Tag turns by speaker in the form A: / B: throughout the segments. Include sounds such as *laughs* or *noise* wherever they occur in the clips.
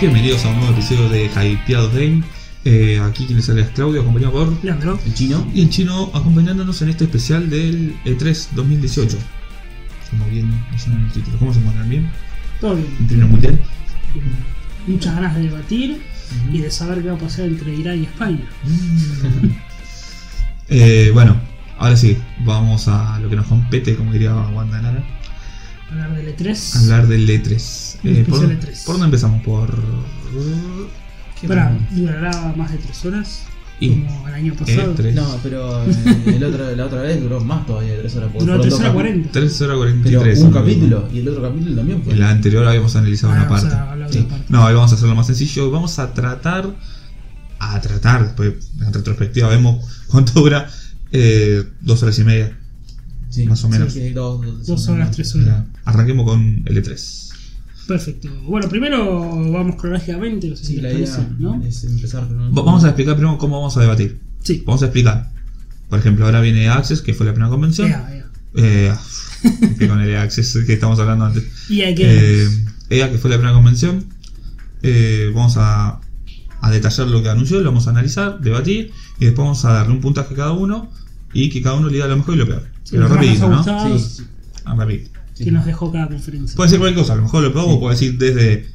A: Bienvenidos a un nuevo episodio de Hypeados Game. Eh, aquí quien les habla es Claudio, acompañado por
B: Leandro.
C: El chino.
A: y el chino acompañándonos en este especial del E E3 2018. Como bien dicen en el título, ¿cómo se encuentran bien?
B: Todo bien.
A: Un trino mundial.
B: Muchas ganas de debatir y de saber qué va a pasar entre Irán y España.
A: *laughs* Eh, bueno, ahora sí, vamos a lo que nos compete, como diría Wanda Nara,
B: Hablar E del E3.
A: hablar del E3.
B: El
A: ¿por,
B: especial E3.
A: ¿Por dónde empezamos? Por. ¿Qué
B: Pará,
A: más?
B: durará más de 3 horas.
A: Y- E
B: como el año pasado.
A: E3.
C: No, pero eh, el otro, la otra vez duró más todavía, tres horas. porque
B: Duró
C: fueron
B: 3
C: dos
B: horas
C: capi-
B: 40.
A: 3 horas
C: Pero
A: 43.
C: un
A: amigo.
C: capítulo y el otro capítulo también fue.
A: En la anterior habíamos analizado
B: Ah,
A: una
B: vamos a
A: parte.
B: hablar
A: Sí.
B: de una parte.
A: No, hoy vamos a hacerlo más sencillo. Vamos a tratar. A tratar, después en retrospectiva vemos cuánto dura. eh, dos horas y media.
C: Sí,
A: más o
C: sí,
A: menos.
C: sí, dos, dos-
B: Dos
C: sí,
B: horas,
C: no.
B: tres horas.
A: Arranquemos con L3.
B: Perfecto. Bueno, primero vamos cronológicamente, no sé si
C: Sí, la
B: les parece,
C: idea
B: ¿no?
C: es empezar con
A: Va- Vamos a explicar primero cómo vamos a debatir.
B: Sí.
A: Vamos a explicar. Por ejemplo, ahora viene Access, que fue la primera convención.
B: Ea, ea.
A: Eh, *laughs* con el Access que estamos hablando antes.
B: Y hay que.
A: Eh, ella que fue la primera convención. Eh, vamos a, a detallar lo que anunció, lo vamos a analizar, debatir y después vamos a darle un puntaje a cada uno y que cada uno le diga lo mejor y lo peor. Pero
B: lo que más
A: rapidito,
B: nos ha
A: ¿no?
B: gustado,
C: Sí, sí,
A: Ah, rapidito.
C: sí.
B: que nos dejó cada conferencia.
A: Puede ser cualquier cosa, a lo mejor lo peor,
C: Sí.
A: o puede decir desde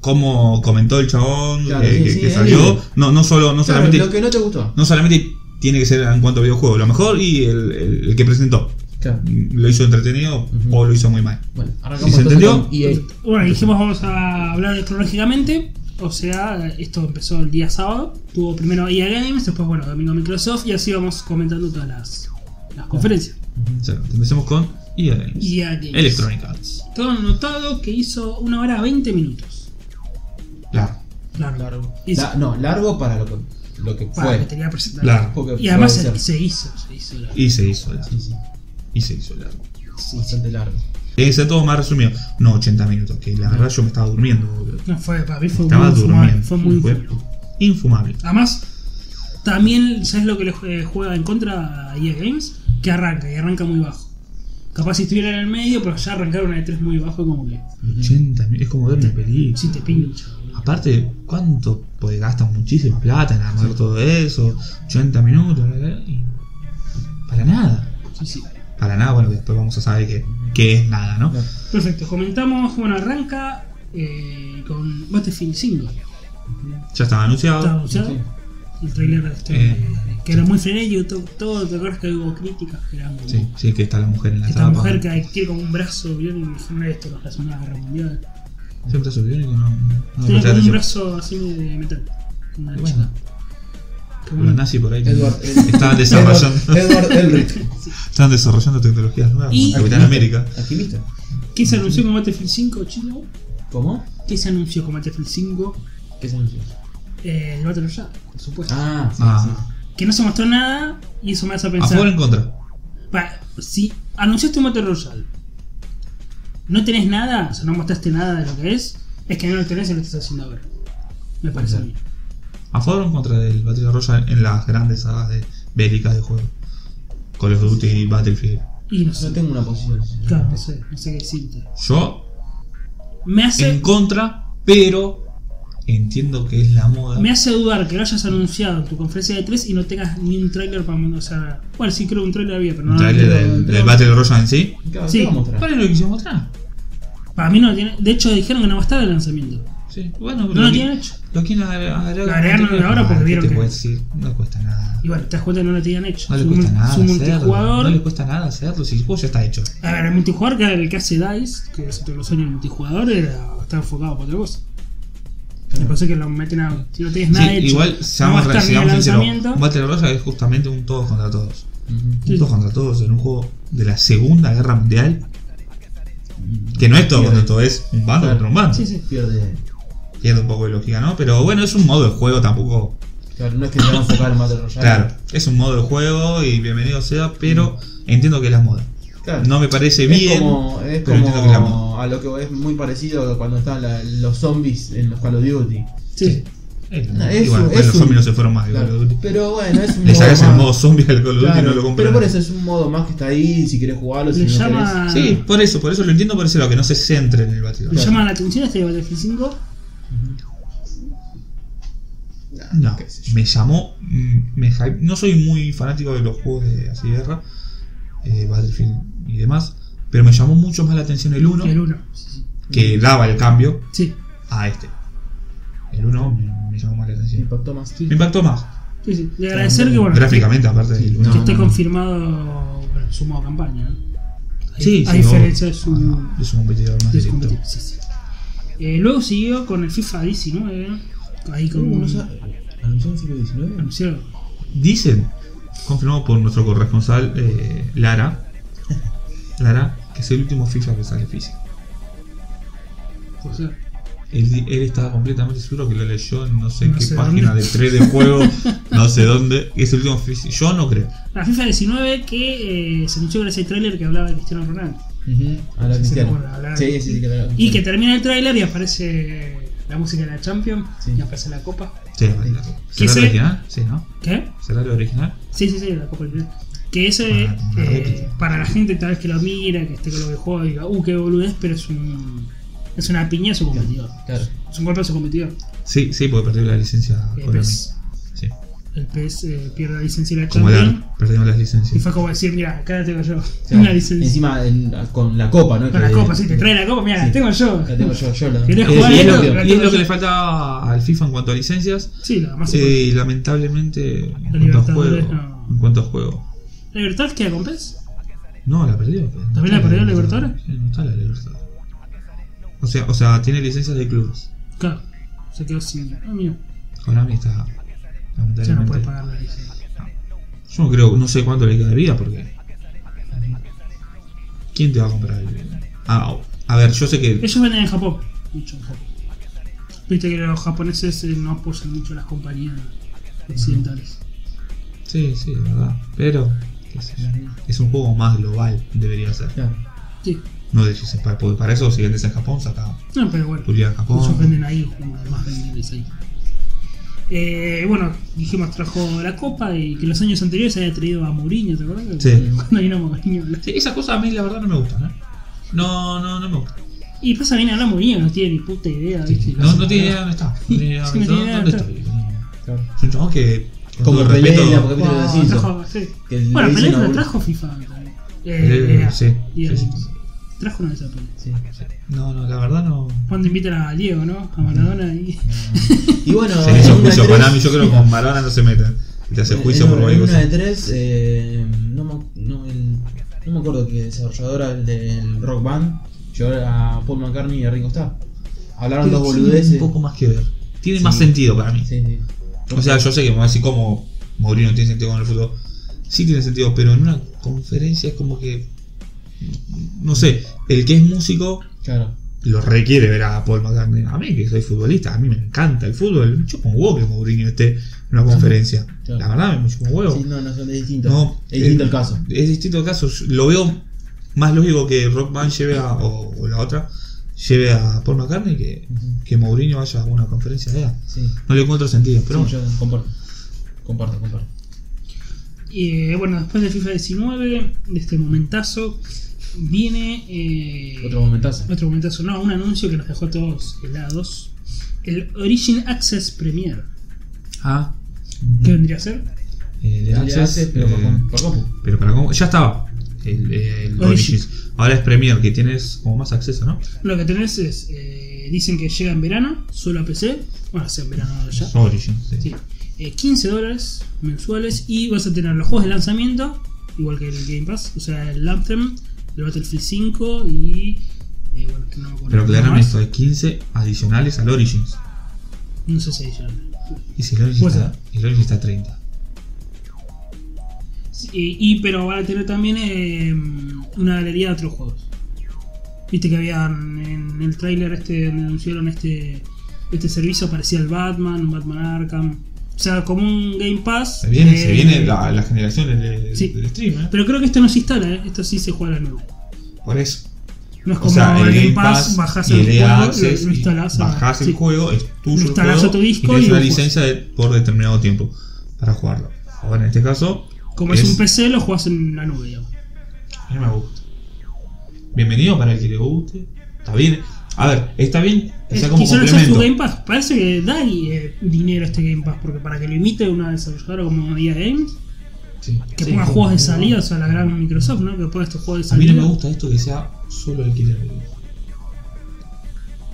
A: cómo comentó el chabón
C: Claro,
A: eh,
C: sí,
A: que,
C: sí,
A: que
C: es
A: salió.
C: libre.
A: No, no solo, no
C: Claro,
A: solamente.
C: lo que no te gustó.
A: No solamente tiene que ser en cuanto a videojuegos, lo mejor y el, el- el que presentó.
C: Claro.
A: Lo hizo entretenido
C: Ujú.
A: o lo hizo muy mal.
C: Bueno,
A: Si
C: arrancamos
A: se
C: entonces
A: entendió.
C: con E EA.
B: Bueno, dijimos vamos a hablar cronológicamente. O sea, esto empezó el día sábado. Tuvo primero EA Games, después, bueno, domingo Microsoft. Y así vamos comentando todas las, las conferencias.
A: O sea, empecemos con EA Games.
B: EA Games.
A: Electronic Arts.
B: Todo anotado que hizo una hora 20 minutos.
A: Claro.
B: Claro.
C: Largo.
B: Hizo-
C: La- no, largo para lo que, lo que
B: Para
C: fue.
B: que tenía presentar.
A: Claro.
C: Porque
B: Y además
C: puede
B: se,
C: ser-
B: se hizo, se hizo. la-
A: Y se hizo largo.
C: sí, sí,
A: Y se hizo largo.
C: bastante largo.
A: Tiene que ser todo más resumido. No 80 minutos, que la verdad yo me estaba durmiendo, boludo.
B: No, fue, para mí fue
A: Estaba
B: muy infumable.
A: durmiendo.
B: Fue muy infumable.
A: infumable.
B: Además, también, ¿sabes lo que le jue- juega en contra a EA Games? Que arranca, y arranca muy bajo. Capaz si estuviera en el medio, pero ya arrancaron a E3 muy bajo, como que
A: 80 minutos. Es como ver una película.
B: si te pincha.
A: Aparte, ¿cuánto? Pues gastan muchísima plata en armar todo eso. 80 minutos. bla, bla, bla, y Para nada.
B: Sí, sí.
A: Para nada, bueno, después vamos a saber que, que es nada, ¿no?
C: Claro.
B: Perfecto, comentamos, bueno, arranca eh, con Battlefield 5.
A: Ya estaba
B: Está
A: anunciado.
B: anunciado
C: Sí.
B: el trailer de este.
A: Ah, Eh,
B: que era muy frenético, todo, todo, te acuerdas que hubo críticas que eran como,
A: Sí, sí, que está la mujer en la
B: Esta
A: tapa.
B: mujer que quiere como un brazo, ¿vieron? Y dijeron esto, los brazos de la Segunda Guerra Mundial.
A: Siempre se olvidó que no. no
B: Tiene
A: presté
B: como un
A: atención.
B: brazo así de metal. Una
A: Bueno.
B: chica. Que
A: Los
B: bueno.
A: nazis por ahí *laughs*
C: Edward,
A: también. estaban desarrollando,
C: Edward, Edward Elric.
A: estaban desarrollando tecnologías nuevas,
B: Y-
A: como Capitán América.
C: Alquimista.
B: ¿Qué se anunció con Battlefield 5, chico?
C: ¿Cómo?
B: ¿Qué se anunció con Battlefield 5?
C: ¿Qué se anunció?
B: Eh, el Battle Royale, por supuesto.
C: Ah, sí,
A: Ah.
B: Que no se mostró nada y eso me hace
A: ¿A favor o
B: pensar.
A: en contra?
B: pa, si anunciaste un Battle Royale, no tenés nada, o sea, no mostraste nada de lo que es, es que no lo tenés y lo estás haciendo ahora. Me parece a mí.
A: ¿A favor o en contra del Battle Royale en las grandes sagas de bélicas de juego? Call of Duty y Battlefield.
B: Y no
C: sí. No
B: sé.
C: tengo una posición.
B: Claro, no sé, no sé qué decirte.
A: Yo,
B: Me hace.
A: en contra, pero entiendo que es la moda.
B: Me hace dudar que lo hayas anunciado en tu conferencia de 3 y no tengas ni un tráiler para mandar. O sea, bueno, sí creo que un tráiler había, pero no.
A: Un trailer
B: no-
A: del,
C: no.
A: del Battle Royale en sí.
C: Claro,
B: Sí.
C: ¿qué va a mostrar?
A: ¿Cuál es lo que quisieron mostrar?
B: Para mí no lo tiene. De hecho, dijeron que no va a estar el lanzamiento.
A: Sí, bueno,
B: No lo
A: que-
B: tienen hecho.
A: Lo quieren agregar.
B: Lo agregaron
A: contenido.
B: ahora porque
A: Ah, ¿qué
B: vieron
A: te
B: que-
A: puedo decir? No cuesta nada.
B: Y bueno, te das cuenta que no lo tenían hecho.
A: No le
B: su
A: cuesta
B: mul-
A: nada
B: su
A: hacerlo.
B: multijugador.
A: No le cuesta nada hacerlo. Si el juego ya está hecho.
B: A ver, el multijugador que era el que hace DICE, que hace todos los años el multijugador, era, está enfocado para otra cosa. Me
C: Claro.
B: parece que lo meten a. Si no tienes
A: Sí,
B: nada hecho.
A: igual,
B: no va a
A: seamos,
B: estar ni el
A: seamos sinceros.
B: lanzamiento.
A: Un Battle Royale es justamente un todos contra todos.
C: Ujú.
A: Un todos contra todos en un juego de la Segunda Guerra Mundial. Que no es todo contra todo, es un bando contra un bando.
B: Sí, sí.
C: Pierde.
A: Pierde un poco de lógica, ¿no? Pero bueno, es un modo de juego tampoco.
C: Claro, no es que se va a enfocar en Battle Royale.
A: Claro, es un modo de juego y bienvenido sea, pero entiendo que es la moda.
C: Claro.
A: No me parece
C: es
A: bien.
C: como, es
A: pero entiendo que es la moda.
C: como a lo que es muy parecido a cuando estaban la- los zombies en los Call of Duty.
B: Sí.
A: Es,
C: No, es
A: y bueno,
C: un-
A: después
C: es
A: los
C: un-
A: zombies no se fueron más. de
C: Claro.
A: Call of Duty.
C: Pero bueno, es un
A: Le sacas el
C: más.
A: modo zombie al Call of Duty y
C: Claro,
A: no lo compras.
C: Pero por eso es un modo más que está ahí, si querés jugarlo, si
B: Le
C: no
B: llama.
A: Sí, por eso, por eso lo entiendo por ese lado, que no se centre en el
B: Me
A: batidor.
C: Claro.
B: llama la atención este de Battlefield 5
C: Nah,
A: No,
C: qué sé yo.
A: me llamó. mm, Me hype- No soy muy fanático de los juegos de así de guerra, eh, Battlefield y demás, pero me llamó mucho más la atención el 1,
B: Que el 1. Sí, sí.
A: que daba el cambio
B: Sí,
A: a este. El 1 me, me llamó más la
C: Me
A: atención.
C: impactó más.
A: Me impactó más,
B: sí, sí. De agradecer que, bueno,
A: Ah, gráficamente, aparte del
C: Sí,
A: 1.
B: que esté
C: no, no.
B: confirmado bueno, su modo campaña. ¿no? A-
A: Sí,
B: a
A: sí,
B: diferencia
A: no.
B: de su,
A: Ajá, es un competidor más
B: de su
A: directo.
B: competidor. Sí, sí. Eh, luego siguió con el FIFA 19. Ahí con
C: ¿Cómo
B: un
C: Uh, no sabe? ¿Anunció en siglo XIX?
B: anunciado.
A: Dicen, confirmado por nuestro corresponsal eh, Lara, *laughs* Lara, que es el último FIFA que sale físico.
B: O sea,
A: Él, di- él estaba completamente seguro que lo leyó en no sé
B: No
A: qué
B: sé
A: página
B: dónde.
A: de 3 de
B: *laughs*
A: juego, no sé dónde. Es el último físico. Yo no creo.
B: la FIFA 19 que eh, se anunció gracias al trailer que hablaba de Cristiano Ronaldo.
C: A la
B: Sí, sí, bueno,
C: cristiana.
B: hablaba-
C: Sí, sí, sí, que la-
B: Y que termina el tráiler y aparece la música de la Champions
C: Sí.
B: y aparece la copa.
A: Sí, ¿Será
B: Quise-
A: el original? Sí, ¿no?
B: ¿Qué?
A: ¿Será el original?
B: Sí, sí, sí, la copa del Mundial. Que ese
A: Ah, una
B: eh,
A: réplica.
B: para la gente tal vez que lo mira, que esté con lo que juega y diga, uh, qué boludez, pero es un es una piña a su competidor.
C: Claro.
B: Es un golpe a su competidor. Eh,
A: Sí, sí, porque perdió la licencia
B: El
A: Konami.
B: PES,
A: Sí.
B: el PES eh, pierde la licencia de la
A: Como
B: Champions.
A: Lara, perdimos las
B: Y
A: licencias.
B: fue como decir, mira, acá la tengo yo.
C: Claro.
B: Una licencia.
C: Encima en- con la copa, ¿no?
B: Con la
C: Que-
B: copa, sí, te trae la copa, mira, la
C: Sí.
B: tengo yo.
C: La tengo yo, yo la.
B: ¿Querés
A: Eh, Y
B: jugar
A: es,
C: es
A: lo
B: esto?
A: que, y es lo que le falta al FIFA en cuanto a licencias.
B: Ah, Sí, lo más
A: Eh, y lamentablemente, en cuanto a
B: Libertadores
A: juego.
B: no.
A: En cuanto a juego.
B: ¿La Libertad queda con PES?
A: No, la perdió. No
B: ¿También
A: está
B: la perdió
A: Libertadores? Sí, no está la Libertadores. O sea, o sea, tiene licencias de clubes.
B: Claro, se quedó sin. Ah, mira,
A: Konami está.
B: ya no puede
A: Lamentablemente.
B: pagar la licencia.
A: Yo no creo, no sé cuánto le queda de vida porque. ¿Quién te va a comprar el.? Ah, a ver, yo sé que.
B: Ellos venden en Japón, mucho en Japón. Viste que los japoneses eh, no apoyan mucho a las compañías occidentales.
A: Sí, sí, es verdad. Pero. qué sé yo, Es un juego más global, debería ser.
C: Claro.
B: Sí,
A: No de para, porque para eso, si vendes en Japón, saca
B: no, pero bueno,
A: Julia en
B: ellos
A: Japón.
B: venden ahí, como los más vendibles ahí. Eh, bueno, dijimos trajo la copa y que los años anteriores había traído a Mourinho, ¿te acuerdas?
A: Sí.
B: Cuando vino Mourinho.
A: Sí, esa cosa a mí la verdad no me gusta, ¿no? No, no, no me gusta.
B: Y pasa bien habla Mourinho, no tiene ni puta idea, ¿viste?
A: No, no tiene idea dónde está. No tiene idea
B: *laughs* Sí, no
A: dónde,
B: tiene idea
A: dónde
B: dónde
A: estoy. No.
C: claro.
A: Es un chabón que. con
C: Como
A: todo
C: Pelé en
A: respeto.
C: la
A: eh,
C: capítulo de
B: Wow,
C: Simpson.
B: trajo- sí.
C: Que le
B: Bueno,
C: dicen
B: Pelé
C: a
B: no
C: Bol-
B: trajo FIFA. también.
A: Eh,
B: Eh,
A: sí,
B: y
A: sí, sí.
B: Trajo una de esas pelis.
C: Sí.
A: No, no, la verdad no.
B: Cuando invitan a Diego, ¿no? A Maradona y. *laughs*
C: Y bueno,
A: Se le hizo
C: en una
A: juicio
C: de
A: a
C: tres-
A: Konami, yo creo que con Maradona no se meten. Te hace
C: en-
A: juicio
C: en-
A: por
C: en
A: cualquier
C: una
A: cosa.
C: de tres, eh, no, me, no, el- no me acuerdo que desarrolladora del rock band llegó a Paul McCartney y a Ringo Starr. Hablaron
A: Pero
C: dos
A: tiene
C: boludeces.
A: Un poco más que ver. Tiene
C: Sí.
A: más sentido para mí.
C: Sí, sí.
A: O sea, yo sé que me vas a decir como Mourinho no tiene sentido con el fútbol. Sí tiene sentido, pero en una conferencia es como que. No sé, el que es músico
C: Claro.
A: lo requiere ver a Paul McCartney. A mí, que soy futbolista, a mí me encanta el fútbol. Me chupa un huevo que Mourinho esté en una conferencia.
C: Claro.
A: La verdad, me chupa un huevo.
C: Sí, no, no son es distinto.
A: No,
C: es distinto
A: eh,
C: el caso.
A: Es distinto el caso. Yo Lo veo más lógico que Rock Band lleve a. o, o la otra. lleve a Paul McCartney que,
C: Ujú.
A: que Mourinho vaya a una conferencia de edad.
C: Sí.
A: No le encuentro sentido, pero
C: Sí,
A: bueno.
C: yo comparto. Comparto, comparto.
B: y, eh, bueno, después de FIFA 19, de este momentazo, viene. eh,
C: Otro momentazo.
B: otro momentazo, no, un anuncio que nos dejó todos helados. El Origin Access Premier.
A: Ah,
B: ¿Qué vendría a ser?
A: eh, de
C: Le
A: Access,
C: haces, pero
A: eh,
C: por com- por compu.
A: pero para cómo. Ya estaba. El, el
B: Origin.
A: Origins. Ahora es Premier, que tienes como más acceso, ¿no?
B: Lo que tenés es. eh, dicen que llega en verano, solo a PC. Bueno, sea en verano ya.
A: Origin, sí.
B: Sí. Eh, 15 dólares mensuales y vas a tener los juegos de lanzamiento, igual que el Game Pass, o sea, el Anthem, el Battlefield 5 y. eh, bueno, que no me acuerdo
A: Pero
B: nada
A: aclararon
B: más.
A: esto: hay 15 adicionales al Origins.
B: No sé si adicional.
A: Y si el Origins,
B: Puede
A: está, el Origins está a 30.
B: Sí, y, pero van a tener también eh, una galería de otros juegos. Viste que habían en el tráiler este donde anunciaron este este servicio aparecía el Batman, Batman Arkham. O sea, como un Game Pass.
A: Se viene,
B: eh,
A: se viene la, la generación del, del-
B: Sí.
A: del stream, ¿eh?
B: Pero creo que esto no se instala, ¿eh? esto sí se juega a la nube.
A: Por eso.
B: No es
A: O
B: como
A: sea, el Game Pass,
B: bajás
A: y
B: el
A: el EA
B: juego,
A: Access,
B: lo, lo instalás.
A: y
B: a-
A: bajás el
B: sí.
A: juego, es tuyo el
B: Instalás
A: juego,
B: a tu disco
A: y
B: y
A: es una
B: lo
A: licencia de- por determinado tiempo para jugarlo. Ahora, en este caso,
B: Como es,
A: es-
B: un PC, lo jugás en la nube, digamos.
A: a mí me gusta. Bienvenido para el que le guste. Está bien. A ver, está bien que
B: Es-
A: sea como
B: quisieron hacer su
A: complemento.
B: Game Pass. Parece que da y, eh, dinero este Game Pass, porque para que lo imite una desarrolladora como EA Games,
A: Sí.
B: que
A: Sí,
B: ponga
A: como-
B: juegos de salida, o sea, la gran Microsoft, ¿no? Que ponga estos juegos de
A: A mí
B: salida.
A: no me gusta esto que sea solo alquiler.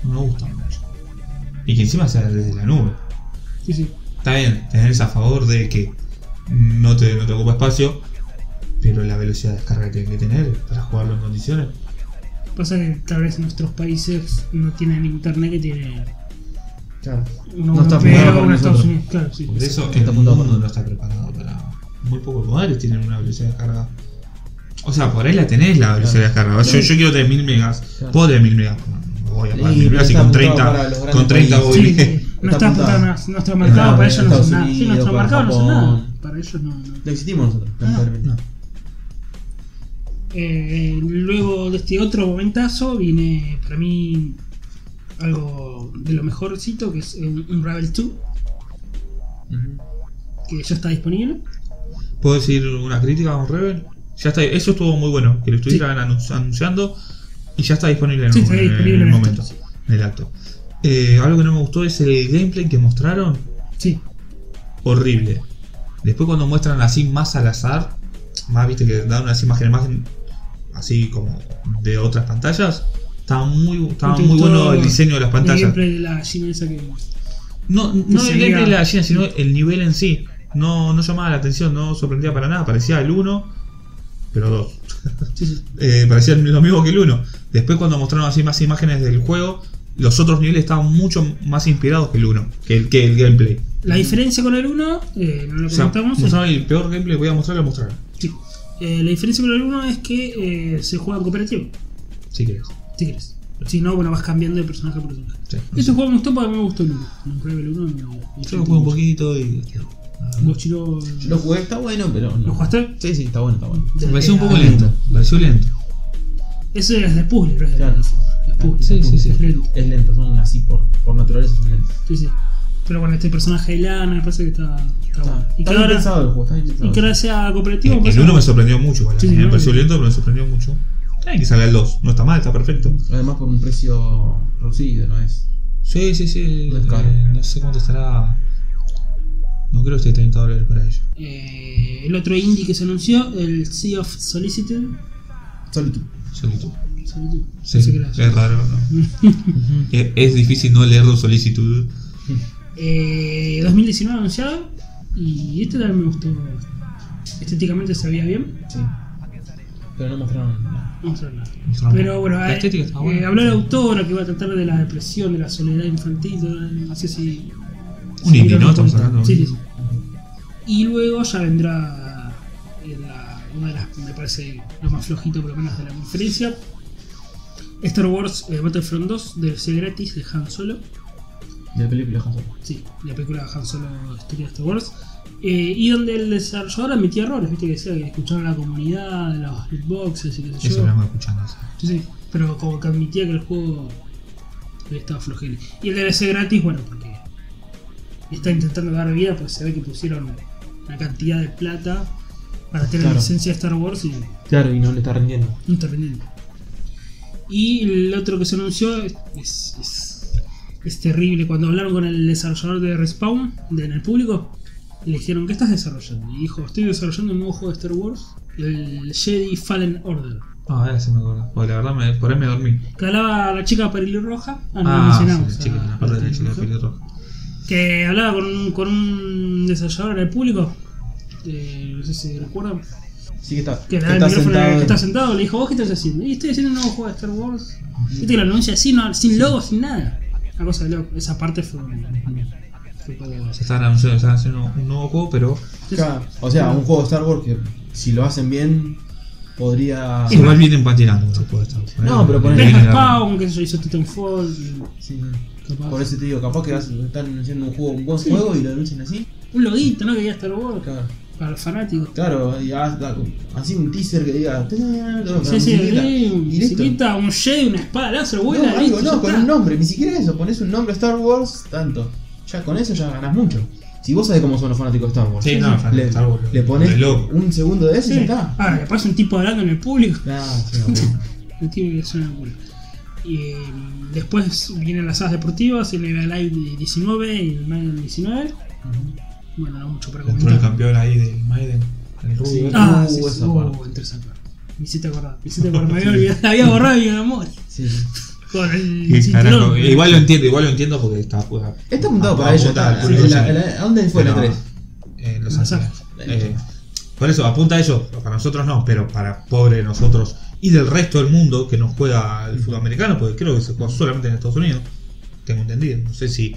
A: No me gusta mucho. Y que encima sea desde la nube.
B: Sí, sí.
A: Está bien, tenés a favor de que no te, no te ocupa espacio, pero la velocidad de descarga que tienen que tener para jugarlo en condiciones.
B: Pasa que tal vez en nuestros países no tienen internet que tiene
C: Claro.
B: un
C: No está
B: europeo,
C: apuntado para
B: un Estados
C: nosotros.
B: Unidos. Claro, sí.
A: Por eso
C: Está
A: el
C: apuntado
A: mundo
C: para-
A: no está preparado para. Muy pocos lugares tienen una velocidad de descarga. O sea, por ahí la tenés la velocidad de descarga. Yo, yo quiero 3000 megas.
C: Claro.
A: Puedo 3000 megas. No voy a pagar
C: Y
A: 1000 megas y
C: está
A: con
C: apuntado para
A: 30,
C: los grandes
A: con 30 *laughs*
B: Sí,
A: voy.
B: sí. No
C: Está
B: está apuntado
C: apuntado.
B: a nas- nuestro mercado,
A: Claro,
B: para ellos no
C: Estados
B: es nada. Sí, nuestro
C: Unidos,
B: mercado no es
C: Japón.
B: nada. Para ellos no. no.
C: Lo existimos
B: Ah,
C: nosotros, lamentablemente.
A: No.
B: Eh, luego de este otro momentazo viene para mí algo de lo mejorcito, que es un un Ravel 2,
C: Ujú.
B: que ya está disponible.
A: ¿Puedo decir una crítica a un Rebel? Ya está, eso estuvo muy bueno, que lo estuvieran anun- anunciando y ya está disponible en,
B: Sí,
A: un-
B: está
A: en
B: disponible en
A: el
B: el
A: momento,
B: acto,
A: en el acto. Eh, algo que no me gustó es el gameplay que mostraron,
B: Sí,
A: horrible. Después cuando muestran así más al azar, más viste que dan unas imágenes más en- así como de otras pantallas, estaba muy, estaba
B: te
A: muy
B: gustó
A: bueno el diseño de las
B: el
A: pantallas.
B: gameplay de la gallina esa que.
A: No, no
B: se
A: el gameplay
B: vea-
A: de la gallina, sino el nivel en sí. No, no llamaba la atención, no sorprendía para nada, parecía el 1, pero 2.
B: Sí, sí.
A: eh, parecía lo mismo que el 1. Después cuando mostraron así más imágenes del juego, los otros niveles estaban mucho más inspirados que el 1, que el, que el gameplay.
B: La diferencia con el 1, eh, no lo
A: O sea,
B: comentamos. es-
A: mostraron el peor gameplay que voy a mostrar, lo mostraron.
B: sí. Eh, la diferencia con el 1 es que eh, se juega en cooperativo,
A: Si querés.
B: si quieres. Si no, bueno, vas cambiando de personaje a personaje.
A: Sí.
B: Este juego me gustó porque a mí me gustó el 1. No el 1 me
A: Yo lo juego un poquito y...
B: Vos chilo.
C: Yo lo jugué, está bueno, pero. no.
B: ¿Lo jugaste?
C: Sí, sí, está bueno, está bueno.
A: Me pareció un poco
B: Era-
A: lento, me pareció lento.
B: Eso es de puzzle, pero es de
C: Claro.
B: Es puzzle.
A: Sí,
B: es
A: sí,
B: puzzle,
A: sí.
B: es lento.
C: Es lento, son así por, por naturaleza son lentos.
B: Sí, sí. Pero bueno, este personaje de Lana me parece que está, está bueno.
C: Está,
B: Y
C: está
B: que
C: bien
B: ahora,
C: pensado el juego, está bien
B: y
C: pensado.
B: que ahora sea cooperativo.
A: Eh, El 1 me sorprendió mucho, igual.
B: Sí, sí,
A: me
B: no,
A: pareció
B: no.
A: lento, pero me sorprendió mucho. Hay que salir el 2, no está mal, está perfecto.
C: Además por un precio reducido, ¿no es?
A: Sí, sí, sí.
C: No es caro.
A: eh, no sé cuánto estará. No creo que esté 30 dólares para ello.
B: Eh, el otro indie que se anunció, el Sea of Solitude.
C: Solitude.
A: Solicitud.
B: Solitude.
A: Sí,
B: No sé qué era.
A: es raro, ¿no? es, es difícil no leerlo solicitud.
B: Eh, 2019 anunciado. Y este también me gustó. Estéticamente se veía bien.
C: *laughs* Sí. Pero no mostraron nada.
B: Vamos a hablar.
A: Mostrame.
B: Pero bueno,
A: la
B: eh,
A: estética está
B: eh,
A: buena.
B: habló la autora que va a tratar de la depresión, de la soledad infantil, de- no sé si.
A: Un
B: si
A: indie,
B: vieron
A: ¿no?
B: el
A: Estamos
B: comentario.
A: hablando.
B: Sí, sí, sí. Y luego ya vendrá en la- una de las, me parece, lo más flojito por lo menos de la conferencia. Star Wars eh, Battlefront 2 de ser gratis de Han Solo.
C: De la película Han Solo.
B: Sí, la película de Han Solo historia de Star Wars. Eh, y donde el desarrollador admitía errores, viste que decía que escucharon a la comunidad, los hitboxes y qué sé yo.
A: Eso lo vamos escuchando. sí.
B: Sí, sí, pero como que admitía que el juego estaba flojel. Y el DLC gratis, bueno, porque está intentando dar vida, pues se ve que pusieron una cantidad de plata para tener
C: Claro.
B: la licencia de Star Wars y
C: Claro, y no le está rindiendo.
B: no está vendiendo. Y el otro que se anunció es, es- es- es terrible. Cuando hablaron con el desarrollador de Respawn, de, en el público, le dijeron, ¿qué estás desarrollando? Y dijo, estoy desarrollando un nuevo juego de Star Wars, el Jedi Fallen Order.
A: Ah, ahora se me acuerda. Porque la verdad, me, por ahí me dormí.
B: Que hablaba la chica pelirroja. Ah, no, la
A: Ah,
B: mencionamos.
A: sí, la chica,
B: Ah,
A: la parte de la chica
B: pelirroja.
A: pelirroja.
B: Que hablaba con un, con un desarrollador en el público. eh, no sé si recuerdan.
C: Sí que está.
B: Que le
C: que
B: da el
C: está
B: micrófono al
C: sentado.
B: que está sentado. Le dijo, ¿vos qué estás haciendo? Y estoy haciendo un nuevo juego de Star Wars. Viste que lo anuncia así, no, sin logo, sin nada. Una cosa de loco. Esa parte fue. fue como-
A: Se estaban anunciando, estaban haciendo un nuevo juego, pero.
C: Claro, O sea, un juego de Star Wars que si lo hacen bien podría.
B: Sí.
A: Igual vienen patinando los juegos de Star Wars.
C: No, pero ponele-
A: Vienen
B: Deja
A: la-
B: Spawn, que se hizo Titanfall. y
C: Sí, sí.
B: capaz-
C: Por eso te digo, capaz que hacen- están anunciando un juego, un buen
B: Sí.
C: juego y lo anuncian así.
B: Un loguito, ¿no? Que diga Star Wars.
C: Claro.
B: Para los fanáticos.
C: Claro, y hasta- así un teaser que diga. "Tarán", con
B: Sí, sí,
C: musiquita,
B: sí,
C: y listo.
B: musiquita, un Jedi, una espada láser,
C: No,
B: buena,
C: algo,
B: listo, ya
C: no, con
B: está.
C: un nombre, ni siquiera eso, pones un nombre a Star Wars, tanto. Ya con eso ya ganás mucho. Si vos sabés cómo son los fanáticos de Star Wars,
A: Sí, no,
C: le,
A: Star Wars.
C: le pones
A: de loco.
C: un segundo de eso y
B: Sí.
C: ya está.
B: *laughs* Ahora, le pasa un tipo hablando en el público.
C: Ah, sí, no,
B: El tipo que suena en el público. Y mm, después vienen las sagas deportivas, el NBA Live 19 y el Madden 19. Bueno, no mucho para
A: Entró el
B: comentar.
A: campeón ahí del Maiden, el rubio.
C: Sí.
B: Ah,
C: Uh,
B: sí, sí,
C: esa
B: uh,
C: parte.
B: entró esa parte. Me hiciste acordar, me hiciste acordar,
A: *laughs*
B: me había olvidado, la había borrado y mi memoria.
C: Sí, sí.
B: Con
A: Qué
B: el cinturón. Eh,
A: carajo, Igual lo entiendo, igual lo entiendo porque está jugando.
C: Está apuntado
A: Ah,
C: para ellos.
A: apunta
C: está-
A: al público,
C: la-
A: sí.
C: la- ¿A dónde fue E la
A: Pero,
C: 3?
A: eh, Los
B: Los
A: Ángeles.
C: Ángeles.
A: Eh, por eso, apunta a ellos, para nosotros no, pero para pobre de nosotros y del resto del mundo que no juega el fútbol americano, porque creo que se juega solamente en Estados Unidos, tengo entendido. No sé si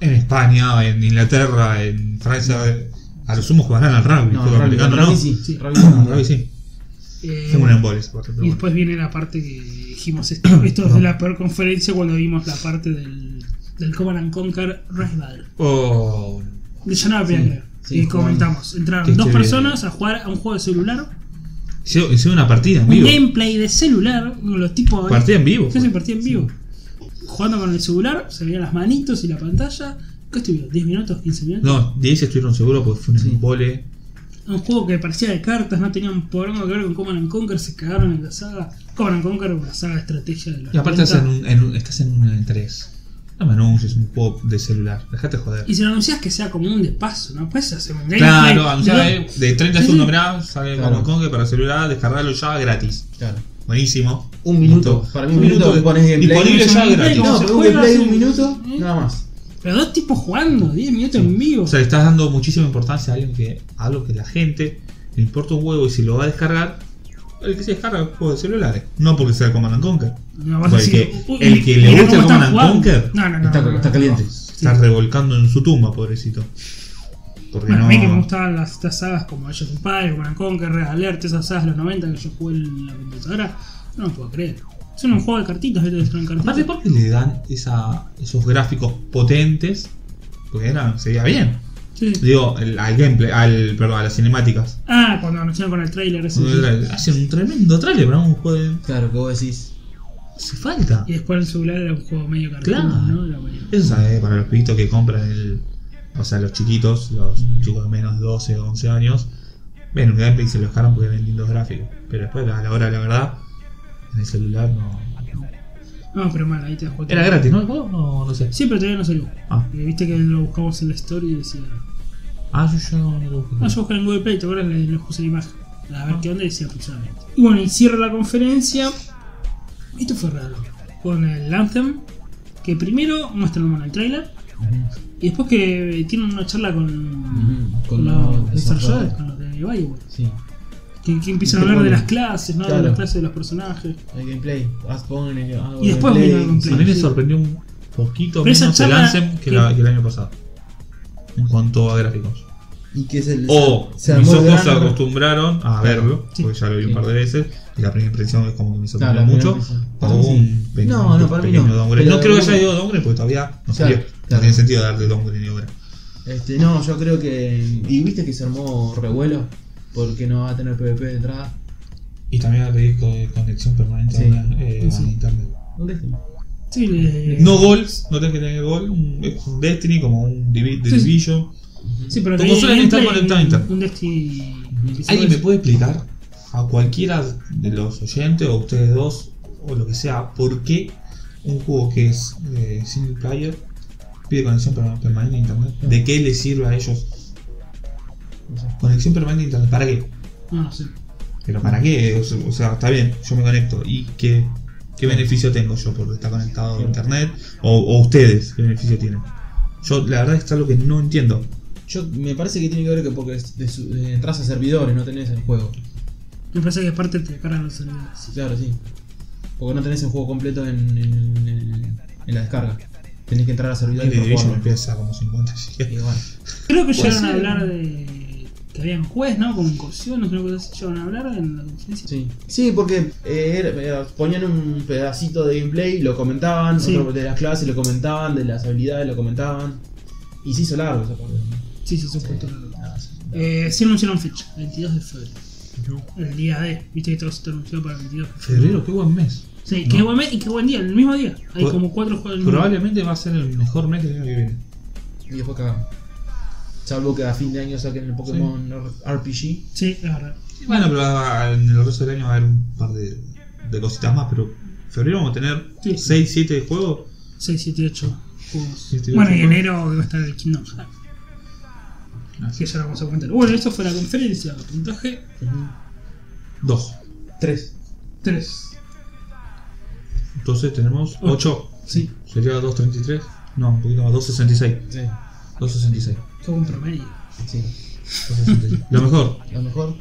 A: en España, en Inglaterra, en Francia, a lo sumo jugarán al rugby,
C: No,
A: fútbol
C: Rugby,
A: americano
C: Rugby
A: no. *coughs*
C: sí,
B: Sí.
C: Rugby no.
A: Rugby sí,
B: Eh,
A: tengo un embolis, por ejemplo.
B: y después viene la parte que
A: *coughs*
B: dijimos, esto, esto es de la peor conferencia cuando vimos la parte del, del Command and Conquer Rival.
A: Oh,
B: De yo no la podía
C: Sí,
B: creer.
C: sí,
B: y
C: jugando.
B: comentamos,
A: Qué
B: entraron dos
A: chévere.
B: personas a jugar a un juego de celular,
A: hice- hice una partida en
B: un
A: vivo.
B: gameplay de celular, con los tipos...
A: Partida en vivo. pues.
B: Sí, sí, partida en vivo. Jugando con el celular, se veían las manitos y la pantalla. ¿Qué estuvieron? ¿10 minutos? ¿15 minutos?
A: No, 10 estuvieron seguros porque fue un
C: Sí.
A: embole.
B: Un juego que parecía de cartas, no tenía un programa que ver con Command and Conquer, se cagaron en la saga. Command and Conquer una saga de estrategia de los
A: Y aparte
B: 90.
A: estás en un, en un- estás en un 3. No me anuncies un juego de celular. Dejate joder.
B: Y si lo anuncias que sea como un despaso, ¿no? Pues hacer un gameplay.
A: Claro,
B: ¿no?
A: anunciá eh, de 30
B: Sí,
A: segundos,
B: sí.
A: mirá, sale
C: Claro.
A: como Conque para celular, descargarlo ya gratis.
C: Claro.
A: Buenísimo.
C: Un minuto.
A: Listo.
C: Para mí un minuto
A: de-
C: pones gameplay.
A: Disponible ya
B: Gameplay,
A: gratis.
B: ¿cómo
C: No,
B: se
C: pero un
B: juega?
C: gameplay de un
B: Sí.
C: minuto,
B: ¿Eh?
C: nada más.
B: Pero dos tipos jugando, 10 minutos en vivo.
A: O sea, le estás dando muchísima importancia a alguien que a algo que la gente le importa un huevo y si lo va a descargar, el que se descarga juegos de celulares. No porque sea el Command and Conquer.
B: no vas a
A: porque
B: decir,
A: el
B: "Uy,
A: que- el que le
B: mirá
A: gusta
B: cómo
A: el
B: están
A: Command
B: jugando".
A: Conquer
B: No, no, no.
C: Está,
B: no, no,
C: está
B: no.
C: caliente.
A: Está revolcando en su tumba, pobrecito. Porque
B: Bueno,
A: no.
B: a mí que me gustaban las, estas sagas como Age of Empires, Command Conquer, Red Alert, esas sagas de los 90 que yo jugué en la computadora, no lo puedo creer. Son un juego de cartitas, ¿viste? Son
A: Aparte,
B: cartitas.
A: ¿por qué le dan esa- esos gráficos potentes? Porque era, se veía bien.
B: Sí.
A: Digo, el- al gameplay, al, perdón, a las cinemáticas.
B: Ah, cuando anunciaron con el trailer ese.
A: Cuando tra- Hacen un tremendo trailer para un juego de...
C: Claro, que vos decís.
A: Hace falta.
B: Y después el celular era un juego medio cartoon,
A: Claro.
B: ¿no? Era medio-
A: Eso es eh, para los pibitos que compran el... O sea, los chiquitos, los chicos de menos de 12 o 11 años, ven un gameplay y se lo descargan porque ven lindos gráficos. Pero después, a la hora de la verdad, en el celular no...
B: No, pero mal, ahí te das cuenta.
A: Era gratis, ¿no? El juego? No, no sé.
B: Sí, pero todavía no salió.
A: Ah,
B: Eh, Viste que lo buscamos en la story y decía.
A: ah yo, yo no lo busqué.
B: No, yo busqué en Google Play, te acuerdas, le, le puse la imagen. A ver qué onda y decía aproximadamente. Y bueno, y cierra la conferencia. Esto fue raro. Con el Anthem, que primero muestran bueno, el trailer. Y después que tienen una charla con,
C: Ujú, con
B: los
C: los
B: desarrolladores,
C: desarrolladores.
B: con los de Bioware.
C: Sí.
B: Que, que empiezan a
C: Qué
B: hablar de
C: bueno.
B: las clases, ¿no? De
C: Claro.
B: las clases de los personajes.
C: El gameplay. Haz pongan el- algo
B: Y
C: de
B: después
C: gameplay.
B: vino el gameplay.
A: A mí me
B: Sí.
A: sorprendió un poquito
B: Pero esa
A: menos el
B: charla-
A: Ansem que, la- que el año pasado. En cuanto a gráficos.
C: Y que es el.
A: O
C: se
A: mis
C: armó el
A: ojos Oh, se
C: verano.
A: acostumbraron a verlo,
B: Sí.
A: porque ya lo vi un
C: Sí.
A: par de veces. Y la primera impresión es como que me sorprendió
C: Claro, la primera
A: mucho.
C: impresión.
A: O
C: Para mí
A: un
C: sí.
A: pe-
C: No, no,
A: un
C: para mí
A: pequeño
C: no.
A: downgrade.
C: Pero
A: No creo que
C: bueno.
A: haya ido downgrade porque todavía no
C: Claro,
A: salió. No
C: claro.
A: tiene sentido darle downgrade ni obra.
C: Este, no, yo creo que. Y viste que se armó revuelo. Porque no va a tener PvP de entrada.
A: Y también al disco de conexión permanente
C: Sí.
A: a, una- eh,
B: Sí.
A: a internet.
C: ¿Dónde está?
B: Sí, le-
A: No goals, no tenés que tener gol. Un, es un Destiny como un Divi- de
B: Sí, sí.
A: Division.
B: Sí, pero
A: Como suelen estar
B: gameplay,
A: conectados a internet.
B: Un Destiny.
A: ¿Alguien me puede explicar a cualquiera de los oyentes o ustedes dos o lo que sea por qué un juego que es eh, single player pide conexión perma- permanente a internet? ¿De qué les sirve a ellos
C: No sé.
A: conexión permanente a internet? ¿Para qué?
B: No, no sé.
A: ¿Pero para qué? O se- o sea, está bien, yo me conecto. ¿Y qué, qué beneficio tengo yo por estar conectado a internet? ¿O, o ustedes qué beneficio tienen? Yo la verdad es algo que no entiendo.
C: Yo, me parece que tiene que ver que porque es- de su- de- entras a servidores, no tenés el juego.
B: Me parece que aparte te cargan los celulares.
C: Claro, sí. Porque no tenés el juego completo en, en- en- en la descarga. Tenés que entrar a
A: El
C: servidores para
A: Division
C: jugarlo.
A: empieza como 50 gigas.
C: Y bueno,
B: Creo
A: Pues
B: que
C: Puede
B: llegaron a
C: ser.
B: hablar de. que habían juez, ¿no? Con incursiones, no sé así. Llegaron a hablar en la conferencia.
C: sí. Sí, porque eh, era- era- ponían un pedacito de gameplay, lo comentaban,
B: Sí.
C: otro de las clases lo comentaban, de las habilidades lo comentaban. Y se hizo largo esa parte.
B: Sí, sí, se fue todo.
C: Nada, sí.
B: Eh, sí anunciaron fecha, 22 de febrero. El día de, viste que todo se anunció para el 22 de febrero.
A: Febrero, qué buen mes.
B: Sí,
A: No.
B: qué buen mes y qué buen día, el mismo día. Hay
A: Pro-
B: como cuatro juegos del mismo día.
A: Probablemente va a ser el mejor mes del año que viene.
C: Y después cagaron. Salvo que a fin de año saquen el Pokémon RPG.
B: Sí, es verdad.
A: Bueno, pero ah, en el resto del año va a haber un par de, de cositas más, pero febrero vamos a tener
B: Sí.
A: 6, 7 juegos.
B: 6, 7, 8 juegos.
A: Siete,
B: bueno,
A: ocho
B: y
A: juegos.
B: enero va a estar el Kingdom Hearts. Así que ya lo vamos a comentar. Bueno, eso fue la conferencia. Puntaje
A: Dos.
C: 3.
B: 3.
A: Entonces tenemos 8.
B: Sí,
A: Sería 2.33. No, un poquito más, 2.66.
C: Sí.
A: 2.66.
B: fue un promedio.
C: Sí.
A: 2.66. Lo mejor,
C: Lo mejor,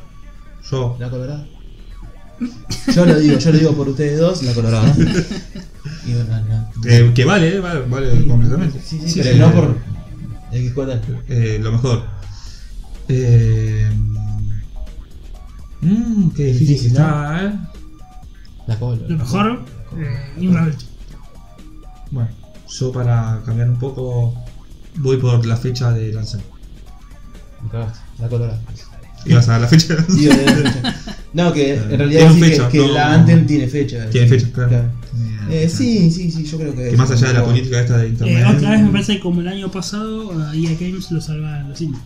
A: yo.
C: la colorada. Yo lo digo, yo lo digo por ustedes dos, la *laughs* colorada. y la- la-
A: eh, que vale, eh, vale, vale completamente.
C: Sí, sí,
A: Eh,
C: pero no por el que cuenta.
A: eh, lo mejor. Eh, mmm, qué difícil
C: Difícil, ¿no?
A: está, ¿eh?
C: La colorada.
B: Lo mejor, eh, Unravel.
A: Bueno, yo para cambiar un poco voy por la fecha de lanzamiento.
C: Me cagaste, la colorada.
A: Ibas a la fecha de lanzamiento.
C: Digo, de la fecha. no, que en realidad
A: Tiene
C: sí que-
A: fecha,
C: que,
A: no,
C: la
A: no.
C: Anten tiene fecha.
A: Tiene fecha, claro.
C: Eh, sí, sí, sí, yo creo que.
A: Que más allá de la
C: Bueno,
A: política esta de internet.
B: Eh, otra vez me parece que como el año pasado, a EA Games lo salvaron los indies.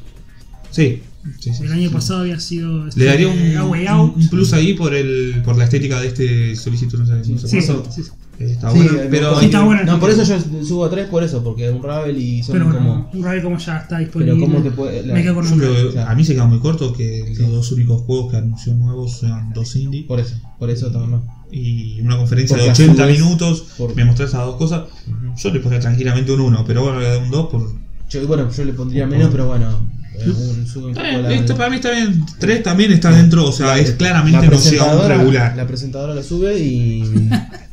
A: Sí, sí, sí.
B: El año pasado había sido. este,
A: Le daría un,
B: A Way
A: un-
B: Out.
A: un plus ahí por el por la estética de este solicitud. No sé, no sé
B: Sí,
A: por eso.
B: sí, sí.
A: Eh, Está
C: sí,
A: bueno,
C: eh,
A: pero.
C: no,
B: Sí, está bueno.
C: No, por eso yo subo a 3 por eso, porque un Ravel y son
B: Pero bueno,
C: como.
B: Unravel como ya está disponible.
C: Pero cómo te puede. la-
B: Me quedo con
A: Yo creo
B: Unravel.
A: que
C: Claro.
A: a mí se queda muy corto que los dos únicos juegos que anunció nuevos sean dos indie
C: Por eso, por eso también.
A: y una conferencia
C: Por
A: de
C: las
A: 80
C: dudas,
A: minutos.
C: por-
A: Me mostró esas dos cosas. Yo le pondría tranquilamente un 1, pero bueno, le doy un 2 por.
C: Yo, bueno, yo le pondría menos, pero bueno. eh, un, sube un
A: Está
C: poco
A: bien,
C: la,
A: esto
C: la-
A: para mí está bien. 3 también está dentro, o sea, es claramente noción
C: presentadora-
A: regular.
C: La presentadora la
A: *laughs*
C: sube y.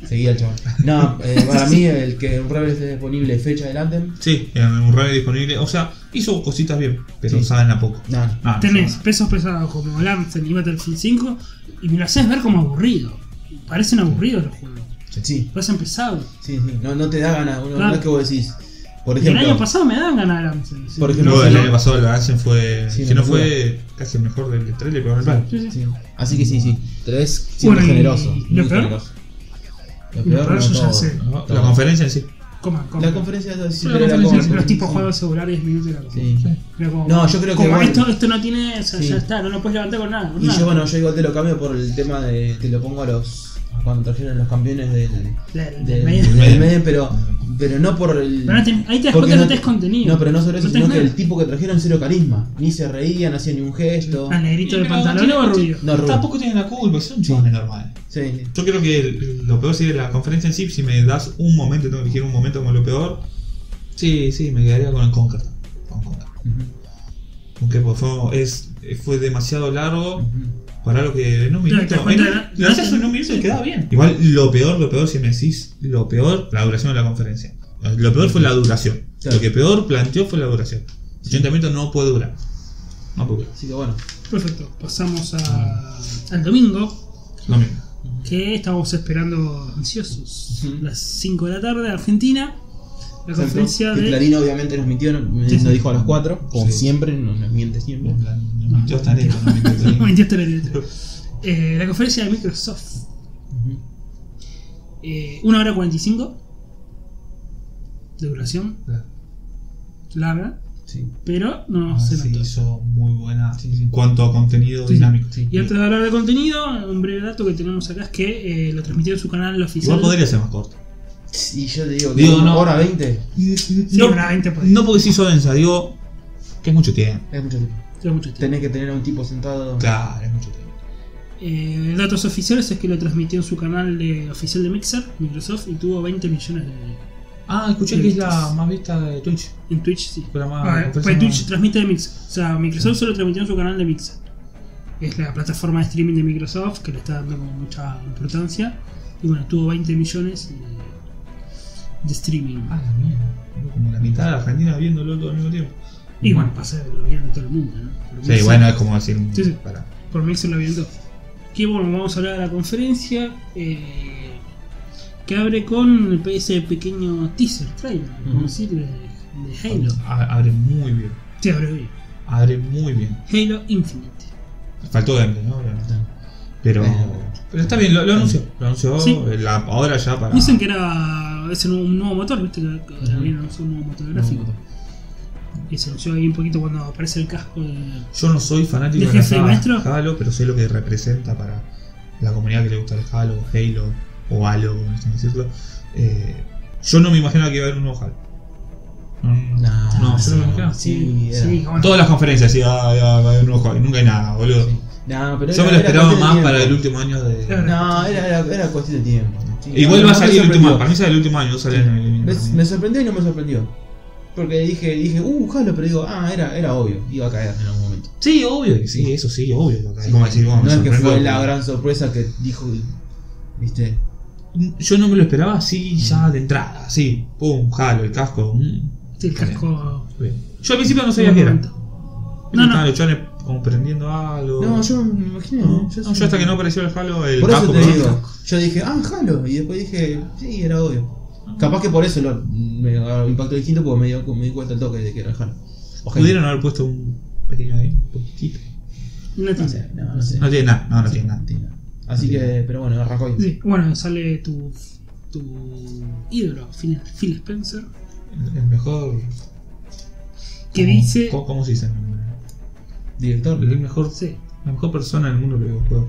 C: seguía el chaval. No, eh, para mí el que un Ravel esté disponible fecha del Anthem.
A: Sí, en un radio disponible. O sea, hizo cositas bien, pero
C: Sí.
A: saben a poco.
C: Nah,
A: Ah,
B: Tenés
A: yo-
B: pesos pesados como Lancer y Battlefield 5 y me lo haces ver como aburrido. Parecen aburridos los juegos.
C: Sí,
B: Parecen pesados.
C: sí, sí. No, no te da ganas. No,
B: Claro.
C: no es que vos decís. Por
B: Y el
C: ejemplo.
B: año pasado me dan ganas de Lancer. sí.
C: Por ejemplo,
A: No, el
C: no-
A: año pasado el Ashen fue.
C: Sí,
A: si no
C: locura.
A: fue casi el mejor del trailer, pero bueno, vale.
B: Sí, sí.
C: Sí. Así que sí, sí. Tres siempre
B: Bueno, y-
C: generoso.
B: ¿y
C: muy
B: lo peor?
C: generoso. Lo
B: Lo peor
C: peor no
B: yo ya
C: todo.
B: sé.
A: No, La
C: Todo.
A: conferencia en sí.
B: Coman, coman.
C: La conferencia de sí,
A: La
C: pero la
A: conferencia,
C: conferencia-
B: Los tipos juegos celular 10 minutos y la cosa.
C: Sí.
B: Pero como-
C: No, yo creo que
B: como
C: bueno.
B: esto, esto no tiene. O sea,
C: Sí.
B: ya está, no lo puedes levantar con nada. con
C: Y
B: nada.
C: yo, bueno, yo igual te lo cambio por el tema de. Te lo pongo a los. a Cuando trajeron los campeones del.
B: Del- del
C: del- del
B: medio.
C: medio. pero. Pero no por el.
B: Pero no te- ahí te das
C: porque
B: cuenta que no tenés contenido.
C: No, pero no sobre eso,
B: No tenés
C: sino que
B: nada.
C: el tipo que trajeron cero carisma. Ni se reía, no hacía ni un gesto.
B: *laughs* ¿Al negrito de
A: Pero
B: pantalón
A: no
B: o
A: tiene-
B: rubio?
C: No, Rubio.
A: Tampoco tienen la culpa, son chingones normales.
C: Sí,
A: Yo creo que el- lo peor sería la conferencia en sí. Si me das un momento, tengo que elegir un momento como lo peor. Sí, sí, me quedaría con el Conker. Con Conker.
C: Ujú,
A: Aunque pues, fue, es, fue demasiado largo.
C: ujú.
A: Para lo que en este un
B: Claro,
A: minuto.
B: te das cuenta
A: en
B: de
A: un-
B: la-
A: lo haces en un minuto y queda bien. Igual lo peor, lo peor, si me decís lo peor, la duración de la conferencia. Lo peor fue la duración.
C: Claro.
A: Lo que peor planteó fue la duración. 80 minutos no puede durar. No puede durar.
C: Así que bueno.
B: Perfecto. Pasamos a, al domingo.
A: Lo mismo.
B: que estábamos esperando ansiosos.
C: Ujú.
B: Las 5 de la tarde, Argentina. La conferencia
C: Que
B: de.
C: Clarín obviamente nos mintió, nos
B: Sí, sí.
C: dijo a las 4. Como
A: Sí.
C: siempre, nos, nos miente siempre.
A: No, mintió hasta en esto, no
B: *laughs*
A: mintió hasta en esto.
B: Mentí hasta la letra. Ah. Eh, la conferencia de Microsoft.
C: Ujú.
B: Eh, 1 hora 45 de duración, larga,
C: Sí.
B: pero no
A: Ah,
B: se
A: se
B: notó.
A: hizo muy buena
C: Sí, sí.
A: en cuanto a contenido
B: Sí, sí.
A: dinámico.
C: Sí.
B: Y antes de hablar de contenido, un breve dato que tenemos acá es que eh, lo transmitió en su canal oficial.
A: Igual podría ser más corto.
C: Y yo te digo, que
A: Digo,
C: una
A: no.
C: hora 20
B: Sí, una pues. 20 por ahí.
A: no porque se hizo densa, digo que es mucho tiempo.
C: es mucho tiempo.
B: Tiene mucho tiempo.
C: Tenés que tener a un tipo sentado.
A: Claro, es mucho tiempo.
B: Eh, datos oficiales es que lo transmitió en su canal de- oficial de Mixer, Microsoft, y tuvo 20 millones de,
A: Ah, escuché que es la más vista de Twitch.
B: En Twitch sí.
A: Fue la más-
B: Ah,
A: la
B: pues
A: empresa
B: Twitch
A: más-
B: transmite de Mixer. O sea, Microsoft solo transmitió en su canal de Mixer. Es la plataforma de streaming de Microsoft que le está dando como mucha importancia. Y bueno, tuvo 20 millones de, de streaming.
A: Ah, la mierda. boludo, Como la mitad de Argentina viéndolo todo al mismo tiempo.
B: Y bueno, pasa que lo vieron todo el mundo, ¿no? Por
A: Sí,
B: Mixer-
A: bueno, es como decir un.
B: Sí, sí.
A: para-
B: Por Mixer lo vieron todo. Que bueno, vamos a hablar de la conferencia. eh, que abre con ese pequeño teaser, trailer, como
C: Ujú.
B: decir, de, de Halo.
A: A- Abre muy bien.
B: Sí, abre bien.
A: Abre muy bien.
B: Halo Infinite.
A: Faltó gameplay, ¿no? Obviamente. Pero.
C: Eh,
A: Pero está bien, lo, lo anunció. Lo anunció
B: Sí.
A: eh, la- ahora ya para.
B: Dicen que era es un, un nuevo motor, viste que ahora
C: Ujú.
B: viene un nuevo motor
C: No,
B: gráfico.
C: no.
B: Y se anunció ahí un poquito cuando aparece el casco de.
A: Yo no soy fanático
B: ¿De
A: de la
B: jefe y
A: saga
B: maestro?
A: Halo, pero sé lo que representa para la comunidad que le gusta el Halo, Halo, o Halo, como dicen decirlo, eh, yo no me imaginaba que iba a haber un nuevo Halo. No,
C: Nah,
A: no, yo no me imaginaba.
C: Sí, era-
B: sí, bueno.
A: Todas las conferencias, sí, ah, ya va a haber un nuevo Halo, y nunca hay nada, boludo.
C: sí. Nah, pero
A: Yo me lo
C: era- era
A: esperaba
C: cuestión de
A: más
C: tiempo.
A: para el último año de.
B: Claro.
C: No, era, era, era cuestión de tiempo. Sí,
A: Igual
C: no,
A: va a
C: no me
A: salir el último año,
C: sorprendió.
A: para mí sale el último año, no sale en el.
C: Me, me sorprendió y no me sorprendió. Porque dije, dije, uh, Halo, pero digo, ah, era, era obvio, iba a caer en algún momento.
A: Sí, obvio, que sí, eso sí, obvio.
C: Sí,
A: como decir, bueno,
C: no
A: me
C: es que
A: sorprendo,
C: fue la
A: pero-
C: gran sorpresa que dijo, viste.
A: Yo no me lo esperaba así, ya de entrada, así, pum, jalo, el casco. mm,
B: Sí, el casco.
A: bien. Yo al principio no sabía qué era.
B: No,
A: Estaban
B: no.
A: los chones como prendiendo algo.
C: No, yo me imaginé.
A: No,
C: ¿eh?
A: no, yo hasta que no apareció el Halo, el
C: Por eso
A: casco,
C: te
A: perdón.
C: digo, yo dije, ah, Halo, y después dije, sí, era obvio. Capaz que por eso lo, me agarró impacto distinto porque me, dio, me di cuenta el toque de que era Halo. O Halo.
A: Pudieron haber puesto un pequeño ahí, un poquitito.
B: No
C: No
B: tanto.
C: sé, no, no sé.
A: No tiene nada, no, no tiene nada.
C: Así
A: No tiene
C: que, pero bueno, arrancó hoy.
B: Sí, bueno, sale tu, tu ídolo, Phil, Phil Spencer,
A: El, el mejor.
B: que
A: ¿cómo-
B: dice...
A: ¿Cómo, cómo se dice?
C: Director,
A: El mejor,
B: Sí,
A: la mejor persona del mundo que los juegos.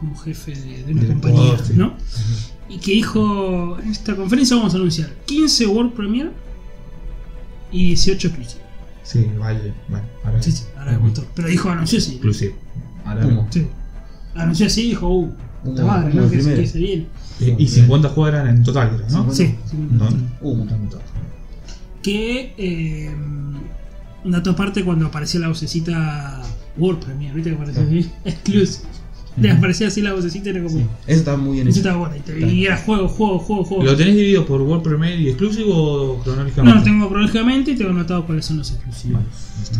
B: como jefe de, de una
A: Del
B: compañía,
A: jugador, sí.
B: ¿no? Y que dijo, en esta conferencia vamos a anunciar 15 World Premiere y 18 exclusivos.
A: Sí, vale, bueno, ahora
B: Sí, sí, ahora
A: muy
B: cuento. Pero dijo, anunció sí.
A: Inclusive. Ahora-
C: Puma.
B: Sí. Anunció sí, dijo, uh, puta
C: Uno,
B: madre,
C: uno
B: ¿no? Que
C: de
B: se,
C: primero.
B: que se viene.
A: Eh, Y 50 juegos eran en total, creo, ¿no?
C: Bueno.
B: Sí, sí, bueno.
A: No,
C: Humo.
A: tanto.
B: Que, eh, un dato aparte, cuando apareció la vocecita World Premiere, ¿viste que apareció así? *laughs* Exclusive. Le
C: Ujú.
B: aparecía así la vocecita, era como...
C: Sí, Eso está muy bien hecho.
B: Necesitaba gorra, y te- Y era juego, juego, juego, juego.
A: ¿Lo tenés dividido por World Premiere y exclusivo o cronológicamente?
B: no, lo tengo cronológicamente y tengo anotado cuáles son los exclusivos.
A: Vale, listo.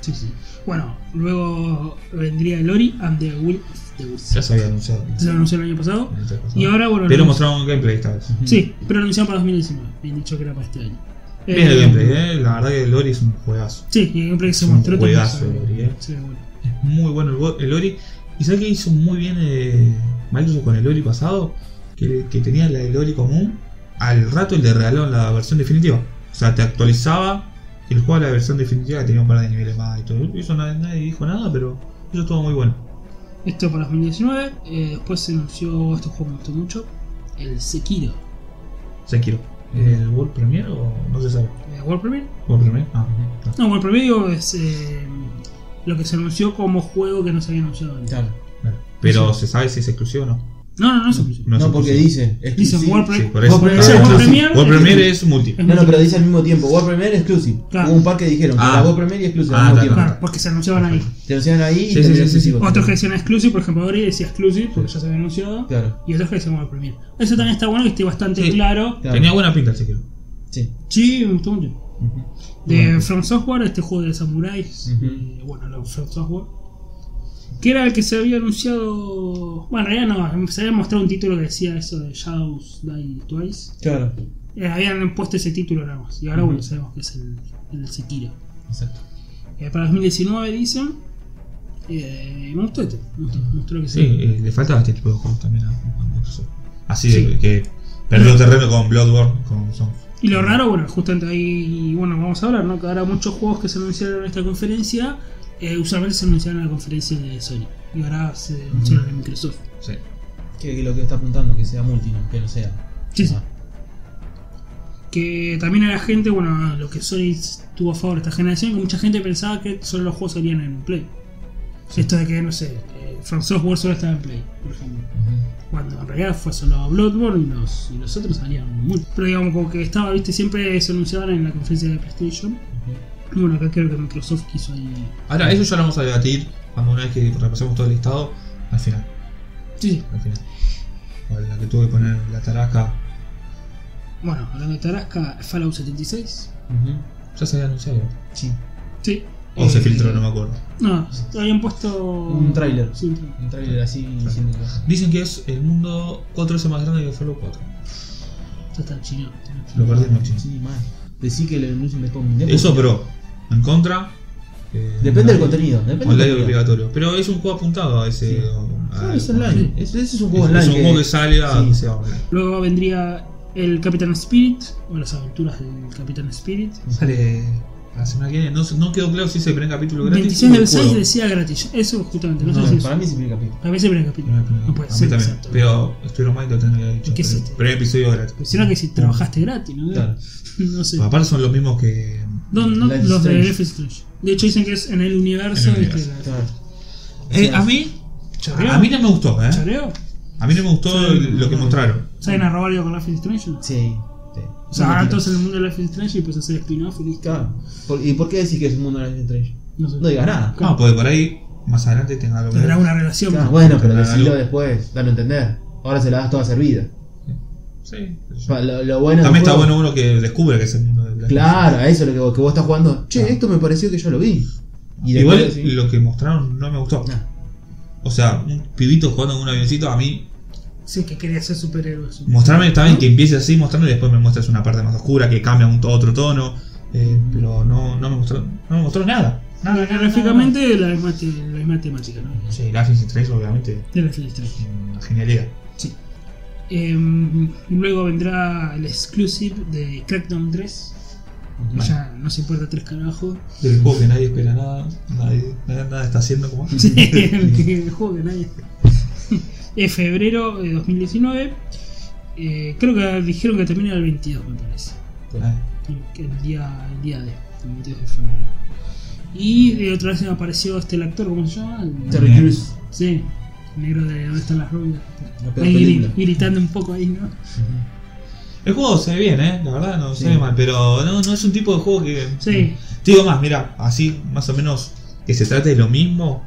B: Sí, sí. Bueno, luego vendría el Ori and the Will of the Wisps.
A: Ya se había anunciado.
B: Se lo anunció el año pasado. Y ahora, bueno,
A: Pero
B: lo-
A: mostraron gameplay esta vez.
B: Sí, pero lo anunciaron para 2019. Bien dicho que era para este año.
A: Bien el
B: Eh,
A: gameplay, ¿eh? La verdad que el Ori es un juegazo.
B: Sí, y el gameplay que se
A: Es un
B: mostró también
A: juegazo
B: se-
A: el Ori, eh.
B: se ve bueno.
A: Es muy bueno el, go- el Ori. ¿Y sabes qué hizo muy bien eh, Microsoft con el Ori pasado? Que, que tenía la del Ori común. Al rato le regalaron la versión definitiva. O sea, te actualizaba el juego a la versión definitiva que tenía un par de niveles más y todo. Eso nadie, nadie dijo nada, pero eso estuvo muy bueno.
B: Esto para 2019. eh, después se anunció, este juego me gustó mucho, el Sekiro.
A: Sekiro. ¿El World Premiere o no se sabe?
B: Eh, World Premiere.
A: ¿World Premiere? Ah, está.
B: No, World Premiere digo, es eh, lo que se anunció como juego que no se había anunciado antes.
C: Claro.
A: Claro. Pero se sabe si es exclusivo o no.
B: No, no, no es exclusivo.
A: No
C: No,
A: es
C: porque
A: exclusivo.
C: dice.
B: Dice
C: exclusive.
B: World
A: Sí,
B: Premiere.
A: por eso.
C: World
A: Ah,
C: Premiere-
A: exclusivo.
C: World
B: Premiere-
A: World Premiere es multi.
C: No, no, pero dice al mismo tiempo. World Premiere Exclusive.
B: Claro.
C: Hubo un par que dijeron.
A: Ah.
C: Ah. World Premiere y Exclusive
A: Ah,
C: al mismo
A: claro.
C: tiempo.
B: Claro, porque se anunciaban ahí.
C: Te anunciaron ahí
A: Sí, sí,
C: y
A: sí, sí, sí.
B: Otros que decían exclusive, por ejemplo, Ori decía exclusive porque ya se había anunciado.
C: Claro.
B: Y otros que decían World Premiere. Eso también está bueno que esté bastante
A: Sí.
B: claro.
C: Claro.
A: Tenía buena pinta el Sekiro.
C: Sí.
B: Sí, me gustó mucho. De
A: Bueno.
B: From Software, este juego de samuráis.
C: Ujú.
B: eh, bueno, lo From Software. Que era el que se había anunciado. Bueno, en realidad no, se había mostrado un título que decía eso de Shadows Die Twice.
C: Claro.
B: Eh, habían puesto ese título nada más. Y ahora,
C: Ujú.
B: bueno, sabemos que es el, el Sekiro.
C: Exacto.
B: Eh, para 2019 dicen. eh, me gustó este. Me gustó, me gustó lo que
A: Sí,
B: sea.
A: eh, le faltaba este tipo de juegos también a a Microsoft. Así
B: Sí.
A: de que perdió terreno con Bloodborne, con Sons.
B: Y lo raro, bueno, justamente ahí, bueno, vamos a hablar, ¿no? Que ahora muchos juegos que se anunciaron en esta conferencia, eh, usualmente se anunciaron en la conferencia de Sony. Y ahora se anunciaron en Microsoft.
A: Sí.
C: Que, que lo que está apuntando, que sea multi, no, que no sea.
B: Sí, sí.
C: Ah.
B: Que también a la gente, bueno, lo que Sony tuvo a favor de esta generación, que mucha gente pensaba que solo los juegos salían en Play. Esto de que, no sé, eh, From Software solo estaba en Play, por ejemplo.
C: Ujú.
B: Cuando en realidad fue solo Bloodborne y los, y los otros salían muy. Pero digamos, como que estaba, viste, siempre se anunciaban en la conferencia de PlayStation. Bueno, acá creo que Microsoft quiso ahí.
A: Ahora, eso ya lo vamos a debatir cuando una vez que repasemos todo el listado, al final.
B: Sí, sí.
A: Al final. O la que tuve que poner la tarasca.
B: Bueno, hablando de Tarasca, Fallout 76.
C: Ujú.
A: Ya se había anunciado.
C: Sí.
B: Sí.
A: O se filtró, no me acuerdo.
B: No, habían puesto.
C: Un tráiler.
B: Sí, un tráiler.
C: Un trailer así diciendo que-
A: Dicen que es el mundo cuatro veces más grande que Fallout 4.
B: Ya está chino.
A: Lo perdimos, chino.
C: Sí, mal. Decí que lo anuncien después de un tiempo.
A: Eso, pero en contra. eh,
C: Depende del
A: online-
C: contenido. Depende del
A: Online
C: contenido.
A: obligatorio. Pero es un juego apuntado a ese.
C: Sí.
A: a-
C: Ah, es
A: Sí.
C: online. Ese ese es un
A: Es,
C: juego online.
A: es un juego que sale a
C: sí.
A: que sea online.
B: Luego vendría el Capitán Spirit, o las aventuras del Capitán Spirit.
A: Sale La semana que viene. No, sé- no quedó claro si es el primer capítulo gratis.
B: 26
A: o
B: del
A: el
B: 6
A: juego.
B: decía gratis. Eso justamente, no,
A: No,
B: sé si es.
C: Para mí es el primer capítulo.
B: A veces el primer capítulo.
A: Primer capítulo.
B: No puede
A: A mí
B: ser.
A: también.
B: exacto.
A: Pero estuvieron mal y lo tendría dicho.
B: ¿Qué
A: pero-
B: hiciste?
A: Primer episodio gratis.
B: Pero Será que si trabajaste gratis, ¿no?
C: Claro.
B: *laughs* No sé.
A: Aparte son los mismos que.
B: No, no,
C: Life is
B: los de
C: Strange.
B: Life is Strange. De hecho dicen que es en el universo.
A: En el
B: ¿viste?
A: universo.
C: Claro.
A: Eh, a mí.
B: ¿Chorreo?
A: A mí no me gustó, ¿eh?
B: ¿Choreo?
A: A mí no me gustó
B: Sí,
A: el- lo que
C: no.
A: mostraron.
B: ¿Saben a robar algo con Life is Strange?
C: Sí. sí.
B: O sea,
C: No,
B: ahora
C: no,
B: todos en el mundo de Life is Strange y pues hacer spin-off y listo.
C: Claro. Por- ¿Y por qué decís que es un mundo de Life is Strange?
B: No sé.
C: No digas nada.
A: No, porque por ahí más adelante tenga algo que ver.
B: Tendrá una relación.
C: Claro, bueno, pero
A: Claro.
C: decilo después, dalo a entender. Ahora se la das toda servida.
A: Sí.
C: Pa- Lo, lo bueno del
A: También está
C: juego-
A: bueno uno que descubre que es el mundo de Black
C: Claro, a eso es lo que vos, que vos estás jugando. Che,
A: Claro.
C: esto me pareció que yo lo vi. Y
A: Igual
C: después decís,
A: lo que mostraron no me gustó.
C: "Nah,
A: O sea, un pibito jugando en un avioncito, a mí.
B: Sí, que quería ser superhéroe. sí.
A: Mostrarme está bien que empiece así, mostrarme y después me muestras una parte más oscura que cambia un to- otro tono. eh, pero no, no me mostró, no me mostró nada.
B: Nada, Ah, gráficamente la misma, te- la misma temática, ¿no?
A: Sí, Life is Strange obviamente
B: De Life is Strange.
A: una genialidad.
B: Sí. Em, luego vendrá el exclusive de Crackdown 3.
A: Vale.
B: Ya no se importa tres carajos.
A: Del juego que nadie espera nada, nadie, nada, nada está haciendo como.
B: *laughs* Sí, *laughs* el, que- el juego que nadie. *laughs* Es febrero de 2019. Eh, creo que dijeron que termina el 22, me parece.
A: Ah,
B: El- El día, el día de, el 22 de febrero. Y de otra vez me apareció este el actor, ¿cómo se llama? El-
C: Terry
A: Bien.
C: Crews.
B: sí, el negro de dónde están las rubias.
C: La peor
B: Ahí gri-
C: película.
B: gritando un poco ahí, ¿no?
A: El juego se ve bien, eh, la verdad no se
C: Sí.
A: ve mal, pero no, no es un tipo de juego que.
B: Sí,
A: Te digo más, mira, así más o menos que se trate de lo mismo,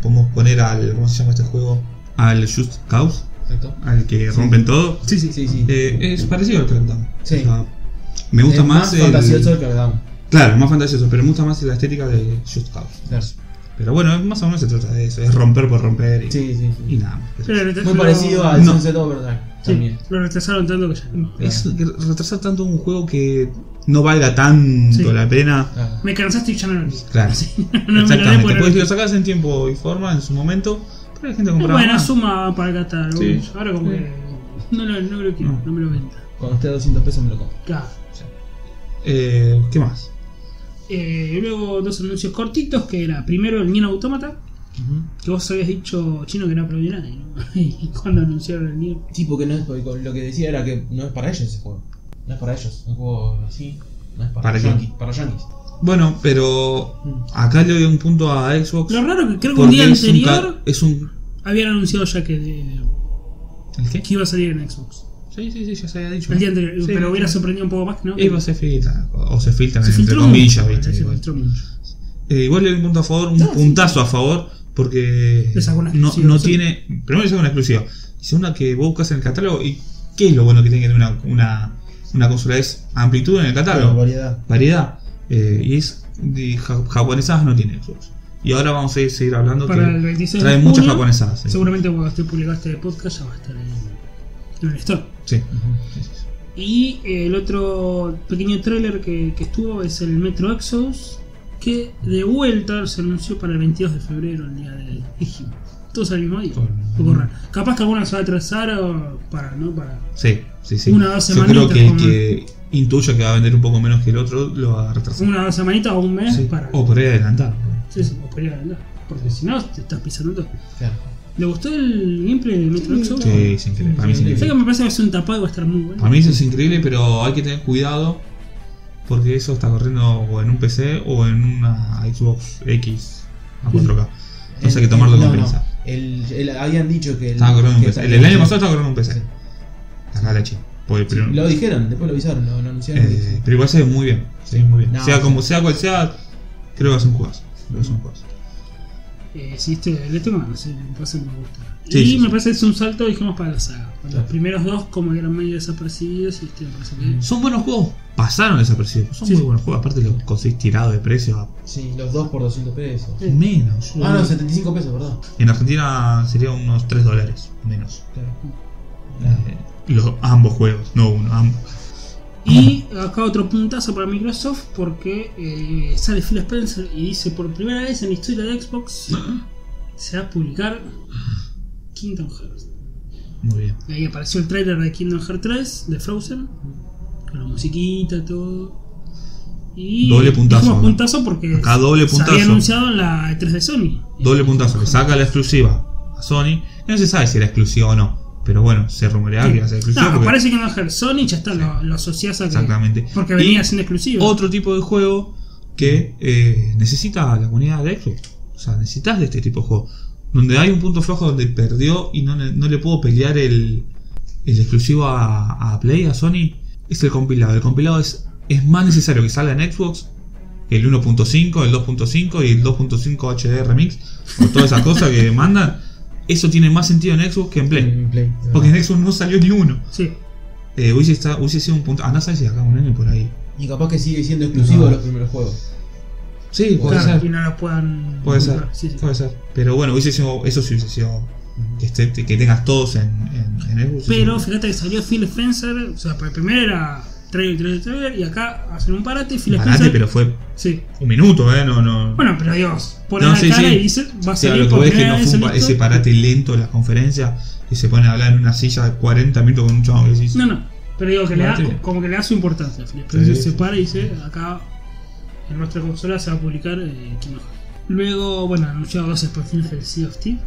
A: podemos poner al. ¿Cómo se llama este juego? Al Just Cause,
C: Exacto.
A: al que
C: Sí.
A: rompen todo.
B: sí, sí.
C: Sí, sí.
A: Eh, es parecido al Crackdown.
C: Sí.
A: O sea, me gusta
C: Es
A: más. el-
C: fantasioso el Crackdown.
A: Claro, es más fantasioso, pero me gusta más la estética de Just Cause.
C: Claro.
A: Pero bueno, más o menos se trata de eso, es romper por romper y,
C: Sí, sí,
A: y
C: sí.
A: nada más.
B: Pero lo-
C: Muy
B: lo-
C: parecido al
A: No.
C: Sunset Overdrive.
B: sí,
C: También.
B: lo retrasaron tanto que ya. no.
A: Es retrasar tanto un juego que no valga tanto
B: Sí.
A: la pena.
C: Claro.
B: Me cansaste y ya no lo hice.
A: Claro.
B: *laughs* No me lo haré
A: Exactamente,
B: por
A: porque
B: el-
A: lo sacás en tiempo y forma, en su momento, pero hay gente que
B: Es
A: compraba
B: buena
A: más.
B: suma para el catálogo.
A: Sí.
B: Ahora como
A: Sí.
B: que no lo, no lo quiero,
A: No.
B: no. me lo venda.
C: Cuando esté a 200 pesos me lo compro.
B: Claro.
A: Eh, ¿Qué más?
B: Eh, luego dos anuncios cortitos que era primero el Nino Automata, que vos habías dicho chino que no aplaudió nadie, ¿no? *laughs* Y cuando anunciaron el Nino.
C: Tipo que no es. porque Lo que decía era que no es para ellos ese juego. No es para ellos. Un juego así. No es para,
A: Para
C: yankees.
A: quién?
C: Para yankees.
A: Bueno, pero
C: Mm.
A: acá le doy un punto a Xbox.
B: Lo raro que creo que un
A: porque
B: día
A: es un ca-
B: anterior
A: es un.
B: habían anunciado ya que, de-
A: ¿El qué?
B: que iba a salir en Xbox.
A: Sí, sí, sí, ya se había dicho.
B: El día anterior,
A: Sí,
B: pero
A: sí.
B: hubiera sorprendido un poco más, ¿no?
A: Iba a ser filtra, o se filtran
B: se
A: entre
B: filtró
A: comillas,
B: mucho,
A: ¿viste?
B: se
A: Igual.
B: filtró mucho.
A: Eh, igual le doy un punto a favor, un
C: No, sí.
A: puntazo a favor, porque
B: Le saca una
A: no,
B: exclusiva,
A: no
B: sí.
A: tiene. Primero le saca una exclusiva. Y segunda que vos buscas en el catálogo. ¿Y qué es lo bueno que tiene que tener una, una, una consola? Es amplitud en el
C: Claro,
A: catálogo,
C: variedad.
A: variedad. Eh, y es de ja- japonesadas no tiene Xbox. Y ahora vamos a ir- seguir hablando
B: Para el
A: que
B: 26
A: trae
B: de
A: muchas
B: junio,
A: japonesadas. sí.
B: Seguramente cuando esté publicaste este podcast ya va a estar en, en el store.
A: Sí. Sí, sí, sí.
B: Y eh, el otro pequeño trailer que, que estuvo es el Metro Exodus, que de vuelta se anunció para el 22 de febrero, el día de Hijim. Todos al mismo día.
A: Todo el
B: Un
A: mismo
B: poco
A: día.
B: raro. Capaz que alguna se va a atrasar o para, ¿no? Para.
A: Sí, sí, sí.
B: Una o dos
A: Yo creo
B: semanitas,
A: que el
B: como-
A: que intuyo que va a vender un poco menos que el otro lo va a retrasar.
B: Una semanita o un mes
A: Sí. Oh.
B: para.
A: O por ahí adelantar. ¿no?
B: Sí, sí, o por ir a vender, Porque si no, te estás pisando todo.
C: Claro.
B: ¿Le gustó el gameplay del Metro Exodus?
A: Sí, es increíble. Para mí es
C: Sí, sí, sí.
A: increíble.
B: Sé que me parece que va a ser un tapado y va a estar muy bueno.
A: Para mí eso es increíble, pero hay que tener cuidado porque eso está corriendo o en un PC o en una Xbox X a 4K. Entonces hay que tomarlo
C: El-
A: con
C: Eh, no, no.
A: pinza.
C: El, el- habían dicho que. El,
A: Estaba corriendo en un
C: que
A: PC. El,
C: salió-
A: el año pasado estaba corriendo en un PC.
C: Sí.
A: Acá la chica. Por el primer-
C: Lo dijeron, después lo avisaron, lo, lo anunciaron.
A: eh, pero igual se ve muy bien. Se ve muy bien.
C: No,
A: sea
C: sí.
A: como sea cual sea, creo que es un juegazo. Creo que es un juegazo.
B: Eh, sí, este, el este no sé, me parece que me gusta.
A: Sí,
B: y
A: sí,
B: me
A: sí.
B: parece que es un salto, dijimos, para la saga. Para Los
C: Claro.
B: primeros dos como que eran medio desapercibidos y este me parece que...
A: Mm. Son buenos juegos. Pasaron desapercibidos. Son
B: Sí,
A: muy
B: sí.
A: buenos juegos. Aparte los conseguís tirados de precio a
C: Sí, los dos por 200 pesos.
B: Sí.
A: menos.
C: Ah, no, 75 pesos, perdón.
A: En Argentina sería unos 3 dólares menos.
C: Claro.
A: Eh, los, ambos juegos, no uno, ambos.
B: Y acá otro puntazo para Microsoft porque eh, sale Phil Spencer y dice, por primera vez en la historia de Xbox se va a publicar Kingdom Hearts.
A: Muy bien.
B: Y ahí apareció el trailer de Kingdom Hearts 3, de Frozen, con la musiquita, todo. Y
A: Doble puntazo,
B: dijimos
A: ¿no?
B: puntazo porque
A: Acá doble
B: se había
A: puntazo.
B: anunciado en la E3 de Sony.
A: Doble puntazo, le saca la exclusiva a Sony. No se sabe si era exclusiva o no, pero bueno, se rumoreaba que iba a ser exclusiva.
B: No,
A: Ah, porque-
B: parece que no es Sony, ya está, lo, lo asociás a que.
A: Exactamente.
B: Porque
A: Y
B: venía siendo exclusivo.
A: Otro tipo de juego que eh, necesita la comunidad de Xbox. O sea, necesitas de este tipo de juego. Donde hay un punto flojo donde perdió y no, le- no le puedo pelear el, el exclusivo a, a Play, a Sony, es el compilado. El compilado es, es más necesario que salga en Xbox que el 1.5, el 2.5 y el 2.5 HD Remix o toda esa cosa que mandan. Eso tiene más sentido en Xbox que en Play.
C: En Play, de
A: Porque
C: verdad.
A: en Xbox no salió ni uno.
B: Sí.
A: Eh, hubiese, esta- hubiese sido un punto. Andá a saber si de acá a un año por ahí.
C: Y capaz que sigue siendo exclusivo
A: No.
C: de los primeros juegos.
A: Sí, puede
B: Claro, y
A: ser.
B: no lo puedan.
A: Puede ser.
B: comprar. Sí, sí.
A: Puede ser. Pero bueno, hubiese sido, eso sí hubiese sido que, esté- que tengas todos en, en, en Xbox.
B: Pero fíjate que salió Phil Spencer, o sea, para el primero era trailer, trailer, trailer, y acá hacen un parate y Phil
A: Parate,
B: Spencer.
A: pero fue
B: Sí.
A: un minuto, ¿eh? No, no.
B: Bueno, pero Dios, ponen
A: No,
B: la
A: sí,
B: cara
A: sí.
B: y dicen, va a
A: O sea,
B: salir
A: lo que
B: por
A: voy es que
B: primera
A: no
B: vez
A: fue un
B: en
A: pa-
B: esto.
A: ese parate lento de las conferencias y se ponen a hablar en una silla de 40 minutos con un chabón que decís,
B: No, no. Pero digo que le
A: Parate bien.
B: da, como que le da su importancia. Phil Spencer
A: Sí.
B: se para y dice, acá en nuestra consola se va a publicar eh, Kingdom Hearts. Luego, bueno, anunciado dos expansiones del Sea of Thieves.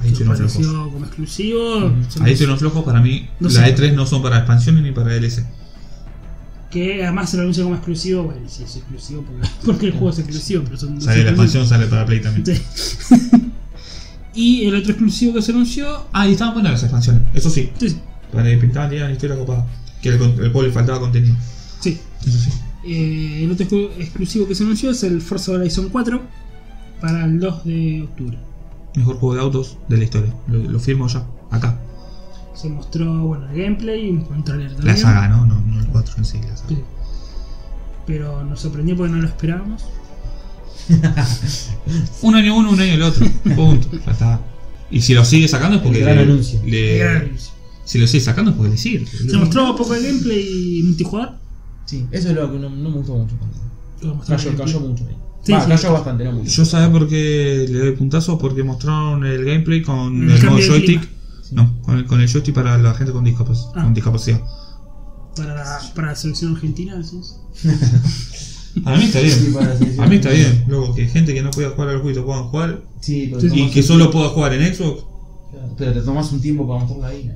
A: ahí
B: que
A: se nos flojos.
B: apareció como exclusivo. Son-
A: Ahí se nos flojos para mí.
B: No
A: la
B: sé.
A: E3 no son para expansiones ni para DLC.
B: Que además se lo anuncia como exclusivo. Bueno, sí, es exclusivo porque, *laughs* porque el juego es exclusivo, pero son.
A: Sale la
B: son exclusivos.
A: expansión, sale para Play también.
B: Sí. *laughs* y el otro exclusivo que se anunció.
A: Ah, y estaban buenas las expansiones, eso sí.
B: Sí,
A: Para que pintaban y eran historia copada. Que el, con- el juego le faltaba contenido.
B: sí.
A: Eso sí.
B: Eh, el otro exclu- exclusivo que se anunció es el Forza Horizon 4 para el 2 de octubre.
A: Mejor juego de autos de la historia. Lo, lo firmo ya, acá.
B: Se mostró, bueno, el gameplay, un trailer
A: La
B: también.
A: saga, ¿no? No, no el 4 en sí, la saga.
B: Sí. Pero nos sorprendió porque no lo esperábamos.
A: Un año uno, un año el *laughs* otro. Punto. Ya está. Y si lo sigue sacando es porque.
C: El gran
A: le-
C: anuncio.
A: le-
B: Gran anuncio.
A: si lo sigue sacando es porque le sirve.
B: Se mostró poco de gameplay y multijugador.
C: Sí, eso es lo que no, no me gustó mucho.
B: Lo mostró
C: Cayó,
B: en
C: cayó
B: gameplay.
C: mucho ahí.
B: Sí,
C: Va,
B: sí.
C: cayó bastante, no mucho.
A: Yo sabía por qué le doy puntazo, porque mostraron el gameplay con
B: El
A: el, modo
B: cambio de
A: joystick.
C: Sí.
A: No, con el, con el joystick para la gente con, discapac-
B: Ah.
A: con discapacidad.
B: Para la, para la selección argentina, decís.
A: A mí está
C: Sí,
A: bien.
C: para- sí, sí.
A: A mí está bien. Luego, que gente que no podía jugar al jueguito puedan jugar.
C: Sí, pero,
B: Sí,
C: te
A: Y
C: tomás
A: que
C: un-
A: solo pueda jugar en Xbox.
C: pero te tomas un tiempo para mostrarla ahí. ¿no?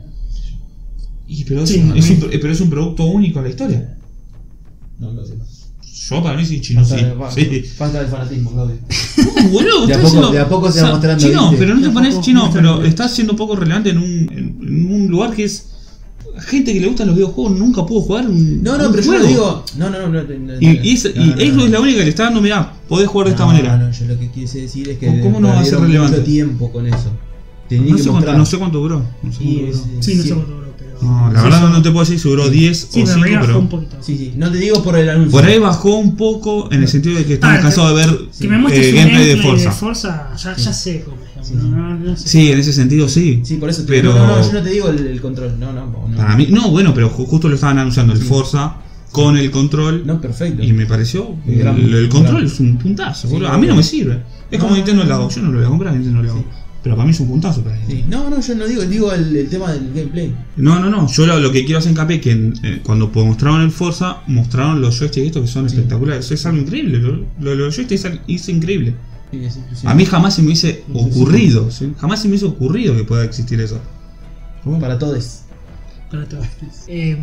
A: Y pero, es
B: Sí,
A: un,
B: a
A: es
B: mí-
A: un pro- eh, pero es un producto único en la historia.
C: No lo sé.
A: Yo para mí soy chino,
C: Basta,
A: sí.
C: de- basta-
A: sí.
C: basta del fanatismo, Claudio.
A: No, Uh, boludo,
C: De a
A: estás
C: poco-
A: siendo-
C: de a poco se va mostrando,
A: Chino,
C: ¿viste?
A: pero no
B: De
A: te
B: a
A: pones
B: poco,
A: chino,
B: muestra
A: pero
B: el-
A: estás siendo poco relevante en un, en, en un lugar que es. Gente que le gustan los videojuegos nunca pudo jugar un.
C: No, no,
A: un
C: pero yo
A: juego.
C: lo digo. No, no, no. no, no, no,
A: Y, y es,
C: no,
A: y
C: no, no,
A: Xbox
C: no.
A: es la única que le está dando, mirá, podés jugar de esta
C: No,
A: manera.
C: No, yo lo que quise decir es que.
A: ¿Cómo- cómo no va a ser
C: perdieron
A: relevante?
C: mucho tiempo con eso. Tenían
A: No
C: que
A: sé, cuánto,
C: mostrar.
A: no sé cuánto duró. No, sé
C: Y
A: cuánto
C: es-
A: duró.
B: Sí, no
C: Eh, sí.
B: sé cuánto duró, pero.
A: No, la verdad no te puedo decir si duró 10
B: Sí,
A: o
B: la
A: 5,
B: realidad fue un
A: pero.
B: poquito.
C: Sí, sí. No te digo por el anuncio.
A: Por ahí bajó un poco en el sentido de que estamos
B: Ah,
A: cansados de ver
B: Que me muestres
A: eh,
B: un
A: gameplay de Forza.
B: Forza, ya, ya sé cómo es.
C: Sí.
B: No, no sé.
A: Sí, en ese sentido sí.
C: Sí, por eso. te-
A: Pero-
C: No, no, yo no te digo el, el control. No, no, no.
A: Para mí, no, bueno, pero ju- justo lo estaban anunciando el Forza con el control
C: No, perfecto.
A: y me pareció
C: Un gran-
A: el, el control
C: gran-
A: es un puntazo,
C: Sí,
A: boludo. A
C: obvio.
A: mí no me sirve. Es como
C: No,
A: Nintendo
C: no,
A: lo hago, yo no lo voy a comprar, Nintendo lo hago. Pero para mí es un puntazo para
C: Sí.
A: Nintendo.
C: No, no, yo no digo, digo el, el tema del gameplay.
A: No, no, no. Yo lo, lo que quiero hacer hincapié es que en- eh, cuando po- mostraron el Forza, mostraron los joysticks estos que son
C: Sí.
A: espectaculares. Es algo increíble. Lo, lo- los joysticks es, al- es increíble.
C: Sí, sí, sí.
A: A mí jamás se me hubiese
C: Sí, sí.
A: ocurrido. ¿sí? Jamás se me hubiese ocurrido que pueda existir eso.
C: Para todos.
B: Para todas. Eh,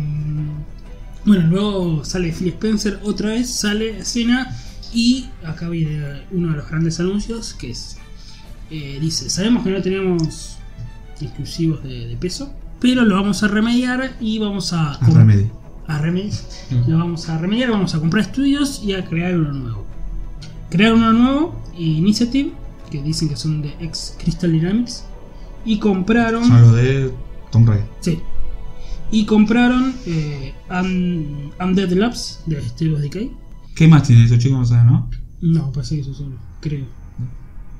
B: bueno, luego sale Phil Spencer otra vez, sale a escena y acá viene uno de los grandes anuncios que es. eh, dice, sabemos que no tenemos exclusivos de, de peso, pero lo vamos a remediar y vamos a...
A: A remedio.
B: a remediar. Lo vamos a remediar, vamos a comprar estudios y a crear uno nuevo. Crear uno nuevo, Initiative, que dicen que son de ex Crystal Dynamics, y compraron.
A: Son los de Tom Raider.
B: Sí. Y compraron eh, Un- Undead Labs de State of Decay.
A: ¿Qué más tiene esos chicos? No saben, ¿no?
B: No, parece que eso solo, creo.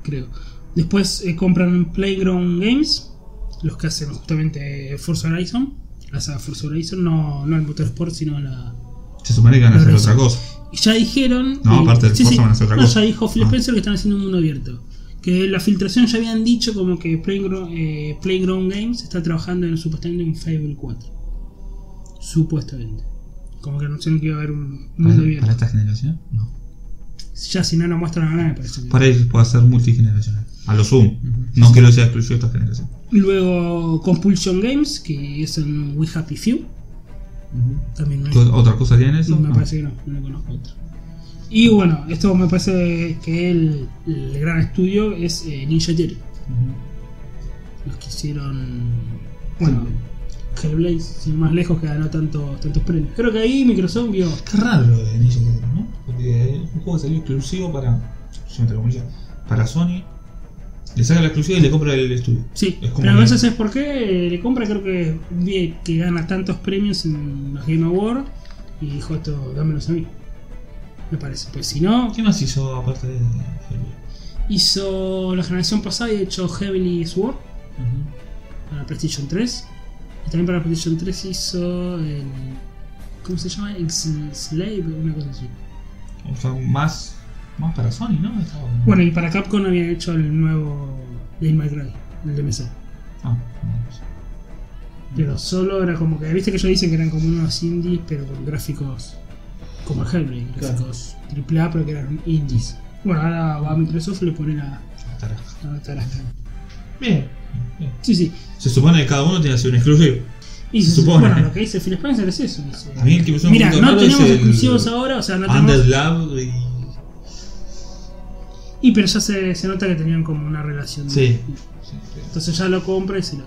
B: Creo. Después eh, compran Playground Games, los que hacen justamente eh, Forza Horizon. La saga Forza Horizon, no, no el Motorsport, sino la,
A: Se supone que van a hacer
B: Pero
A: otra
B: eso.
A: cosa.
B: Ya dijeron.
A: No, aparte del Forza van a hacer otra
B: No,
A: cosa.
B: Ya dijo Phil
A: Ah.
B: Spencer que están haciendo un mundo abierto. Que la filtración ya habían dicho como que Playground, eh, Playground Games está trabajando en supuestamente un Fable 4. Supuestamente. Como que anunciaron que iba a haber un
D: ¿Para,
B: mundo abierto.
D: para esta generación? No.
B: Ya si no nos muestran a nadie, parece. que-
D: Por ahí puede ser multigeneracional. A lo Zoom.
C: Ujú.
D: No que lo sea exclusivo de esta generación.
B: Luego Compulsion Games, que es un We Happy Few.
C: Ujú.
B: También no
D: ¿Qué ¿Otra cosa tiene eso?
B: No, me
D: No.
B: parece que no, no le conozco otro. Y bueno, esto me parece que el, el gran estudio es eh, Ninja Theory.
C: Ujú.
B: Los que hicieron. Bueno, Hellblade, sin ir más lejos, que ganó tantos, tantos premios. Creo que ahí Microsoft vio.
A: Qué raro lo de Ninja Theory, ¿no? Porque es un juego que salió exclusivo para. yo entre comillas, Para Sony. Le saca la exclusiva y le compra el estudio.
B: Sí,
A: Es como
B: pero a
A: que-
B: veces es porque Eh, le compra, creo que vi que gana tantos premios en los Game Awards y dijo esto, dámelos a mí. Me parece, pues si no,
A: ¿Qué más hizo aparte de Hellblade?
B: hizo la generación pasada y hecho Heavenly Sword.
C: Ujú.
B: para PlayStation 3. Y también para PlayStation 3 hizo el. ¿Cómo se llama? X-Slave, una cosa así.
A: O sea, más, más para Sony, ¿no? Estaba como-
B: Bueno, y para Capcom habían hecho el nuevo Devil May Cry, el de mesa.
A: Ah, no, no sé.
B: Pero solo era como que. Viste que ellos dicen que eran como unos indies, pero con gráficos. Como el Hellblade,
C: Claro.
B: gráficos AAA, pero que eran indies. Bueno, ahora va a Microsoft y le pone la,
A: Estará.
B: la tarasca.
A: Bien, bien.
B: Sí, sí.
A: Se supone que cada uno tiene que ser un exclusivo.
B: Y
A: Se
B: se-
A: supone.
B: Bueno, lo que dice Phil Spencer es eso. dice,
A: A mí el que me suena
B: Mira,
A: un poquito
B: no
A: raro es
B: tenemos
A: el-
B: exclusivos ahora, o sea, no tenemos.
A: Undead Lab y.
B: Y pero ya se, se nota que tenían como una relación.
A: Sí. sí, sí.
B: Entonces ya lo compra y se lo.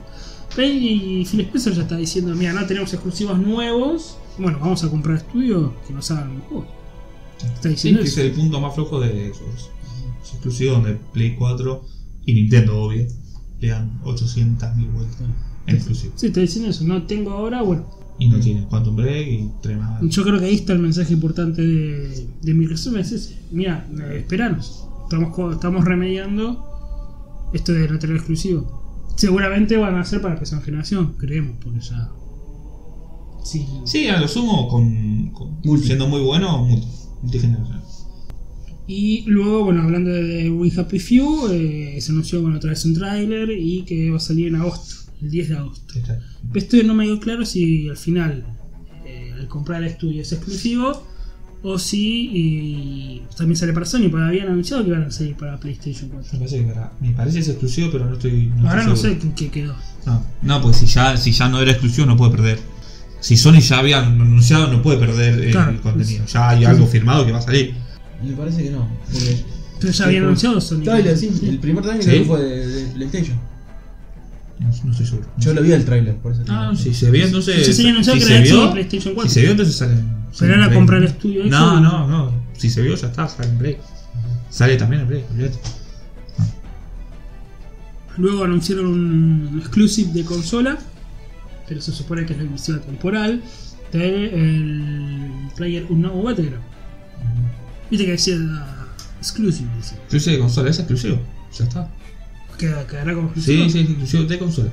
B: Pe- Y Phil Spencer ya está diciendo, mira, no tenemos exclusivos nuevos. Bueno, vamos a comprar estudios que nos hagan los juegos.
A: Sí,
B: Está diciendo
A: que es
B: eso.
A: el punto más flojo de esos. Los exclusivos donde Play 4 y Nintendo, obvio, le dan 800.000 vueltas en exclusivo.
B: Sí, está diciendo eso. No tengo ahora, bueno.
A: Y no tiene Quantum Break y tres más.
B: Yo creo que ahí está el mensaje importante de, de Microsoft. Es ese. Mira, eh, esperanos. Estamos, co- estamos remediando esto de no tener exclusivo. Seguramente van a ser para próxima generación, creemos, porque ya. Sí.
A: Sí, a lo sumo, con, con-
C: Multi.
A: siendo muy bueno, multi, multigeneracional.
B: Y luego, bueno, hablando de We Happy Few, eh, se anunció bueno, otra vez un tráiler y que va a salir en agosto, el 10 de agosto.
A: Ahí está.
B: Esto no me quedó claro si al final, eh, al comprar el estudio es exclusivo o si y también sale para Sony, porque habían anunciado que iban a salir para PlayStation 4.
A: Me parece, que era- me parece que es exclusivo, pero no estoy. no
B: Ahora
A: estoy
B: no
A: seguro.
B: sé qué, qué quedó.
A: No, no porque si ya, si ya no era exclusivo no puede perder. Si Sony ya había anunciado no puede perder el
B: Claro, pues,
A: contenido. Ya hay algo firmado que va a salir.
C: Me parece que no, porque.
B: Pero ya habían
A: pues,
B: anunciado Sony.
C: Trailer, sí, el primer trailer
A: Sí.
C: creo que fue de, de PlayStation.
A: No, no estoy seguro.
C: Yo lo vi el trailer, por eso. te
A: Ah,
C: digo.
A: si se vio entonces...
B: Si se había anunciado
A: si
B: que
A: se
B: era
A: vio-
B: solo PlayStation 4.
A: Si se vio entonces sale...
B: Pero
A: sale
B: era
A: en Play.
B: comprar el estudio ese.
A: No, no, no. Si se vio ya está, sale en Play. Sale también en Play, olvídate.
B: Luego anunciaron un exclusive de consola, pero se supone que es la exclusiva temporal de el Player Unknown Battleground. Viste que decía exclusive, dice.
A: Exclusivo de consola, es exclusivo. Ya está.
B: Queda- Quedará como exclusivo.
A: Sí, sí, es exclusivo de consola.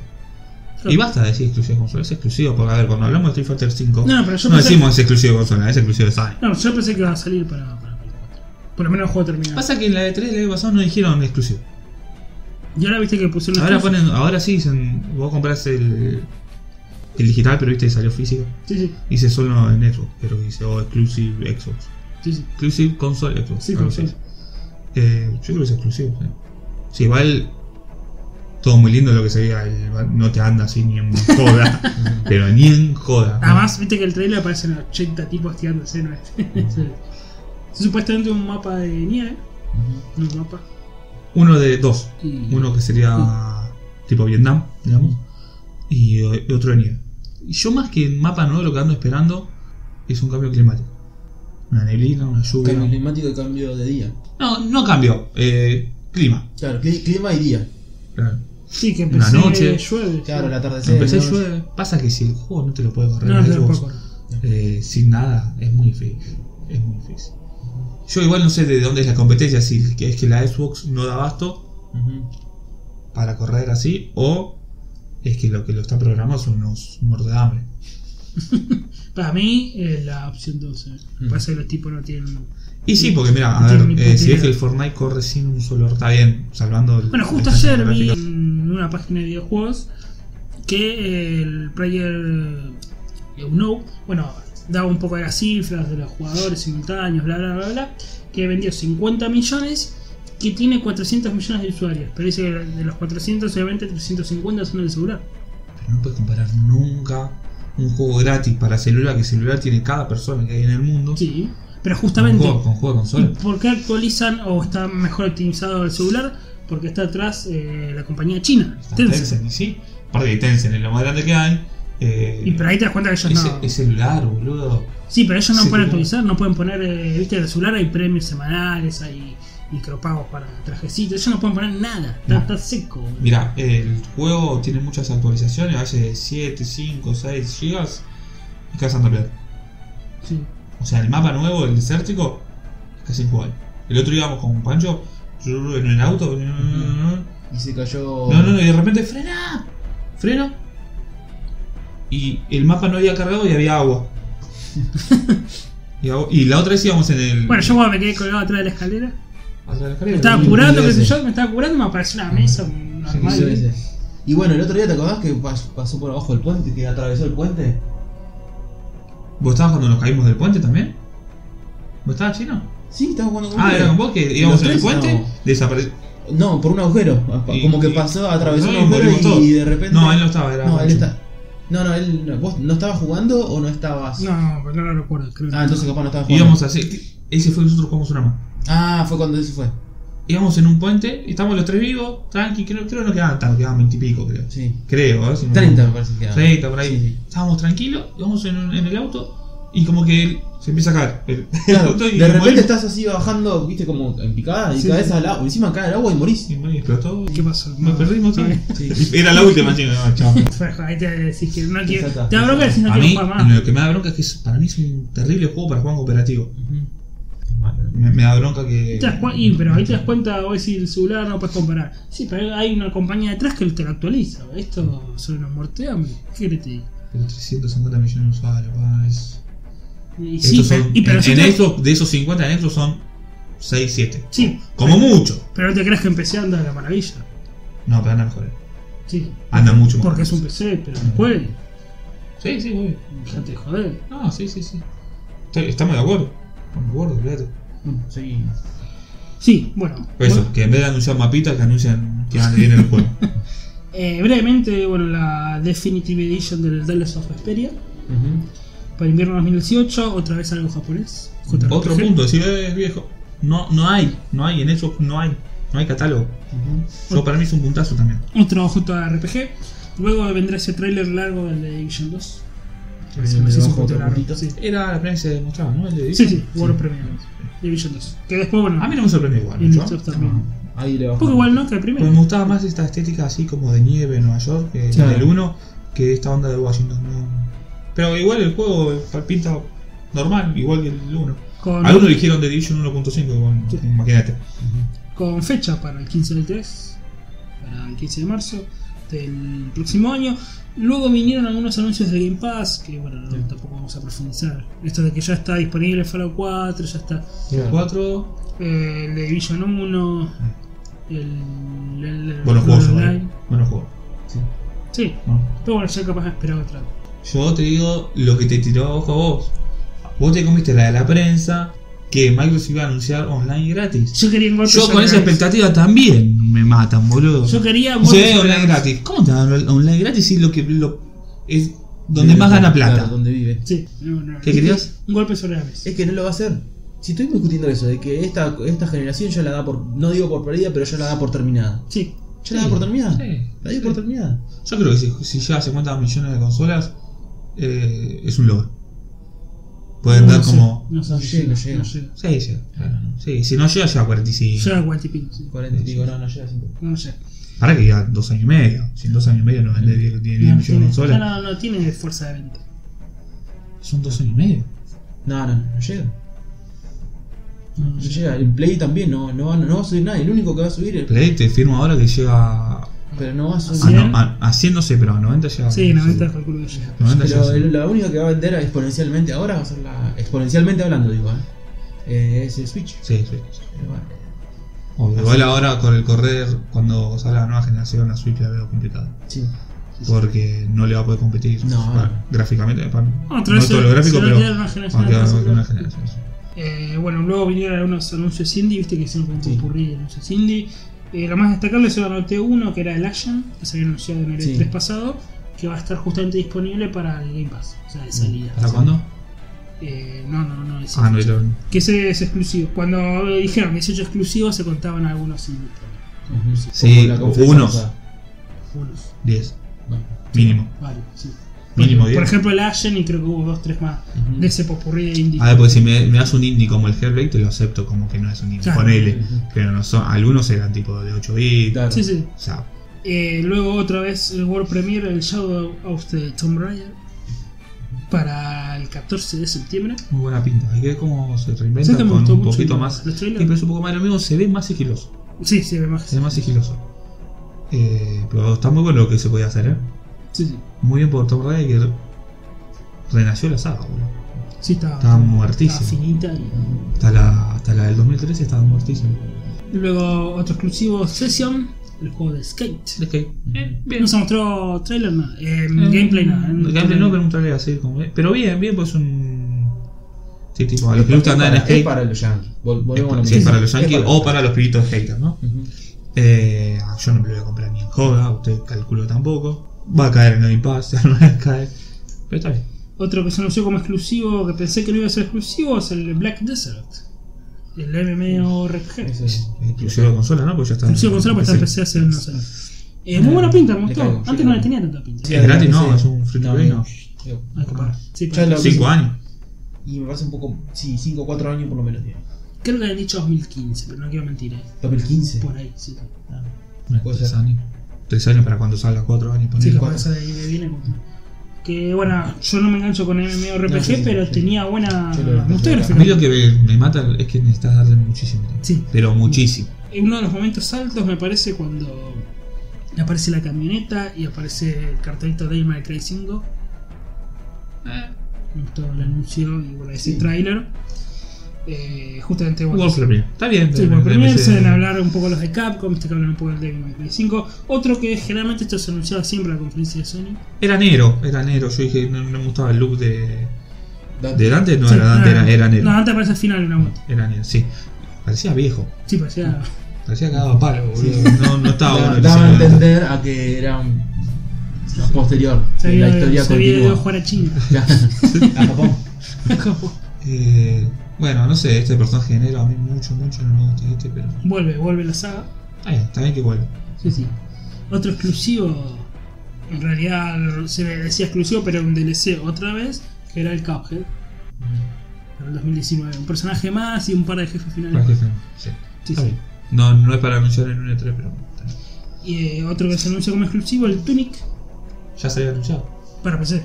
B: Claro.
A: Y basta de decir exclusivo de consola, es exclusivo. Porque a ver, cuando hablamos de Street Fighter 5,
B: No, no, pero yo
A: no
B: pensé-
A: decimos es exclusivo de consola, es exclusivo de Sony.
B: No, yo pensé que iba a salir para, para Play 4. Por lo menos el juego terminado.
A: Pasa que en la de 3 el año pasado no dijeron exclusivo.
B: Y ahora viste que pusieron
A: Ahora
B: exclusive.
A: ponen, ahora sí dicen, vos compras el, el digital, pero viste que salió físico.
B: Sí, sí,
A: Dice solo en Xbox, pero dice oh, exclusive Xbox.
B: sí, sí.
A: Exclusive console Xbox.
B: Sí,
A: algo
B: consola.
A: así. Eh, yo creo que es exclusivo, sí. Sí, igual todo muy lindo lo que se veía, el- no te anda así ni en *laughs* joda, pero ni en joda.
B: Además, viste que el trailer aparecen 80 tipos tirándose, ¿no? *laughs* Sí. Supuestamente un mapa de nieve,
C: Ujú.
B: no un mapa.
A: Uno de dos,
B: Y...
A: uno que sería tipo Vietnam, digamos, y eh, otro de nieve. Y Yo más que en mapa nuevo lo que ando esperando es un cambio climático. Una neblina, una lluvia.
C: Cambio climático y cambio de día.
A: No, no cambio, eh, clima.
C: Claro, cli- clima y día.
A: Claro.
B: Sí, que
A: Una
B: empecé
A: noche.
B: llueve.
C: Claro, el atardecer.
A: Empecé
C: noche.
A: llueve. Pasa que si el juego no te lo puede correr
B: No,
A: en
B: no,
A: Xbox,
B: tampoco.
A: eh, sin nada, es muy difícil. Es muy difícil. Yo igual no sé de dónde es la competencia, si es que- es que la Xbox no da abasto
C: Ujú.
A: para correr así, o es que lo que lo está programado son unos muertos de hambre.
B: Para mí es la opción 12.
C: Mm.
B: Pasa que los tipos no tienen.
A: Y sí, porque mira,
B: No
A: a
B: tiene
A: ver,
B: ni
A: eh,
B: puta
A: si
B: idea.
A: ves que el Fortnite corre sin un solo está bien, salvando el.
B: Bueno, justo
A: la estancia
B: ayer vi
A: gráfica.
B: en una página de videojuegos que el player. eh, No, eh, bueno, daba un poco de las cifras de los jugadores simultáneos, bla, bla, bla, bla, que vendió 50 millones, que tiene 400 millones de usuarios, pero dice que de los 400 solamente 350 son el celular.
A: Pero no puedes comparar nunca un juego gratis para celular, que celular tiene cada persona que hay en el mundo,
B: Sí, pero
A: con
B: justamente...
A: juego, con juego de
B: ¿Y
A: consola.
B: por qué actualizan o está mejor optimizado el celular? Porque está atrás eh, la compañía china,
A: Está
B: Tencent.
A: Tencent, y sí. Aparte que Tencent es lo más grande que hay. eh,
B: Y pero ahí te das cuenta que ellos
A: es,
B: no.
A: es celular, boludo.
B: sí, pero ellos no
A: sí,
B: pueden
A: claro.
B: actualizar, no pueden poner. eh, Viste, el celular hay premios semanales, hay micropagos para trajecitos, ellos no pueden poner nada, está,
A: No.
B: está seco. boludo.
A: Mira, el juego tiene muchas actualizaciones, a veces de 7, 5, 6 gigas y casi andando
B: Sí.
A: O sea, el mapa nuevo, el desértico, es casi igual. El otro íbamos con Pancho en el auto. No, no, no,
C: Y se cayó.
A: no, no, y de repente frena, freno. Y el mapa no había cargado y había agua. *laughs* y, agua- y la otra vez íbamos en el.
B: Bueno, yo cuando me quedé colgado atrás de la escalera,
A: atrás de la
B: me
A: escalera.
B: estaba
C: muy
B: curando, qué sé
C: curioso.
B: yo, me estaba curando y me apareció una mesa, un
A: Sí,
C: Hizo
B: armario.
C: ese. Y bueno, el otro día te acordás que pas- pasó por abajo del puente, que atravesó el puente.
A: ¿Vos estabas cuando nos caímos del puente también? ¿Vos estabas chino?
C: Sí, estaba jugando con
A: Ah,
C: él.
A: era con vos que íbamos en el
C: tres?
A: puente,
C: No.
A: desapareció.
C: No, por un agujero.
A: Y-
C: Como que
A: y-
C: pasó, atravesó
A: no, y
C: un agujero
A: morimos todos.
C: y, de repente.
A: No, él no estaba, era.
C: No, él
A: Pancho.
C: está. No, no, él. no. ¿Vos no estabas jugando o no estabas?
B: No, no lo recuerdo, creo. que
C: Ah,
B: no.
C: entonces capaz no estabas jugando.
A: Íbamos así. Ese fue nosotros jugamos una más.
C: Ah, fue cuando eso fue.
A: Íbamos en un puente, estábamos los tres vivos, tranqui, creo, creo que no quedaban tanto, quedaban 20 y pico, creo.
C: Sí.
A: Creo, ¿eh? si no-
C: 30 me parece que era.
A: 30, por ahí.
C: Sí, sí.
A: Estábamos tranquilos, íbamos en, un- en el auto y como que él se empieza a caer. El, el *laughs*
C: Claro,
A: auto y
C: de repente
A: morimos.
C: estás así bajando, viste, como en picada y
A: Sí,
C: caes
A: sí.
C: al agua. Encima cae al agua y morís.
A: Y morí, explotó.
B: ¿Qué pasó?
A: Nos
B: No.
A: perdimos, sí.
B: Sí.
A: *laughs* Era la última, chino. no, chao.
B: Fue- Ahí te decís que no quiero.
C: Exacto.
B: Te da bronca decís no
A: A
B: quiero
A: mí,
B: jugar más.
A: lo que me da bronca es que es- para mí es un terrible juego para jugar en cooperativo.
C: Es malo.
A: Me, me da bronca que.
B: Ahí te das cua- y, pero ahí te das cuenta, vos decís el celular no puedes comparar. Sí, pero hay una compañía detrás que te lo actualiza. Esto sobre los mortean, ¿qué querés que te diga?
A: Pero 350 millones de usuarios, pa, es-
B: Y
A: Estos
B: sí,
A: son-
B: pero, y pero
A: en,
B: sí
A: en
B: te-
A: Xbox, de esos 50 en Xbox son 6, 7.
B: Sí,
A: Como mucho.
B: pero no te creas que empecé anda la maravilla.
A: No, pero anda mejor. eh.
B: Sí.
A: Anda mucho mejor.
B: Porque es un PC, pero después,
A: Sí, sí, obvio.
B: ya te joder.
A: No, sí, sí, sí. Estoy- Estamos de acuerdo. Estamos de acuerdo, claro.
C: Mm, Sí.
B: Sí, bueno.
A: Eso,
B: Bueno,
A: que en vez de anunciar mapitas, que anuncian que ande bien el
B: *laughs*
A: juego.
B: eh, brevemente, bueno, la Definitive Edition del Dallas of Vesperia. Para invierno 2018, otra vez algo japonés. JRPG.
A: Otro punto, si ves viejo. No, no hay, no hay, en Xbox no hay. No hay catálogo. Yo, para mí es un puntazo también.
B: Otro JRPG. Luego vendrá ese tráiler largo del de Division 2.
C: El
B: Sí,
C: de
B: sí,
C: abajo,
B: un poquito
C: otro
B: largo,
C: puntito.
B: Sí,
A: Era la primera que se demostraba, ¿no? El de
B: sí,
A: Division.
B: sí, World Premiere. Division 2. Que después, bueno,
A: A mí no me sorprendió igual.
B: en
A: Ah, mucho.
B: Xbox también.
C: Ahí le bajó.
B: Porque igual no, que el
A: Pero
B: primero.
A: me gustaba más esta estética así como de nieve en Nueva York, que
C: Claro.
A: del 1, que esta onda de Washington. ¿no? Pero igual el juego palpita normal, igual que el 1.
B: Con,
A: Algunos dijeron de Division 1.5, bueno,
B: Sí.
A: imagínate.
B: con fecha para el 15 del 3, para el 15 de marzo del próximo año. Luego vinieron algunos anuncios de Game Pass, que bueno, no,
C: Sí.
B: tampoco vamos a profundizar. Esto de que ya está disponible Fallout 4, ya está
A: El
C: Claro.
A: 4,
B: eh, el de Division 1, el, el, el
A: buenos juegos,
B: Online.
A: igual. buenos juegos.
C: Sí.
B: Sí,
A: ¿no?
B: pero bueno, ya capaz de esperar otra.
A: Yo te digo lo que te tiró a ojo a vos. Vos te comiste la de la prensa, que Microsoft iba a anunciar online gratis.
B: Yo quería encontrar.
A: Yo con esa expectativa también me matan, boludo.
B: Yo quería
A: Sí,
B: Gotham
A: online
B: Knights.
A: gratis. ¿Cómo te dan on- online gratis si lo que lo- es donde
C: Vive,
A: más gana
C: claro,
A: plata?
C: donde vive.
B: Sí, no, no.
A: ¿Qué querías? ¿Eh?
B: Un golpe sobre la mesa.
C: Es que no lo va a hacer. Si estuvimos discutiendo eso, de que esta, esta generación ya la da por. No digo por perdida, pero ya la da por terminada.
B: Sí.
C: ¿Ya la da por terminada?
A: sí,
C: La dio
A: sí.
C: por terminada.
A: Yo creo que si, si llega a 50 millones de consolas, eh, es un logro. Pueden
B: No
A: dar
B: sé,
A: como.
B: No, sé,
C: No llega, no llega.
B: No llega.
A: Sí, sí, claro, sí, si no llega, llega a 45.
B: Llega a Guatipín, sí.
C: 40 y pico, no, no llega a 50.
B: No sé.
A: Para que llega a 2 años y medio. Si en 2 años y medio no vende 10, 10
B: No,
A: millones de
B: tiene,
A: consolas,
B: no, no, no tiene fuerza de venta.
A: son 2 años y medio.
C: No, no, no llega.
B: No,
C: No llega. El Play también no, no, va, no va a subir nadie. El único que va a subir es.
A: Play te firmo ahora que llega. A,
C: Pero no va a
A: a
C: subir.
B: ¿Cien?
A: no, a- a 100 no sé, pero a 90 llega.
B: Sí, en la venta calculo que llega.
A: 90
C: Pero
A: llega.
C: el- la única que va a vender exponencialmente ahora va a ser la. Exponencialmente hablando, digo, ¿eh? Eh, es el Switch.
A: Sí, sí. sí.
C: Pero bueno,
A: Obvio, igual ahora con el correr, cuando salga la nueva generación, la Switch la veo complicada.
C: sí.
E: porque no le va a poder competir
C: No,
E: para-
C: no.
E: gráficamente. para-
B: Otra
E: no
B: vez
E: todo
B: se-
E: lo gráfico,
B: Ah, se va a
E: pero
B: quedar una generación
A: Ah,
E: va a quedar
B: atrás,
E: con una
B: otra.
E: generación.
B: Eh, bueno, luego vinieron unos anuncios indie, viste que hicieron como un
C: Sí.
B: popurrí de anuncios indie. Eh, lo más destacable es el anoté uno, que era el Ashen, que se había anunciado en el
C: Sí.
B: E3 pasado, que va a estar justamente disponible para el Game Pass, o sea, de salida.
A: ¿Hasta cuándo?
B: Eh, no, no, no, es
A: Mm. Ah, no, y lo-
B: que ese es exclusivo. Cuando dijeron 18 exclusivos, se contaban algunos indies también.
A: Sí,
C: Como la conferencia
A: unos.
C: pasada.
B: Unos,
A: 10,
C: Bueno.
A: mínimo.
B: varios, sí.
A: Mínimo
B: Por
A: 10.
B: ejemplo, el Ashen, y creo que hubo dos, tres más
C: Ujú.
B: de ese popurrí de indie.
A: A ver, pues si me, me das un indie como el Hellblade, te lo acepto como que no es un indie.
B: Claro.
A: Ponele.
C: Ujú.
A: Pero no son, algunos eran tipo de 8 bits.
C: Claro.
B: Sí, sí.
A: O sea,
B: Eh, luego otra vez el World Premiere, el Shadow of the Tomb Raider, para el 14 de septiembre.
A: muy buena pinta. Hay que ver cómo se
B: ¿Sabes
A: reinventa
B: que me
A: con
B: gustó
A: un
B: mucho
A: poquito
B: el-
A: más.
B: los trailers?
A: Sí, pero es un poco más de lo mismo, se ve más sigiloso.
B: Sí, sí, me
A: Se ve
B: imagino.
A: más sigiloso. Eh, pero está muy bueno lo que se podía hacer, ¿eh?
B: Sí, sí.
A: Muy bien por Tomb Raider que renació la saga, boludo.
B: Ah, Sí, estaba,
A: Estaba muertísimo.
B: estaba finita. y-
A: Hasta la, hasta la del 2013 estaba muertísimo.
B: Luego otro exclusivo, Session, el juego de Skate.
A: Es que. eh,
B: No se mostró trailer nada, eh, gameplay nada.
A: Mm, Gameplay no, pero un trailer así como. eh, Pero bien, bien, pues un. Sí, tipo, a los que les
C: Es
A: gusta andar en
C: para- Es
A: skate.
C: para los yankees. Vol-
A: es
C: Volvemos a
A: para-
C: lo
A: sí,
C: mismo.
A: para los
C: Es
A: yankees
C: para
A: o para los pibitos haters, ¿no?
C: Ujú.
A: Eh, yo no me lo voy a comprar ni en joda, usted calculo tampoco. Va a caer en Game Pass, *laughs* no va a caer. Pero está bien.
B: Otro que se anunció como exclusivo, que pensé que no iba a ser exclusivo, es el Black Desert. El MMORPG.
C: Eso es-
A: Exclusivo de consola, ¿no? Porque ya está.
B: Exclusivo de consola, pues está en
A: PC.
B: PC hace unos años. Eh, muy buena pinta, me
C: Le
B: gustó.
C: caigo, yo
B: Antes no le
C: caigo.
B: tenía tanta pinta.
A: Es gratis, no, es un free to play, no.
C: Yo-
B: Hay que pagar. Sí, pues,
C: Ya
B: pero-
C: lo-
A: 5 años.
C: Y me pasa un poco. Sí, 5 o 4 años por lo menos tiene.
B: Creo que habían dicho 2015, pero no quiero mentir. eh.
C: 2015.
B: Por ahí, sí.
C: Ah. Puede
A: 3
C: ser.
A: años. 3 años para cuando salga, 4 años. ponele.
B: Sí,
C: Sí,
B: capaz esa
C: cuatro.
B: de ahí me viene. como- Que bueno, yo no me engancho con MMORPG,
C: No, sí, sí,
B: pero
C: sí.
B: tenía buena.
C: Yo lo-
B: Me gustó
C: yo lo-
A: A mí lo
B: gráficamente.
A: que me, me mata es que necesitas darle muchísimo tiempo.
B: Sí.
A: Pero muchísimo.
B: En uno de los momentos altos me parece cuando aparece la camioneta y aparece el cartelito de May Cry 5. Me gustó el anuncio y bueno, ese
C: Sí.
B: tráiler. Eh, justamente bueno,
A: World Premier. Está bien. eh,
B: Sí,
A: de-
B: por
A: de
B: primero
A: PC.
B: se deben hablar un poco los de Capcom, este que hablan un poco del Devil May Cry 5. Otro que generalmente esto se anunciaba siempre en la conferencia de Sony.
A: Era negro, era negro. Yo dije, no, no me gustaba el look de, de Dante. No
B: Sí,
A: era Dante, era, era negro.
B: No, antes aparece al final en una moto.
A: Era negro, sí. Parecía viejo.
B: Sí, pues, parecía.
A: Parecía que daba palo, boludo.
C: Sí.
A: No, no estaba bueno.
C: Da-
A: el
C: Daba a
A: diseño de Dante.
C: entender a que era un- posterior.
B: Se
C: que
B: había,
C: la historia
B: se había ido a
C: continúa.
B: jugar a
A: *laughs*
B: China. *laughs*
C: Ya. A Japón.
A: Eh, bueno, no sé, este personaje de negro a mí mucho, mucho no me gusta este, pero.
B: vuelve, vuelve la saga.
A: Está bien, está bien que vuelva.
B: Sí, sí. Otro exclusivo. En realidad se le decía exclusivo, pero era un DLC otra vez, que era el Cuphead.
A: Mm.
B: Para el 2019. Un personaje más y un par de jefes
A: Para que
B: finales.
A: sea- sí.
B: Sí,
A: Está
B: sí.
A: bien. No, no es para anunciar en un E3, pero. está bien.
B: Y eh, otro que se anunció como exclusivo, el Tunic,
A: Ya se había anunciado.
B: para PC.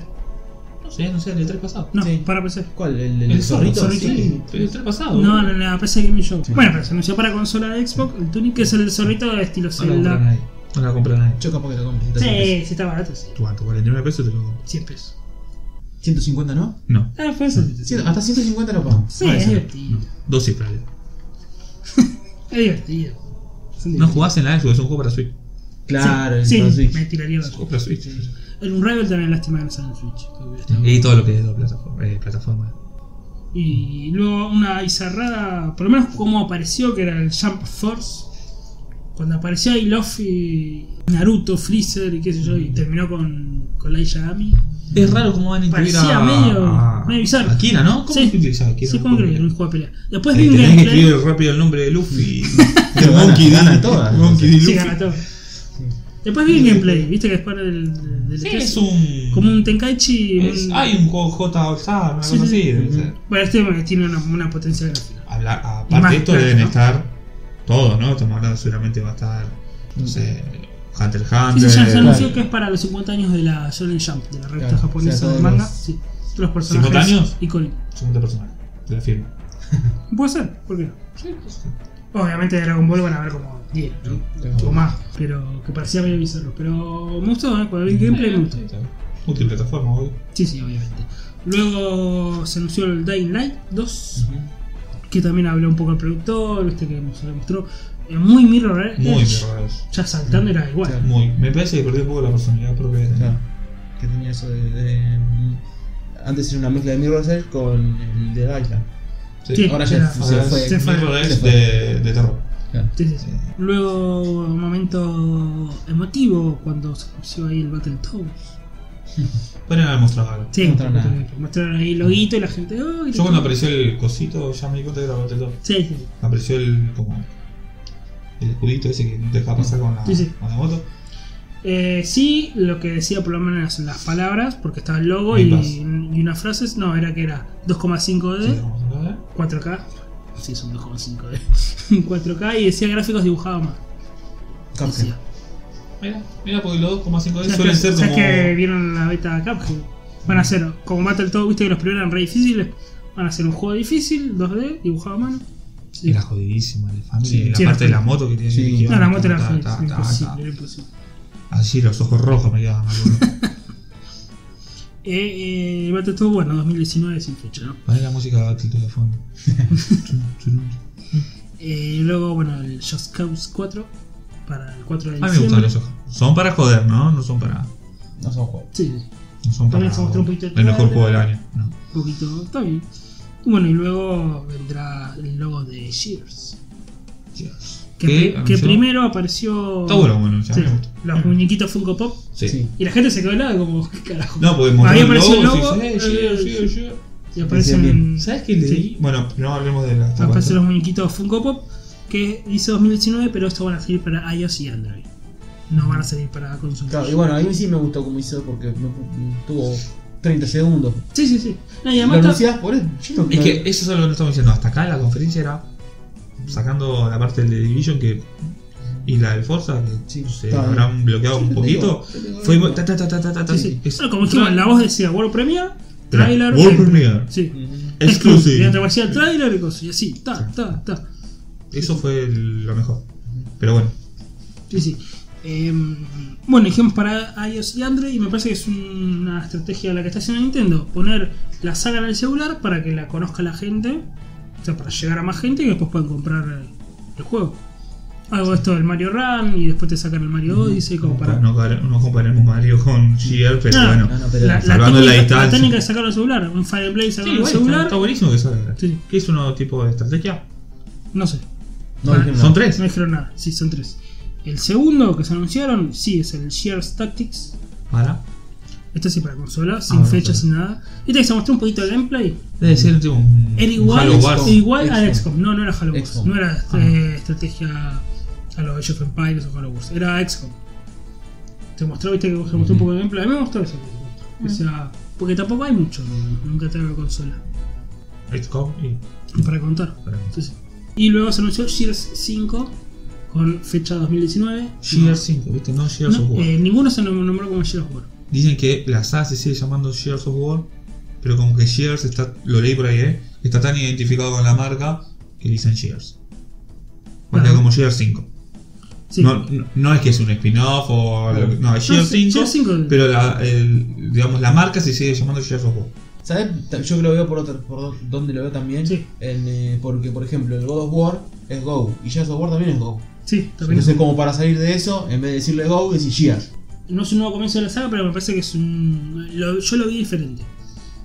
A: No sé, no sé, el E3 pasado.
B: No,
C: Sí.
B: para PC.
C: ¿Cuál? ¿El, el,
A: El zorrito,
C: zorrito?
B: zorrito.
A: sí.
C: Sí.
A: El E3 pasado.
B: No, no, la PC Gaming Show.
C: Sí.
B: Bueno, pero se anunció para consola de Xbox. El Tunic es el zorrito de estilo
A: No la compra
B: Zelda.
A: nadie. No la compra nadie.
C: Yo capaz que lo compre.
B: Sí,
C: 150.
B: sí, está barato, sí.
A: ¿Cuánto? ¿49 pesos te lo compro?
B: 100 pesos.
C: 150, ¿no?
A: No,
B: Ah, fue eso.
C: Cien- hasta 150 lo pagamos.
B: Sí, es divertido.
A: dos cifras.
B: Es divertido. Es un
A: No
B: divertido.
A: jugás en la Xbox, es un juego para Switch.
C: Claro, el
B: sí,
C: Pro
B: sí,
C: Switch.
B: me tiraría
A: Es un
B: la
A: juego para Switch.
B: El Unravel también lástima que no sale en Switch. que hubiera estado
A: Y todo lo que es dos plataformas. eh, plataformas.
B: bueno. Y luego una bizarrada, por lo menos como apareció, que era el Jump Force. Cuando apareció ahí Luffy, Naruto, Freezer y qué sé yo, y terminó con, con Light Yagami.
A: Es raro cómo van a incluir
B: Parecía
A: a,
B: medio-
A: a-
B: medio bizarro.
A: a Kira, ¿no? ¿Cómo
B: Sí.
A: se utilizaba Kira?
B: Sí, como que era un juego de pelea. Después vi
A: Eh,
B: un
A: tenés que
B: gameplay.
A: escribir rápido el nombre de Luffy. *laughs*
C: Pero gana- gana todas,
A: Monkey D.
B: Sí,
A: Luffy.
B: gana todo. Después vi un gameplay, viste que después del. del
A: Sí,
B: del-
A: es un.
B: Como un Tenkaichi. un-
A: es- hay un juego J All Star, una
B: Sí,
A: cosa
B: sí.
A: así. debe
C: Ujú.
A: ser.
B: Bueno, este tiene una, una potencia gráfica.
A: Habla-
B: Más
A: aparte de esto
B: claro,
A: deben
B: ¿no?
A: estar todos, ¿no? Estamos hablando, seguramente va a estar, no sé, Hunter x
B: Sí,
A: Hunter.
B: sí, ya se anunció
C: claro.
B: que es para los 50 años de la Shonen Jump, de la revista
C: Claro, o sea,
B: japonesa de
C: todos
B: manga.
C: los-
B: Sí, todos los personajes
A: 50 años.
B: icónicos.
A: Segundo personaje, te lo firmo.
B: Puede ser, ¿por qué no? Obviamente de Dragon Ball van a haber como 10, ¿no? O más, pero que parecía medio bizarro. Pero me gustó, ¿eh? Cuando vi el gameplay me gustó.
A: Multiplataforma, boludo.
B: Sí, sí, obviamente. Luego se anunció el Dying Light 2,
C: Ujú.
B: que también habló un poco el productor, este que nos lo mostró. eh, muy Mirror Edge,
A: Muy raros.
B: Ya saltando era igual.
C: Claro.
A: Muy. Me parece que perdió un poco la personalidad propia este. que tenía.
C: Claro. Que tenía eso de. de- antes era una mezcla de Mirror's Edge con el de Island.
A: Sí.
B: Sí.
C: Ahora ya
B: Era-
C: Ah, se
A: Ahora
C: fue.
A: es
B: se fue.
A: Mirror Edge
C: Se fue.
A: de, de terror.
C: Claro.
B: Sí, sí, sí. Luego, un momento emotivo cuando se conoció ahí el Battletoads.
A: Pero nada, mostraba algo.
B: Sí,
C: No mostraron nada.
B: porque mostraron ahí el loguito y la gente. "Oh, y
A: Yo cuando
B: todo".
A: apareció el cosito, ya me di cuenta que era Battletoad.
B: Sí, sí, sí.
A: Apareció el. como. el escudito ese que no te deja pasar con la,
B: Sí, sí.
A: con la moto.
B: Eh, sí, lo que decía por lo menos en las palabras, porque estaba el logo y,
A: Game Pass.
B: y unas frases. No, era que era 2,5D,
A: Sí, vamos a ver.
B: 4K. Sí, son *laughs* 2,5D. 4K y decía gráficos dibujados más.
C: Cuphead.
B: Decía.
A: Mira, mira, porque los 2,5 d
B: ¿Sabes
A: suelen
B: que,
A: ser
B: sabes
A: como.
B: que vieron la beta Cuphead? Van a hacer, como Battletoads, viste que los primeros eran re difíciles. Van a hacer un juego difícil, 2D, dibujado a mano. Sí.
A: Era jodidísima el family.
C: Sí,
A: la
B: sí,
A: parte de
B: era
A: la moto que tiene
C: Sí.
A: que
B: No, la moto era
A: ta,
B: fácil,
A: ta, ta,
B: imposible,
A: ta.
B: era imposible.
A: Así los ojos rojos me quedaban mal.
B: Eh, eh, Battletoads, bueno, 2019 sin fecha, ¿no?
A: Poné la música de Battletoad de
B: *laughs*
A: fondo. Chum, chum.
B: Eh, luego, bueno, el Just Cause 4 para el 4 de
A: A mí me gustan
B: diciembre.
A: los ojos. Son para joder, ¿no? No son para.
C: No son juegos.
B: Sí, sí,
A: No son para.
B: También se mostró un poquito el
A: el mejor
B: trailer.
A: juego del año. No.
B: un poquito, está bien. Y Bueno, y luego vendrá el logo de Shears.
A: Dios.
B: Que,
A: ¿Qué?
B: pri- que
A: ¿Anunció?
B: primero apareció.
A: Está bueno, bueno, ya
B: Sí,
A: me gusta.
B: los muñequitos Funko Pop.
A: Sí.
C: Sí.
B: Y la gente se quedó helada como, *laughs* ¿qué carajo?
A: No, porque
B: Ahí
A: mostró el
B: apareció
A: logo.
B: el logo.
A: sí, sí,
B: eh,
A: sí, sí, sí.
B: Y aparecen.
A: ¿Sabes qué le
B: Sí.
A: di? Bueno, no hablemos de la.
B: Aparecen los muñequitos Funko Pop. Que dice 2019, pero estos van a salir para iOS y Android. No van a salir para consumir.
C: Claro, y bueno, a mí sí me gustó como hizo porque me, me tuvo 30 segundos.
B: Sí, sí, sí. No, y
C: ¿Lo
B: además está-
C: anunciás por eso? Yo no-
A: Es que eso es algo que no estamos diciendo. Hasta acá la conferencia era sacando la parte del de Division que y la del Forza que
C: Sí,
A: se
C: está bien.
A: habrán bloqueado
C: Sí,
A: un
C: yo
A: poquito.
C: tengo- yo tengo
A: Fue
C: algo.
A: ta ta ta ta ta ta. ta,
C: Sí, sí.
A: es-
B: Bueno,
A: *laughs*
B: como dijimos, la voz decía World Premiere,
A: Era
B: trailer.
A: World
B: eh,
A: Premiere.
B: Sí.
C: Ujú.
B: *laughs*
A: Exclusive.
B: Y aparecía el trailer y cosas. Y así, ta, ta, ta.
A: Eso fue el- lo mejor. Pero bueno,
B: Sí, sí. Em, bueno, dijimos para iOS y Android, y me parece que es una estrategia la que está haciendo Nintendo: poner la saga en el celular para que la conozca la gente, o sea, para llegar a más gente y después puedan comprar eh, el juego. Algo de esto del Mario Run y después te sacan el Mario Odyssey, como para.
A: no, compar- no comparemos Mario con Gear, pero
B: No,
A: bueno.
C: No, no, pero
B: La, la
A: salvando la
B: técnica,
A: distancia.
B: la técnica de sacarlo al celular, un Fire Blade
A: Sí,
B: sacarlo
A: igual
B: al
A: está-
B: celular,
A: está buenísimo que salga.
B: Sí.
A: ¿Qué es un nuevo tipo de estrategia?
B: no sé. Ah,
C: no dijeron
A: Son
C: nada.
A: tres.
B: No dijeron nada, sí, son tres. El segundo que se anunciaron, sí, es el Shears Tactics.
A: Para.
B: Este sí para consola, sin
A: Ah, Mm.
B: fecha,
A: ok.
B: sin nada. Este que se mostró un poquito de gameplay.
A: Debe ser tipo un,
B: Era
A: Mm, un
B: igual,
A: Halo Wars.
B: era igual a
C: XCOM.
B: XCOM. No, no era Halo Wars.
C: XCOM.
B: No era
A: Ah.
B: eh, estrategia a los Age of Empires o Halo Wars. Era XCOM. Te mostró, viste, que se
A: Mm.
B: mostró un poco de gameplay. A mí me gustó eso. O sea, porque tampoco hay mucho. ¿no? Nunca tengo consola.
A: XCOM y-
B: Y para contar.
A: para-
B: Entonces, y luego se anunció Gears 5 con fecha 2019.
A: Gear 5, ¿viste? No Gears
B: No,
A: of War.
B: eh, ninguno se nom- nombró como Gears of War.
A: Dicen que la saga se sigue llamando Gears of War, pero como que Gears está, lo leí por ahí, ¿eh? está tan identificado con la marca que dicen Gears. Va a quedar
B: Ajá.
A: como Gears 5.
B: Sí.
A: No, no- no es que es un spin-off o lo que- no, es Gears
B: sí,
A: 5,
B: Gears 5.
A: pero la, el- digamos, la marca se sigue llamando Gears of War.
C: ¿Sabes? Ta- Yo que lo veo por otro, por do- dónde lo veo también.
B: Sí.
C: En, eh, porque, por ejemplo, el God of War es Go y Gears of War también es Go.
B: Sí, también es
C: Entonces, como para salir de eso, en vez de decirle Go, decís Gears.
B: no es un nuevo comienzo de la saga, pero me parece que es un. lo- yo lo vi diferente.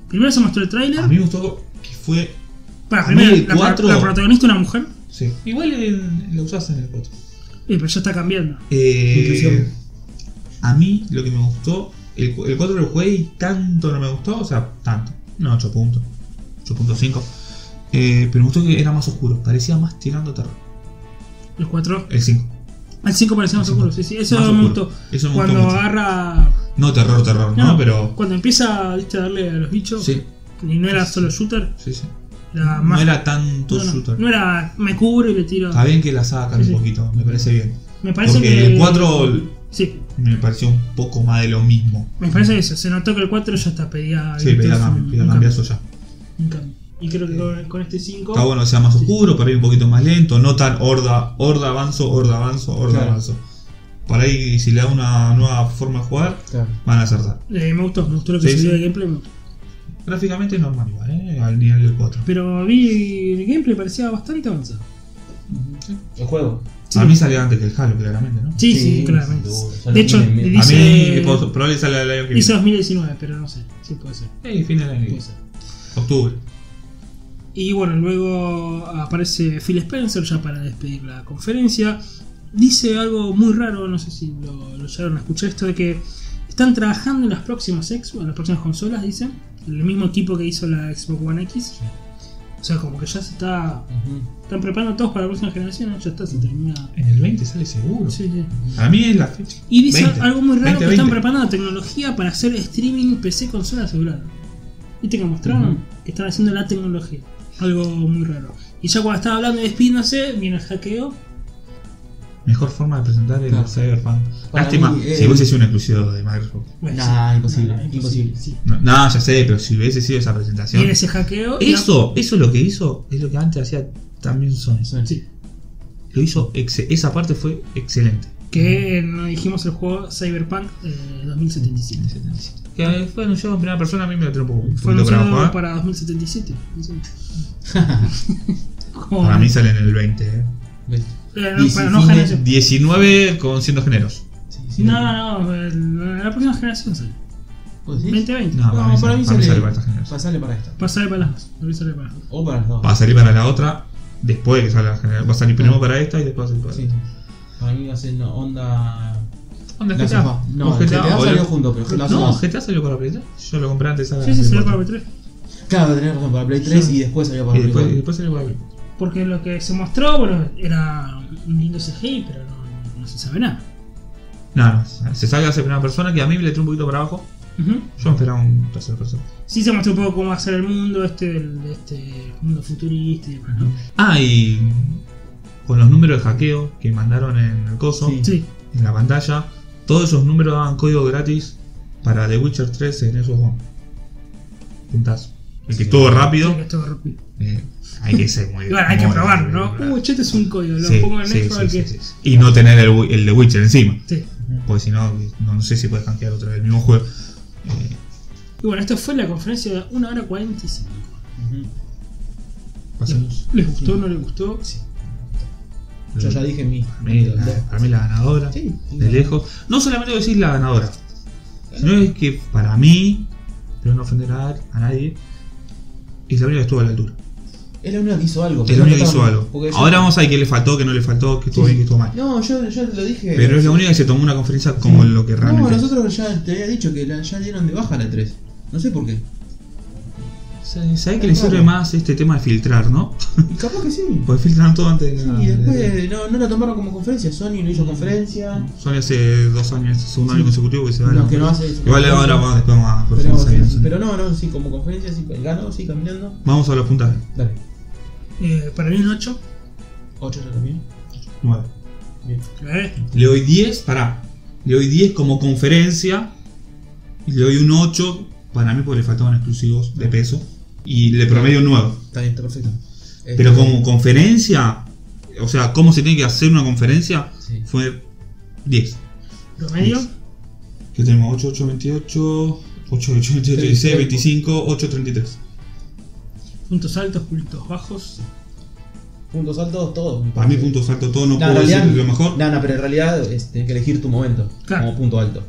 B: Primero se mostró el
A: A
B: tráiler.
A: mí me gustó que fue.
B: Para
A: a mí el
B: primero, la,
A: cuatro-
B: la protagonista una mujer.
A: sí. Igual en- lo usaste en el 4.
B: Eh, pero ya está cambiando.
A: Eh,
C: Inclusión.
A: a mí lo que me gustó, el, cu- el 4 lo jugué y tanto no me gustó, o sea, tanto, no 8 puntos, 8.5, eh, pero me gustó que era más oscuro, parecía más tirando terror.
B: Los cuatro.
A: El 5.
B: El 5 parecía más
A: El cinco.
B: oscuro. Sí, sí, eso
A: Más
B: me
A: oscuro.
B: gustó.
A: Eso me gustó
B: Cuando
A: mucho.
B: agarra.
A: No terror, terror, ¿no? Pero...
B: Cuando empieza ¿viste, a darle a los bichos.
A: Sí,
B: Y no era solo shooter.
A: sí, sí.
B: Era
A: No
B: Ah, más.
A: era tanto
B: no, no,
A: shooter.
B: no era. Me cubro y le tiro.
A: Está bien que la saga cambie
B: Sí, sí.
A: un poquito, me parece bien.
B: Me parece
A: Porque
B: que.
A: el 4
B: Sí.
A: me pareció un poco más de lo mismo.
B: Me parece eso. Se notó que el 4 ya está. Pedía.
A: Sí, pedía cambio,
B: un-
A: pedía
B: un
A: cambiazo ya.
B: un cambio. Y creo que con, con este 5.
A: Está bueno que sea más oscuro, para ir un poquito más lento, no tan horda, horda avanzo, horda avanzo, horda
C: Claro.
A: avanzo. Por ahí, si le da una nueva forma de jugar,
C: Claro.
A: van a acertar.
B: Eh, me gustó, me gustó lo que
A: Sí,
B: se
A: sí.
B: vio de gameplay. me gustó.
A: Gráficamente normal igual, ¿eh? al nivel del 4.
B: Pero vi el gameplay, parecía bastante avanzado.
C: El juego.
B: Sí.
A: A mí salió antes que el Halo, claramente, ¿no?
B: Sí, sí,
C: Sí,
B: claramente.
C: sin duda. Ya
B: De
C: lo
B: hecho,
C: tienen bien.
A: a mí
B: dice,
A: pues, probable sale el año que
B: dice
A: viene.
B: 2019, pero no sé. Sí, puede ser.
A: Sí, fin del año que
B: Puede
A: viene.
B: ser.
A: Octubre.
B: Y bueno, luego aparece Phil Spencer ya para despedir la conferencia. Dice algo muy raro, no sé si lo, lo llegaron a escuchar esto, de que están trabajando en las próximas Xbox, en las próximas consolas, dicen. El mismo equipo que hizo la Xbox One X. O sea, como que ya se está.
C: Ujú.
B: Están preparando todos para la próxima generación, ¿eh? ya está, se termina.
A: En el 20 sale seguro.
B: Sí, sí.
A: A mí es la fecha.
B: Y dice
A: 20.
B: algo muy raro
A: 20,
B: que están
A: 20.
B: preparando tecnología para hacer streaming PC consola asegurada. ¿Viste que mostraron?
C: Ujú.
B: Que están haciendo la tecnología. Algo muy raro. Y ya cuando estaba hablando de despidiéndose, viene el hackeo.
A: Mejor forma de presentar el
C: Claro.
A: Cyberpunk.
C: Para
A: Lástima,
C: mí, eh,
A: si hubiese sido un exclusivo de Microsoft.
B: Bueno,
C: Nah,
B: sí.
C: imposible,
B: Nah,
C: imposible.
B: sí.
A: No, no, ya sé, pero si hubiese sido esa presentación.
B: Viene ese hackeo. y
A: Eso, eso lo que hizo, es lo que antes hacía también Sony.
B: la-
C: Sí. *laughs*
B: sí.
A: Lo hizo, exce- esa parte fue excelente.
B: Que nos dijimos el juego Cyberpunk eh, 2077.
A: Que eh, fue anunciado en primera persona, a mí me lo tiene un poco- un
B: Fue
A: poquito bravo,
B: anunciado
A: ¿eh?
B: para 2077. no sé. Como-
A: Para mí sale en el 20, ¿eh?
C: Ven.
B: Eh,
C: Y
B: no,
C: si
B: para no
C: fin
B: ganar
C: de-
B: ese-
A: 19 con siendo generos.
C: Sí, sí.
B: No, no, el- la próxima generación sale.
C: ¿Vos decís?
B: 2020.
A: No, para mí,
C: Pues Ah, para mí
A: sale, para mí
C: sale-
A: sale para esta generación.
C: Pasale para esta.
B: Pasaré para las dos. Pasaré para las dos.
C: O para las dos.
A: Va a salir para la otra después de que salga la generación. Va a salir primero
C: Ah.
A: para esta y después va a salir para
C: Sí,
A: la
C: sí. Para mí va a ser una onda.
A: ¿Dónde
C: La
A: es GTA?
C: sofá. No,
A: ¿O
C: el GTA
A: o
C: salió
A: el-
C: junto, pero la
A: No,
C: sofá.
A: GTA salió para Play 3. Yo lo compré antes. a la
B: Sí, sí, salió para
A: Play 4.
B: P3.
C: Claro, tenés razón, para Play 3
B: Sí.
C: y después salió para
A: Y
C: Play
A: después, y
C: 4.
A: después salió para Play 4.
B: Porque lo que se mostró, bueno, era un lindo CGI, pero no, no se sabe nada.
A: No, no, se salga hacia primera persona que a mí me le tiró un poquito para abajo.
B: Ujú.
A: Yo esperaba un tercer persona.
B: Sí se mostró un poco cómo va a ser el mundo, este, el, este mundo futurista y demás, ¿no?
A: Ah, y con los números de hackeo que mandaron en el coso,
C: Sí.
B: Sí,
A: en la pantalla, todos esos números daban código gratis para The Witcher 3 en esos One. Puntazo. El que estuvo rápido,
B: sí, que esto es rápido.
A: eh, hay que ser muy.
B: Y *laughs* bueno, hay que
A: muy
B: probarlo,
A: rápido,
B: ¿no?
A: claro.
B: Uh, che, este es un código, lo
A: Sí,
B: pongo en
A: sí,
B: eso
A: sí,
B: al
A: sí,
B: que.
A: sí, sí. Y no tener el, wi- el The Witcher encima.
B: Sí.
A: Porque si no, no, no sé si puedes canjear otra vez el mismo juego. Eh,
B: Y bueno, esto fue la conferencia de 1 hora 45.
C: Ujú.
A: pasemos.
B: ¿Les gustó o no les gustó? Sí.
C: Yo ya dije mi.
A: Para mí, la, para mí la ganadora.
C: Sí, sí.
A: de lejos. No solamente voy a decir la ganadora, sino es que para mí, pero no ofender a, a nadie, es la única que estuvo a la altura.
C: Es la única que hizo algo.
A: Es
C: pero
A: la
C: no
A: única que hizo
C: estaba-
A: algo.
C: porque yo-
A: Ahora vamos a ver qué le faltó, qué no le faltó, qué estuvo
C: Sí,
A: bien, qué estuvo mal.
C: No, yo, yo lo dije.
A: Pero es la única que se tomó una conferencia como
C: Sí.
A: lo que realmente.
C: No, nosotros ya te había dicho que la, ya dieron de baja la 3. No sé por qué.
A: ¿Sabes que le
C: Claro.
A: sirve más este tema de filtrar, no?
C: Y capaz
A: *laughs*
C: que sí.
A: Pues filtran todo antes de
C: Y después no, no la tomaron como conferencia. Sony no hizo conferencia.
A: Son hace dos años, este segundo
C: Sí.
A: año consecutivo que se va
C: No,
A: la
C: que no
A: conferencia.
C: hace eso.
A: Igual ahora vamos, después vamos a
C: Pero,
A: profundizar en eso.
C: pero no, no, sí, como conferencia, sí, ganó, sí, caminando.
A: Vamos a los puntajes.
C: Dale.
B: Eh, para mí un 8.
C: 8 ya también.
A: 9.
C: Bien.
B: ¿eh?
A: Le doy 10, pará. Le doy 10 como conferencia. Y le doy un 8 para mí porque le faltaban exclusivos de peso. Y le promedio un 9.
C: Está bien, está perfecto. Este,
A: Pero como conferencia, o sea, cómo se tiene que hacer una conferencia,
C: Sí.
A: fue 10.
B: Promedio.
A: Que tenemos 8, 8, 28, 8, 8, 28, 16, 25, 8, 33.
B: Puntos altos, puntos bajos.
C: Puntos altos, todos.
A: Para mí, punto salto, todo no
C: No, en
A: puedo
C: realidad-
A: decir lo mejor.
C: No, no, pero en realidad es, tenés que elegir tu momento
B: Claro.
C: como punto alto.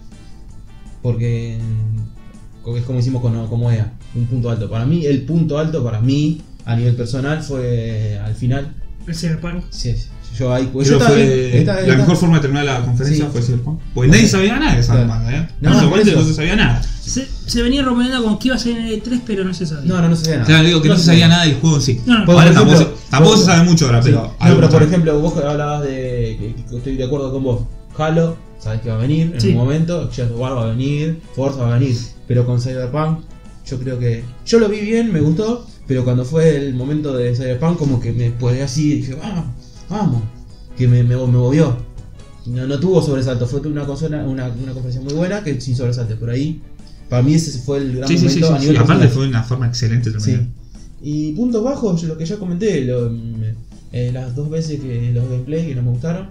C: Porque mm, co- es como hicimos con, con EA, un punto alto. Para mí, el punto alto para mí, a nivel personal, fue al final.
B: El Cyberpunk.
C: Sí, sí, yo ahí pues,
A: Creo
C: yo
A: que
C: estaba
A: fue
C: bien, estaba-
A: la
C: estaba-
A: mejor forma de terminar la conferencia
C: Sí.
A: fue Cyberpunk. Porque nadie sabía nada de esa
C: Claro.
A: manga, ¿eh?
C: No,
A: No,
C: por eso.
A: no se sabía nada.
B: Se, se venía rumoreando como que iba a salir en el E3, pero no se sabía.
C: No, no, no se veía nada.
A: Claro, digo que no, se sabía nada del juego en sí.
B: No, no.
A: Ahora
C: Por
A: tampoco,
C: ejemplo,
A: se, tampoco
C: vos-
A: se sabe mucho ahora,
C: Sí.
A: pero.
C: No,
A: algo
C: pero por
A: sabe.
C: ejemplo, vos hablabas de. que- que estoy de acuerdo con vos. Halo, sabes que va a venir en
B: Sí.
C: un momento. Gears of War va a venir. Forza va a venir. Pero con Cyberpunk, yo creo que. Yo lo vi bien, me gustó. Pero cuando fue el momento de Cyberpunk, como que me puse así y dije, vamos, vamos. Que me, me, me movió. No, no tuvo sobresalto. Fue una, consola, una, una conferencia muy buena que sin sobresalto. Por ahí, para mí ese fue el gran
A: Sí, sí,
C: momento
A: sí, sí,
C: a
A: sí.
C: nivel
A: Aparte
C: personal.
A: fue una forma excelente de terminar.
C: Sí. Y puntos bajos, lo que ya comenté, lo- mm, eh, las dos veces que los gameplays que no me gustaron,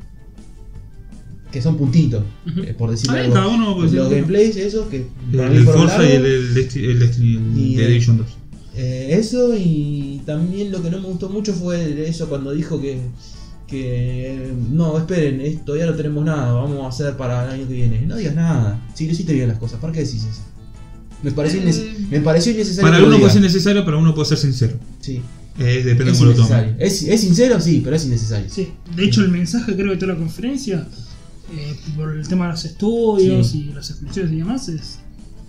C: que son puntitos,
B: Ujú.
C: eh, por decir
A: Está bien,
C: algo.
A: cada uno puede decir
C: los
A: lo que-
C: gameplays, esos que
A: El,
C: para mí fueron
A: Forza y el,
C: largos,
A: el Desti- el Destiny, el
C: Y
A: The
C: el-
A: Division 2.
C: eh, eso, y también lo que no me gustó mucho fue eso cuando dijo que que no, esperen, eh, todavía no tenemos nada, vamos a hacer para el año que viene. No digas nada, si lo hiciste bien las cosas, ¿para qué decís eso? Me pareció, innes- me pareció innecesario.
A: Para
C: que lo
A: uno puede
C: digas.
A: ser necesario, para uno puede ser sincero.
C: Sí,
A: Eh, depende de
C: es
A: cómo lo tome.
C: innecesario. Es, es sincero, sí, pero es innecesario.
B: Sí, de hecho el mensaje creo de toda la conferencia, eh, por el tema de los estudios
C: Sí.
B: y las exclusiones y demás, es,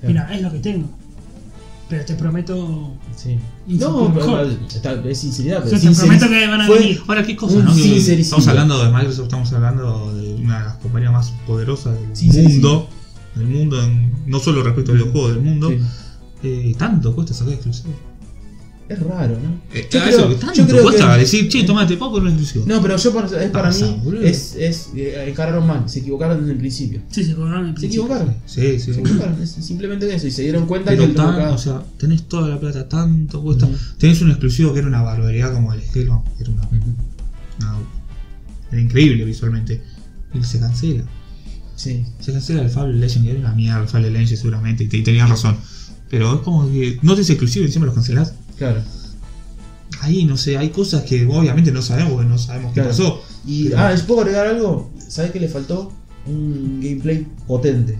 C: Claro.
B: mira, es lo que tengo. Pero te prometo,
C: Sí.
B: Y
C: No,
B: fue
C: pero,
B: mejor.
C: está- es sinceridad.
B: o
C: Pero
B: sea, te
C: sincer-
B: prometo que van a
C: fue-
B: venir.
A: Ahora, ¿qué cosa?
C: Un
A: ¿no? Que
C: sincericidio.
A: Estamos hablando de Microsoft, estamos hablando de una de las compañías más poderosas del
C: Sí, sí,
A: mundo. Del mundo, en- no solo respecto al videojuego del mundo.
C: Sí.
A: Eh, tanto cuesta sacar exclusivo.
C: Es raro, ¿no?
A: Eh,
C: Yo
A: a
C: creo-
A: eso, que
C: yo
A: tanto
C: creo
A: cuesta
C: que-
A: decir, che, tomate poco no es exclusivo.
C: No, pero yo para, es para
A: Pasa,
C: mí
A: boludo.
C: es, es eh, encararon mal, se equivocaron desde el principio.
B: Sí, se cobraron el
C: Se
B: principio.
C: equivocaron.
A: Sí, sí.
C: Se equivocaron, es simplemente eso. Y se dieron cuenta que
A: Pero
C: el
A: tan,
C: mercado-
A: o sea, tenés toda la plata, tanto cuesta.
C: Ujú.
A: Tenés un exclusivo que era una barbaridad como el Halo, que era una,
C: Ujú.
A: una- era increíble visualmente. Y se cancela.
C: Sí.
A: Se cancela el Fable Legend, que era una mierda el Fable Legend seguramente, y, te- y tenías razón. Pero es como que no te es exclusivo y encima lo cancelás.
C: Claro.
A: Ahí no sé, hay cosas que obviamente no sabemos, porque no sabemos qué
C: Claro.
A: pasó.
C: Y,
A: Pero-
C: ah, ¿les puedo agregar algo? ¿Sabes que le faltó? Un gameplay potente.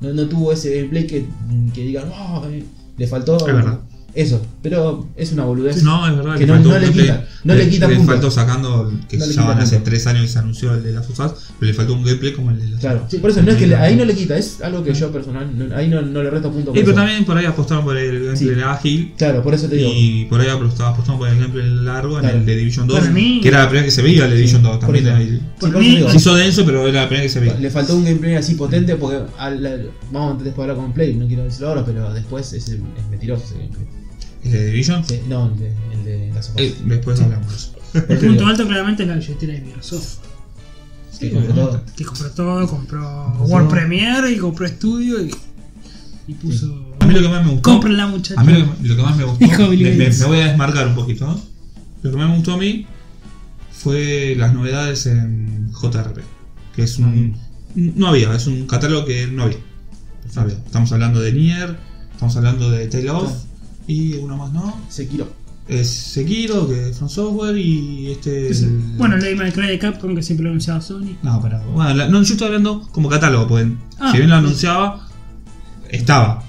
C: No, no tuvo ese gameplay que, que digan, "Ah, eh", le faltó
A: Es verdad.
C: eso. Pero es una boludez.
A: No, es verdad
C: Que
A: le
C: no-
A: faltó
C: no
A: un
C: le
A: gameplay.
C: quita- no le quita puntos.
A: faltó sacando, el que
C: No le
A: ya van
C: quita
A: hace
C: puntos.
A: tres años que se anunció el de las usas, pero le faltó un gameplay como el de las
C: Claro. Por eso no es que le- ahí no le quita, es algo que yo personal, no- ahí no, no le resto punto. por
A: Eh, pero
C: eso.
A: también por ahí apostaron por el gameplay
C: Sí.
A: de ágil.
C: Claro, por eso te digo.
A: Y por ahí apostamos por el gameplay largo en
C: Claro.
A: el de Division 2.
B: Para mí-
A: que era la primera que se veía el de
C: Sí,
A: Division 2
C: por
A: también.
C: eso.
A: ahí.
C: Sí, por
B: Para
C: eso
B: mí-
C: digo.
A: Se hizo denso, pero era la primera que se veía.
C: Le faltó un gameplay así potente porque al- al- vamos a después hablar con Play, no quiero decirlo ahora, pero después es, es mentiroso ese gameplay.
A: El de Division.
C: Sí, no, el de, el de las hojas.
A: Eh, después hablamos de eso.
B: El punto alto claramente es la billetera de Microsoft.
C: Sí, compró todo.
B: Que compró todo, compró
C: Compró
B: World
C: todo.
B: Premiere y compró estudio y, y puso...
A: A mí lo que más me gustó.
B: Cómprenla muchachos.
A: A mí lo que, lo que más me gustó.
B: Hijo de
A: me,
B: Bill
A: me-
B: Gates.
A: me voy a desmarcar un poquito. ¿no? Lo que más me gustó a mí fue las novedades en JRP. Que es un.
C: Mm.
A: No había, es un catálogo que no había. No había. Estamos hablando de Nier, estamos hablando de Tale of.
C: Claro.
A: Y uno más no.
C: Se quiló.
A: Es Sekiro, que es From Software. Y este.
B: Sí.
A: el-
B: Bueno, el May Cry de Capcom que siempre lo anunciaba Sony.
A: No, pará. Bueno, la- no, yo estoy hablando como catálogo, pues.
B: Ah.
A: si bien lo anunciaba, estaba.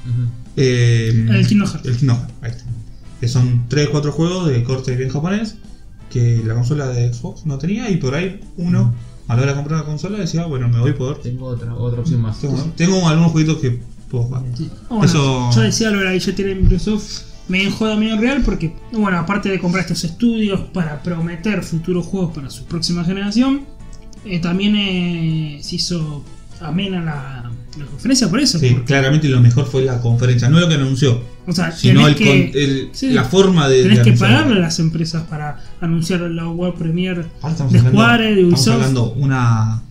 A: Eh,
B: El Kingdom Hearts.
A: El Kingdom Hearts, ahí está. Que son 3 4 juegos de corte bien japonés que la consola de Xbox no tenía y por ahí uno
B: Mm.
A: a la hora de comprar la consola decía, bueno, me voy por...
C: Tengo otra, otra opción más.
A: Tengo, tengo algunos jueguitos que puedo jugar.
B: Sí. Ah, bueno,
A: Eso-
B: Yo decía lo de la billetera de Microsoft me enjoda medio real porque, bueno, aparte de comprar estos estudios para prometer futuros juegos para su próxima generación, eh, también eh, se hizo amena la, la conferencia por eso.
A: Sí,
B: porque-
A: claramente lo mejor fue la conferencia, no lo que anunció,
B: o sea,
A: sino
B: tenés
A: el,
B: que,
A: con- el-
B: sí,
A: la forma de...
B: tenés
A: de
B: que
A: anunciarlo.
B: pagarle a las empresas para anunciar la web premier.
A: Aparte Estamos
B: de
A: hablando,
B: Square, de
A: estamos
B: Ubisoft.
A: hablando una,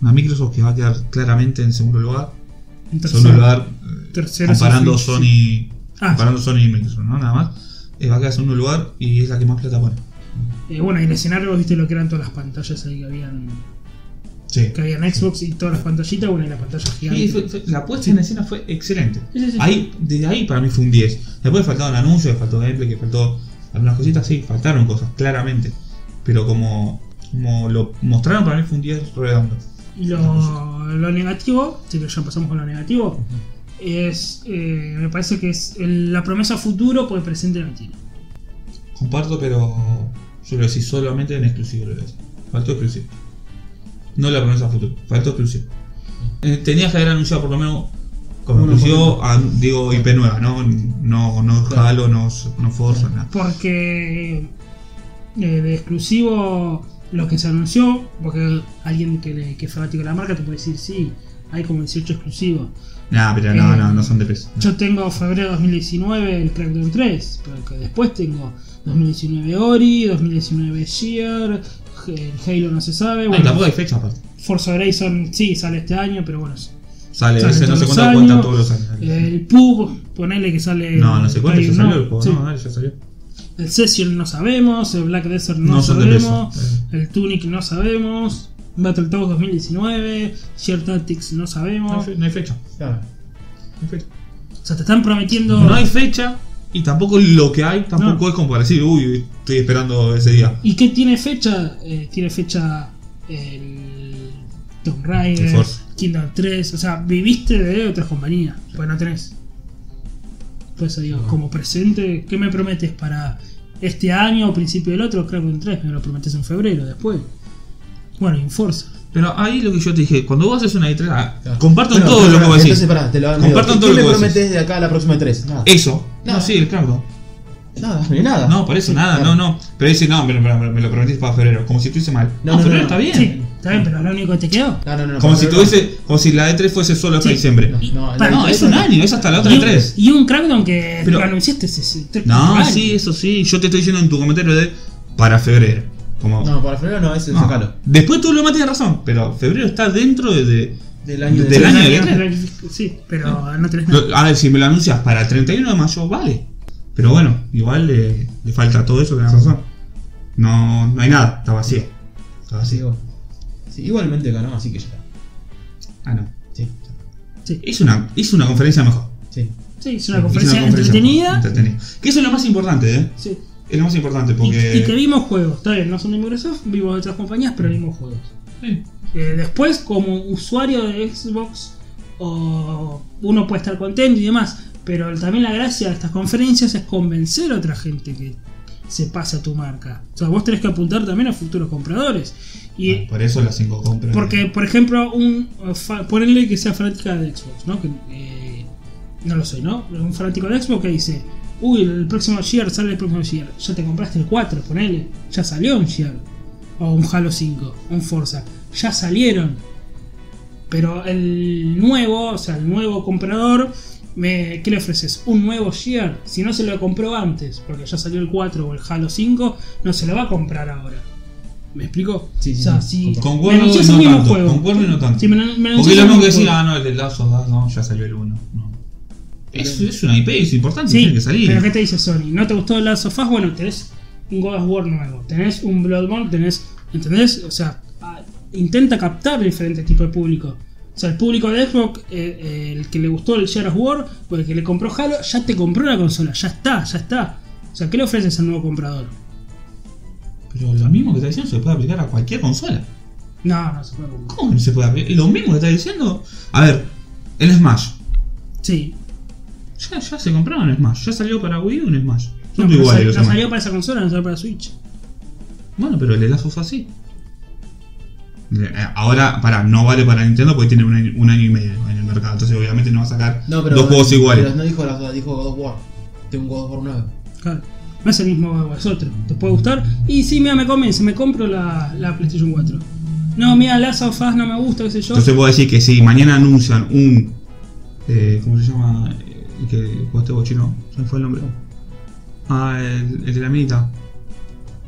A: una Microsoft que va a quedar claramente en segundo lugar.
B: en
A: Segundo
B: tercero.
A: lugar, eh,
B: tercero,
A: comparando
B: sí,
A: Sony,
B: Ah,
A: comparando Sony y Microsoft, ¿no? Nada más. Eh, va a quedar en segundo lugar y es la que más plata pone.
B: eh, bueno, y el escenario, vos viste lo que eran todas las pantallas ahí que habían,
A: Sí.
B: que habían Xbox y todas las pantallitas, bueno, y la pantalla gigante.
A: Y fue- fue- la puesta en escena fue excelente.
B: Sí, sí, sí.
A: Ahí, desde ahí para mí fue un 10. Después faltaron anuncios, faltó gameplay, que faltó algunas cositas, sí, faltaron cosas, claramente. Pero como, como lo mostraron para mí fue un 10 redondo.
B: Lo, lo negativo, si que ya pasamos con lo negativo, es. eh, me parece que es el- la promesa a futuro, pues el presente no tiene.
A: Comparto, pero yo lo decía solamente en exclusivo. Lo decía. Faltó exclusivo. No la promesa a futuro, faltó exclusivo. Eh, tenías que haber anunciado por lo menos como
C: Uno
A: exclusivo, a- digo IP nueva, ¿no? No, no
C: Claro.
A: Halo, no, no Forza, nada.
B: Porque. eh, de exclusivo, lo que se anunció, porque alguien que, le- que es fanático de la marca te puede decir, sí, hay como 18 exclusivos.
A: Nah, pero no,
B: Eh,
A: no, no son de peso.
B: Yo tengo febrero de 2019 el Crackdown 3, pero que después tengo 2019 Ori, 2019 Shear, el Halo no se sabe,
A: Ay,
B: bueno,
A: Ah, tampoco hay fecha aparte.
B: Forza Horizon sí sale este año, pero bueno, sí.
A: Sale,
B: Sale
A: ese no
B: todos
A: sé
B: los
A: cuánto cuentan
B: años.
A: todos los años.
B: El pub, ponele que sale.
A: no, no sé cuánto, ya
B: Play-
A: salió
B: no,
A: el juego.
B: sí.
A: eh, No, dale, ya salió.
B: El Session no sabemos, el Black Desert no,
A: No son de peso.
B: sabemos, el Tunic no sabemos, Battletoads 2019, Sheer Tactics no
A: No hay
B: sabemos.
A: fe- no hay fecha.
C: Claro.
A: No hay fecha.
B: O sea, te están prometiendo.
A: No hay fecha Y tampoco lo que hay tampoco es como para decir, uy, estoy esperando ese día.
B: ¿Y qué tiene fecha? Eh, tiene fecha el Tomb
A: El
B: Raider,
A: Forza.
B: Kingdom 3. O sea, viviste de otras compañías. Pues no tenés. Por eso digo, como presente, ¿qué me prometes para este año o principio del otro? Creo que un 3, me lo prometes en febrero, después. Bueno, y en Forza.
A: Pero ahí lo que yo te dije, cuando vos haces una E3, ah,
C: Claro.
A: compartan
C: Bueno,
A: todo
C: pará,
A: lo que vos decís.
C: Entonces, pará, te lo
A: Compartan todo
C: ¿Qué-
A: lo
C: ¿Qué
A: que
C: me
A: vos
C: prometes de acá a la próxima 3? Nada.
A: Eso.
C: Nada.
A: No, sí, el cargo.
C: Nada, ni nada.
A: No, por eso, nada,
C: claro.
A: no, no. Pero dice, no, me lo, me lo- me lo prometiste para febrero. Como si estuviese mal.
C: No,
A: No,
C: no,
A: febrero
C: no,
A: está
C: no.
A: bien.
B: Sí, está bien, pero lo único que te quedó.
C: No, no, no, no,
A: Como
C: pero-
A: si tuviese, como si la E3 fuese solo hasta
B: Sí.
A: diciembre.
C: No, no,
B: Para-
C: no,
A: No, es un año, es hasta la otra E
B: Y un,
A: E3.
B: y un Crackdown que
A: Pero-
B: lo anunciaste ese- ese- tres-
A: No,
B: cuatro
A: Ah, sí,
B: años.
A: eso sí. Yo te estoy diciendo en tu comentario de para febrero. Como,
C: No, para febrero no, ese
A: no.
C: sacalo.
A: Después tú lo demás tienes razón, pero febrero está dentro de. de-
C: Del año
A: Del año de
B: del
A: E3.
B: año fiscal, Sí, pero no tenés nada.
A: lo- a ver, si me lo anuncias para el 31 de mayo, vale. Pero bueno, igual eh, le falta todo eso, tenés razón. No, no hay nada, está vacío. Está
C: Así
A: vacío.
C: bueno. Ah, Sí, igualmente ganó, así que ya está.
A: Ah, no.
C: Sí,
B: Sí.
A: Es una, es una conferencia mejor.
C: sí.
B: Sí, es una conferencia entretenida.
A: entretenida. Que eso es lo más importante, ¿eh?
B: Sí.
A: Es lo más importante
B: Y,
A: porque.
B: y que vimos juegos, está bien, no son de Microsoft, vimos de otras compañías, pero vimos juegos.
A: Sí.
B: Eh, después, como usuario de Xbox, o uno puede estar contento y demás, pero también la gracia de estas conferencias es convencer a otra gente que se pase a tu marca. O sea, vos tenés que apuntar también a futuros compradores. Y,
A: Bueno, por eso las cinco compras.
B: Porque, por ejemplo, un eh, fa- ponerle que sea fanática de Xbox, ¿no? Que, eh, no lo soy, ¿no? Un fanático de Xbox que dice, uy, el próximo Gear sale el próximo Gear. Ya te compraste el 4, ponele. Ya salió un Gear. O un Halo 5, un Forza. Ya salieron. Pero el nuevo, o sea, el nuevo comprador, me, ¿qué le ofreces? Un nuevo Gear. Si no se lo compró antes, porque ya salió el 4 o el Halo 5, no se lo va a comprar ahora. ¿Me explico?
C: Sí, sí,
B: o sea,
C: sí.
B: si-
A: Con
B: me
A: Warner
B: anuncias
A: no
B: el mismo
A: tanto,
B: juego.
A: con Warner no tanto.
B: Sí, me, me anuncias
A: Porque es
B: el
A: lo mismo
B: mismo
A: que decir,
B: juego.
A: ah, no, el de Last of Us, no, ya salió el 1. No. Es, es una IP, es importante,
B: Sí,
A: tiene que salir.
B: pero ¿qué te dice Sony? ¿No te gustó el Last of Us? Bueno, tenés un God of War nuevo, tenés un Bloodborne, tenés... ¿Entendés? O sea, ah, intenta captar diferentes tipos de público. O sea, el público de Xbox, eh, eh, el que le gustó el Shadow of War o el que le compró Halo, ya te compró la consola, ya está, ya está. O sea, ¿qué le ofreces al nuevo comprador?
A: Pero lo mismo que está diciendo se puede aplicar a cualquier consola.
B: No, no se puede comprar.
A: ¿Cómo que no se puede aplicar? Lo mismo que está diciendo. A ver, el Smash.
B: Sí.
A: Ya, ya se compraron un Smash. Ya salió para Wii U un Smash.
B: No,
A: Son
B: pero
A: iguales
B: sal-
A: los
B: no
A: Smash.
B: salió para esa consola, no salió para Switch.
A: Bueno, pero el de Last of Us sí. Eh, Ahora, pará, no vale para Nintendo porque tiene un año, un año y medio en el mercado. Entonces, obviamente, no va a sacar
C: No, pero,
A: dos juegos iguales.
C: Pero no dijo las dos, dijo God of War. Tengo un God of War 9.
B: Claro. No es el mismo es otro. ¿Te puede gustar? Y sí, mira, me convence, me compro la, la PlayStation 4. No, mira, Last of Us no me gusta, qué sé yo.
A: Entonces puedo decir que si mañana anuncian un. Eh, ¿Cómo se llama? El que jugó este bochino. Se me fue el nombre. Ah, el, el de la minita.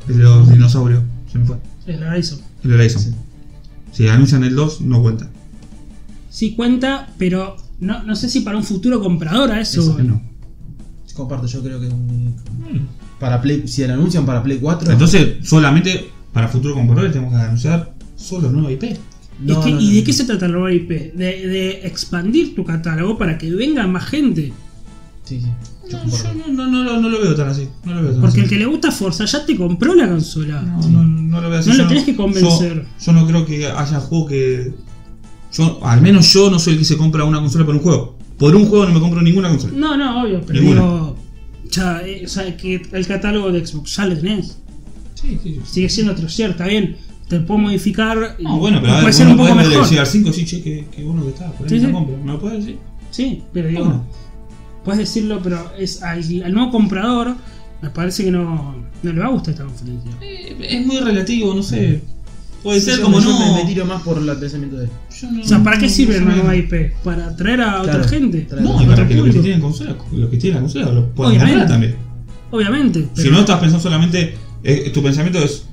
A: El de los dinosaurios. Se me fue.
B: El Horizon.
A: El Horizon. Si anuncian el 2, no cuenta.
B: Sí cuenta, pero no, no sé si para un futuro comprador a eso.
C: Eso,
A: Que No.
C: Comparto, yo creo que es un. Para Play, si lo anuncian para Play 4.
A: Mm. Entonces, solamente para futuro compradores tenemos que anunciar solo nueva IP.
B: Es
C: no,
B: que-
C: no,
B: ¿Y
C: no.
B: de qué se trata el robar IP? De, de expandir tu catálogo para que venga más gente.
C: Sí, sí. Yo
A: No,
C: comparto.
A: yo no, no, no, lo- no lo veo tan así. No lo veo tan
B: Porque el
A: así.
B: que le gusta Forza ya te compró la consola.
A: No, no, no lo veo así.
B: No
A: Yo
B: lo tenés que convencer.
A: Yo, yo no creo que haya juego que. Yo, al menos yo no soy el que se compra una consola por un juego. Por un juego no me compro ninguna consola.
B: No, no, obvio, pero
A: Ninguna.
B: digo. Ya, eh, o sea, que el catálogo de Xbox ya lo tenés.
A: Sí, sí.
B: sigue siendo otro share, está bien. Te puedo modificar. y
A: No, bueno, pero a
B: puede
A: ver,
B: ser
A: uno
B: un poco
A: puede
B: mejor.
A: decir al 5 sí, che, que, que bueno que está, por ahí
B: Sí,
A: me la
B: sí.
A: compro. ¿Me lo puedes decir?
B: Sí, pero digo,
A: Bueno.
B: puedes decirlo, pero es al, al nuevo comprador me parece que no, no le va a gustar esta conferencia.
A: Eh, es muy relativo, no sé. Puede
C: Sí,
A: ser
C: yo
A: Este como
C: me- yo
A: no.
C: Me, me tiro más por el pensamiento de.
A: Yo no-
B: O sea, ¿para qué
A: no-
B: sirve
A: no
B: una
A: sé.
B: nueva IP? ¿Para atraer a otra
C: Claro,
B: gente?
C: traer-
A: No, y
B: Otro
A: para que los que
B: público.
A: tienen consola, los que tienen la consola, los pueden
B: Obviamente.
A: comprar también.
B: Obviamente.
A: Si
B: pero-
A: no estás pensando solamente, eh, tu pensamiento es,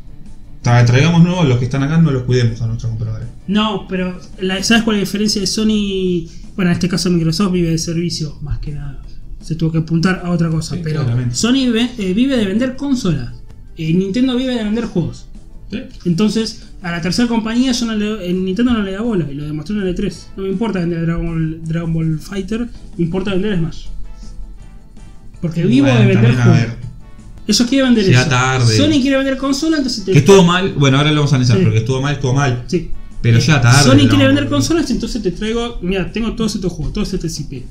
A: "Tra- traigamos nuevos, los que están acá no los cuidemos a nuestros compradores.
B: No, pero la- ¿sabes cuál es la diferencia de Sony? Bueno, en este caso Microsoft vive de servicios, más que nada. Se tuvo que apuntar a otra cosa.
A: Sí,
B: pero
A: claramente.
B: Sony ve- eh, vive de vender consolas. Eh, Nintendo vive de vender juegos.
A: ¿Sí?
B: Entonces, a la tercera compañía yo no le, el Nintendo no le da bola y lo demostró en el E E3. No me importa vender Dragon Ball, Dragon Ball Fighter, me importa vender Smash. Porque vivo
A: Bueno,
B: de vender
A: también, a
B: juegos.
A: ver,
B: Ellos quieren vender
A: Llega
B: eso.
A: tarde.
B: Sony quiere vender consola, entonces te.
A: Que estuvo mal, bueno, ahora lo vamos a analizar,
B: Sí.
A: porque estuvo mal, estuvo mal.
B: Sí.
A: Pero ya tarde.
B: Sony
A: ¿no?
B: quiere vender consolas, entonces te traigo. Mira, tengo todos estos juegos, todos estos IP.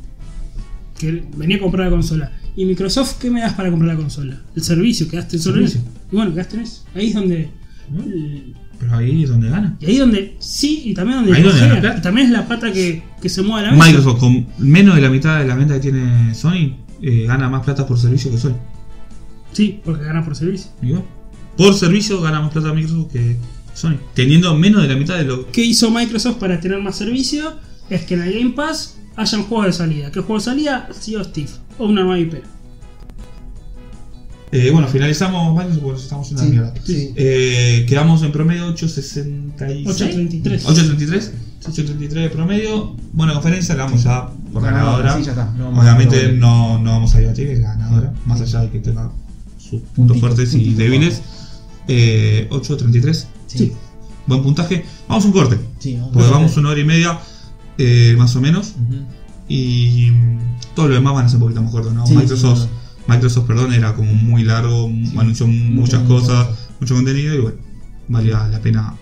B: Que venía a comprar la consola. ¿Y Microsoft qué me das para comprar la consola? El servicio, quedaste solo en eso. Y bueno, quedaste en eso. Ahí es donde. eh,
A: Pero ahí es donde gana.
B: Y ahí es donde. Sí, y también donde.
A: Ahí es donde
B: cojea.
A: gana plata.
B: Y también es la pata que, que se mueve a la mesa.
A: Microsoft, con menos de la mitad de la venta que tiene Sony, eh, gana más plata por servicio que Sony.
B: Sí, porque gana por servicio.
A: Igual. Por servicio gana más plata Microsoft que Sony. Teniendo menos de la mitad de lo.
B: ¿Qué hizo Microsoft para tener más servicio? Es que en el Game Pass hayan juegos de salida. ¿Qué juego de salida? Sea of Steve. O una nueva IP.
A: Eh, bueno, finalizamos Microsoft porque nos estamos en la
C: Sí,
A: mierda.
C: sí.
A: Eh, quedamos en promedio 8.66.
B: 833.
A: 8.33. 8.33 de promedio. Buena conferencia, la damos ya por
C: Ganadora,
A: ganadora.
C: sí, ya está. No vamos a
A: Obviamente
C: debatir.
A: no, no vamos a debatir, es ganadora. Más allá de que tenga sus puntos
C: Puntito,
A: fuertes y
C: puntito.
A: débiles. Eh, 8.33.
B: Sí.
A: Buen puntaje. Vamos a un corte.
C: Sí,
A: Porque Pues vamos una hora y media, eh, más o menos.
C: Ujú.
A: Y mm, todo lo demás van a ser un poquito más corto, ¿no?
C: Sí,
A: Microsoft,
C: sí,
A: Microsoft, perdón, era como muy largo, m-
C: Sí,
A: anunció
C: muchas,
A: muchas,
C: muchas
A: cosas,
C: cosas.
A: mucho contenido y bueno, valía la pena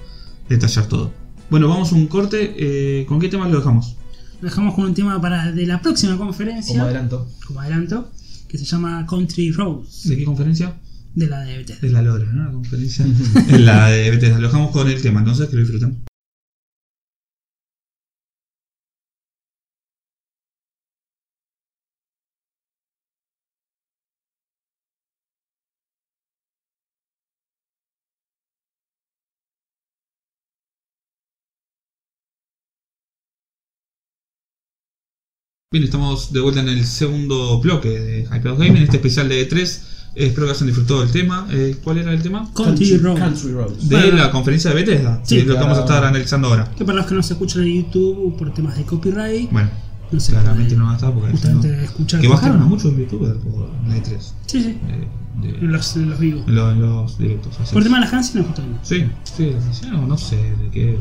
A: detallar todo. Bueno, vamos a un corte. eh, ¿Con qué temas lo dejamos?
B: Dejamos con un tema para de la próxima
C: Como
B: conferencia.
C: adelanto.
B: como adelanto, que se llama Country Roads,
A: ¿De qué conferencia?
B: de la de Bethesda.
A: De la Lora, ¿no? La conferencia. *laughs* en la de Bethesda. Lo dejamos con el tema, entonces que lo disfruten. Bien, estamos de vuelta en el segundo bloque de Hypeados Gaming, este especial de E3. Espero que hayan disfrutado del tema. Eh, ¿Cuál era el tema?
B: Country Roads.
C: Country Roads.
A: De
B: Bueno.
A: la conferencia de Bethesda,
B: Sí,
A: que es lo que
C: claro.
A: vamos a estar analizando ahora.
B: Que para los que no se escuchan en YouTube por temas de copyright,
A: Bueno,
B: no se
A: claramente
B: puede
A: no va a estar porque
B: justamente
A: no-
B: escuchar.
A: Que
B: los
A: bajaron a
B: temas.
A: muchos youtubers por la E3.
B: Sí, sí,
A: eh, de-
B: los, los vivos.
A: lo- en los directos. así
B: Por
A: es.
B: temas de las canciones, justamente.
A: Sí, sí, la cancelaron, no sé de qué.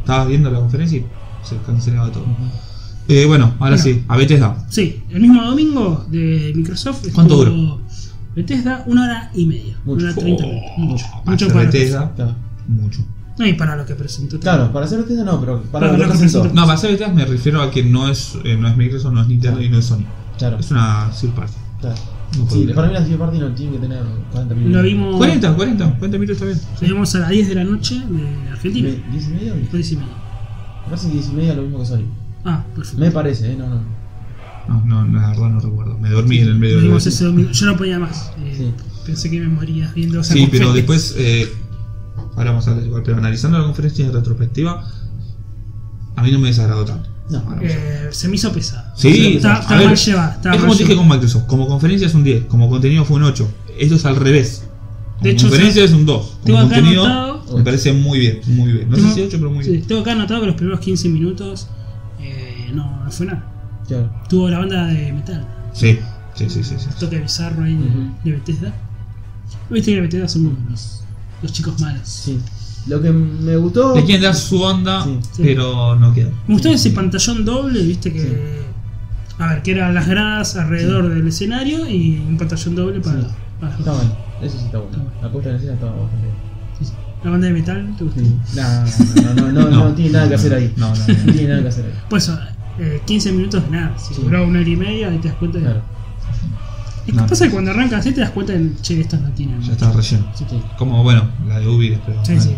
A: Estaba viendo la conferencia y se cancelaba todo. Eh, bueno, ahora
B: Bueno.
A: sí, a Bethesda.
B: Sí, el mismo domingo de Microsoft.
A: ¿Cuánto
B: estuvo Bethesda, una hora y media.
C: Mucho.
B: Una hora treinta
A: Oh,
B: minutos. Mucho.
A: para
B: Mucho
A: ser
B: para
A: Bethesda,
C: Claro.
A: mucho.
B: No, y para lo que presentó.
C: Claro, para hacer Bethesda no, pero para,
B: Para
C: lo que
B: lo que
C: presentó.
B: presentó.
A: No, para ser Bethesda me refiero a que no es, eh, no es Microsoft, no es Nintendo y no es Sony.
C: Claro,
A: Es una third party.
C: claro.
A: No puedo
C: Sí,
A: creer.
C: para mí la Silla Party no tiene que tener 40 minutos.
B: Lo vimos,
A: 40, 40, 40 minutos está bien.
B: lo vimos a las 10 de la noche de Argentina.
C: Me- ¿Diez y media? o
B: Fue
C: diez?
B: 10 y media.
C: Me parece que 10 y media es lo mismo que Sony.
B: Ah, perfecto.
C: Me parece, eh, no, no.
A: No, no, la verdad no recuerdo. Me dormí en el medio del
B: Vimos ese domingo. Yo no podía más. eh,
C: Sí.
B: Pensé que me moría viendo esa
A: Sí, pero
B: conferencia.
A: después. Eh, ahora vamos a ver igual, pero analizando la conferencia en retrospectiva, a mí no me desagradó tanto.
C: No,
A: Ahora vamos a ver.
B: Eh, se me hizo pesado.
A: Sí,
B: está, está
A: a ver,
B: mal llevada. está
A: es
B: mal
A: como dije con
B: llevada.
A: Microsoft, como conferencia es un 10, como contenido fue un 8. Esto es al revés. Como
B: De hecho,
A: conferencia es un 2. Como
B: tengo acá
A: contenido
B: anotado-
A: me parece muy bien, muy bien. No
B: Tengo-
A: sé si 8, pero muy
B: Sí,
A: bien.
B: tengo acá anotado que los primeros 15 minutos eh, no, no fue nada.
C: Claro.
B: Tuvo la banda de metal.
A: Sí, sí, sí, sí. sí.
B: Un toque bizarro ahí de,
C: Ujú.
B: de Bethesda. Viste que Bethesda son como los, los chicos malos.
C: Sí. Lo que me gustó.
A: Le quieren dar su onda,
C: Sí,
B: sí.
A: pero no queda.
B: Me gustó ese pantallón doble, viste que. A ver, que eran las gradas alrededor del escenario y un pantallón doble para,
C: Sí.
B: para las
C: Está
B: dos.
C: bueno. Eso sí está bueno.
B: Está bueno.
C: La puesta en escena está bastante bien.
B: Sí, sí. La banda de metal, ¿te gustó?
C: Sí. No, no, no,
A: *laughs*
C: no, no, no tiene nada que hacer ahí.
A: No, no,
C: No
A: no.
C: tiene nada que hacer ahí.
B: Pues eh, 15 minutos de nada. Si
C: Sí.
B: duraba una hora y media, ahí te das cuenta. De...
C: Claro.
B: Es que
A: No.
B: pasa que cuando arrancas así te das cuenta de che, esto no tiene.
A: ya está relleno.
C: Sí, sí.
A: Como bueno, la de Ubi después.
B: Sí, sí.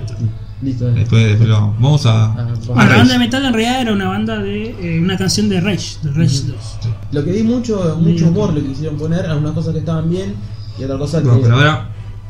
C: Listo. eh.
A: Después, después lo vamos. Vamos a.
C: Ah, vamos.
B: Bueno, la
A: Rage.
B: banda de metal en realidad era una banda de. eh, una canción de Rage, de Rage 2.
C: Lo que vi mucho, mucho humor lo que quisieron poner, algunas cosas que estaban bien y otras cosas que.
A: Bueno, pero ahora,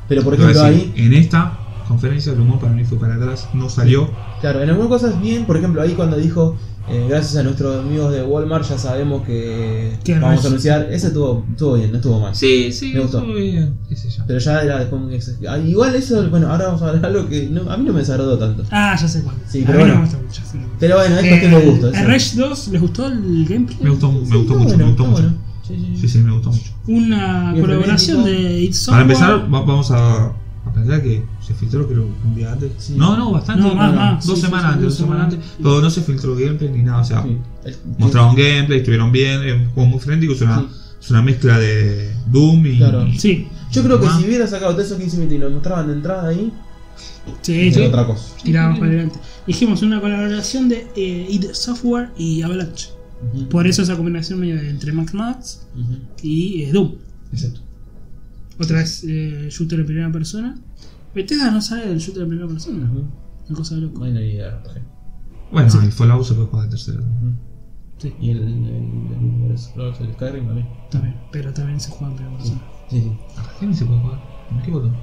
C: Pero por
A: te voy a
C: ejemplo
A: decir,
C: ahí,
A: en esta conferencia el humor para mí fue para atrás, no salió.
C: claro, en algunas cosas bien, por ejemplo ahí cuando dijo, eh, gracias a nuestros amigos de Walmart ya sabemos que
B: Que no
C: vamos
B: es-
C: a anunciar, ese estuvo, estuvo bien, no estuvo mal.
A: Sí, sí,
C: Me gustó.
A: estuvo bien. qué sé yo.
C: Pero ya era después muy ex- ah, Igual eso, bueno, ahora vamos a hablar algo que no- a mí no me desagradó tanto.
B: Ah, ya sé cuál.
C: Sí,
B: A
C: pero
B: mí no
C: bueno.
B: me gusta mucho. sí, no.
C: Pero bueno, es
B: Eh,
C: cuestión de gusto.
B: ¿A
C: eso.
B: Rage 2 les gustó el gameplay?
A: Me gustó,
C: Sí,
A: me gustó
C: está
A: mucho,
C: bueno,
A: me gustó
C: está
A: mucho.
C: bueno. Sí, sí, sí.
A: Sí, sí, me gustó mucho.
B: Una
C: Bien,
B: colaboración
C: frenético.
B: de It
A: para
B: Software.
A: empezar, va- vamos a, a pensar que se filtró creo un día antes.
C: Sí.
A: No, no, bastante.
B: No, más, más.
A: Dos
B: Sí,
A: semanas
B: sí, sí,
A: antes,
B: dos
A: dos semanas
B: semanas
A: antes.
B: antes.
A: Pero no se filtró gameplay ni nada, o sea,
C: Sí. El-
A: mostraron gameplay, estuvieron bien, es un juego muy frenético, es una
C: Sí.
A: Es una mezcla de Doom y.
C: Claro.
B: Sí,
C: Yo creo que
A: Ah.
C: si hubiera sacado de esos 15 minutos y lo mostraban de entrada ahí,
B: sí,
C: era
B: sí.
C: otra cosa.
B: Tirábamos para adelante. Dijimos una colaboración de eh, id Software y Avalanche.
C: Ujú.
B: Por eso esa combinación medio de entre Max Max
C: Ujú.
B: y eh, Doom.
C: Exacto.
B: Otra vez eh, shooter en primera persona. Bethesda no sale del shooter en primera persona.
C: Ujú.
B: Una cosa de loco.
C: No hay nadie de RPG.
A: Bueno, el Fallout se puede jugar de tercero.
B: Sí,
C: Y el, el, el, el Explorer, el Skyrim también.
B: también. Pero también se juega en primera persona.
C: Sí, sí.
A: ¿Qué se puede jugar? ¿Con qué botón?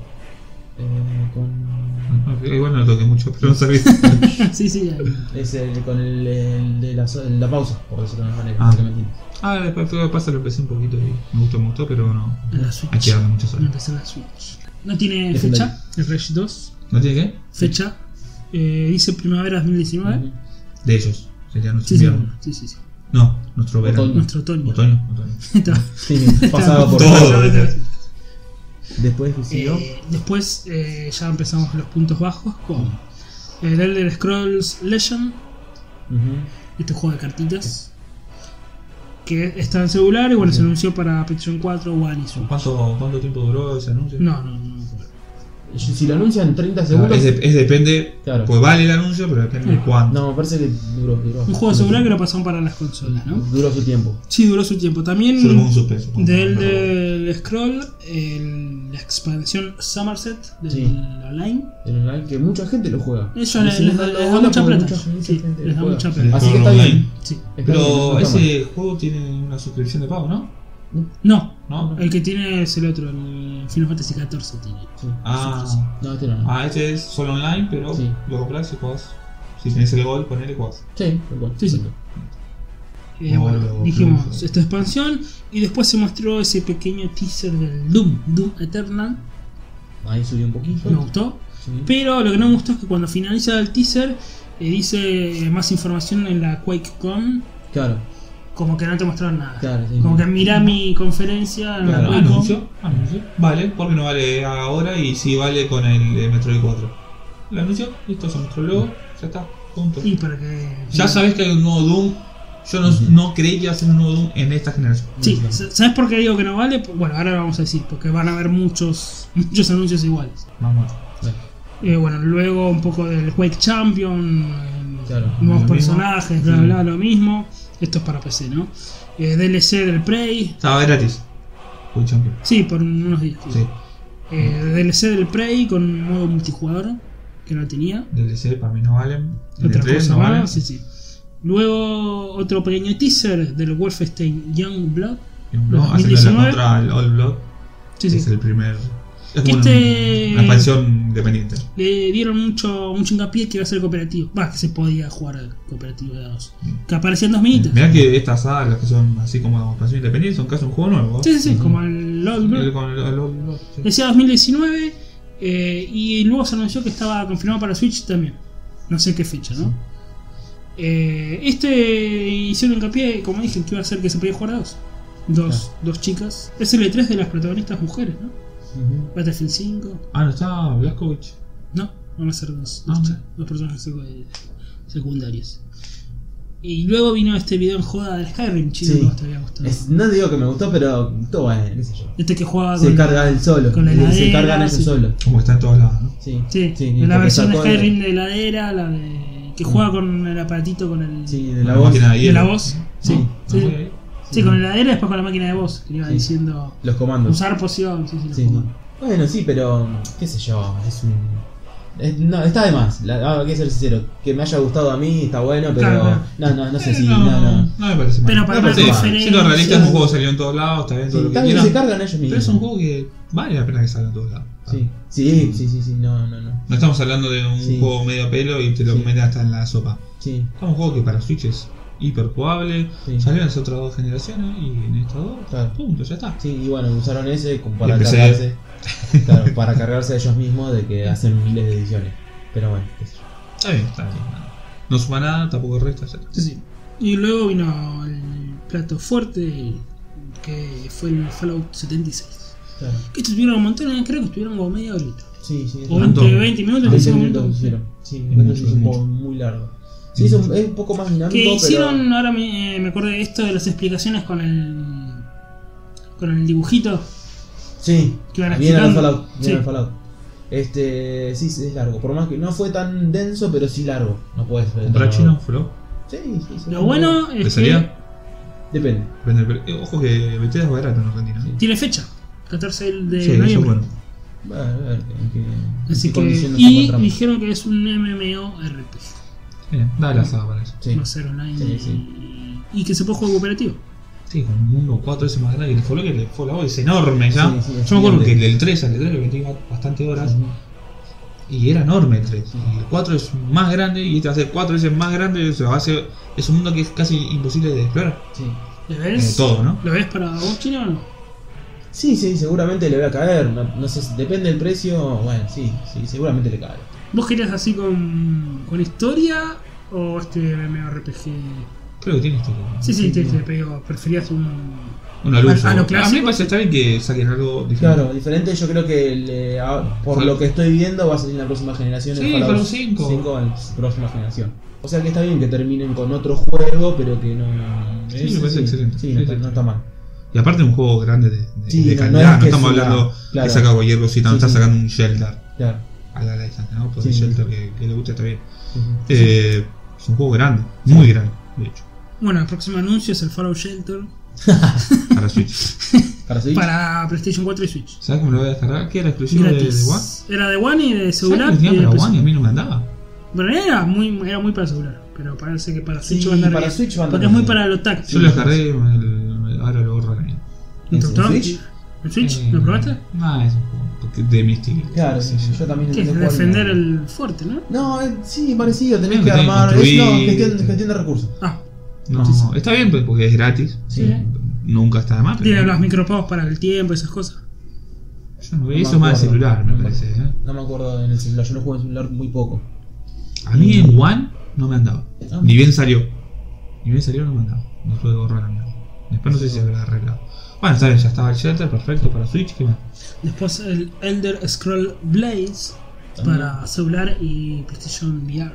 C: Eh, con.
A: Ah, ok, Igual no lo toqué mucho, pero no
C: *laughs*
A: sabía.
B: *laughs* sí, sí. ahí.
C: Es el, con el, el de la, so- la pausa, por decirlo de una manera.
A: Ah.
C: básicamente.
A: ah, después todo pasa, lo empecé un poquito y me gustó, me gustó, pero no.
B: En la
A: Hay que
B: Switch.
A: darle muchas
B: No
A: horas.
B: empezó la Switch. No tiene
C: Legendario.
B: fecha. El Rage 2.
A: ¿No tiene qué?
B: Fecha. Eh, dice primavera 2019.
C: Ujú.
A: De ellos. Sería nuestro
B: Sí, sí,
A: invierno.
B: sí, sí, sí.
A: No, nuestro verano.
C: Otoño.
B: Nuestro otoño.
A: Otoño. otoño.
B: *laughs* Está.
C: Sí, pasado por
A: Todo.
C: Después siguió.
B: Eh, después eh, ya empezamos los puntos bajos con el Elder Scrolls Legend,
C: Ujú.
B: este juego de cartitas, que está en celular y bueno, se anunció para PlayStation 4, One y Switch.
A: ¿Cuánto, ¿Cuánto tiempo duró ese anuncio?
B: No, no, no. me acuerdo.
C: Si lo anuncian 30
A: Ah,
C: segundos.
A: es, de- es depende,
C: Claro.
A: pues vale el anuncio, pero depende de cuánto.
C: No, me parece que duró. duró
B: Un juego de celular que lo pasaron para las consolas, ¿no?
C: Duró su tiempo.
B: Sí, duró su tiempo. También
A: Yo le pongo un suspenso. pongo un
B: del,
A: suspenso.
B: del Scroll, el- la expansión Somerset del
C: Sí.
B: online.
C: El online que mucha gente lo juega.
B: Eso
C: Y
B: les,
C: si
B: les
C: no
B: da,
C: lo
B: les da
C: juega,
B: mucha
C: porque
B: plata.
C: mucha- mucha
B: Sí,
C: gente
B: les
C: lo
B: da
C: juega.
B: mucha
A: El
B: plata.
C: Así que
A: juego
C: está
A: online.
C: bien.
B: Sí.
C: Está bien,
A: Pero
C: no está mal.
A: ese juego tiene una suscripción de pago, ¿no?
B: No,
A: No, no.
B: El que tiene es el otro, el Final Fantasy XIV tiene.
C: Sí.
A: Ah,
C: No, este no. no.
A: ah, este es solo online, pero
C: Sí.
A: lo compras y jugás. Si tenés el gol, ponele y jugás.
C: Sí, tal cual.
B: Sí, sí.
C: Exacto.
B: Eh,
C: Ah,
A: No,
B: bueno,
A: no,
B: dijimos
A: no, no.
B: esta expansión y después se mostró ese pequeño teaser del Doom, Doom Eternal.
C: Ahí subió un poquito.
B: Me gustó.
C: Sí.
B: Pero lo que no me gustó es que cuando finaliza el teaser eh, dice eh, más información en la QuakeCon,
C: Claro,
B: como que no te mostraron nada.
C: Claro, sí.
B: Como que mirá mi conferencia en
A: Claro,
B: la QuakeCon.
A: anuncio, anuncio. Vale, porque no vale ahora y si vale con el eh, Metroid 4. El anuncio, listo, se mostró luego, ya está, punto.
B: Y para que.
A: Ya sabes que hay un nuevo Doom. Yo no, no creía hacer un nuevo Doom en esta generación.
B: Sí, sa- ¿sabes por qué digo que no vale? Pues, Bueno, ahora lo vamos a decir, porque van a haber muchos, *laughs* muchos anuncios iguales.
A: Vamos.
B: Eh, bueno, luego un poco del Quake Champion, eh,
C: Claro,
B: nuevos
A: lo
B: personajes, bla,
A: Sí.
B: bla, lo mismo. Esto es para PC, ¿no? Eh, DLC del Prey,
A: Estaba gratis. Fue champion.
B: sí, por unos días.
A: Sí.
B: Eh, DLC del Prey con un modo multijugador que no tenía.
A: DLC para mí no valen. El de
B: Otra
A: tres
B: cosa
A: no
B: más,
A: valen.
B: sí, sí. Luego otro pequeño teaser del Wolfenstein Young Blood.
A: No, haciendo la
B: 2019.
A: contra al All Blood.
B: Sí,
A: que
B: sí.
A: Es el primer. Es como
B: Este-
A: una, una expansión dependiente.
B: le dieron mucho, mucho hincapié que iba a ser cooperativo. Va, que se podía jugar cooperativo de a dos. Que aparecían dos minitas.
A: Mirá que estas sagas, las que son así como expansión independiente, son casi un juego nuevo. ¿eh?
B: Sí, sí, sí, como el LOL. ¿no?
A: El- con el, el All Blood. sí.
B: Decía 2019 eh, y luego se anunció que estaba confirmado para Switch también. No sé qué fecha, ¿no? Eh, este hicieron hincapié, como dije, que iba a ser que se podía jugar a dos. Dos, dos chicas. Es el E3 de las protagonistas mujeres, ¿no?
C: Ujú.
B: Battlefield 5.
A: Ah, no está Blaskovich.
B: No, van a ser dos,
A: Ah,
B: dos,
A: mira.
B: dos personajes secu- eh, secundarios. Y luego vino este video en joda del Skyrim, chido,
C: Sí.
B: que vos te había gustado.
C: Es- no digo que me gustó, pero todo bueno, qué sé yo.
B: Este que jugaba
C: Se carga él solo.
B: con la
C: y se
B: heladera,
C: cargan ellos
B: sí.
C: solo.
A: Como está en todos lados, ¿no?
C: Sí,
B: Sí,
C: sí,
B: la
C: porque
B: versión de
C: sacó el-
B: Skyrim de heladera, la de. que juega con el aparatito con el.
C: Mm. Sí, de
A: Una
C: la voz.
A: máquina de
B: de la
A: hielo.
B: voz.
C: Sí.
B: Sí, sí,
A: Ah,
B: sí.
A: ok.
B: Sí, con la heladera y después con la máquina de voz, que le iba
C: Sí.
B: diciendo.
C: Los comandos.
B: usar poción, sí, sí, los
C: Sí, sí.
B: comandos.
C: Bueno, sí, pero qué sé yo, es un... es- no, está de más, la, ah, hay que ser sincero, que me haya gustado a mí está bueno, pero
B: Claro.
C: no, no, no sé
A: Eh,
C: si,
A: no,
C: no, no.
A: no me parece mal.
B: Pero para
A: No,
B: una
A: sí,
B: conferencia-
A: Siendo realista, es un juego que salió en todos lados, está bien todo
C: Sí,
A: lo que
C: está bien, se
A: quieran.
C: cargan ellos mismos.
A: Pero es un juego que vale la pena que salga en todos lados.
C: Sí, sí, sí, sí, sí, no, no, no.
A: No estamos hablando de un
C: Sí.
A: juego medio a pelo y te lo
C: Sí.
A: metes hasta en la sopa.
C: Sí,
A: Es un juego que para Switch es hiper jugable.
C: Sí.
A: Salió en las otras dos generaciones y en estas dos,
C: Claro.
A: punto, ya está.
C: sí, y bueno, usaron ese como para
A: Y empecé.
C: cargarse. Claro, para cargarse ellos mismos de que hacen miles de ediciones. Pero bueno, qué sé yo.
A: Está bien, está bien. nada. No suma nada, tampoco resta, ya está.
B: Sí, sí. Y luego vino el plato fuerte, que fue el Fallout 76.
C: Claro.
B: Que estuvieron un montón, eh, creo que estuvieron como media horita.
C: Sí, sí, es
B: O
C: un-
A: ¿Cuánto?
B: 20, 20 minutos,
C: 20
B: 25
C: minutos
B: minutos.
C: hicieron. Sí, entonces
A: mucho,
C: es un
A: mucho.
C: juego muy largo. Sí, es un, es un poco más dinámico,
B: Que
C: pero...
B: hicieron, ahora me, eh, me acordé de esto de las explicaciones con el. con el dibujito.
C: Sí,
B: Que van
C: viene al
B: explicando.
C: Fallout. viene
B: Sí.
C: al Fallout. Este, sí, sí, es largo. Por más que no fue tan denso, pero sí largo. No puedes ver.
A: ¿Comprar
C: todo.
A: chino? ¿Flow?
C: Sí, sí, sí.
B: Lo bueno
A: ¿Le
B: es que
A: salía?
C: Depende.
A: Vende el- eh, Ojo que Bethesda es barato en Argentina. ¿eh?
B: tiene fecha, 14 de
A: Sí, eso es
B: noviembre.
A: bueno.
C: Va a ver en qué, en
B: Así
C: qué
B: que,
C: condiciones nos
B: y
C: encontramos.
B: dijeron que es un MMORPG,
A: Bien, Eh, da la saga para eso.
C: Sí.
B: no ser online
C: Sí,
B: y- Y, que se puede jugar cooperativo.
A: Sí, con un mundo cuatro veces más grande que el Fallout, que el Fallout es enorme ya.
C: Sí, sí, es
A: Yo me acuerdo que
C: gigante.
A: el del 3 al 3 le metí ba- bastante horas
C: Ujú.
A: y era enorme el 3. Y el 4 es más grande y este va a ser cuatro veces más grande. o sea, va a ser- es un mundo que es casi imposible de explorar.
C: Sí.
B: ¿Lo
A: Eh,
B: ves?
A: todo, ¿no?
B: ¿Lo ves para vos, chino o no?
C: sí, sí, seguramente le va a caer. No, no sé, si- depende del precio. Bueno, sí, sí, seguramente le cae.
B: ¿Vos querías así con, con historia o este MMORPG?
A: Creo que tiene esto. ¿no?
B: Sí, sí, te, te pego. Preferías un.
A: Una luz.
B: A- a
A: ¿no?
B: lo
A: a mí
B: clásico,
A: me parece está bien que saquen algo diferente.
C: Claro, diferente. Yo creo que le- a- por
A: Fal-
C: lo que estoy viendo va a salir en la próxima generación.
A: Sí,
C: Fallout
A: Fallout 5.
C: en la próxima generación. O sea que está bien que terminen con otro juego, pero que no.
A: Sí, me parece excelente.
C: Sí,
A: Sí,
C: no,
A: sí,
C: está,
A: sí.
C: no está mal.
A: Y aparte un juego grande de, de-
C: Sí,
A: de
C: no- no
A: calidad,
C: es
A: no,
C: que
A: estamos
C: es una-
A: hablando
C: claro.
A: que saca cualquier cosita, no
C: Sí,
A: está
C: sí.
A: sacando un shelter
C: Claro.
A: a la distancia, ¿no? Porque
C: Sí, sí.
A: el shelter que, que le gusta está bien.
C: Sí, sí.
A: Eh, es un juego grande, muy grande, de hecho,
B: Bueno, el próximo anuncio es el Fallout Shelter
A: para Switch.
C: Para Switch.
B: para PlayStation 4 y Switch.
A: ¿Sabes cómo lo voy a descargar? Que era exclusivo de, de One.
B: Gratis. Era de One y de
A: ¿Sabés que
B: celular.
A: lo
B: Y
A: tenía
B: de
A: para
B: PC.
C: ¿eh?
A: One y a mí no me andaba?
B: Pero era muy, era muy para celular. Pero parece que para
C: Sí,
B: Switch va a andar
C: para
B: bien.
C: Switch va a andar
B: Porque es muy
C: bien.
B: para los táctiles.
A: Yo lo descargué, el- ahora lo borro también. Eh,
B: ¿No te
C: ¿En
B: gustó?
C: Switch?
B: ¿El Switch? ¿Lo probaste?
A: No, es un juego porque- de mi estilo.
C: Claro,
A: Sí, sí.
C: yo también
B: Que es
C: intenté jugar
B: defender
C: y-
B: el fuerte, ¿no?
C: No, eh, sí, parecido, tenés
A: Tenés
C: que
A: que
C: armar. Es
A: construir,
C: no, gestión,
A: tenés-
C: gestión de recursos.
B: Ah,
A: No, está bien pues, porque es gratis.
B: sí. eh.
A: Nunca está de más. pero-
B: Tiene los micropagos para el tiempo, esas cosas.
A: Yo no,
C: me
A: eso es más de
C: acuerdo.
A: celular,
C: No
A: me
C: me
A: parece. ¿eh?
C: No me acuerdo en el celular, yo lo juego en el celular muy poco.
A: A mí en One no me andaba.
C: Ah.
A: Ni bien salió. Ni bien salió no me andaba. No pude borrar a mí. Después no sé si habrá arreglado. Bueno, está bien, ya estaba el shelter, perfecto para Switch, ¿qué más?
B: Después el Elder Scroll Blaze para celular y PlayStation VR.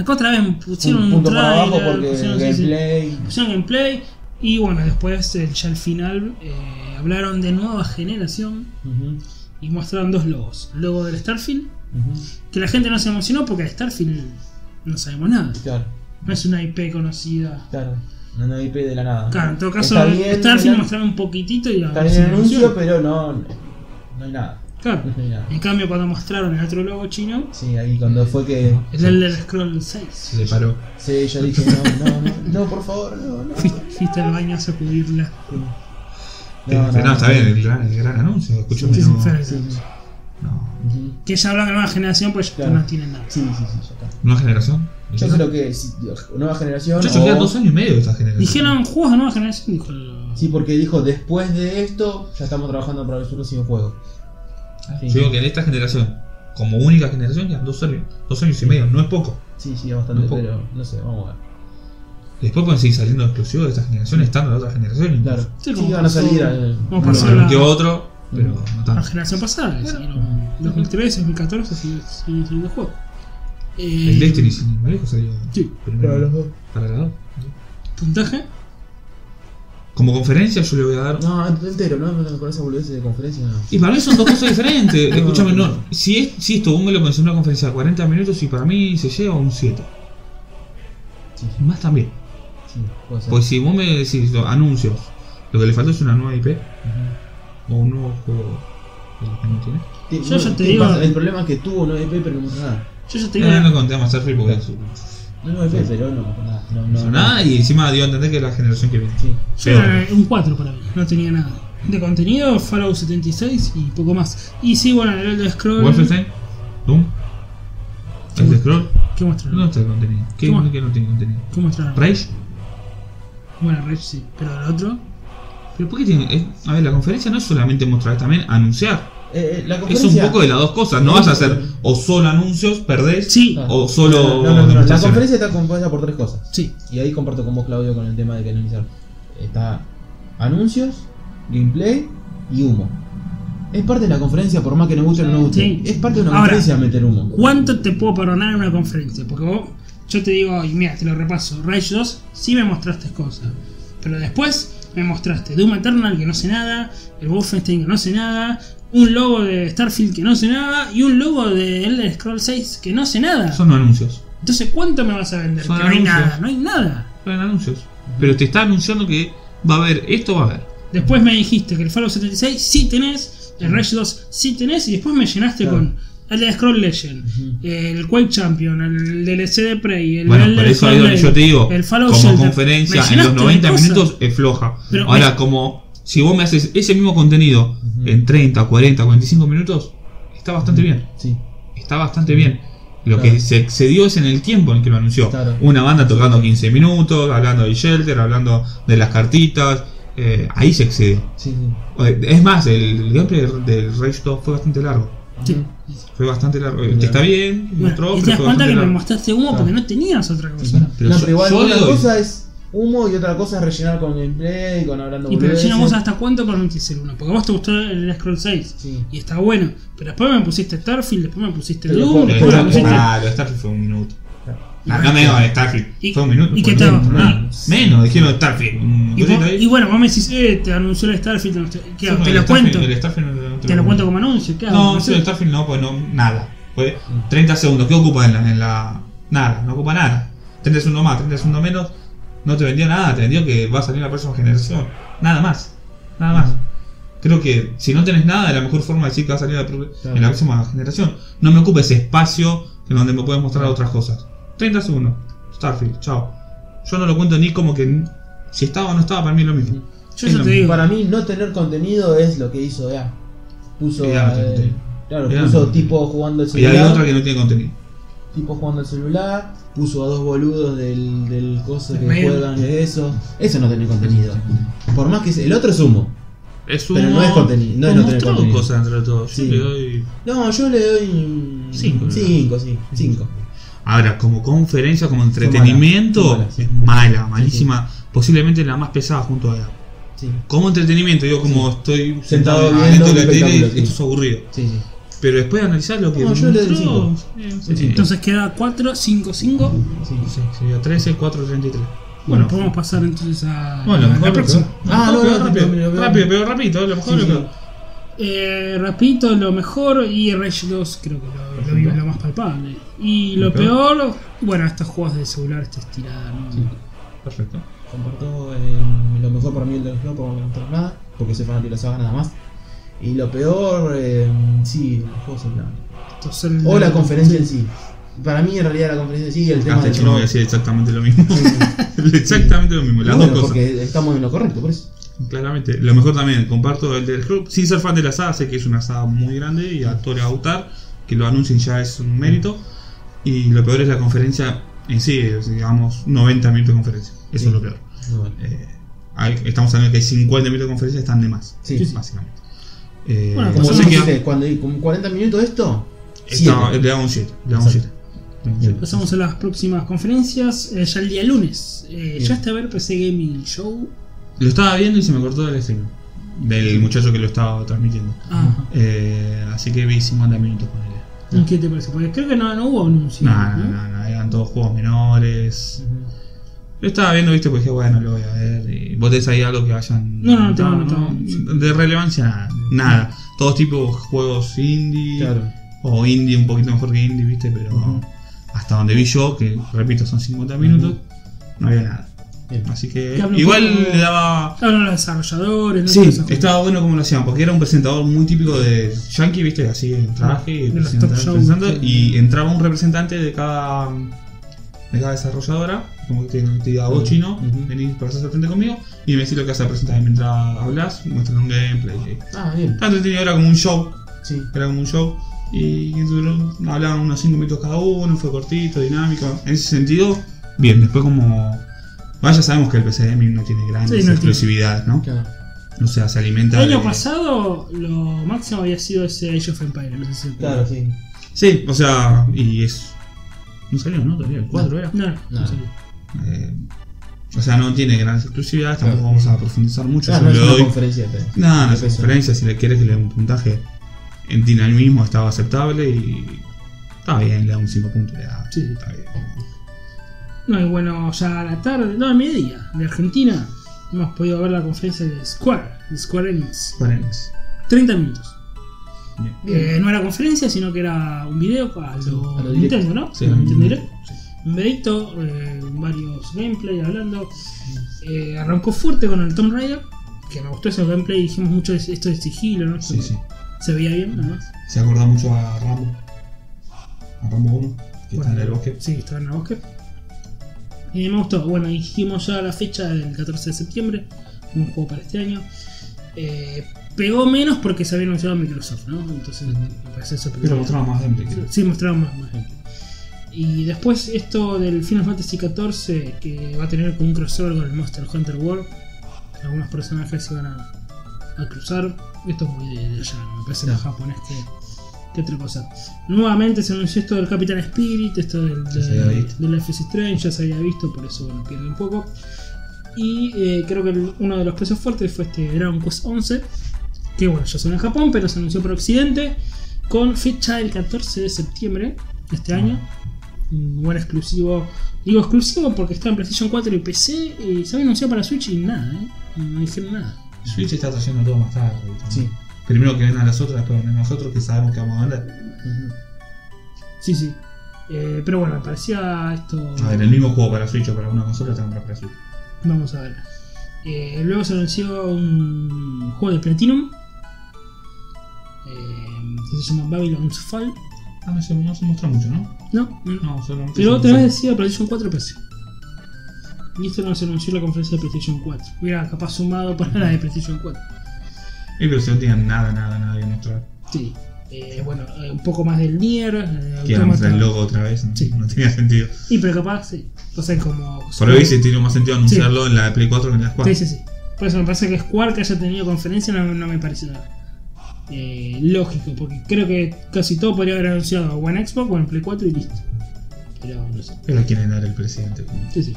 B: Acá otra vez pusieron un,
C: punto para abajo
B: trailer,
C: porque
B: pusieron, sí, sí,
C: gameplay.
B: pusieron gameplay y bueno, después eh, ya al final eh, hablaron de nueva generación
C: Ujú,
B: y mostraron dos logos. El logo del Starfield,
C: ujú,
B: que la gente no se emocionó porque de Starfield no sabemos nada.
C: Claro,
B: No es una IP conocida.
C: claro. No, no hay IP de la nada.
B: Claro, en todo caso,
C: Está bien,
B: Starfield
C: mira,
B: mostraron un poquitito y la
C: Está bien el anuncio, pero no, no hay nada.
B: Claro.
C: No hay nada.
B: En cambio, cuando mostraron el otro logo chino,
C: Sí, ahí cuando fue que.
B: El Elder Scroll 6.
A: Se separó.
C: Sí, yo dije, no, no, no, no, por favor, no, no.
B: Fuiste, fuiste al baño a sacudirla.
A: Este, No, está bien, el gran, el gran anuncio, escúchame.
B: Sí, sí,
A: no,
B: fue-
A: no.
C: Ujú.
B: Que ya hablan de nueva generación, pues ya
C: Claro.
B: no tienen nada.
C: Sí, sí, sí, ya está.
A: ¿Nueva generación?
C: Yo
A: Dijeron.
C: creo que si- nueva generación.
A: Yo
C: o-
A: se quedan dos años y medio de esta generación.
B: Dijeron juegos de nueva generación, dijo el.
C: Sí, porque dijo, después de esto, ya estamos trabajando para el próximo juego.
A: Yo Ah, digo que en esta generación, como única generación, ya dos años, dos años y medio, no es poco.
C: Sí, sí, es bastante,
A: Un poco.
C: pero no sé, vamos a ver.
A: Después pueden seguir saliendo exclusivos de esta generación, estando de otra generación. incluso.
C: Claro.
B: Sí,
C: Sí,
B: como
C: van a
B: pasó-
C: salir al...
B: como
A: Bueno,
B: pasó
A: algún
B: la-
A: que otro, pero no
B: La
A: tanto.
B: generación pasada, que siguieron 2013, 2014, siguen siguen saliendo juegos. Eh,
A: El Destiny, sin embargo, salió
B: Sí.
A: primero.
C: dos.
A: Para la dos.
B: Puntaje.
A: Como conferencia yo le voy a dar...
C: No, entero, no, no, con esa boludez de conferencia no.
A: Y para mí son dos cosas diferentes.
C: No,
A: Escúchame,
C: no.
A: no. Si, es, si esto vos me lo pensó en una conferencia de 40 minutos y para mí se llega a un 7.
C: Sí, sí,
A: Más también.
C: sí, puede ser.
A: Pues si vos me decís lo- anuncios, lo que le faltó es una nueva IP
C: Ujú.
A: o un nuevo juego de los que no tiene.
C: Ti-
B: Yo ya te
C: ¿qué
B: digo-
C: pasa? El problema es que tuvo 9 IP, pero no mostró nada.
B: Yo ya te digo.
A: No, Ah, no, no contemos Starfield porque es
C: No 9 IP, pero no mostró nada. No, no,
A: no, nada y encima dio a entender que es la generación que viene.
C: Sí.
B: yo era un 4 para mí, no tenía nada. De contenido, Fallout 76 y poco más. Y sí, bueno, el Elder
C: Mm.
B: Scroll.
A: Wolfenstein, Doom,
B: Sí.
A: el Scroll.
B: ¿Qué
A: ¿Dónde
B: mostraron?
A: está el contenido? ¿Qué,
B: ¿Cómo?
A: qué no tiene contenido?
B: ¿Qué mostraron?
A: ¿Rage?
B: Bueno, Rage sí, pero el otro.
A: ¿Pero por qué tiene.? es- a ver, la conferencia no es solamente mostrar, es también anunciar.
C: Eh, eh, la
A: Es un
C: conferencia...
A: poco de las dos cosas. No vas a hacer o solo anuncios, perdés.
B: Sí,
C: Ah.
A: O solo.
C: No, no, no, no, La
A: demostraciones.
C: conferencia está compuesta por tres cosas.
B: sí.
C: Y ahí comparto con vos, Claudio, con el tema de canalizar. Está anuncios, gameplay y humo. Es parte de la conferencia, por más que nos guste o no nos guste.
B: Sí.
C: Es parte de una
B: Ahora,
C: conferencia meter humo.
B: ¿Cuánto te puedo perdonar en una conferencia? Porque vos, yo te digo, y mira, te lo repaso, Rage 2 sí me mostraste cosas, pero después me mostraste Doom Eternal que no sé nada, el Wolfenstein que no sé nada, un logo de Starfield que no sé nada y un logo de Elder Scrolls 6 que no sé nada.
A: Son anuncios.
B: Entonces, ¿cuánto me vas a vender?
A: Son
B: Que no hay
A: anuncios.
B: nada, no hay nada.
A: Son anuncios. Pero te está anunciando que va a haber esto, va a haber.
B: Después me dijiste que el Fallout 76 sí tenés, el Rage 2 sí tenés, y después me llenaste
C: Claro.
B: con Elder Scroll Legend, el Quake Champion, el DLC de Prey, el
A: Bueno,
B: Elder
A: por eso
B: Scroll
A: ahí donde
B: Legend,
A: yo te digo,
B: el Fallout
A: como
B: Shelter.
A: conferencia
B: Me
A: en los
B: llenaste de
A: 90
B: cosas.
A: minutos es floja.
B: Pero
A: Ahora,
B: me-
A: como si vos me haces ese mismo contenido en 30, 40, 45 minutos, está bastante bien.
C: Sí.
A: Está bastante bien. Lo
C: Claro.
A: que se excedió es en el tiempo en que lo anunció.
C: Claro.
A: Una banda tocando 15 minutos, hablando del shelter, hablando de las cartitas. eh, ahí se excedió.
C: Sí, sí.
A: Eh, Es más, el gameplay del- del Rage 2 fue bastante largo.
B: Sí.
A: Fue bastante largo. Eh,
C: Claro.
A: Está bien,
B: Bueno,
A: mostró,
B: y
A: pero
B: te das
A: fue
B: cuenta
A: bastante
B: que me
A: largo.
B: mostraste humo porque no tenías otra cosa.
A: Bueno, pero
C: No,
A: yo-
C: pero igual,
A: yo
C: una
A: le doy-
C: cosa es humo y otra cosa es rellenar con gameplay, con hablando
B: Y pero
C: boludeces.
B: llena vos hasta cuánto con el 1, porque vos te gustó el Elder Scroll 6
C: Sí.
B: y está bueno, pero después me pusiste Starfield, después me pusiste
C: Pero
B: Doom,
C: por-
A: Pero
B: después me
C: Bueno,
A: Starfield-
B: pusiste.
A: Ah, lo de Starfield fue un minuto. No,
B: Bueno.
A: no me digo de Starfield.
B: Ah, ¿Y-
A: fue un minuto.
B: y qué
A: fue
B: tal?
A: menos,
B: Ah,
A: menos, menos, dijeron Starfield. un
B: Y, vos-
A: cosito ahí.
B: y bueno, vos me decís, eh, te anunció el Starfield, no sé- ¿qué
A: Yo
B: hago?
A: no,
B: te
A: el
B: lo
A: Starfield-
B: cuento,
A: el Starfield no- no
B: te lo cuento como anuncio, ¿qué hago?
A: No,
B: No
A: yo
B: sé.
A: el Starfield no, pues no, nada. Fue 30 segundos. ¿Qué ocupa en la, en la- Nada, no ocupa nada. 30 segundos más, 30 segundos menos. No te vendió nada, te vendió que va a salir la próxima generación. Nada más. Nada más. Creo que si no tenés nada, la mejor forma de decir que va a salir la pro-
C: Claro.
A: en la próxima generación. No me ocupa ese espacio en donde me puedes mostrar otras cosas. 30 segundos. Starfield, chao. Yo no lo cuento ni como que si estaba o no estaba, para mí es lo mismo.
B: Yo
A: Es
B: ya
A: lo
B: te
A: mismo.
B: digo,
C: Para mí no tener contenido es lo que hizo EA. Puso
A: EA,
C: eh,
A: sí.
C: claro,
A: EA.
C: puso tipo jugando el
A: E Y hay
C: celular,
A: otra que no tiene contenido.
C: tipo jugando el celular, puso a dos boludos del, del coso que
B: Medio.
C: juegan de eso. Eso no tiene contenido. Por más que se- el otro es humo.
A: Es
C: Pero no es contenido, no es no tener
A: mostró
C: contenido.
A: cosas entre todos.
C: Sí.
A: Yo le doy-
C: No, yo le doy
A: Cinco, ¿no?
C: 5, sí, 5.
A: Ahora, como conferencia, como entretenimiento,
C: Fue mala, fue
A: es
C: mala, sí.
A: mala, malísima. Posiblemente la más pesada junto a ella.
C: Sí,
A: Como entretenimiento, yo como estoy sentado
C: Sentado viendo
A: adentro de
C: un
A: la tele,
C: espectáculo, sí.
A: esto es aburrido.
C: sí, sí.
A: Pero después de analizar lo que
C: No, yo le doy cinco.
A: sí, sí.
B: entonces queda 4, 5, 5.
C: sí.
A: Sí, sería 13, 4, 33.
B: Bueno,
A: Bueno,
B: podemos pasar entonces a
A: bueno,
B: a la
A: mejor
B: próxima.
A: lo-
C: Ah, no,
A: pero
C: no,
A: rápido,
C: rápido, rápido.
A: rápido, pero rapidito, a lo mejor
C: Sí,
A: lo
C: sí.
B: Eh, Rapito, lo mejor y Rage 2 creo que lo, lo vi lo más palpable. Y lo
A: ¿Lo peor?
B: peor, bueno, estos juegos de celular esta estirada, ¿no?
A: Perfecto.
C: Comparto eh, lo mejor para mí el de los porque no me gustó nada, porque soy fanático de la saga nada más. Y lo peor, eh, sí, los juegos en plan.
B: Entonces, el-
C: O la conferencia en sí. Para mí, en realidad, la conferencia en sí y el tema
A: Hasta
C: del
A: yo no voy a
C: robot.
A: Ah, decir exactamente lo mismo. *laughs* exactamente lo mismo, las
C: Bueno,
A: dos cosas.
C: Porque estamos en lo correcto, por eso.
A: Claramente, lo mejor también, comparto el del club. Sin ser fan de la saga, sé que es una saga muy grande y a todos les va a gustar. Que lo anuncien ya es un mérito. Y lo peor es la conferencia en sí, es, digamos 90 minutos de conferencia. Eso
C: Sí.
A: es lo peor.
C: Muy bueno.
A: Eh, hay- estamos hablando de que hay 50 minutos de conferencia, están de más.
C: Sí, sí.
A: Básicamente. Eh,
B: Bueno,
C: Como
A: yo
C: vos
A: sé que
C: dijiste, cuando con 40 minutos de esto,
A: esta-
C: siete.
A: le damos un 7. Le damos un 7.
C: Exacto.
A: Le damos un 7.
B: Pasamos a las próximas conferencias, eh, ya el día lunes. Eh, ya está a ver PC Gaming Show.
A: Lo estaba viendo y se me cortó el stream del muchacho que lo estaba transmitiendo.
B: Ajá.
A: Eh, así que vi 50 minutos con él.
B: Ah, ¿Y ¿Qué te parece? Porque creo que no, no hubo anuncio.
A: No, no,
B: ¿no?
A: no, no, eran todos juegos menores.
C: Ujú.
A: Yo estaba viendo, viste, pues dije, bueno, lo voy a ver. Y vos tenés ahí algo que vayan.
B: No, no, no tengo,
A: Ah,
B: no tengo.
A: De relevancia, nada. Nada. Todos tipos juegos indie.
C: Claro.
A: O indie, un poquito mejor que indie, viste, pero.
C: Ujú.
A: Hasta donde vi yo, que repito, son 50 minutos, no había nada.
C: Bien.
A: Así que.
B: Que hablo un
A: Igual
B: poco-
A: le daba.
B: Hablan Ah, los desarrolladores, ¿no?
A: Sí,
B: Todas esas cosas.
A: estaba bueno como lo hacían, porque era un presentador muy típico de Yankee, viste, así en traje, y
B: Ah, De los
A: presentando,
B: talk shows,
A: presentando,
B: sí.
A: y entraba un representante de cada de cada desarrolladora, como que te, te diga vos
C: Ujú.
A: chino,
C: Ujú.
A: venís pasás al frente conmigo, y me decís lo que vas a presentar, y mientras hablas, muestran un gameplay. eh.
C: Ah, bien.
A: Tanto tenía era como un show,
C: Sí.
A: era como un show, y duró- hablaban unos 5 minutos cada uno, fue cortito, dinámico, en ese sentido, bien, después como... Bueno, ya sabemos que el PC Gaming no tiene grandes
B: Sí, no tiene.
A: exclusividades, ¿no?
C: Claro.
A: O sea, se alimenta.
B: El año
A: de-
B: pasado lo máximo había sido ese Age of Empires, no sé si se acuerdan.
C: Claro, sí.
A: Sí, o sea, y es. No salió, ¿no? Todavía el 4 era.
B: No, no,
C: No.
B: no salió.
A: Eh, o sea, no tiene grandes exclusividades, tampoco
C: Claro.
A: vamos a profundizar mucho.
C: Ah,
A: yo
C: no
A: le
C: es una
A: doy.
C: conferencia. pero-
A: Nada, no
C: de
A: es
C: peso.
A: conferencia, si le quieres que le dé un puntaje en dinamismo estaba aceptable y. Está bien, le da un 5 puntos. Le da,
B: Sí, sí.
A: está bien.
B: No, y bueno, ya a la tarde, no, a mediodía, de Argentina, hemos podido ver la conferencia de Square, de Square Enix.
A: Square Enix.
B: 30 minutos.
A: Bien.
B: Eh, no era conferencia, sino que era un video a lo,
C: a lo
B: Nintendo, ¿no?
A: Sí,
B: A lo
A: a lo
B: Nintendo
A: Nintendo,
B: Direct. Un videito, eh, varios gameplay hablando. Eh, arrancó fuerte con el Tomb Raider, que me gustó ese gameplay. Dijimos mucho de esto de sigilo, ¿no?
A: Sí, sí.
B: Se veía bien, además.
A: Se acuerda mucho a Rambo. A Rambo 1, que está
B: Bueno,
A: en el bosque.
B: Sí, estaba en el bosque. Eh, me gustó. Bueno, dijimos ya la fecha del 14 de septiembre. Un juego para este año. Eh, pegó menos porque se había anunciado Microsoft, ¿no? Entonces, me parece eso
A: Pero mostraba más gameplay. creo.
B: Sí, mostraron más, más gente. Y después esto del Final Fantasy XIV, que va a tener como un crossover con el Monster Hunter World. Algunos personajes se van a, a cruzar. Esto es muy de, de allá, me parece más japonés que, que otra cosa. Nuevamente se anunció esto del Capitán Spirit, esto del,
C: Ya se había
B: del,
C: visto.
B: del Life is Strange, ya se había visto, por eso bueno, pierde un poco. Y eh, creo que el- uno de los pesos fuertes fue este Dragon Quest 11, que bueno, ya son en Japón, pero se anunció por Occidente con fecha del 14 de septiembre de este año. Un buen exclusivo. Digo exclusivo porque está en PlayStation 4 y PC y se había anunciado para Switch y nada, ¿eh? No dijeron nada.
A: Switch está trayendo todo más tarde. ¿viste?
C: Sí.
A: Primero que ven a las otras, después ven a nosotros, que sabemos que vamos a vender.
B: Sí, sí. Eh, pero bueno, parecía esto.
A: A ver, el mismo juego para Switch o para una consola está para Switch.
B: Vamos a ver. Eh, luego se anunció un juego de Platinum. eh, que se llama Babylon's Fall.
A: Ah, no se, no se muestra mucho, ¿no?
B: No,
A: No, solamente.
B: Pero
A: se
B: otra vez
A: muestra-
B: decía PlayStation 4 y PC. Y esto no se anunció en la conferencia de PlayStation 4. Hubiera capaz sumado para la de PlayStation 4.
A: Eh, pero si no tienen nada, nada, nada que mostrar.
B: Sí. Eh, bueno, eh, un poco más del Nier. eh,
A: Quieren
B: Automata.
A: mostrar el logo otra vez, no,
B: Sí.
A: *laughs* no tenía sentido.
B: Y pero capaz, sí. O sea, como.
A: Por hoy se tiene más sentido anunciarlo en la de Play 4 que en la de
B: Sí,
A: 4.
B: sí, sí. Por eso me parece que Square que haya tenido conferencia no, no me parece nada. eh, lógico, porque creo que casi todo podría haber anunciado o en Xbox o en Play 4 y listo. Pero no sé.
A: Pero quieren dar el presidente.
B: Sí, sí.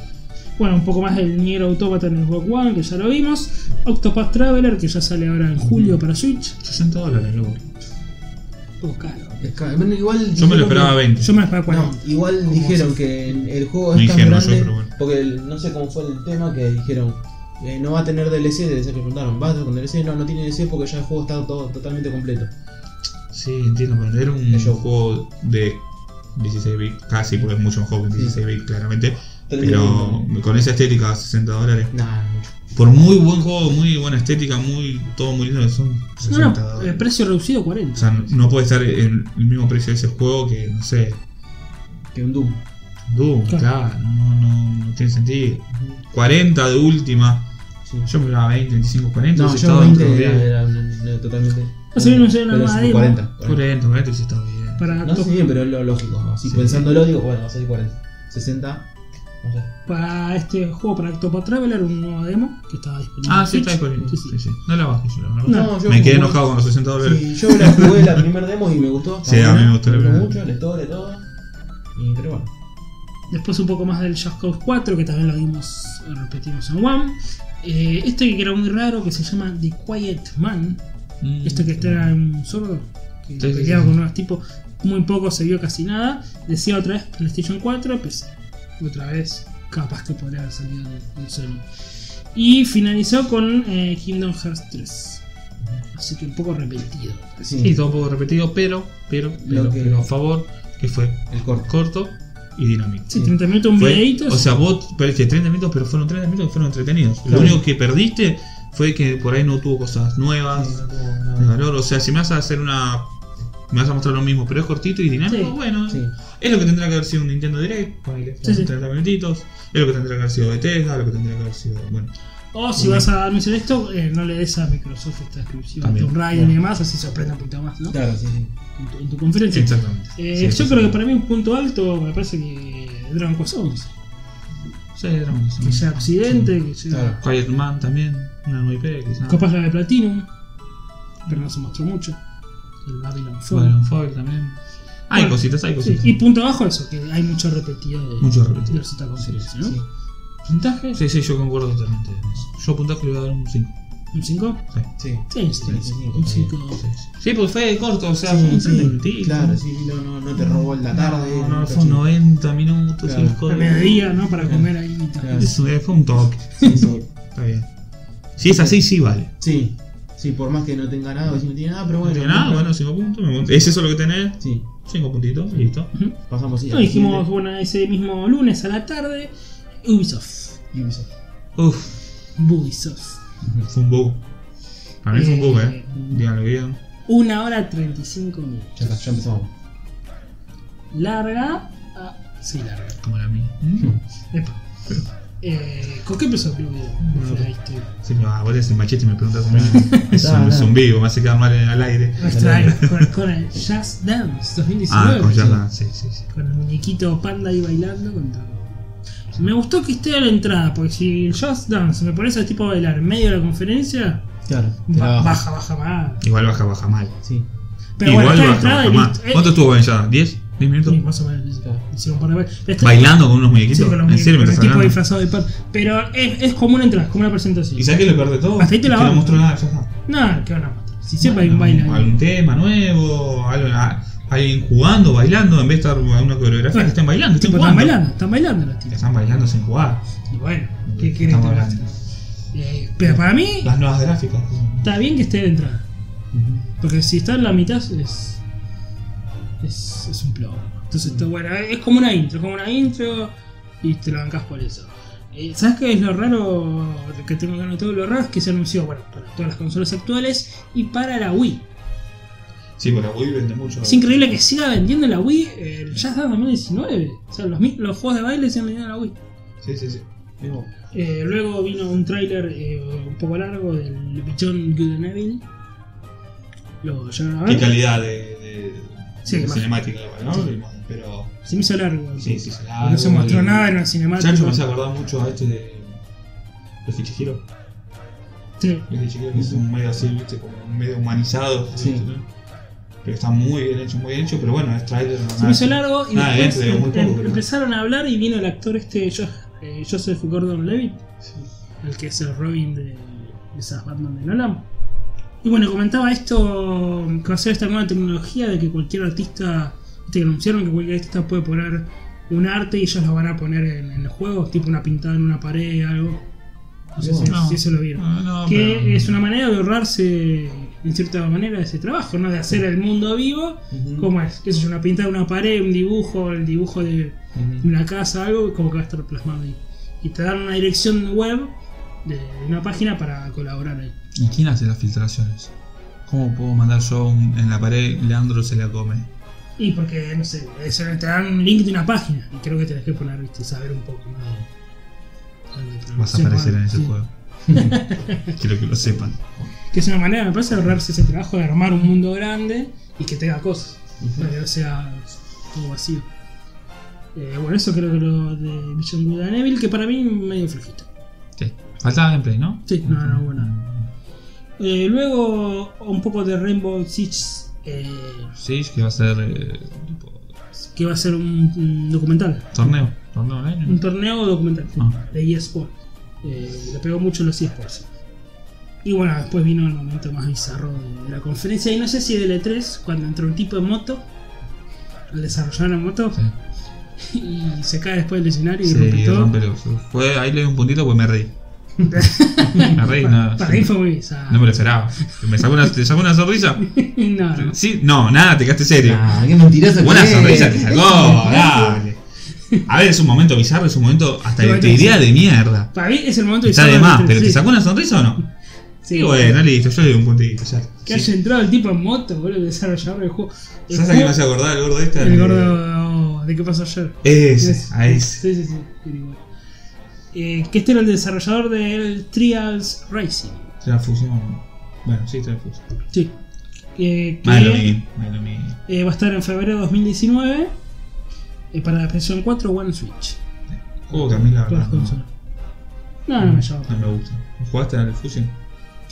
B: Bueno, un poco más del Nier Automata en el Xbox One, que ya lo vimos. Octopath Traveler, que ya sale ahora en julio para Switch.
A: 60 dólares, loco.
B: Un poco caro.
C: Es ca- bueno, igual
A: Yo me
C: dijeron
A: lo esperaba
C: que-
A: 20.
B: Yo me la esperaba
C: No,
B: 40.
C: igual
B: Como
C: dijeron que el- el juego
A: No
C: es tan
A: dijeron, yo,
C: grande
A: pero bueno.
C: porque el- no sé cómo fue el tema que dijeron eh, no va a tener DLC, de esa que preguntaron, ¿va a tener con DLC? No, no tiene DLC porque ya el juego está todo totalmente completo.
A: Sí, entiendo, pero era un
C: El show.
A: juego de 16 bits, casi, porque es mucho mejor que un
C: Sí.
A: 16 bits, claramente.
C: Tremendo.
A: Pero con esa estética, 60 dólares.
C: Nah, mucho.
A: Por muy buen juego, muy buena estética, muy todo muy lindo, son 60
B: No, no, el
A: dólares.
B: precio reducido
A: O
B: 40.
A: sea, no- no puede estar en el mismo precio de ese juego que, no sé,
C: Que un Doom.
A: Doom,
B: Claro.
A: claro, no, no, no tiene sentido. 40 de última,
C: Sí.
A: yo me daba 20, 25, 40,
C: No,
A: hubiese
C: yo
A: estado
C: 20
A: bien.
C: era, era- no, totalmente.
B: No se vino, no se vino
C: Pero
B: nada
C: sí,
B: de demo.
C: 40. 40.
A: 40, 40 hubiese estado bien.
B: Para,
C: No
B: Octo-
C: sé bien, pero es lo lógico. Así
A: Sí.
C: pensándolo, digo, bueno, va a salir 40. 60, no sé.
B: para este juego, para Octopath Traveler, un nuevo demo que estaba disponible.
A: Ah,
B: en
A: sí, está
B: Switch.
A: disponible.
B: Sí, sí.
A: Sí, sí. No la bajé yo, la verdad.
C: No, yo
A: me quedé
C: como-
A: enojado con los 60 dólares.
C: Sí, yo la jugué
A: *laughs*
C: la primer demo y me gustó.
A: Sí,
C: Está
A: a mí
C: buena,
A: me gustó la primera.
C: mucho, la historia, todo. Y, pero bueno.
B: Después un poco más del Just Cause 4, que también lo vimos, lo repetimos en One. Eh, este que era muy raro, que se llama The Quiet Man.
A: Mm.
B: Este que este era un sordo,
A: Sí,
B: que
A: sí,
B: peleaba
A: sí.
B: con unos tipos, muy poco se vio casi nada. Decía otra vez PlayStation 4, PC. Otra vez, capaz que podría haber salido de, de Sony. Y finalizó con eh, Kingdom Hearts 3. Así que un poco repetido.
C: Sí,
A: Sí, todo un poco repetido, pero, pero, pero,
C: que-
A: pero a favor, que fue
C: el corto.
A: corto y dinámico.
B: Sí,
C: Sí.
B: 30 minutos, un
A: Fue-
B: videito.
A: o sea, vos perdiste 30 minutos, pero fueron 30 minutos que fueron entretenidos.
C: Claro.
A: Lo único que perdiste fue que por ahí no tuvo cosas nuevas,
C: Sí, Ah, no tuvo
A: de
C: nada.
A: valor. O sea, si me vas a hacer una. Me vas a mostrar lo mismo, pero es cortito y dinámico,
B: Sí.
A: bueno.
C: Sí.
A: Es lo que tendrá que haber sido un Nintendo Direct, ponele,
B: Sí, sí.
A: 30 minutitos. Es lo que tendrá que haber sido Bethesda, lo que tendrá que haber sido. Bueno,
B: O si vas a anunciar esto, eh, no le des a Microsoft esta exclusiva, a
A: También,
B: Tomb Raider y demás, así sorprende un poquito más, ¿no?
C: Claro, sí, sí.
B: En tu, en tu conferencia.
A: exactamente.
B: Eh,
A: Sí,
B: yo
A: sí,
B: creo
A: sí.
B: que para mí un punto alto me parece que Dragon Quest 11.
A: Sí, era un-
B: Que sea Occidente, que sea.
C: Claro.
A: Quiet Man también, una nueva IP, quizás.
B: Capaz la de Platinum, pero no se mostró mucho. El Babylon Fall.
A: Babylon Fall también. Hay
B: Bueno,
A: cositas, hay
B: Sí,
A: cositas.
B: Y punto abajo eso, que hay mucho repetido de,
A: Mucho repetido.
B: de esta conferencia, ¿no?
C: Sí.
B: ¿Puntaje?
A: Sí, sí, yo concuerdo totalmente en eso. Yo puntaje le voy a dar un 5.
B: ¿Un 5?
C: sí.
B: Sí, un 5.
C: Sí, sí,
B: Un
C: sí,
B: 5.
A: Sí, porque fue corto, o sea,
C: Sí,
A: fue un
C: sí,
A: 30 minutitos.
C: Claro, sí, no, no, no te robó en la tarde.
A: No, no,
C: nunca,
A: fue
C: sí.
A: 90 minutos,
C: Claro.
A: cinco
B: A
A: horas.
B: mediodía, ¿no? Para comer ahí.
C: Claro.
A: Eso, eh, fue un toque.
C: Sí, sí.
A: Está bien. Si es así, sí vale.
C: Sí, sí, por más que no tenga nada, o si no tiene nada, pero
A: No
C: bueno.
A: tiene nada, bueno, 5 puntos. me gusta. ¿Es eso lo que tenés?
C: Sí,
A: 5 puntitos, listo.
C: pasamos sí,
B: No,
C: al
B: dijimos,
C: siguiente.
B: bueno, ese mismo lunes a la tarde, Ubisoft.
C: Ubisoft.
A: Uff,
B: Ubisoft.
A: fue un bug. Para mí fue un bug, eh. Díganlo bien.
B: Una hora 35 minutos.
C: Ya está, ya empezamos.
B: Larga. ah, sí, larga.
A: Como la mía.
C: ¿Mm?
B: Epa. Eh, ¿Con qué empezó el video? Fue ahí, tío.
A: Si ah, me volvés el machete y me preguntas a
C: *laughs*
A: mí. es
C: Nah,
A: un
C: nah.
A: zumbido, me hace quedar mal en el aire.
B: Nuestra *laughs* con, con el Just Dance 2019.
A: Ah, con
B: sí.
A: Jordan, sí, sí, sí.
B: Con el muñequito panda ahí bailando con todo. Me gustó que esté a la entrada, porque si el Just Dance me pones a tipo a bailar en medio de la conferencia,
C: *laughs* Claro, te la
B: ba- baja,
C: bajo.
B: baja, baja.
A: Igual baja, baja mal.
C: Sí,
B: Pero
A: Igual
B: bueno, está la
A: baja,
B: entrada
A: baja
B: y
A: mal.
B: listo. Eh,
A: ¿Cuánto estuvo en Jordan? ¿10? ¿10
B: sí,
A: minutos?
B: más o menos, hicieron un par de bailes. Pero está-
A: ¿Bailando con unos
B: sí,
A: muñequitos?
B: con los
A: ¿En serio me
B: muñecos, con el
A: estás
B: tipo
A: hablando?
B: disfrazado de pan. Pero es, es como una entrada, es como una presentación.
A: ¿Y sabes qué es lo peor de todo?
B: Hasta ahí te la
A: que no
B: banco.
A: mostró nada, ya está.
B: No, que van a mostrar. Si siempre hay un baile. ahí.
A: Algún tema nuevo, algo- a- alguien jugando, bailando, en vez de estar en una coreografía,
B: Bueno,
A: que estén bailando, estén
B: Tipo,
A: jugando.
B: están bailando, están bailando los tipos.
A: Están bailando sin jugar.
B: Y bueno, ¿qué querés
A: Estamos
B: que
A: hablando.
B: haga? Eh, Pero para mí,
A: Las nuevas gráficas.
B: está bien que esté de entrada.
C: Ujú.
B: Porque si está en la mitad es. Es, es un plomo. Entonces está bueno. Es como una intro, es como una intro y te la bancas por eso. Eh, ¿Sabes qué es lo raro que tengo que todo Lo raro es que se anunció, bueno, para todas las consolas actuales y para la Wii.
A: Sí, pero la Wii vende mucho.
B: Es increíble que siga vendiendo la Wii eh, el Jazz Dance 2019. O sea, los, mi- los juegos de baile se han vendido en la Wii.
A: Sí, sí, sí.
C: Luego,
B: Eh, luego vino un tráiler eh, un poco largo del Bichon Goodeneville. Lo llegaron a ver.
A: Qué calidad de, de-
B: Sí,
A: de
B: más.
A: cinemática, ¿no? Pero.
B: Se me hizo largo.
A: Sí, sí, sí.
B: no se mostró
A: algo-
B: nada en la cinemática.
A: Chacho me hace acordar mucho a este de. de Fichijiro.
B: Sí.
A: El Fichijiro que es un medio así, viste, como un medio humanizado.
C: Sí.
A: ¿viste, no? Pero está muy bien hecho, muy bien hecho, pero bueno, es trailer no
B: Se me hizo largo y
A: Nada,
B: después
A: dentro de Ah, este, muy poco,
B: em-
A: creo.
B: empezaron a hablar y vino el actor este Jo- eh, Joseph Gordon Levitt, el que es el Robin de, de esas Batman de Nolan. Y bueno, comentaba esto que va a ser esta nueva tecnología de que cualquier artista, viste que anunciaron que cualquier artista puede poner un arte y ellos lo van a poner en, en los juegos, tipo una pintada en una pared, algo. No sé si,
A: No.
B: si eso lo vieron.
A: No, no,
B: que
A: pero-
B: es una manera de ahorrarse en cierta manera ese trabajo, ¿no? De hacer el mundo vivo.
D: Mm.
C: ujú,
B: ¿Cómo es? ¿Qué sé yo? Una pintada, una pared, un dibujo, el dibujo de
C: ujú.
B: una casa, algo, como que va a estar plasmado ahí. Y te dan una dirección web de una página para colaborar ahí.
D: ¿Y quién hace las filtraciones? ¿Cómo puedo mandar yo un- en la pared Leandro se la come?
B: Y porque, no sé, es- te dan un link de una página. Y creo que tenés que poner, viste, saber un poco más de- algo de
D: Vas a
B: programación,
D: aparecer en
B: algo,
D: ese
B: sí.
D: juego.
B: *laughs*
D: Quiero que lo sepan.
B: Que es una manera, me parece, de ahorrarse ese trabajo de armar un mundo grande y que tenga cosas. Para que no sea todo vacío. Eh, bueno, eso creo que lo de Vision Good and Evil, que para mí medio flojito.
D: Sí. Faltaba gameplay, ¿no?
B: Sí, no, no, bueno. Eh, luego un poco de Rainbow Six, eh,
D: Sí, que va a ser eh, tipo,
B: que va a ser un, un documental,
D: torneo. ¿Torneo online?
B: un torneo documental sí,
D: Ah.
B: de eSport. Eh, le pegó mucho los eSports. Y bueno, después vino el momento más bizarro de, de la conferencia, y no sé si del E3, cuando entró un tipo en moto, al desarrollar la moto,
D: Sí.
B: y se cae después del escenario y
D: Sí,
B: rompe todo.
D: rompe los- Fue, ahí le doy un puntito porque me reí. Me reí, no,
B: Para mí fue muy bizarro.
D: no me lo esperaba. Me sacó una, ¿Te sacó una sonrisa?
B: *laughs* No, no.
D: Sí, no, nada, te quedaste serio.
C: Ah, qué mentiroso que
D: Buena
C: es.
D: sonrisa te
B: *laughs*
D: sacó, dale. A ver, es un momento bizarro, es un momento hasta
B: Te
D: de,
B: voy a
D: te diría de mierda.
B: Para mí es el momento
D: Está de
B: bizarro
D: más,
B: del
D: pero ¿te
B: E3,
D: sacó una sonrisa o no?
B: sí.
D: Sí, bueno, listo, yo le doy un puntito ya.
B: Que
D: Sí.
B: haya entrado el tipo en moto, boludo, el desarrollador del juego. El
A: ¿Sabes a qué me
B: juego-
A: hace acordar el gordo este?
D: Eh,
B: El gordo de qué pasó ayer.
A: Ese, a ese.
B: Sí, sí, sí. era igual. Eh, que este era el desarrollador del Trials Racing.
A: Transfusión. Bueno, sí, transfusión.
B: Sí. Eh, que
A: Malo mío, malo mío.
B: eh, va a estar en febrero de 2019 eh, para la PlayStation 4 One Switch.
A: Juego que a mí la
B: Todas
A: verdad
B: las
A: Ah, no,
B: consolas. No, no me llama.
A: no me gusta. ¿Jugaste al Fusion?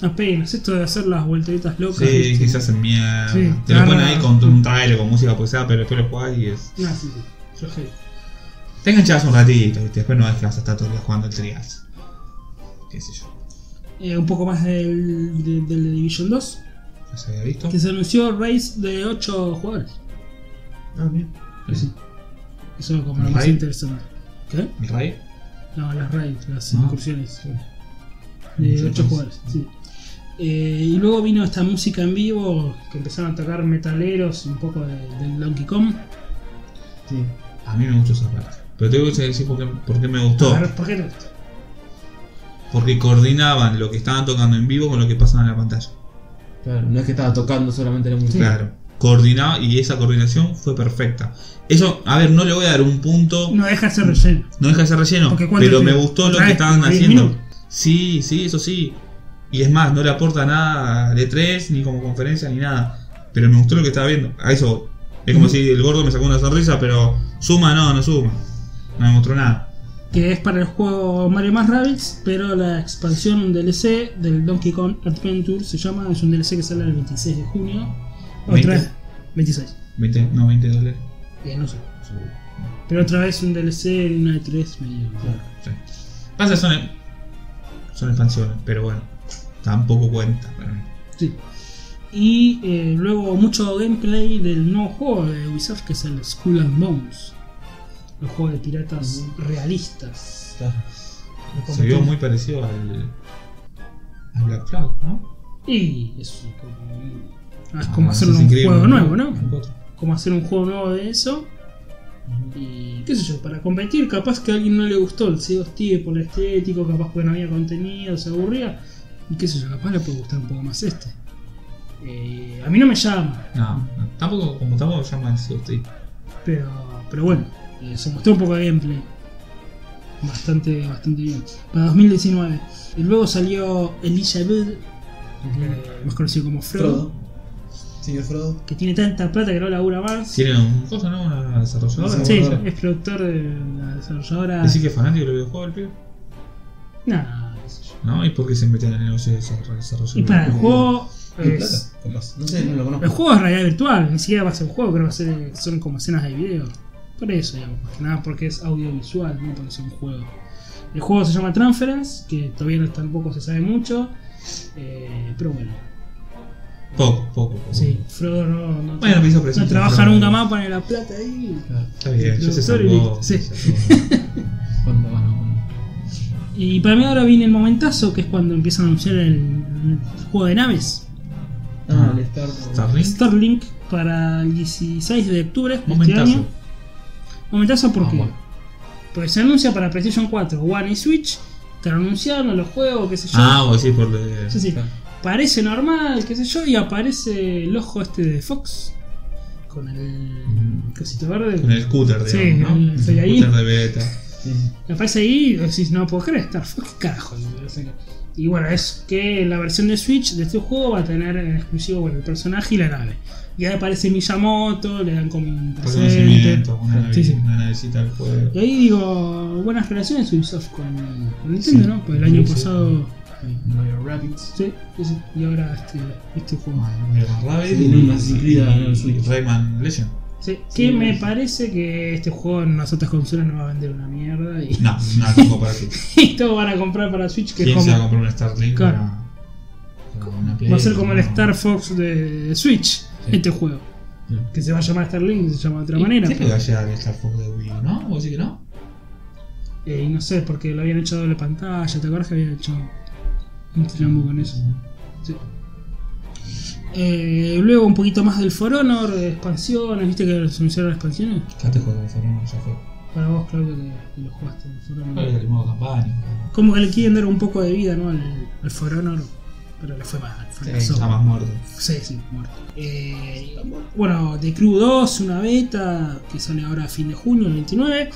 B: Apenas esto de hacer las vuelteditas locas.
A: Sí,
B: ¿viste?
A: que se hacen mierda.
B: Sí,
A: Te lo
B: agarra-
A: ponen ahí con un trailer, con música posada, pero después lo jugás y es.
B: No, sí, sí. flojera.
A: Te enganchas un ratito, ¿viste? después no es que vas a estar todo el día jugando el Trials. Qué sé yo.
B: Eh, un poco más del, de- del de Division 2.
A: ¿Ya se había visto?
B: Que se anunció Race de 8 jugadores.
C: Ah, bien.
B: Eso es
A: Ah,
B: como lo más
A: ¿Raid?
B: interesante. ¿Qué?
A: ¿Mi Ray?
B: No, las raids, las
A: Ah.
B: incursiones. de 8
A: Entonces,
B: jugadores. sí. Eh, y luego vino esta música en vivo que empezaron a tocar metaleros, un poco de- del Donkey Kong.
C: Sí.
A: A mí me gustó esa parte. Pero tengo que decir por qué, por qué me gustó.
B: A ver, ¿por qué te gusta?
A: Porque coordinaban lo que estaban tocando en vivo con lo que pasaba en la pantalla.
C: Claro, no es que estaba tocando solamente la música.
A: Claro. Coordinaba y esa coordinación fue perfecta. Eso, a ver, no le voy a dar un punto.
B: No deja de ser relleno.
A: No deja de ser relleno.
B: Porque ¿cuánto
A: Pero me
B: tiene?
A: gustó lo
B: Otra
A: que
B: vez,
A: estaban
B: como diez
A: haciendo.
B: minutos.
A: Sí, sí, eso sí. Y es más, no le aporta nada al E3, ni como conferencia, ni nada. Pero me gustó lo que estaba viendo. A eso. Es como si el gordo me sacó una sonrisa, pero suma, no, no suma. No me mostró nada.
B: Que es para el juego Mario más Rabbids, pero la expansión, un DLC del Donkey Kong Adventure se llama, es un DLC que sale el 26 de junio. Otra
A: 20.
B: vez, 26,
A: 20, no, 20 dólares.
B: eh, no sé. Pero otra vez un DLC en una de 3 medio.
A: Sí. Pasa, son, son expansiones, pero bueno. Tampoco cuenta para mí.
B: Sí. Y eh, luego mucho gameplay del nuevo juego de Ubisoft que es el Skull and Bones. El juego de piratas realistas.
C: Claro.
A: Se vio muy parecido al, al Black Flag, ¿no?
B: Y es como, es
A: Ah,
B: como hacer
A: Assassin's
B: un
A: Creed,
B: juego nuevo, ¿no?
A: Al cuatro.
B: Como hacer un juego nuevo de eso. Y qué sé yo, para competir, capaz que a alguien no le gustó el CEO Steve por el estético, capaz que no había contenido, se aburría. Y qué sé yo, capaz le puede gustar un poco más este. Eh, a mí no me llama,
A: No, no, tampoco, como tampoco llama así usted.
B: Pero, pero bueno, eh, se mostró un poco de gameplay. Bastante, bastante bien. Para 2019. Y luego salió Elizabeth, eh, más conocido como Frodo,
C: Frodo. Señor Frodo.
B: que tiene tanta plata que no labura más.
A: Tienen un cosa, ¿no? Una desarrolladora.
B: Sí,
C: desarrolladora.
B: es productor de la desarrolladora.
A: Decir que es fanático de los videojuegos, el pibe.
B: Nah, qué sé yo.
A: No, ¿y por qué se meten en el negocio de desarrollar desarrollo
B: Y para el
A: videojuegos?
B: juego.
C: ¿Qué
B: es-
C: plata? Capaz. No sé, no lo
B: el
C: conozco.
B: juego es realidad virtual, ni siquiera va a ser un juego, creo que va a ser, son como escenas de video. Por eso, digamos, más que nada porque es audiovisual, no porque sea un juego. El juego se llama Transference, que todavía no- tampoco se sabe mucho, eh, pero bueno,
A: Poco, poco, poco.
B: sí, Frodo no, no,
A: Bueno, me hizo presentar
B: no trabaja
A: Frodo.
B: nunca más, pone la plata ahí.
A: Está bien, ya se
B: Productor y
A: salvó.
B: listo, sí.
A: se salvó.
C: Cuando bueno,
B: Y para mí ahora viene el momentazo, que es cuando empiezan a anunciar el, el juego de naves.
C: Ah, el Star
A: Starlink.
B: Starlink para el 16 de octubre de este
A: Momentazo.
B: año. Momentazo porque
C: Ah, bueno.
B: Porque se anuncia para PlayStation 4, One y Switch. Te lo anunciaron los juegos, qué sé yo.
A: Ah, vos decís por de...
B: Sí, sí.
C: claro.
B: Parece normal, qué sé yo, y aparece el ojo este de Fox. Con el cosito verde.
A: Con el scooter,
B: Sí,
A: digamos, ¿no?
B: el Saiyajin.
A: scooter de Vegeta.
C: Sí, sí.
B: Aparece ahí y decís, no puedo creer, Star Fox, qué carajo. No sé qué. Y bueno, es que la versión de Switch de este juego va a tener en exclusivo bueno, el personaje y la nave. Y ahí aparece Miyamoto, le dan como un presente.
A: Reconocimiento, una, nave,
B: Sí, sí.
A: una navecita del juego.
B: Y ahí digo, buenas relaciones Ubisoft con, con Nintendo,
C: Sí.
B: ¿no? Pues el año
C: Sí, sí.
B: pasado.
C: Mario Rabbids.
B: Sí, sí, sí. Y ahora este, este juego.
A: Rayman Rabbids
C: Sí,
A: y-
C: Assassin's Creed,
A: y
C: no, el Switch.
A: Rayman Legend.
B: Sí,
C: Sí,
B: que me
C: sí.
B: parece que este juego en las otras consolas no va a vender una mierda y, *laughs*
A: No, no, tampoco para ti.
B: y todo van a comprar para Switch que es
A: ¿Quién
B: como,
A: se va a comprar un Starlink
B: Claro.
A: para- para una Play?
B: va a ser como el
A: No.
B: Star Fox de, de Switch,
A: Sí.
B: este juego.
C: Sí.
B: Que se va a llamar Starlink, se llama de otra manera. pues.
A: Siempre
B: pero-
A: va a llegar el Star Fox de Wii, ¿no? ¿Vos decís que no?
B: eh, y no sé, porque lo habían hecho doble pantalla, ¿te acuerdas que habían hecho un triángulo con eso? Sí. Eh, luego un poquito más del For Honor, de expansiones, ¿viste que se anunciaron las expansiones?
A: Ya te jodí, Fernando, ya fue.
B: Para vos, Claudio, que, que lo jugaste, el For Honor.
A: Claro, el modo campaña.
B: Como que le quieren dar un poco de vida, ¿no? Al, al For Honor, pero le fue mal. Fue una
A: Está
B: sopa.
A: más muerto.
B: sí, sí, muerto. Eh, bueno, The Crew 2, una beta que sale ahora a fin de junio, el 29.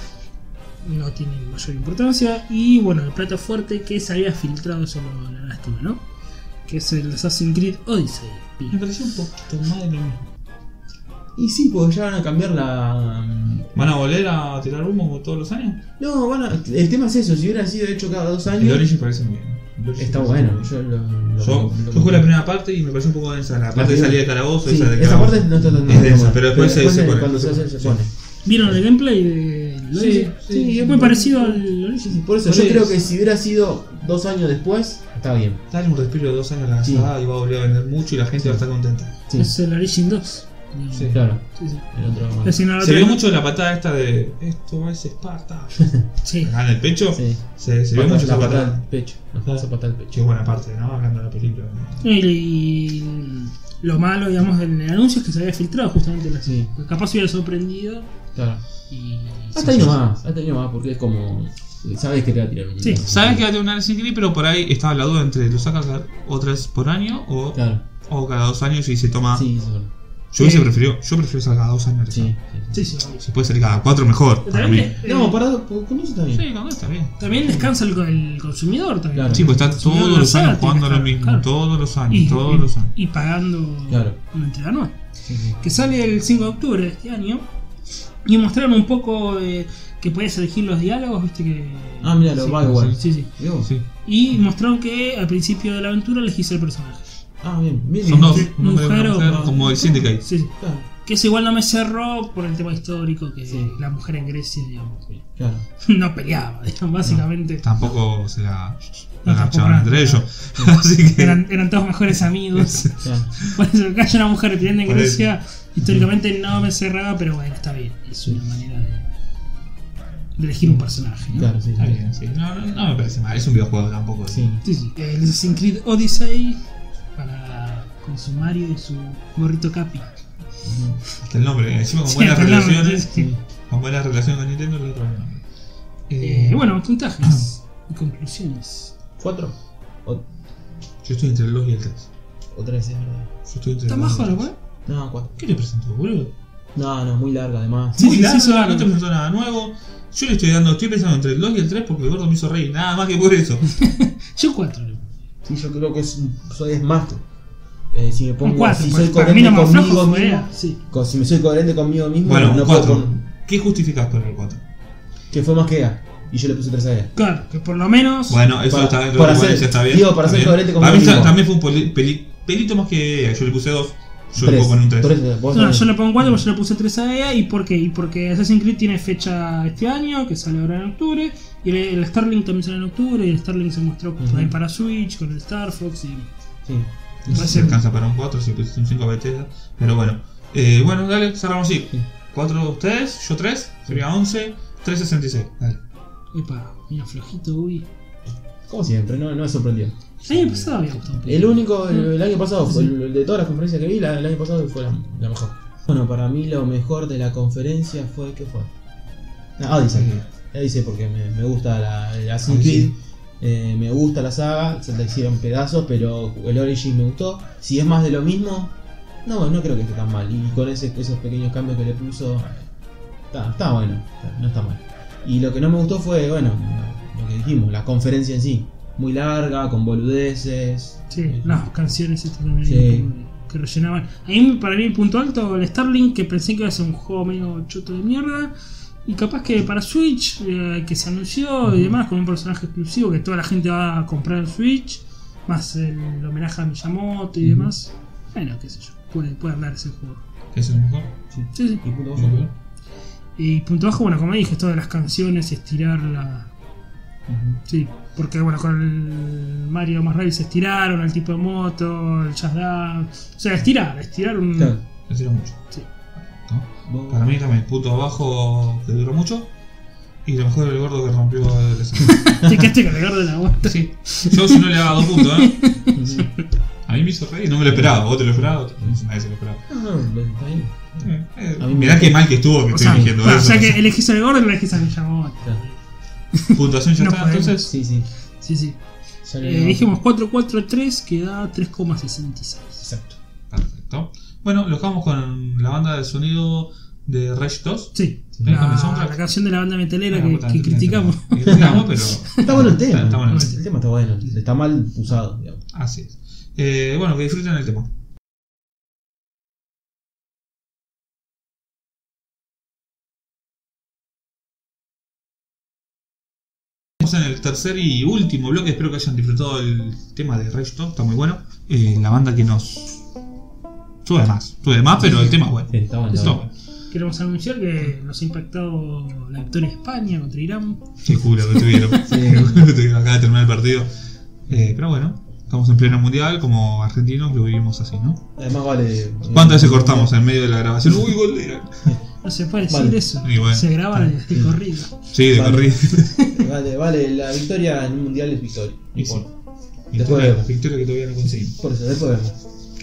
B: No tiene mayor importancia. Y bueno, el plato fuerte que se había filtrado, eso lo- la lástima, ¿no? Que es el Assassin's Creed Odyssey.
A: Me pareció un poquito más de lo mismo.
C: Y sí, porque ya van a cambiar la. mm,
A: ¿Van a volver a tirar humo como todos los años?
C: No, van a... el tema es eso. Si hubiera sido hecho cada dos
A: El
C: años,
A: Origin parece muy bien. El Origin
C: está
A: parece
C: bueno.
A: muy bien.
C: Yo, lo, lo-
A: Yo,
C: lo-
A: yo jugué la primera parte y me pareció un poco densa. La parte de
C: primera.
A: salida de calabozo,
C: Sí,
A: esa de
C: esa
A: calabozo.
C: parte no está tan
A: Es densa,
C: buena.
A: pero después se- se pone.
C: Cuando se hace, se pone.
B: ¿Vieron el gameplay de Odyssey?
C: sí, es
B: es muy
C: muy-
B: parecido al
C: Sí,
B: Odyssey.
C: sí, por eso
A: Por
C: yo
A: eso.
C: creo que si hubiera sido dos años después, está bien.
A: Dale un respiro de dos años a la
C: Sí.
A: saga y va a volver a vender mucho y la gente va a estar contenta.
C: Sí.
B: Es el Origin 2. digamos.
A: Sí.
C: Claro,
B: Sí, sí.
C: el otro.
B: La escena
A: Se
B: del
A: vio
B: otro-
A: mucho la patada esta de esto es Esparta.
B: Sí.
A: Ah, en el pecho.
C: Sí.
A: Se, se vio
C: Patada-
A: mucho
C: la
A: esa
C: patada al
A: patada.
C: pecho.
A: Ajá.
C: Esa patada al
A: Qué
C: pecho.
A: buena parte, ¿no? Hablando de la película. ¿no?
B: Y, y lo malo, digamos, del anuncio es que se había filtrado justamente la
C: Sí. Ah,
B: porque Capaz hubiera sorprendido
C: Claro.
B: y.
C: Hasta ahí nomás, hasta ahí nomás, porque es como. Sabes que te va a tirar un.
B: Sí,
A: Sabes que va a tener una Assassin's Creed, pero por ahí estaba la duda entre lo saca cada- otra vez por año o,
C: Claro.
A: o cada dos años y se toma.
C: Sí, eso.
A: Yo hubiese
B: Sí.
A: preferido, yo prefiero salir cada dos años.
C: Sí.
B: Sí, sí, obvio.
A: Si puede salir cada cuatro, mejor. Para mí.
B: También, eh,
C: No, parado, con eso está bien.
A: Sí, cuando está bien.
B: también descansa el, el consumidor también.
C: Claro.
A: Sí, pues está
B: El consumidor
A: todos los
B: universal
A: años
B: tiene que
A: jugando lo
B: estar,
A: mismo.
B: claro.
A: Todos los años,
B: Y,
A: todos
B: y-
A: los años.
B: y pagando
C: Claro.
B: una entrega anual.
C: Sí, sí.
B: que sale el 5 de octubre de este año. Y mostraron un poco eh, que podías elegir los diálogos, viste que.
C: Ah, mira, lo
B: sí,
C: va igual.
B: Sí, sí.
C: Dios.
A: Sí.
B: Y mostraron que al principio de la aventura elegís el personaje.
C: Ah, bien, bien.
A: Son dos,
C: bien.
A: un hombre y una
B: mujer o-
A: mujer, como el Syndicate.
B: Sí, sí.
C: Claro,
B: Que eso igual no me cerró por el tema histórico que
C: Sí.
B: la mujer en Grecia, digamos, *laughs* que
C: claro.
B: no peleaba, digamos, básicamente.
A: Tampoco se la
B: No, tampoco
A: agachaban
B: nada.
A: entre ellos. *laughs* Así que.
B: Eran, eran todos mejores amigos.
C: claro.
B: *laughs* por eso que haya una mujer peleando en
A: Por eso.
B: Grecia, históricamente no me cerraba, pero bueno, está bien. Es una manera de, de elegir un personaje, ¿no?
C: Claro, sí.
A: Está bien, sí. No, no, no me parece mal, es un videojuego tampoco.
C: Sí.
B: Sí, sí. El Assassin's Creed Odyssey para con su Mario y su gorrito Capi.
A: Hasta el nombre, encima con
B: *laughs* Sí,
A: Oh, buenas
B: hasta el nombre,
A: relaciones.
B: sí, sí.
A: Con buenas relaciones con Nintendo, el otro nombre.
B: Eh, bueno, puntajes y conclusiones.
C: ¿Cuatro? O,
A: Yo estoy entre el 2 y el 3.
C: o tres, es verdad.
A: Yo estoy entre
B: ¿Está ¿eh?
A: el 2
B: bajo
A: y
B: la
A: el
B: web?
A: tres.
C: No, cuatro.
A: ¿Qué le presentó, boludo?
C: No, no, muy larga además.
B: Sí,
A: Muy
B: sí,
A: larga,
B: sí, son-
A: no te presentó nada nuevo. Yo le estoy dando, estoy pensando entre el 2 y el 3 porque el gordo me hizo reír, nada más que por eso.
B: Yo 4.
C: Sí, yo creo que es, un- soy es más. Eh, si me
B: Un
C: pongo.
B: 4.
C: si soy
B: para mí
C: coherente
B: no más
C: conmigo
B: pues, flojo fue.
C: mismo.
B: Sí.
C: con- si me soy coherente conmigo mismo,
A: Bueno,
C: no
A: un
C: puedo
A: 4.
C: con-
A: ¿Qué justificás con el 4?
C: Que fue más que EA. Y yo le puse tres a EA.
B: Claro, que por lo menos.
A: Bueno, eso
C: Para-
A: está dentro
C: para
A: de la
C: ser-
A: está bien.
C: digo, para
A: está
C: ser
A: bien.
C: coherente con
A: Para mí
C: conmigo.
A: está- también fue un poli- peli- pelito más que yo le puse 2. Yo le
C: Tres.
A: pongo con un 3.
C: Tres, vos
B: No,
C: tres.
B: yo le pongo 4 porque yo le puse 3 a EA. ¿Y por qué? Y porque Assassin's Creed tiene fecha este año, que sale ahora en octubre. Y el, el Starlink también sale en octubre. Y el Starlink se mostró también para Switch, con el Star Fox y.
C: Sí.
B: Va a
A: Se
B: ser
A: alcanza para un 4, si pusiste un 5 a Bethesda. Pero bueno, Eh, bueno, dale, cerramos así.
C: Sí.
A: 4 ustedes, yo 3, sería 11, 366. Dale.
B: Epa, mira, flojito, uy.
C: Como siempre, no, no me sorprendió.
B: El año pasado había gustado un poco.
C: El único, el, el año pasado, fue- el- el de todas las conferencias que vi, la, el año pasado fue la, la mejor. Bueno, para mí lo mejor de la conferencia fue, ¿qué fue? Ah, Odyssey. Odyssey porque me, me gusta la, la Assassin's Creed,
A: Odyssey.
C: eh, me gusta la saga, se la hicieron pedazos, pero el Origin me gustó. Si es más de lo mismo, no, no creo que esté tan mal. Y con ese- esos pequeños cambios que le puso, está, está bueno, está- no está mal. Y lo que no me gustó fue, bueno, lo que dijimos, la conferencia en sí. Muy larga, con boludeces.
B: Sí, las canciones estas también
C: Eh, Sí.
B: que- que rellenaban. A mí, para mí, el punto alto, el Starlink, que pensé que iba a ser un juego medio choto de mierda. Y capaz que para Switch, eh, que se anunció y demás, con un personaje exclusivo que toda la gente va a comprar en Switch, más el homenaje a Miyamoto y demás. Bueno, qué sé yo, puede, puede andar ese juego.
A: ¿Qué es el mejor?
B: Sí, sí.
C: Y punto
A: ¿Y el peor?
B: Y punto bajo, bueno, como dije, esto de las canciones, estirar la. Sí, porque bueno, con el Mario más Rabbids se estiraron, el tipo de moto, el jazz dance. O sea, estirar, estirar un. *laughs*
C: Claro.
A: Lo tiro mucho.
B: Sí.
A: ¿No?
C: Vos-
A: Para mí también, punto abajo que duró mucho. Y lo mejor el gordo que rompió el
B: *laughs*
A: escenario.
B: Te quedaste con el gordo en la vuelta.
A: Sí. Yo si no le daba dos puntos, ¿eh? A mí me hizo reír, no me lo esperaba. ¿Vos te lo esperabas? Nadie se lo esperaba.
C: No, no, está bien.
A: Eh, eh,
C: A mí me-
A: mirá qué mal que estuvo que
B: O
A: estoy
B: sea,
A: eligiendo
B: bueno,
A: eso.
B: ya que elegís al gordo, elegís a Miyamoto.
C: Claro.
A: Puntuación ya
B: No
A: está,
B: podemos.
A: entonces.
C: Sí, sí.
B: Sí, sí.
C: Ya le
B: Eh, dijimos 443 que da 3,66.
C: Exacto.
A: Perfecto. Bueno, lo dejamos con la banda de sonido de Rage 2.
B: Sí,
A: ¿Eh?
B: la,
A: Con el soundtrack.
B: la canción de la banda metalera
A: Ah,
B: que,
A: puta,
B: que
A: no tenía
B: criticamos.
A: entendido. Criticamos,
C: *laughs*
A: pero.
C: Está bueno el tema.
A: Está, está bueno el tema.
C: El tema está bueno. Está mal usado, digamos.
A: Así es. Eh, bueno, que disfruten el tema. Estamos en el tercer y último bloque. Espero que hayan disfrutado el tema de Rage 2. Está muy bueno. Eh, la banda que nos. Sube más, sube más, pero el tema es bueno.
C: Sí, está bueno.
A: Está bueno.
B: Queremos anunciar que nos ha impactado la victoria de España contra Irán.
C: *laughs*
A: Qué culo que tuvieron. Qué culo que tuvieron acá de terminar el partido. Eh, pero bueno, Estamos en pleno mundial, como argentinos lo vivimos así, ¿no?
C: Además vale.
A: ¿Cuántas veces cortamos en medio de la grabación? ¡Uy, gol de Irán!
B: No se puede decir
C: Vale.
B: eso.
A: Y bueno.
B: Se graba de, de corrido.
A: Sí, de
C: Vale.
A: corrido.
C: Vale, vale, la victoria en un mundial es victoria.
A: *laughs* Y sí.
C: Bueno, Después
A: Victoria,
C: vemos.
A: victoria que todavía no conseguimos.
C: Por eso, después vemos.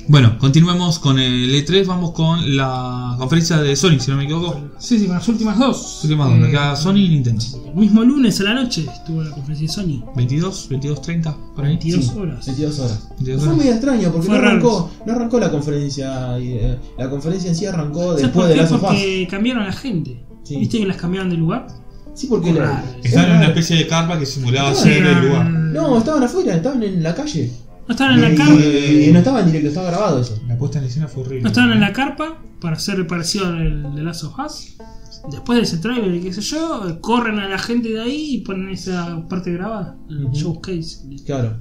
A: Bueno, continuemos con el E3, vamos con la conferencia de Sony, si no me equivoco.
B: Sí, sí, con las últimas dos.
A: Las últimas dos, la
B: Eh,
A: que haga Sony y Nintendo.
B: El mismo lunes a la noche estuvo la conferencia de Sony.
A: 22, 22, 30, por ahí.
B: 22
C: Sí,
B: horas.
C: 22 horas.
A: 22
C: Fue
A: horas.
C: medio extraño porque no
B: Fue raro.
C: arrancó, no arrancó la conferencia. y, eh, La conferencia en sí arrancó
B: ¿Sabes
C: después
B: por
C: de
B: qué?
C: las sofás.
B: Porque cambiaron a la gente.
C: Sí.
B: ¿Viste que las cambiaron de lugar?
C: Sí, porque
B: Fue
C: la-
B: raro.
C: es
A: Estaban en
C: raro.
A: una especie de carpa que simulaba
C: Ah,
A: ser el
B: Eran-
A: lugar.
C: No, estaban afuera, estaban en la calle.
B: No estaban en la
C: Y-
B: carpa.
C: y, no estaba en directo, estaba grabado eso.
A: La puesta en escena fue horrible.
B: No estaban en la carpa para hacer parecido al de Last of Us. Después de ese trailer y qué sé yo, corren a la gente de ahí y ponen esa parte grabada, el
C: Ujú.
B: showcase.
C: Claro.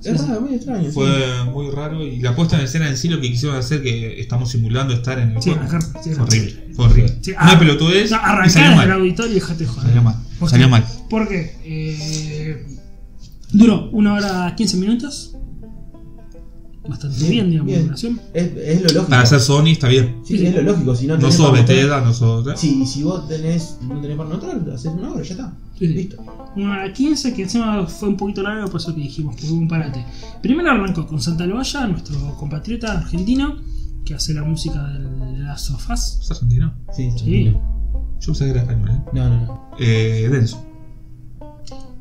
B: Sí,
C: es
B: sí.
C: raro, muy extraño. sí.
A: Fue muy raro y la puesta en escena en sí lo que quisieron hacer que estamos simulando estar en el
B: Sí,
A: juego.
B: la carpa, sí,
A: fue
B: la-
A: horrible, fue horrible.
B: Sí, ah,
A: una pelotudez
B: No,
A: y
B: arrancá
A: salió
B: desde el
A: mal.
B: auditorio y dejate de joder.
A: Salió mal.
B: ¿Por
A: Salió
B: qué?
A: mal.
B: ¿Por qué? Eh, duró una hora 15 minutos. Bastante
C: Bien,
B: bien, digamos,
C: bien.
B: la duración.
C: Es, es lo lógico.
A: Para ser Sony está bien.
C: Sí, es lo lógico. Si no,
A: Ah, No
C: tenés
A: sos
C: para mostrar-
A: Bethesda, no sos...
C: Sí, y si vos tenés, no tenés para notar, haces una hora, ya está.
B: Sí, sí.
C: Listo.
B: Una hora 15, que encima fue un poquito largo, por eso que dijimos que hubo un parate. Primero arrancó con Santa Loaya, nuestro compatriota argentino, que hace la música de las sofás.
A: ¿Es argentino?
C: Sí,
B: Sí.
A: Yo pensé que era español, ¿eh?
C: No, no, no.
A: Eh, denso.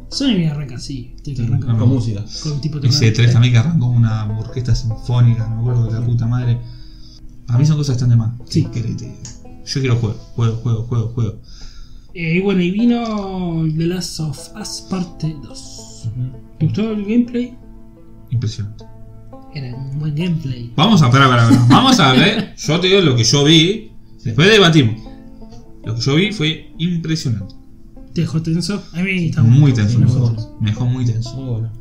B: Sony bien arranca así, tiene que
A: Sí,
B: arrancar
A: no.
C: Con música.
B: con un tipo
A: Ese
B: tocando.
A: 3 también que arrancó una orquesta sinfónica, no me acuerdo de la puta madre. A mí son cosas tan de más.
B: Sí.
A: Que te- te- Yo quiero juego, juego, juego, juego, juego.
B: Eh, y bueno, y vino The Last of Us parte 2. ¿Te gustó el gameplay?
A: Impresionante.
B: Era un buen gameplay.
A: Vamos a, pará, pará, pará. Vamos a ver. Yo te digo lo que yo vi. Después debatimos. Lo que yo vi fue impresionante.
B: ¿Te dejó tenso? A mí está
A: Muy tenso.
C: sí,
A: Me
C: muy
A: dejó-
C: bueno.
A: me dejó muy tenso.
C: Muy bueno.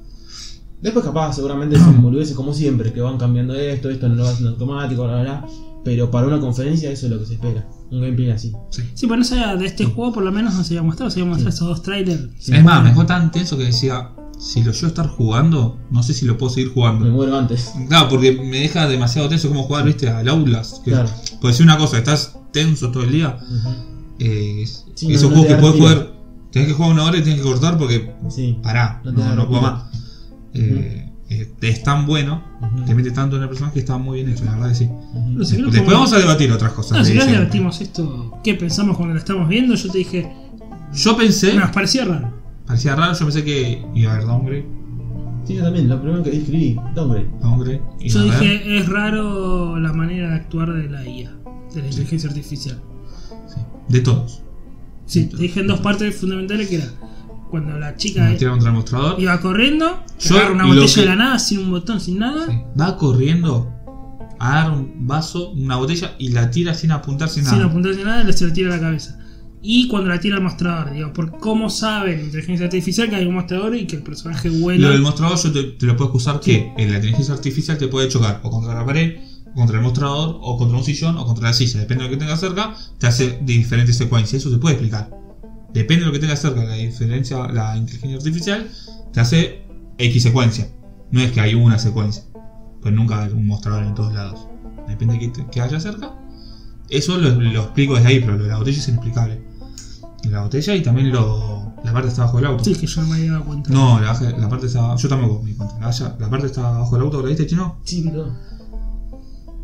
C: Después capaz seguramente
A: *coughs*
C: son boludeces como siempre, que van cambiando esto, esto no lo hacen automático, bla, bla, bla. Pero para una conferencia eso es lo que se espera. Un gameplay así.
A: Sí.
B: Sí, pero no sabía de este juego por lo menos no se había mostrado, se había mostrado esos dos trailers.
A: Es más, me dejó tan tenso que decía: si lo yo estar jugando, no sé si lo puedo seguir
C: Me
A: jugando.
C: muero antes.
A: Claro, porque me deja demasiado tenso como jugar, viste, al Aulas. Que
C: Claro.
A: Porque si una cosa, estás tenso todo el día, eh, es-
C: Sí,
A: esos
C: no, no
A: juegos
C: te
A: que
C: da
A: puedes
C: respiro.
A: jugar, tenés que jugar una hora y tenés que cortar porque
C: Sí.
A: pará,
C: No
A: no,
C: te da
A: no, puedo
C: respiro.
A: más. Eh, eh, es tan bueno,
C: Ujú.
A: te mete tanto en el personaje que está muy bien hecho, la verdad que sí.
C: Ujú.
B: No sé, creo que
A: Después
B: como-
A: vamos a debatir otras cosas.
B: No,
A: de
B: si querés
A: ese-
B: debatimos esto, ¿qué pensamos cuando lo estamos viendo? Yo te dije,
A: Yo pensé,
B: nos parecía raro.
A: parecía raro, yo pensé que iba a haber downgrade,
C: Sí, yo también, lo primero que escribí, hombre.
A: downgrade, iba
B: Yo
A: a haber-
B: dije, es raro la manera de actuar de la IA, de la inteligencia artificial.
A: de todos.
B: Sí, te dije en dos partes fundamentales que era cuando la chica
A: Me tira contra el mostrador.
B: iba corriendo,
A: Yo
B: agarra una
A: lo
B: botella
A: que-
B: de la nada, sin un botón, sin nada.
A: sí, Va corriendo a dar un vaso, una botella y la tira sin apuntar, sin
B: sin
A: nada.
B: apuntarse nada, le se la tira a la cabeza. Y cuando la tira al mostrador, digo, por cómo sabe la inteligencia artificial que hay un mostrador y que el personaje
A: Lo del
B: vuela.
A: mostrador yo te, te lo puedo excusar que en la inteligencia artificial te puede chocar o contra la pared, o contra el mostrador, o contra un sillón, o contra la silla. Depende de lo que tengas cerca, te hace diferentes secuencias. Eso se puede explicar. Depende de lo que tengas cerca, la diferencia, la inteligencia artificial te hace X secuencia. No es que hay una secuencia. Pues nunca hay un mostrador en todos lados. Depende de que, te- que haya cerca. Eso lo, lo explico desde ahí, pero lo de la botella es inexplicable. Y La botella y también lo, la parte hasta abajo del auto.
B: Sí, que yo no me había dado cuenta.
A: No, la, baja- la parte está. Yo tampoco me di cuenta. La, baja- la parte está abajo del auto, ¿la viste, chino?
C: Sí, no.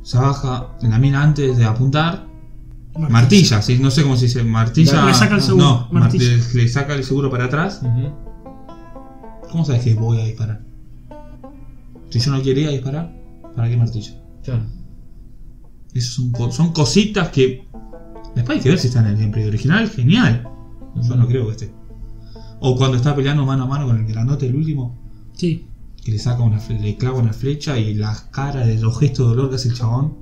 A: Se baja la mina antes de apuntar.
B: Martín.
A: Martilla, sí, no sé cómo se dice. Martilla.
B: Le saca el seguro,
A: No,
B: martilla.
A: marti- le saca el seguro para atrás.
C: Ujú.
A: ¿Cómo sabes que voy a disparar? Si yo no quería disparar, ¿para qué martillo?
C: Claro.
A: Esas son, co- son cositas que. Después hay que ver si está en el gameplay original. Genial. Yo no creo que esté. O cuando está peleando mano a mano con el granote, el último.
B: Sí.
A: que le saca una fle- le clava una flecha y las caras de los gestos de dolor que hace el chabón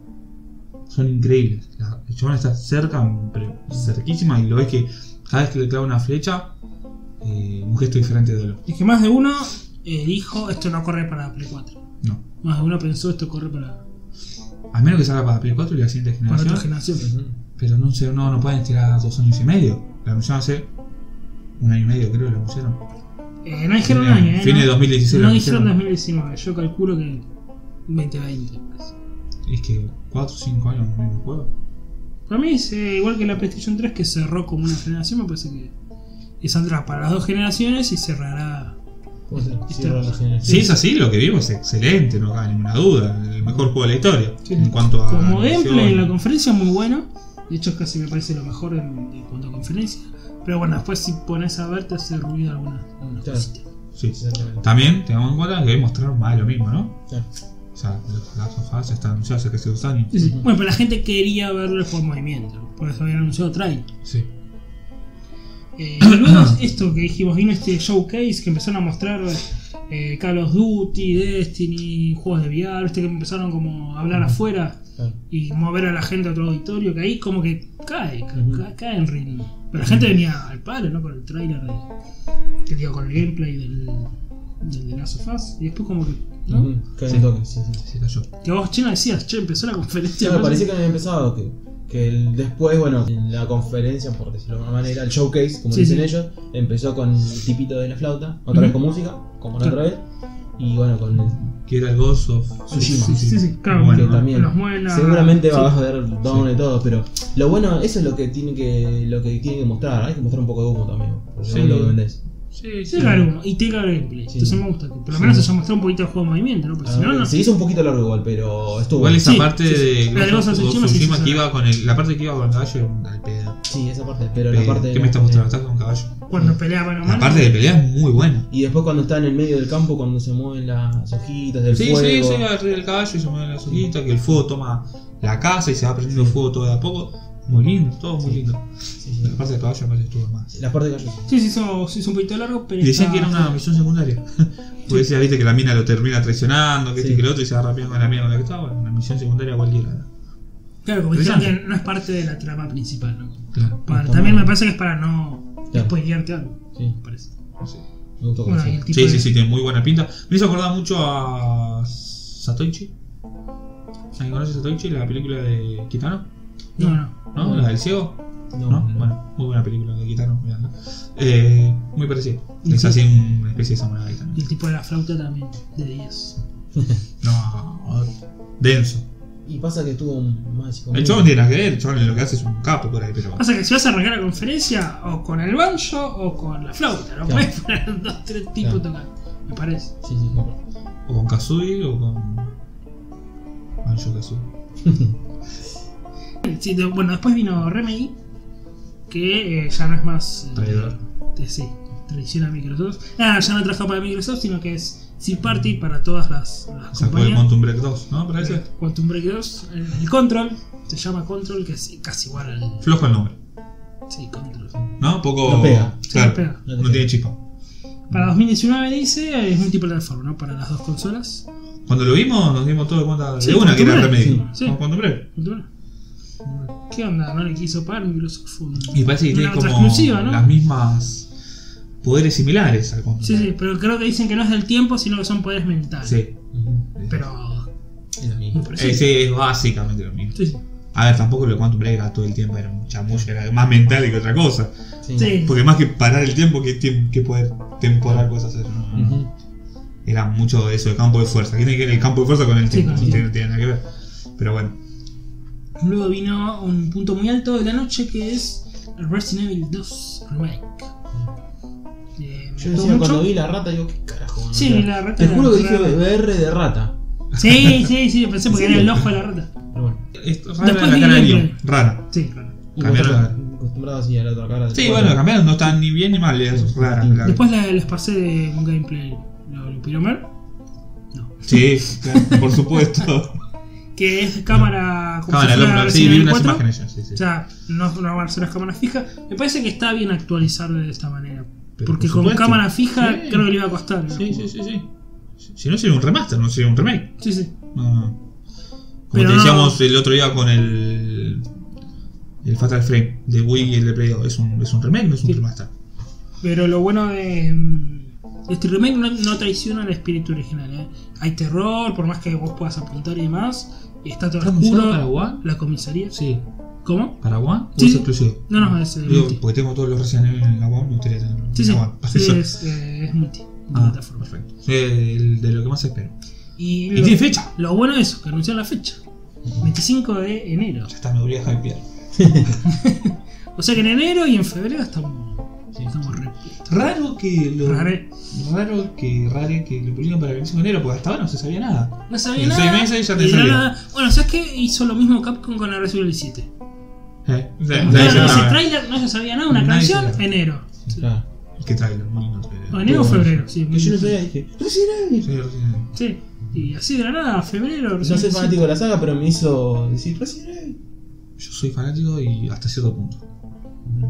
A: son increíbles. La- el chabón está cerca, pero cerquísima y lo ves que cada vez que le clava una flecha, eh, un gesto diferente de dolor.
B: Es que más de uno eh, dijo, esto no corre para Play 4.
A: No.
B: Más de uno pensó, esto corre para,
A: A menos que salga para Play 4 y la siguiente
B: para
A: generación.
B: otra generación.
C: Ujú.
A: pero no sé, no, no pueden tirar dos años y medio. La anunciaron hace un año y medio, creo, la anunciaron.
B: Eh, no dijeron un año, ¿eh?
A: Fines de
B: no,
A: 2016
B: no
A: lo
B: dijeron
A: dijeron.
B: 2019, yo calculo que 2020. pues.
A: Es que 4 o 5 años en el mismo juego.
B: Para mí es eh, igual que la PlayStation 3 que cerró como una generación, me parece que, que saldrá para las dos generaciones y cerrará.
C: Puede ser, cierra la generación.
A: Si es así, lo que vimos es excelente, no cabe ninguna duda. El mejor juego de la historia.
C: Sí.
A: En cuanto a.
B: Como gameplay en la
A: animación.
B: conferencia muy bueno, de hecho casi me parece lo mejor en, en cuanto a conferencia. Pero bueno, después si pones a ver te hace ruido alguna, alguna
C: Claro.
B: cosita.
A: Sí.
C: Exactamente.
A: También tengamos en cuenta que mostraron más de lo mismo, ¿no?
C: Claro.
A: O sea, la sofá ya está anunciado hace casi dos años.
B: Sí, sí.
C: Ujú.
B: Bueno, pero la gente quería verlo por movimiento, por eso habían anunciado trailer.
A: Sí.
B: Eh, y luego esto que dijimos, vino este showcase que empezaron a mostrar eh, Call of Duty, Destiny, juegos de VR, este que empezaron como a hablar afuera
C: Claro.
B: y mover a la gente a otro auditorio, que ahí como que cae, ca-
C: Ujú.
B: ca- cae en ritmo. Pero la gente venía al palo, ¿no? Con el trailer, de- que digo, con el gameplay del, del de Last of Us, y después como que, ¿no?
C: Ujú, Cae en toque, sí, sí.
A: Sí, cayó.
B: Que vos, China, decías, che, empezó la conferencia.
C: Claro,
B: ¿no?
C: parecía que había empezado, que, que el- después, bueno, en la conferencia, por decirlo de alguna manera, el showcase, como
B: Sí,
C: dicen
B: sí.
C: ellos, empezó con el tipito de la flauta, otra vez
B: Ujú.
C: con música, como la
B: Claro.
C: otra vez, y bueno, con el,
A: Que era el Ghost of
C: Tsushima.
B: Sí, sí, sí, claro,
A: Bueno,
C: que también,
B: los mueven a-
C: seguramente
B: sí.
C: va a haber down y todo, pero lo bueno, eso es lo que tiene que, lo que, tiene que mostrar, hay que mostrar un poco de humo también, porque
A: Sí.
C: vos lo que vendés.
A: Sí,
B: Sí, claro, uno, y tiene que haber gameplay.
C: Sí.
B: Entonces me gusta que por lo
C: Sí.
B: menos haya mostrado un poquito el juego de movimiento, ¿no? Porque si no,
C: Ah,
B: no.
C: Se hizo un poquito largo igual, pero estuvo.
A: Igual
C: bueno.
A: esa
B: Sí,
A: parte
B: sí, sí.
A: de
B: La de Ghost of Tsushima sí, sí,
A: que
B: sí.
A: iba con el. La parte que iba con el caballo era al pedo.
C: Sí, esa parte, pero
A: Eh,
C: la parte. de
A: ¿Qué
C: la-
A: me estás mostrando? ¿Estás con un caballo?
B: Cuando pelea mano a
A: La
B: mano.
A: parte de pelea es muy buena.
C: Y después cuando está en el medio del campo, cuando se mueven las hojitas del
A: Sí,
C: fuego.
A: sí, sí, arriba del caballo y se mueve la solita, que el fuego toma la casa y se va prendiendo fuego todo de a poco. Muy lindo, todo muy
C: Sí.
A: lindo.
C: Sí, sí.
A: La parte del caballo me parece estuvo más.
C: La parte de gallo.
B: Sí, se hizo, se hizo un poquito largo, pero.
A: Y decían
B: está-
A: que era una misión secundaria. *laughs* Porque decía, viste, que la mina lo termina traicionando, que este
C: Sí.
A: y que el otro y se va rapeando con la mina con la que estaba. Una misión secundaria cualquiera.
B: Claro, como dijeron que
A: Interesante.
B: no es parte de la trama principal, ¿no?
A: Claro.
B: Para-
C: Ah, Está
B: también me
C: bueno.
B: parece que es para no
C: Claro.
B: spoilearte algo,
C: Sí,
B: me parece.
A: Sí.
C: me
B: Bueno,
C: gustó
B: y
C: conocer.
B: el tipo.
A: sí,
B: de-
A: sí, sí, tiene muy buena pinta. Me hizo acordar mucho a Satoichi. ¿Alguien conoce Satoichi? La película de Kitano,
B: No, no.
A: ¿no? La del ciego.
C: No,
A: ¿no?
C: no.
A: Bueno, muy buena película de Kitano, mirando. Eh, muy parecido.
B: Y
A: Es
B: sí.
A: así una especie de samurái
B: Y
A: también.
B: el tipo de la flauta también, de 10.
A: No, denso.
C: Y pasa que estuvo más.
A: El chabón tiene nada que ver, el chabón lo que hace es un capo por ahí, pero.
B: Pasa que si vas a arrancar la conferencia, o con el banjo o con la flauta, ¿no? *laughs*
C: Claro.
B: Puedes poner dos, tres tipos
C: Claro.
B: tocando, me parece.
C: Sí, sí, compro.
A: O con Kazui o con. Banjo Kazui.
B: Sí, de- bueno, después vino Remedy, que eh, ya no es más. eh,
A: Traidor.
B: de- sí, traiciona a Microsoft. Ah, ya no trabaja para Microsoft, sino que es Sea Party para todas las, las
A: Sacó el
B: compañías.
A: Quantum Break 2, ¿no? Parece.
B: Quantum Break 2, el, el Control, se llama Control, que es casi igual al.
A: Flojo el nombre,
B: Sí, Control.
A: ¿no? Poco.
C: No pega.
B: Sí,
A: Claro,
B: no pega.
A: no tiene chispa.
B: Para 2019 dice, es multiplataforma, ¿no? Para las dos consolas.
A: Cuando lo vimos, nos dimos todos cuenta de
B: Sí,
A: una que era
B: Quantum Break,
A: Remedy.
B: sí, sí.
A: Con Quantum Break.
B: Control. ¿Qué onda? ¿No le quiso pagar Microsoft? Un-
A: Y parece que
B: una
A: tiene
B: otra
A: como
B: exclusiva, ¿no?
A: las mismas poderes similares al Quantum
B: Sí,
A: Break.
B: sí, pero creo que dicen que no es del tiempo, sino que son poderes mentales.
A: Sí.
B: Pero
C: Es lo
B: me
C: mismo.
B: parece.
A: Eh, sí, es básicamente lo mismo.
B: Sí, sí.
A: A ver, tampoco lo de Quantum Break era todo el tiempo, era un chamuyo, era más mental que otra cosa.
C: Sí.
B: Sí.
A: Porque más que parar el tiempo, que, tiemp- que poder temporal cosas hacer. No, no, no.
C: Ujú.
A: Era mucho de eso, de campo de fuerza. Tiene que ver el campo de fuerza con el
B: Sí,
A: tiempo,
B: con el
A: no tiene,
B: tiempo.
A: tiene nada que ver. Pero bueno,
B: Luego vino un punto muy alto de la noche que es Resident Evil 2 Remake. Eh, me
C: Yo
B: gustó
C: decía, cuando
B: mucho.
C: vi la rata, digo, ¿qué carajo? van a
B: Sí,
C: hacer?
B: la rata
C: Te
B: era
C: juro que dije
B: rara.
C: BR de rata.
B: Sí, sí, sí, pensé porque
C: ¿En
B: era
C: serio?
B: el ojo de la rata.
C: Pero bueno.
A: es rara
B: Después
A: la
B: vi
A: cara de
B: gameplay.
A: Leon. Rara.
B: Sí, claro.
A: Cambiaron la-
C: Acostumbrado- Acostumbrado así a la otra cara. del
A: Sí,
C: cuadro.
A: bueno, cambiaron, no está ni bien ni mal, es rara. la-
B: Después la- les pasé de un gameplay. ¿Lo, lo pudieron ver? No.
A: Sí, claro, por
B: *laughs*
A: supuesto.
B: Que es cámara. como
A: Cámara
B: si
A: al
B: fuera
A: hombro, sí,
B: Resident
A: vi
B: Evil
A: unas
B: 4.
A: imágenes ya, sí, sí.
B: O sea, no, no van a ser las cámaras fijas. Me parece que está bien actualizarlo de esta manera.
A: Pero
B: porque
A: por
B: con
A: supuesto.
B: cámara fija
A: Sí.
B: creo que le iba a costar. ¿no?
A: Sí, sí, sí, sí. Si- Si no sería un remaster, no sería un remake.
B: Sí, sí.
A: No, no. Como
B: Pero
A: te
B: no-
A: decíamos el otro día con el. El Fatal Frame de Wii y el de Play 2. Es un, es un remake, no es un
B: Sí.
A: remaster.
B: Pero lo bueno de, mm, de este remake no, no traiciona el espíritu original. ¿eh? Hay terror, por más que vos puedas apuntar y demás. Está todo
A: ¿Está anunciado
B: oscuro.
A: para One?
B: La comisaría.
A: Sí.
B: ¿Cómo?
A: ¿Para One? ¿O
B: Sí.
A: es exclusivo?
B: No, no, es eh,
A: Digo, pues,
B: multi.
A: porque tengo todos los Resident Evil en la One, me gustaría tener
B: Sí,
A: en
B: sí,
A: la One. Para
B: sí,
A: eso.
B: es, eh, es multi.
A: Ah,
B: plataforma.
A: perfecto. Eh, el de lo que más espero.
B: Y,
A: Y
B: lo,
A: tiene fecha.
B: lo bueno es eso, que anunció la fecha. 25 de enero.
A: Ya está, me volví a hypear.
B: O sea que en enero y en febrero estamos, estamos re...
A: Raro que lo.
B: Rare.
A: Raro que rare que lo publican para el 25 de enero, porque hasta ahora no se sabía nada.
B: No sabía
A: En
B: nada.
A: seis meses ya te
B: y de la
A: salió.
B: nada- Bueno, ¿sabes qué? Hizo lo mismo Capcom con Resident Evil 7.
A: ¿Eh?
B: No,
A: Nadie
B: no, ese
A: sabe.
B: trailer no se sabía nada, una
A: Nadie
B: canción,
A: sabe.
B: enero.
C: Claro.
A: ¿Qué trailer? No, no sé.
B: O enero o febrero, sí.
C: Que yo no sabía, dije, Resident Evil.
A: Sí, Resident Evil.
B: Sí. Y así de la nada, febrero,
C: No soy
B: recién-
C: fanático de la saga, pero me hizo decir Resident Evil.
A: Yo soy fanático y hasta cierto punto.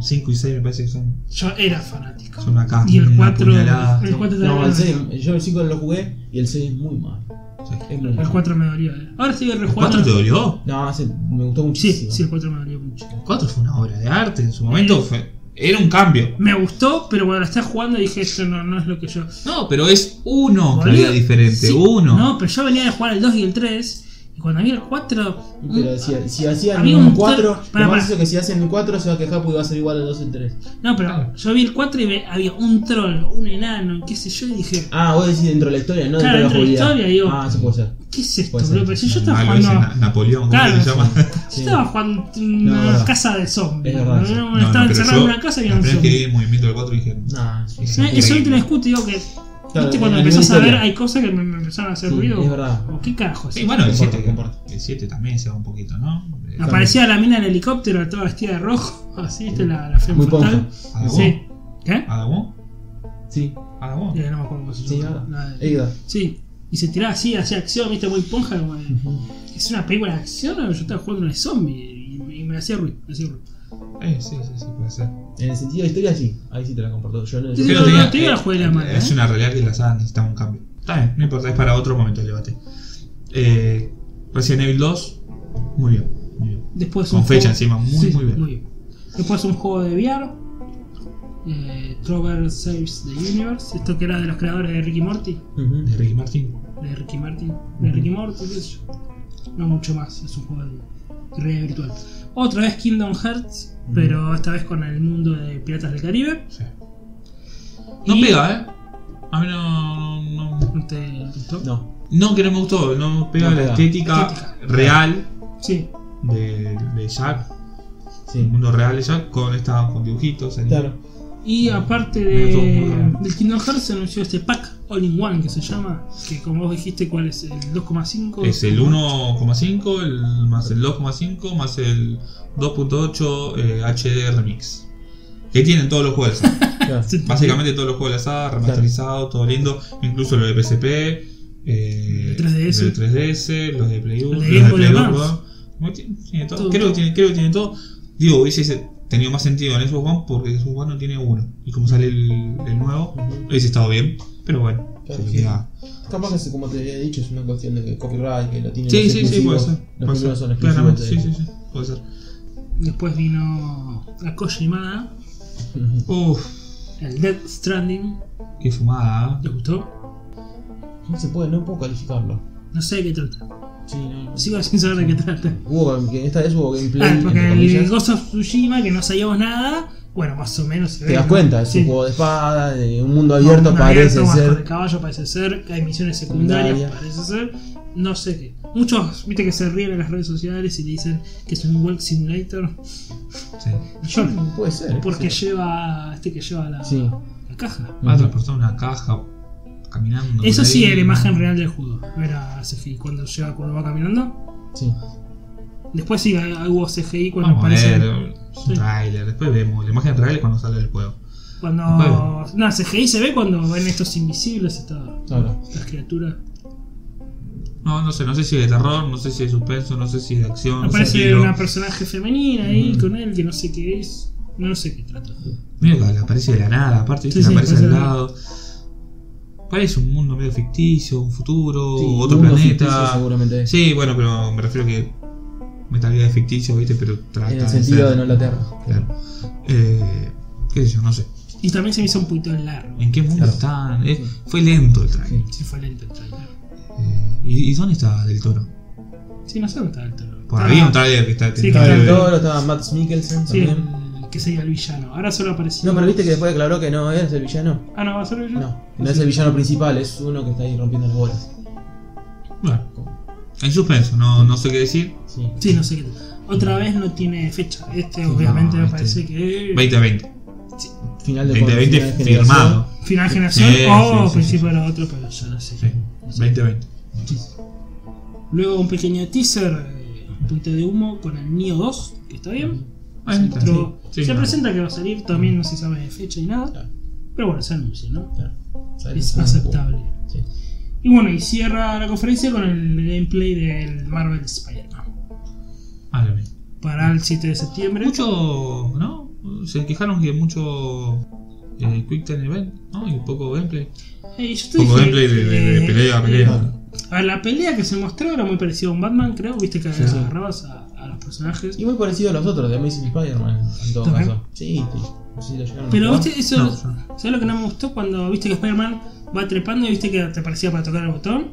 A: 5 y 6 me parece que son,
B: Yo era fanático.
A: son acá.
B: Y el 4.
A: puñalada.
B: El 4
C: No, el
B: también.
C: 6, yo el 5 lo jugué y el 6 es muy malo.
A: Sí.
C: Es muy
B: El
C: malo.
B: 4 me dolió, eh. Ahora estoy
A: ¿El
B: rejugando.
A: 4 te dolió?
C: No, ese me gustó
B: Sí,
C: muchísimo.
B: sí, el 4 me dolió mucho.
A: El 4 fue una obra de arte en su momento. Fue, era un cambio.
B: Me gustó, pero cuando la estás jugando dije, esto no, no es lo que yo.
A: No, pero es uno en
B: Boludo,
A: realidad diferente.
B: sí.
A: Uno.
B: No, pero yo venía de jugar el 2 y el 3. Y cuando vi el 4.
C: Pero si, si hacían
B: Había
C: un
B: Mm, un
C: 4,
B: tra-
C: lo
B: para,
C: más
B: para.
C: es que si hacen un 4 se va a quejar porque va a ser igual al 2 y el 3.
B: No, pero yo vi el 4 y ve- había un troll, un enano, qué sé yo, y dije,
C: Ah, vos decís dentro de la historia, no
B: Claro,
C: dentro de la
B: dentro de la
C: jugabilidad.
B: historia, digo.
C: Ah, eso puede ser.
B: ¿qué es esto,
C: Puede ser.
B: bro? Pero si yo estaba
A: Malo ese
B: jugando.
A: Na- Napoleón, ¿cómo
B: Claro,
A: se llama? *laughs*
B: Yo
C: Sí.
B: estaba jugando en
C: No,
B: una
C: verdad.
B: casa de zombies.
C: Es
B: ¿no?
C: verdad, sí.
B: Uno
A: No, no,
B: Estaba
A: pero
B: encerrado
A: yo-
B: en una casa y había
A: la
B: un
A: primera vez que vi
B: zombie.
A: el movimiento del 4 dije.
C: Nah, es
B: No, Eso
A: increíble.
B: ahorita lo discuto y digo que.
C: Claro,
B: ¿Viste cuando
C: a nivel
B: empezás a ver?
C: historia.
B: Hay cosas que me, me empezaron a hacer
C: Sí,
B: ruido.
C: es verdad.
B: O, ¿Qué carajo? es
A: Sí,
B: esto?
A: bueno, el
C: Comporta,
A: 7.
C: comporta.
A: El 7 también se va un poquito, ¿no? Eh,
B: Aparecía la mina en helicóptero, toda vestida de rojo. *laughs* Así, ¿viste? La, la femme
C: Muy
B: fatal.
C: ponja.
A: Adabó.
B: Sí. ¿Qué?
A: Adabó.
C: Sí,
A: Adabó.
B: Eh, no me acuerdo cómo se
C: sí,
B: llama.
C: ahora.
B: La de-
C: Ahí va.
B: Sí. Y se tiraba así, hacía acción, viste, muy ponja. Como de- ¿Es una película de acción o yo estaba jugando un zombie? Y, y me hacía ruido, me hacía ruido.
A: Eh, sí, sí, sí, puede ser.
C: En el sentido de historia, sí. Ahí sí te la comportó. Yo no
B: Sí,
A: Pero
B: no,
A: tenía-
B: no, te digo la jugué la mala,
A: Es
B: ¿eh?
A: una realidad que la saga necesitaba un cambio. Está bien, no importa, es para otro momento el debate. Eh, Resident Evil 2, muy bien. Muy bien.
B: Después
A: Con
B: un
A: fecha
B: juego-
A: encima, muy, muy bien.
B: Después un juego de VR, eh, Trover Saves the Universe, esto que era de los creadores de Ricky Morty,
A: De Ricky Martin.
B: de Ricky Martin, de Ricky Morty, qué sé yo. No mucho más, es un juego de realidad virtual. Otra vez Kingdom Hearts, pero esta vez con el mundo de Piratas del Caribe.
A: Sí. No
B: Y-
A: pega, ¿eh? A mí no. No, no-
B: ¿No te gustó?
C: No.
A: no que no me gustó, no pega
C: No
A: la
C: pega.
A: estética,
B: Estética.
A: real
B: Sí,
A: de, de Jack, el
C: Sí.
A: mundo real de Jack, con, esta, con dibujitos. anime.
C: Claro.
B: Y aparte
A: Me gustó, muy
B: de,
A: bueno.
B: del Kingdom Hearts se anunció este pack All in One que se llama, que como vos dijiste, ¿cuál es? El 2,5.
A: Es el 1,5 el, más el 2,5 más el 2.8 eh, HD Remix. Que tienen todos los juegos. de la saga.
C: claro.
B: Sí.
A: Básicamente todos los juegos de la saga, remasterizado, todo lindo. Incluso los de PSP, eh,
B: El 3DS.
A: los de 3DS, los de Play 1,
B: El de
A: los
B: Game
A: de
B: Boy
A: Play 2.
B: Advance.
A: perdón. Bueno, tiene- tiene todo.
B: Todo,
A: Creo,
B: todo.
A: Que tiene, creo que tiene todo. Digo, hubiese tenido más sentido en Xbox One porque Xbox One no tiene uno. Y como sale el, el nuevo,
C: Ujú.
A: hubiese estado bien. Pero bueno,
C: Claro,
A: se
C: sí.
A: queda-
C: Capaz que, es, como te había dicho, es una cuestión de copyright que lo tienen
A: Sí,
C: los
A: sí, sí, puede
C: exclusivos.
A: ser.
C: Los
A: Puede
C: primeros son
A: ser.
C: exclusivos
A: Claramente,
C: de-
A: sí, sí, sí. Puede ser.
B: Después vino la Kojimada,
C: Ujú.
A: Uff,
B: el Dead Stranding.
A: qué fumada. ¿ah?
B: ¿Te gustó?
C: No se puede, no puedo calificarlo.
B: No sé de qué trata.
C: Sí, no.
B: Sigo sin saber de qué trata.
C: Hubo, que esta vez hubo gameplay.
B: Ah,
C: entre
B: porque
C: comillas.
B: el Ghost of Tsushima, que no sabíamos nada, bueno, más o menos se
C: Te das cuenta, es un juego de espada, de un mundo abierto, parece
B: de
C: ser.
B: caballo parece ser, que hay misiones secundarias,
C: Secundaria.
B: parece ser, no sé qué. Muchos, viste que se ríen en las redes sociales y le dicen que es un Walk Simulator.
A: Sí.
B: Yo no.
C: Puede ser.
B: Porque
C: sí.
B: lleva. Este que lleva la,
C: Sí.
B: la caja.
A: Va a transportar una caja caminando.
B: Eso
A: por
B: sí
A: ahí.
B: era imagen real del juego. No era CGI cuando lleva, cuando va caminando.
C: sí.
B: Después sí ah, hubo CGI cuando
A: Vamos a
B: aparece.
A: ver. es
B: Sí.
A: Un trailer. Después vemos. La imagen real es cuando sale el juego.
B: Cuando.
A: Bueno.
B: No, CGI se ve cuando ven estos invisibles, esta-
C: Claro.
B: estas criaturas.
A: No, no sé. No sé si es de terror. No sé si es de suspenso. No sé si es de acción. No sé
B: Aparece
A: si es
B: una
A: de
B: personaje femenina ahí
A: Mm.
B: con él que no sé qué es. No sé qué trata.
A: Medio que le aparece de la nada. Aparte,
B: Sí,
A: ¿viste?
B: sí,
A: le aparece
B: parece
A: al
B: de la
A: lado. Parece un mundo medio ficticio. Un futuro.
C: Sí,
A: otro
C: mundo
A: planeta.
C: ficticio seguramente.
A: Sí, bueno, pero me refiero que. Metal Gear es ficticio, ¿viste? Pero trata
C: En el sentido
A: ser-
C: de no la tierra.
A: Claro. Eh, qué sé yo, no sé.
B: Y también se me hizo un poquito largo.
A: ¿En qué mundo
C: Claro.
A: están? Eh,
C: Sí.
A: Fue lento el trailer.
C: Sí.
B: Sí, fue lento el trailer.
A: Eh, ¿y, y dónde está Del Toro?
B: Sí, no sé dónde está el terror.
A: Por
B: Ah.
A: había un trailer que está
B: Sí, que
A: tenía-
C: Estaba el
B: está
C: toro, estaba Matt Mikkelsen
B: Sí,
C: también.
B: el que sería el villano. Ahora solo apareció.
C: No, pero viste que después declaró que no es el villano.
B: Ah, no, va a ser el villano.
C: No, no es el villano principal, es uno que está ahí rompiendo las bolas.
A: Bueno, en suspenso, no, no sé qué decir.
C: Sí.
B: Sí, no sé qué. Otra vez no tiene fecha. Este,
C: no,
B: obviamente, me
A: este-
B: parece que.
A: 2020.
C: Final de cuadro,
A: 2020
C: final de generación.
A: firmado.
B: Final generación
A: Sí,
B: o
A: sí, sí,
B: principio de la otra, pero ya no sé.
A: Sí, 2020.
B: Luego un pequeño teaser, eh, un poquito de humo con el Nio 2, que está bien.
A: Ahí
B: Se
A: está,
B: mostró-
A: sí, sí,
B: se
A: no.
B: presenta que va a salir, también no se sabe de fecha y nada.
C: Claro.
B: Pero bueno, se anuncia, ¿no?
C: Claro. Sale
B: Es
C: como-
B: aceptable.
C: Sí.
B: Y bueno, y cierra la conferencia con el gameplay del Marvel Spider-Man.
A: Ah, la mía.
B: Para el 7 de septiembre.
A: Mucho, ¿no? Se quejaron que mucho eh, Quick Time Event, ¿no? Y poco gameplay.
B: Eh, yo te
A: Poco
B: dije,
A: gameplay de, de- de
B: eh,
A: pelea a pelea.
B: A la pelea que se mostró era muy parecida a un Batman, creo. Viste que
C: Sí.
B: agarrabas a, a los personajes.
C: Y muy parecido a los otros de Amazing Spider-Man, en todo
B: ¿También?
C: caso. Sí, sí. No sé si lo llegaron a
B: Pero
C: jugar.
B: viste, eso.
A: No,
B: ¿Sabes lo que no me gustó? Cuando viste que Spider-Man va trepando y viste que te aparecía para tocar el botón.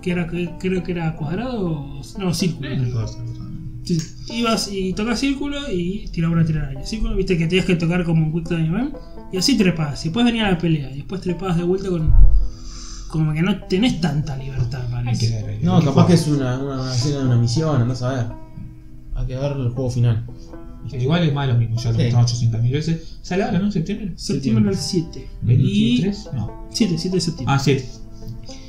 B: Que era, que- creo que era cuadrado o. No, círculo.
A: Eh,
B: creo. Sí, sí. Ibas y tocas círculo y tiraba una telaraña. Círculo, viste que tenías que tocar como un quick time event. Y así trepabas. Y después venía la pelea. Y después trepabas de vuelta con. Como que no tenés tanta libertad, parece.
C: No, capaz que es una, una escena de una misión, andás a ver. Hay que ver el juego final.
A: Pero Igual es más lo mismo, ya lo
C: Sí.
A: mostraron 800.000 veces. ¿Sale ahora, no? ¿En septiembre?
B: Septiembre al 7. Y.
A: ¿23? No.
B: 7, 7 de septiembre.
A: Ah, sí.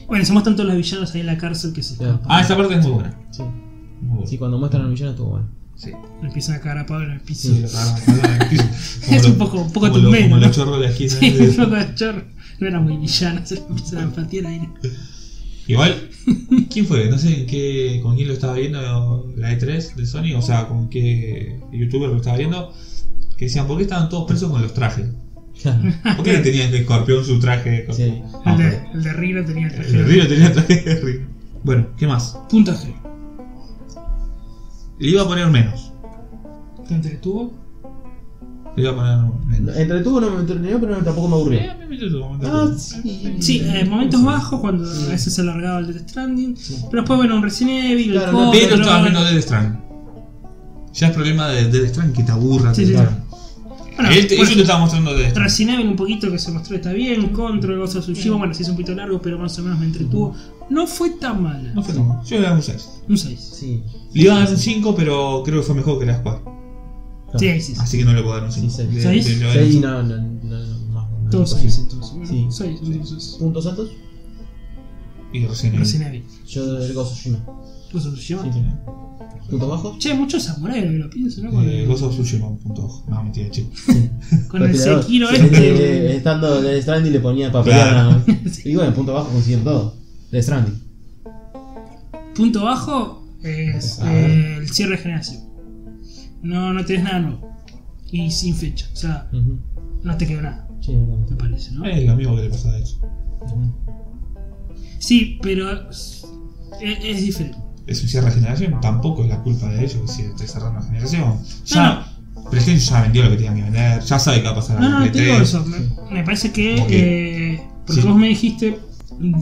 B: Bueno, se muestran todos los villanos ahí en la cárcel que se
C: Claro.
B: escapan.
A: Ah, esa parte es muy buena.
C: Sí,
A: Muy buena.
C: sí cuando muestran al villano estuvo bueno. *laughs*
A: Sí.
B: Le empiezan a cagar a Pablo en el piso.
A: Sí, lo cagaron, lo cagaron en el piso.
B: *laughs*
A: Como
B: Es un
A: lo-
B: poco- un poco
A: como lo-
B: tumbero,
A: Como
B: ¿no?
A: los chorros de la
B: *laughs*
A: esquina.
B: Sí,
A: de-
B: un poco de chorro. No era muy villano, se le empezaron a patear ahí.
A: Igual, ¿quién fue? No sé en qué, con quién lo estaba viendo la E3 de Sony, o sea, con qué youtuber lo estaba viendo, que decían, ¿por qué estaban todos presos con los trajes?
B: Ah,
A: ¿Por qué tenían de escorpión su traje de escorpión? *laughs*
C: sí.
A: Ah,
B: El de,
A: pero-
B: el de Rino tenía el traje.
A: El Rino tenía traje de Rino. Bueno, ¿qué más?
B: Puntaje.
A: Le iba a poner menos.
B: ¿Te entretuvo?
A: Le iba a poner menos.
C: Entretuvo, no me entretenió, pero tampoco me aburrió.
A: Eh, a mí me hizo un
C: Ah,
A: momento.
C: sí.
B: Sí, eh, momentos bajos cuando a veces se alargaba el Death Stranding. Pero después, bueno, un Resident Evil,
C: Claro,
B: el
C: no-
B: Code,
A: Pero
B: otro-
A: estaba viendo Dead Strand. Ya es problema de Dead Strand que te aburra.
B: Sí,
A: Death
B: sí,
A: Stranding.
B: Bueno,
A: Él
C: Este,
A: te-
B: bueno,
A: Este, Eso te estaba mostrando Death Stranding.
B: Resident Evil un poquito que se mostró está bien. Control, Ghost of Tsushima, bueno, sí es un poquito largo, pero más o menos me entretuvo. No fue tan mala.
A: No fue tan Yo le daba un 6.
B: Un 6.
C: Sí.
A: Le iba a dar un 5, pero creo que fue mejor que la Squad.
C: Claro.
B: Sí, ahí sí. sí.
A: Así que no le puedo dar un
C: Sí,
A: 5.
C: seis.
A: Le-
B: ¿Seis?
A: le- le doy un
C: Sí,
A: cinco.
C: no, no, no, no, más. no,
B: Todos
C: imposible.
B: 6 entonces.
C: Sí.
B: 6, entonces.
C: ¿Puntos altos?
A: Y recién.
B: Resident Evil.
C: Yo del Gozo Shima.
B: Ghost of Tsushima.
C: Sí, sí. ¿Puntos bajos?
B: Che, muchos samuráis que lo pienso, ¿no? Con,
A: Eh, Ghost of Tsushima, un punto ojo. No, mentira, chico.
B: con el
C: Retirado.
B: Sekiro
C: Sí,
B: este.
C: eh, Estando de Stranding le ponía papel.
A: Claro.
B: *laughs*
C: Y bueno, punto bajo consiguen todo. De Stranding.
B: Punto bajo es
C: A ver.
B: eh, el cierre de generación. No, no tenés nada nuevo. Y sin fecha. O sea,
C: Ujú.
B: no te quedó nada,
C: Sí, verdad.
B: me parece, ¿no?
A: Es lo mismo que le pasó a eso.
C: Ujú.
B: Sí, pero es, es diferente.
A: Es un cierre de generación. Tampoco es la culpa de ellos que si esté cerrando la generación.
B: No,
A: Ya. Pero es que ellos ya vendió lo que tenían que vender. Ya sabe qué va a pasar
B: No, no,
A: en
B: no
A: el
B: te digo
A: E3.
B: eso. Ah, Me, me parece que.
A: Ok.
B: eh, porque
A: Sí.
B: vos me dijiste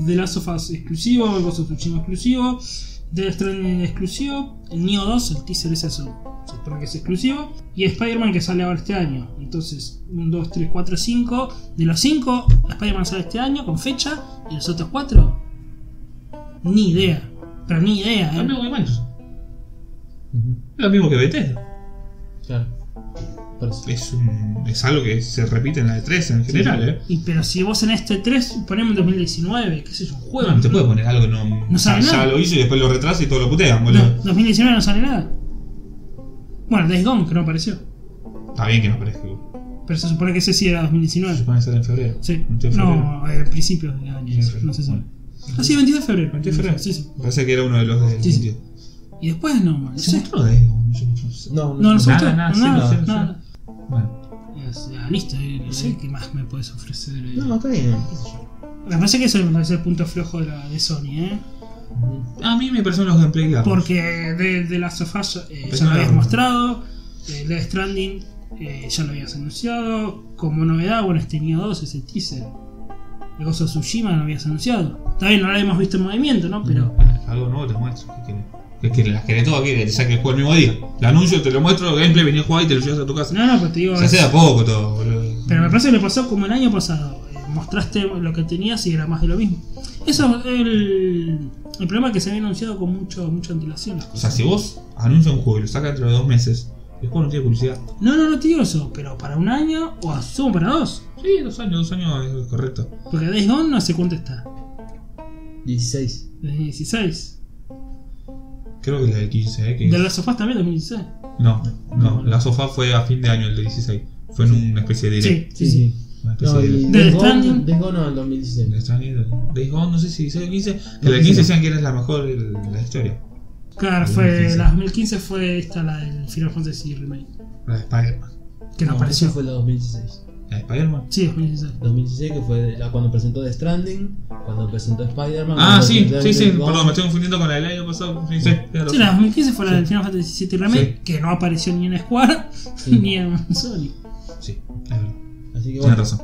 B: The Last of Us exclusivo, Ghost of Tsushima exclusivo, Death Stranding exclusivo, el Neo 2, el teaser es eso. Se supone que es exclusivo. Y Spider-Man que sale ahora este año. Entonces, 1, 2, 3, 4, 5. De los 5, Spider-Man sale este año con fecha. Y los otros 4, ni idea. Pero ni idea,
A: Es Lo
B: ¿eh?
A: mismo que Microsoft.
C: Ujú.
A: Es Lo mismo que Bethesda.
C: Claro. Por eso.
A: Es, un, es algo que se repite en la E3 en general, ¿eh?
B: Y, pero si vos en este 3 ponemos en 2019, qué sé yo, un juego.
A: No, no te
B: ¿no?
A: puede poner algo que no.
B: No
A: ya,
B: sabe
A: ya
B: nada.
A: lo hizo y después lo retrasa y todo lo putean,
B: No,
A: boludo.
B: 2019 no sale nada. Bueno, Days Gone, que no apareció.
A: Está bien que no parezca. Se
B: Pero se supone que ese sí era 2019.
A: supone que sale en febrero.
B: Sí.
A: ¿En febrero?
B: No, eh, principios de año,
A: Sí,
B: no se sabe.
A: bueno.
B: Ah, sí, 22 de febrero.
A: 22 de febrero.
B: Sí, sí.
A: Me parece que era uno de los del
B: Sí, sí.
A: sentido.
B: Y después no, man.
A: Se
B: Sí.
A: mostró de no,
C: No,
B: No, no se
A: Nada,
B: mostró,
A: nada,
B: nada,
A: sí,
B: nada,
A: no, sí,
B: nada.
A: Bueno,
B: O sea, listo, eh, no sé qué más me puedes ofrecer. eh.
C: No, está bien. qué sé yo.
B: Me parece que eso me parece el punto flojo de, la, de Sony, ¿eh?
C: Ujú.
A: a mí me parecen los gameplay largos.
B: Porque de, de Last of Us eh,
A: Pero
B: ya lo
A: no.
B: habías mostrado, eh, Death Stranding eh, ya lo habías anunciado, como novedad, bueno, este Neo 2, ese teaser, de Ghost of Tsushima lo habías anunciado. Está bien, no lo habíamos visto en movimiento, ¿no? Pero
A: Algo nuevo te muestro. ¿qué querés? Es que las querés todas, quiere que te saque el juego el mismo día. Lo anuncio, te lo muestro, gameplay, venía a jugar y te lo llevas a tu casa.
B: No, no, pues te digo.
A: Se
B: es-
A: hace de a poco todo, boludo.
B: Pero me parece que le pasó como el año pasado. Eh, Mostraste lo que tenías y era más de lo mismo. Eso es el, el problema que se había anunciado con mucho, mucha antelación. las
A: O
B: cosas.
A: sea, si vos anuncias un juego y lo sacas dentro de dos meses, el juego no tiene publicidad.
B: No, no, no te digo eso, pero para un año o asumo para dos.
A: Sí, dos años, dos años es correcto.
B: Porque Days Gone no sé cuánto está.
C: 16.
B: Desde 16.
A: Creo que es la de 15, ¿eh? que-
B: De las sofás también 2016.
A: No, no, la sofá fue a fin de año el de 16. Fue en una especie de
B: Sí,
A: direct.
B: sí, sí.
A: Una especie
C: No,
A: de
C: y
B: Death
C: Death
B: Stranding.
C: Gone- Death Gone no, el 2016.
A: Days Gone, oh, no sé si 16 o 15. Que la
C: No,
A: 15
C: sí.
A: decían que era la mejor de la historia.
B: Claro, fue
A: 2015.
B: la 2015 fue esta la del Final Fantasy Remake.
A: La de Spider-Man.
B: Que nos
C: No,
B: pareció.
C: esa Ah, fue la 2016.
A: La de Spider-Man.
B: Sí, 2016.
C: 2016 que fue la cuando presentó The Stranding, cuando presentó Spider-Man.
A: Ah,
C: cuando
A: sí,
C: presentó
A: sí, sí.
C: Death Gone.
A: Perdón, me estoy confundiendo con la del año pasado. Sí, sí. claro.
B: Sí, la 2015 fue la del Final Fantasy VII Remake,
A: Sí.
B: que no apareció ni en Square
C: Sí.
B: *laughs* ni en Sony.
A: Sí, es verdad.
C: Así que
A: Tienes
C: bueno.
A: razón.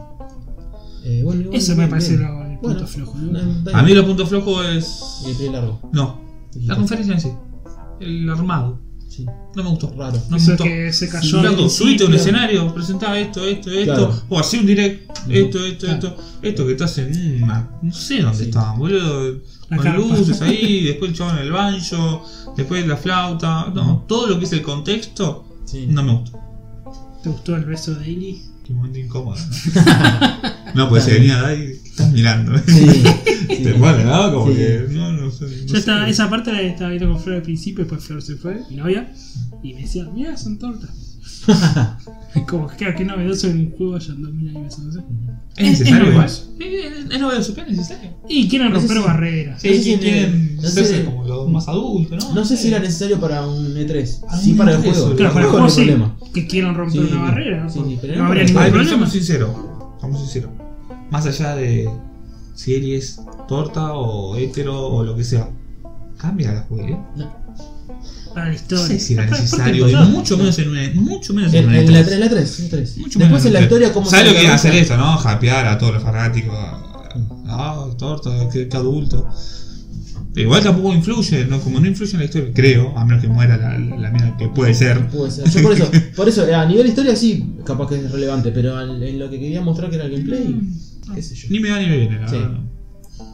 C: eh, bueno, igual,
B: Eso me
C: bien,
B: parece
C: bien.
B: lo- el punto
C: Bueno,
B: flojo, ¿no?
C: no, no,
A: A mí los puntos flojos es.
C: Y el trailer largo.
A: No, la conferencia en sí. El armado.
C: Sí,
A: No me gustó.
C: raro.
A: No me
B: Eso
A: gustó.
B: que se cayó. al
A: Flaco,
B: principio.
A: subite a un escenario, presentá esto, esto, esto,
C: Claro.
A: o hacé un direct,
C: Ujú.
A: esto, esto,
B: Claro.
A: esto, esto que estás en una, no sé dónde
C: Sí.
A: estaban, boludo,
B: La
A: con
B: carpa.
A: luces
B: *laughs*
A: ahí, después el chabón en el banjo, después la flauta, no, todo lo que es el contexto,
C: Sí.
A: no me gusta.
B: ¿Te gustó el beso de Ailey?
A: Qué momento incómodo.
B: *laughs*
A: No, no pues se venía de ahí, estás mirando, *laughs*
C: Sí, sí.
A: te mueres, ¿no? Como
C: Sí.
A: que, no, no sé. no
B: Yo estaba,
A: sé.
B: esa parte la estaba viendo con Flor al principio, después Flor se fue, mi novia, y me decía, mira, son tortas. *laughs* Como que claro, qué novedoso en un juego hayan dos mil años besándose.
A: ¿Es
B: Es- es
A: necesario
B: normal.
A: eso? Sí, es- es novedoso, pero es necesario.
B: Y quieren
C: No sé
B: romper
C: si-
B: barreras.
A: Sí,
C: sé si
A: quieren
C: tiene- no sé-
A: hacerse como los más adultos, ¿no?
C: No sé si era necesario para un E3.
A: Ah,
C: Sí,
A: un
C: para el
A: E3,
C: juego.
A: sí.
B: Claro, para el
C: no
B: juego
C: hay
B: sí,
C: problema.
B: que quieran romper
C: Sí,
B: una
C: sí,
B: barrera, ¿no?
C: sí, sí, pero
B: no
C: no
B: habría
C: para-
B: ningún
A: Ay, pero
B: problema.
A: seamos sinceros. Vamos sinceros. Más allá de si él es torta o hétero o lo que sea. Cambia la jugabilidad.
B: Para la
A: No
B: historia.
A: sé si era
B: Aparte,
A: necesario. y
B: pasó.
A: mucho menos en una. Mucho menos en
C: En,
A: una.
C: en la E
A: E3.
C: 3, en la 3, en la 3.
A: Mucho
B: E
A: menos
C: Después en la
A: E3.
C: historia, ¿cómo
A: ¿Sabes
C: se
A: lo que iba a hacer
C: organiza?
A: eso, no? Japear a todos los fanáticos. Ah, torta, qué, qué adulto. Igual tampoco influye, ¿no? como no influye en la historia, creo, a menos que muera la, la, la mina, que puede ser.
C: Puede ser. Yo por eso,
A: *laughs*
C: por eso, eh, a nivel historia sí, capaz que es relevante, pero al- en lo que quería mostrar que era el
B: Mm.
C: gameplay, qué sé yo.
A: Ni me da ni me viene, la
C: Sí.
A: verdad.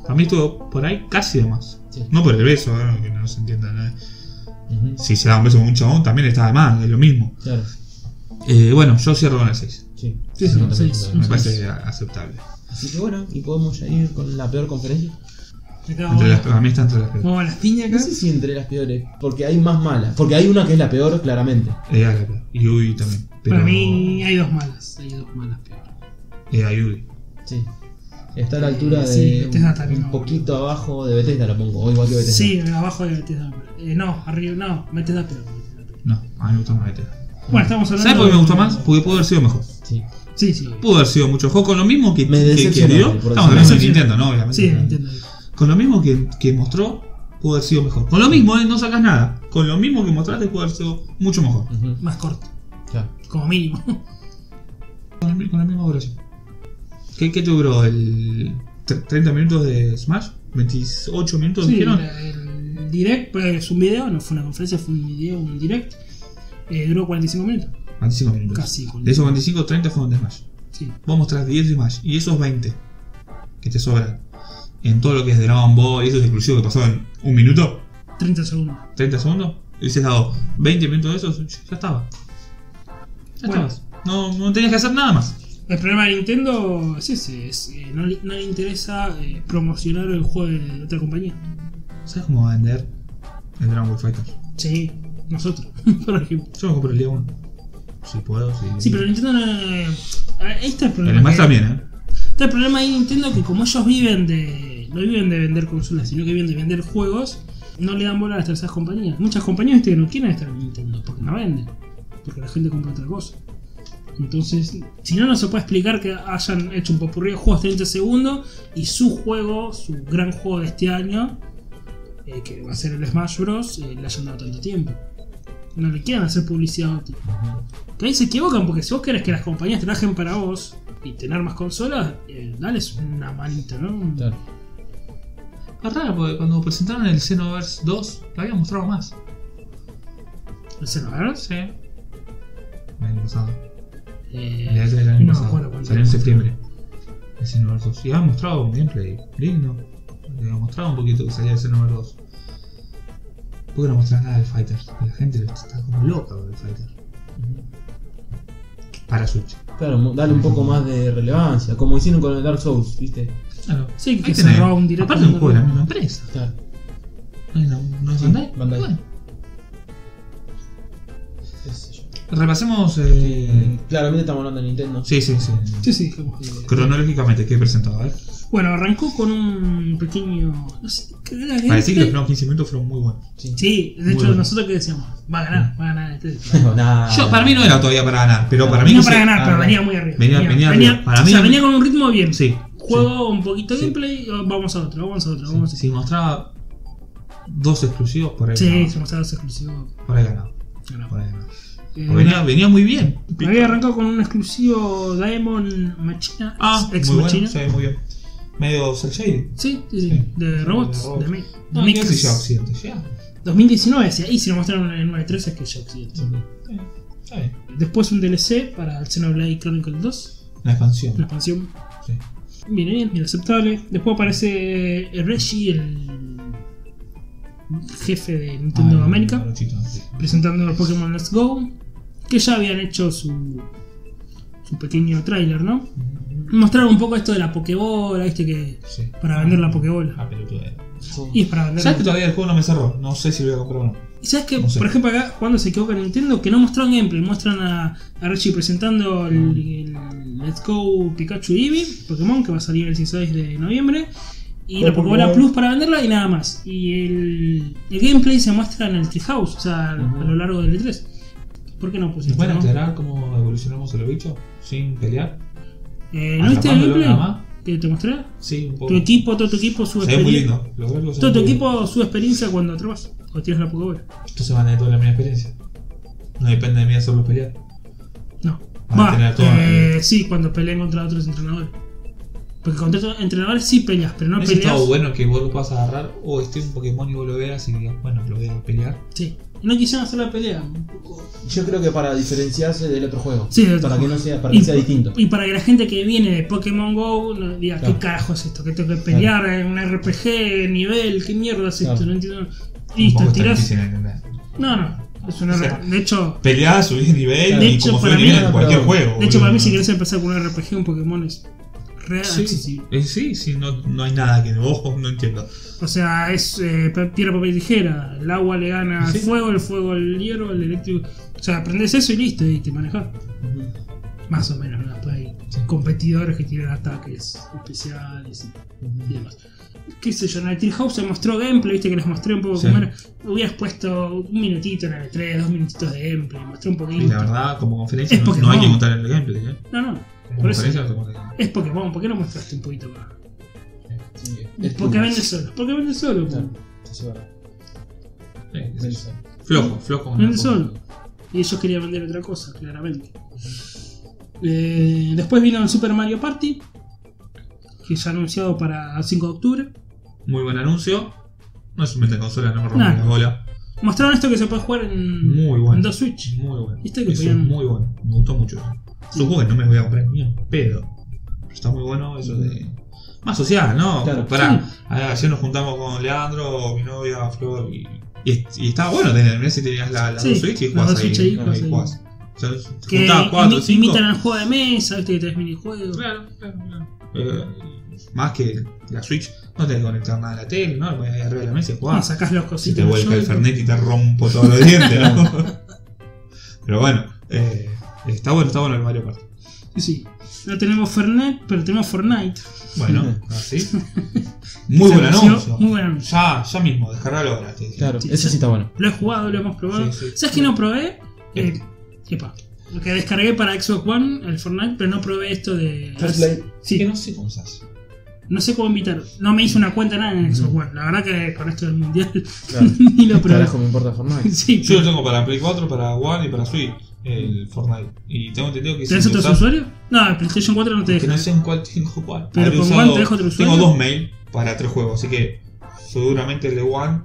A: A mí estuvo por ahí casi de más.
C: Sí.
A: No por el beso, eh, que no se entienda nada.
C: Ujú.
A: Si se da un beso con un chabón, también está de más, es lo mismo.
C: Claro,
A: Eh, bueno, yo cierro con el 6.
C: sí.
B: Sí, sí,
C: No,
B: sí,
C: también,
B: Un
A: Me
B: sí.
A: parece aceptable.
C: Así que bueno, y podemos ya ir con la peor conferencia.
B: Acá
A: Entre las-
B: vamos-
A: a mí está entre las peores.
B: vamos a las piñas
C: No
B: acá.
C: sé si entre las peores, porque hay más malas. Porque hay una que es la peor, claramente.
A: Eh, a la peor. Y Ubi también. Pero
B: Para mí hay dos malas. Hay dos malas peor.
A: Eh, a Ubi.
C: Sí. Está a la altura de.
B: Sí, Bethesda también,
C: Un
B: no.
C: poquito abajo de Bethesda la pongo, o igual que Bethesda.
B: Sí, abajo de Bethesda. Eh, no, arriba, no, Bethesda peor. Bethesda peor.
A: No, a mí me gusta más Bethesda.
B: Bueno, estamos hablando.
A: Mm. ¿Sabes por qué me
B: de-
A: gustó más? Porque pudo haber sido mejor.
C: Sí.
B: Sí, sí. obvio.
A: Pudo haber sido mucho mejor con lo mismo que,
C: Me
A: que, que
C: decepcionó,
A: dio.
C: por decirlo.
A: Estamos hablando de
B: Sí,
A: Nintendo, ¿no? Obviamente.
B: Sí, entiendo.
A: Con lo mismo que, que mostró, pudo haber sido mejor. Con lo mismo, eh, no sacas nada. Con lo mismo que mostraste, pudo haber sido mucho mejor.
C: Ujú,
B: Más corto,
C: Claro.
B: como mínimo.
A: Con, el mi- con la misma duración. ¿Qué, qué te duró? ¿El tre- 30 minutos de Smash? ¿28 minutos
B: Sí,
A: dijeron?
B: la- el direct pues, es un video, no fue una conferencia, fue un video, un direct. Eh, duró 45 minutos.
A: 25 minutos.
B: Casi, con-
A: De esos 25, 30 fueron de Smash.
B: Sí.
A: Vos mostrás 10 de Smash y esos 20 que te sobran en todo lo que es Dragon Ball y esos exclusivos que pasaban en un minuto,
B: 30 segundos.
A: 30 segundos, y hubieses dado 20 minutos de esos, ya estaba. Ya
B: Bueno.
A: estabas. No, no tenías que hacer nada más.
B: El problema de Nintendo es ese: es, eh, no, le, no le interesa eh, promocionar el juego de otra compañía.
A: ¿Sabes cómo va a vender el Dragon Ball Fighter?
B: Sí, nosotros, *laughs* por ejemplo.
A: Yo lo compro el día 1. Si puedo, si.
B: Sí, pero Nintendo no. no- no- Ahí está el problema.
A: El Smash
B: que-
A: también, ¿eh?
B: Está el problema de Nintendo que como ellos viven de. no viven de vender consolas, sino que viven de vender juegos, no le dan bola a las terceras compañías. Muchas compañías viste, que no quieren estar en Nintendo, porque no venden. Porque la gente compra otra cosa. Entonces, si no, no se puede explicar que hayan hecho un popurrí de juegos 30 segundos y su juego, su gran juego de este año, eh, que va a ser el Smash Bros., eh, le hayan dado tanto tiempo. No le quieran hacer publicidad a otro. Que ahí se equivocan, porque si vos querés que las compañías trabajen para vos y tener más consolas, eh, dales una manita, ¿no?
C: Claro.
A: Es raro porque cuando presentaron el Xenoverse 2 lo habían mostrado más.
B: ¿El Xenoverse?
A: Sí. El año pasado.
B: Eh,
A: El E3 del año
B: no me
A: pasado.
B: acuerdo cuánto
A: Salió en
B: era.
A: septiembre. El Xenoverse 2. Y habían mostrado un gameplay lindo. Habían mostrado un poquito que salía el Xenoverse 2. Porque no mostrar nada del Fighter. La gente está como loca con el Fighter. Para Switch.
C: Claro, mo- darle un poco más de relevancia, como hicieron con el Dark Souls, ¿viste?
A: Claro.
B: Sí, que
A: Ahí
B: se
A: tenés.
B: roba un directo.
A: Aparte un juego ¿eh? de la misma empresa.
C: Claro.
A: No es, la- no es
C: Sí,
A: Bandai.
C: Bandai.
A: Bueno.
C: qué sé yo.
A: Repasemos. Eh...
C: Claramente estamos hablando de Nintendo.
A: Sí, sí, sí.
B: Sí, sí, como-
A: Cronológicamente, ¿qué presentaba? A ver.
B: Bueno, arrancó con un pequeño. No sé, ¿qué era?
A: Para decir que los primeros 15 minutos fueron muy buenos.
C: *laughs*
B: Sí, de
A: Muy
B: hecho,
A: bueno.
B: nosotros que decíamos, va a ganar, va a ganar este.
C: Nah.
A: Ah, Yo, para mí no era todavía para ganar, pero para mí.
B: no
A: que
B: para
A: se-
B: ganar,
C: ah,
B: pero
C: no.
B: venía muy arriba.
A: Venía- venía arriba. Para
B: o
A: mí
B: sea,
A: no-
B: venía con un ritmo bien.
A: Sí.
B: Juego un poquito de
A: Sí.
B: gameplay, oh, vamos a otro, vamos a otro, vamos a
A: Si mostraba dos exclusivos, por ahí.
B: Sí,
A: ganaba.
B: se mostraba los exclusivos.
A: Por ahí ganaba.
B: Ganaba.
A: Por ahí ganaba.
B: Eh,
A: Porque venía, venía muy bien.
B: había arrancado con un exclusivo Diamond Machina,
A: Ah,
B: ex
A: muy bueno.
B: Machina.
A: Sí, muy bien. Medio cel shaded.
B: sí, sí, sí,
A: Sí.
B: de robots,
A: robots. Ah,
B: de, mechas.
A: No, no sé si ya occidente, ya.
B: 2019, sí, ahí si lo mostraron en el 9.3 es este. que ya occidente.
A: Sí, Está bien.
B: Después un DLC para el Xenoblade Chronicles 2,
A: La
B: una
A: expansión.
B: expansión
A: Sí.
B: Bien, bien, bien aceptable. Después aparece eh, Reggie, el jefe de Nintendo
A: Ah,
B: América,
A: el brochito, sí.
B: presentando el Pokémon Let's Go, que ya habían hecho su, su pequeño tráiler, ¿no? Mostraron un poco esto de la Pokébola, ¿viste? Que
A: Sí.
B: para vender la Pokébola.
A: Ah, pelotudez.
B: Y es para vender.
A: ¿Sabes que todavía el juego no me cerró? No sé si lo voy a comprar o no.
B: ¿Y sabes que,
A: No sé.
B: por ejemplo, acá cuando se equivoca Nintendo, que no mostraron gameplay, muestran a, a Reggie presentando el,
A: Mm.
B: el Let's Go Pikachu Eevee, Pokémon, que va a salir el 16 de noviembre, y la
C: Oh, por
B: Pokébola
C: favor.
B: Plus para venderla y nada más. Y el, el gameplay se muestra en el Treehouse, o sea,
C: Ujú.
B: a lo largo del E3. ¿Por qué no
A: ¿Nos
B: pusiste?
A: pueden
B: no?
A: aclarar cómo evolucionamos a los bichos? Sin pelear.
B: Eh, ¿No viste el
A: Atrapándolo
B: gameplay
A: nada más.
B: que te mostré?
A: Sí, un poco.
B: Tu equipo, todo tu equipo, su
A: Se ve muy
B: experiencia.
A: lindo. Los verlos se
B: Todo tu
A: ven muy
B: equipo, su experiencia cuando atrapas o tiras la Pokébola.
A: lindos. Entonces van a tener toda la misma experiencia. No depende de mí hacerlos pelear.
B: No.
A: Van a
B: Va,
A: tener todo
B: eh, sí, cuando peleen contra otros entrenadores. Porque contra otros entrenadores sí peleas, pero no
A: No
B: peleas.
A: estado bueno que vos lo puedas agarrar o esté un Pokémon y vos lo veas y digas, bueno, lo voy a pelear.
B: Sí. No quisieron hacer la pelea. un poco-
C: Yo creo que para diferenciarse del otro juego.
B: Sí, del otro
C: para que
B: juego.
C: no sea, para que sea
B: y,
C: distinto.
B: Y para que la gente que viene de Pokémon Go no diga,
C: Claro.
B: ¿qué carajo es esto? Que tengo que pelear en un RPG, nivel, ¿qué mierda es esto?
C: Claro.
B: No entiendo.
A: Tampoco
B: Listo,
A: es tan
B: tirás.
A: difícil de entender.
B: No, no. Es una
A: O sea,
B: de hecho,
A: Peleá, subís nivel
B: De
A: y
B: hecho,
A: como
B: para
A: subís
B: mí
A: nivel
C: no,
A: en cualquier
C: pero-
A: juego.
B: de hecho, para mí, si
A: boludo.
B: querés empezar con un RPG, un Pokémon es re
A: Sí,
B: accesible.
A: eh, sí, sí, no, no hay nada que vos no entiendo.
B: O sea, es eh, pa- piedra, papel y tijera. El agua le gana al
A: Sí.
B: fuego, el fuego al hierro, el eléctrico. O sea, aprendes eso y listo, y te manejas.
C: Ujú.
B: Más o menos, ¿no? Después hay
A: Sí.
B: competidores que tienen ataques especiales y, y demás. Qué sé yo, en el Treehouse se mostró gameplay, viste que les mostré un poco
A: Sí.
B: cómo era. Hubieras puesto un minutito en el 3, dos minutitos de gameplay, mostré un poquito.
A: Y la verdad, como conferencia,
B: Es
A: no,
B: Pokémon.
A: no hay que contar el gameplay. ¿eh?
B: No, no,
A: Como
B: por eso
A: conferencia, no se cuenta el gameplay.
B: es Pokémon, ¿por qué no mostraste un poquito más?
C: Sí, es
B: Porque
C: tuyo.
B: vende solo, porque vende solo.
C: Claro,
B: po.
C: sí, sí, bueno.
A: Sí, qué sé yo.
C: Vende solo.
A: Flojo, flojo.
B: No el
A: flojo.
B: sol. Y ellos querían vender otra cosa, claramente. Eh, después vino el Super Mario Party, que ya anunciado para el 5 de octubre.
A: Muy buen anuncio. No se meten consola, no me rompen
B: Nah.
A: la bola.
B: Mostraron esto que se puede jugar en,
A: Muy bueno.
B: en dos Switch.
A: Muy bueno.
B: ¿Viste que
A: Eso es
B: podían-
A: muy bueno. Me gustó mucho. eso. Es un juego que no me voy a comprar ni un pedo. Pero está muy bueno eso de. Más social, ¿no?
C: Claro.
A: Pará, ayer nos juntamos con Leandro, mi novia, Flor y. Y, y estaba bueno tener, mirá si tenías la, la
B: Sí,
A: dos Switch y
B: las
A: jugás
B: dos
A: ahí.
B: Switch ahí,
A: ¿no?
B: jugás
A: Y
B: ahí.
A: jugás. O sea,
B: Que
A: juntabas cuatro,
B: imi-
A: cinco.
B: imitan al juego de mesa, viste que tenés minijuegos.
A: Claro, claro, claro. Eh, más que la Switch, no tenés que conectar nada a la tele, ¿no? Voy arriba de la mesa y
B: Ah,
A: jugás.
B: sacás los
A: Si
B: cositos.
A: te
B: del
A: vuelca el
B: Joy-Con.
A: Fernet y te rompo todos los dientes,
B: *laughs*
A: ¿no? Pero bueno, eh, está bueno, está bueno el Mario Party.
B: Sí, sí. No tenemos Fernet, pero tenemos Fortnite.
A: Bueno, así. *laughs* Muy buen
B: Se anunció,
A: anuncio.
B: Muy buen anuncio.
A: Ya, ya mismo, descargalo ahora. te decía.
C: Claro,
B: Sí,
C: eso
B: sí.
C: sí está bueno.
B: Lo he jugado, lo hemos probado.
A: Sí, sí.
B: ¿Sabes qué no probé? Eh,
A: Bien.
B: epa. Lo que descargué para Xbox One, el Fortnite, pero no probé esto de.
C: Fairplay.
B: Sí.
A: Que no sé cómo se hace.
B: No sé cómo invitar. No me hice una cuenta nada en Xbox One. La verdad que con esto del mundial *laughs*
C: Claro.
B: ni lo probé. *laughs*
C: Carajo, me importa Fortnite.
B: Sí,
A: Yo lo tengo para Play 4, para One y para Switch, el Fortnite. Y tengo entendido que si
B: ¿Tenés
A: lo
B: otros
A: usás-
B: usuarios? No, el PlayStation 4 no te
A: Que
B: deja.
A: no sé en cuál tengo cuál.
B: Pero
A: Habré
B: con
A: usado-
B: One te dejo otro usuario.
A: Tengo dos mail para tres juegos, así que seguramente el de One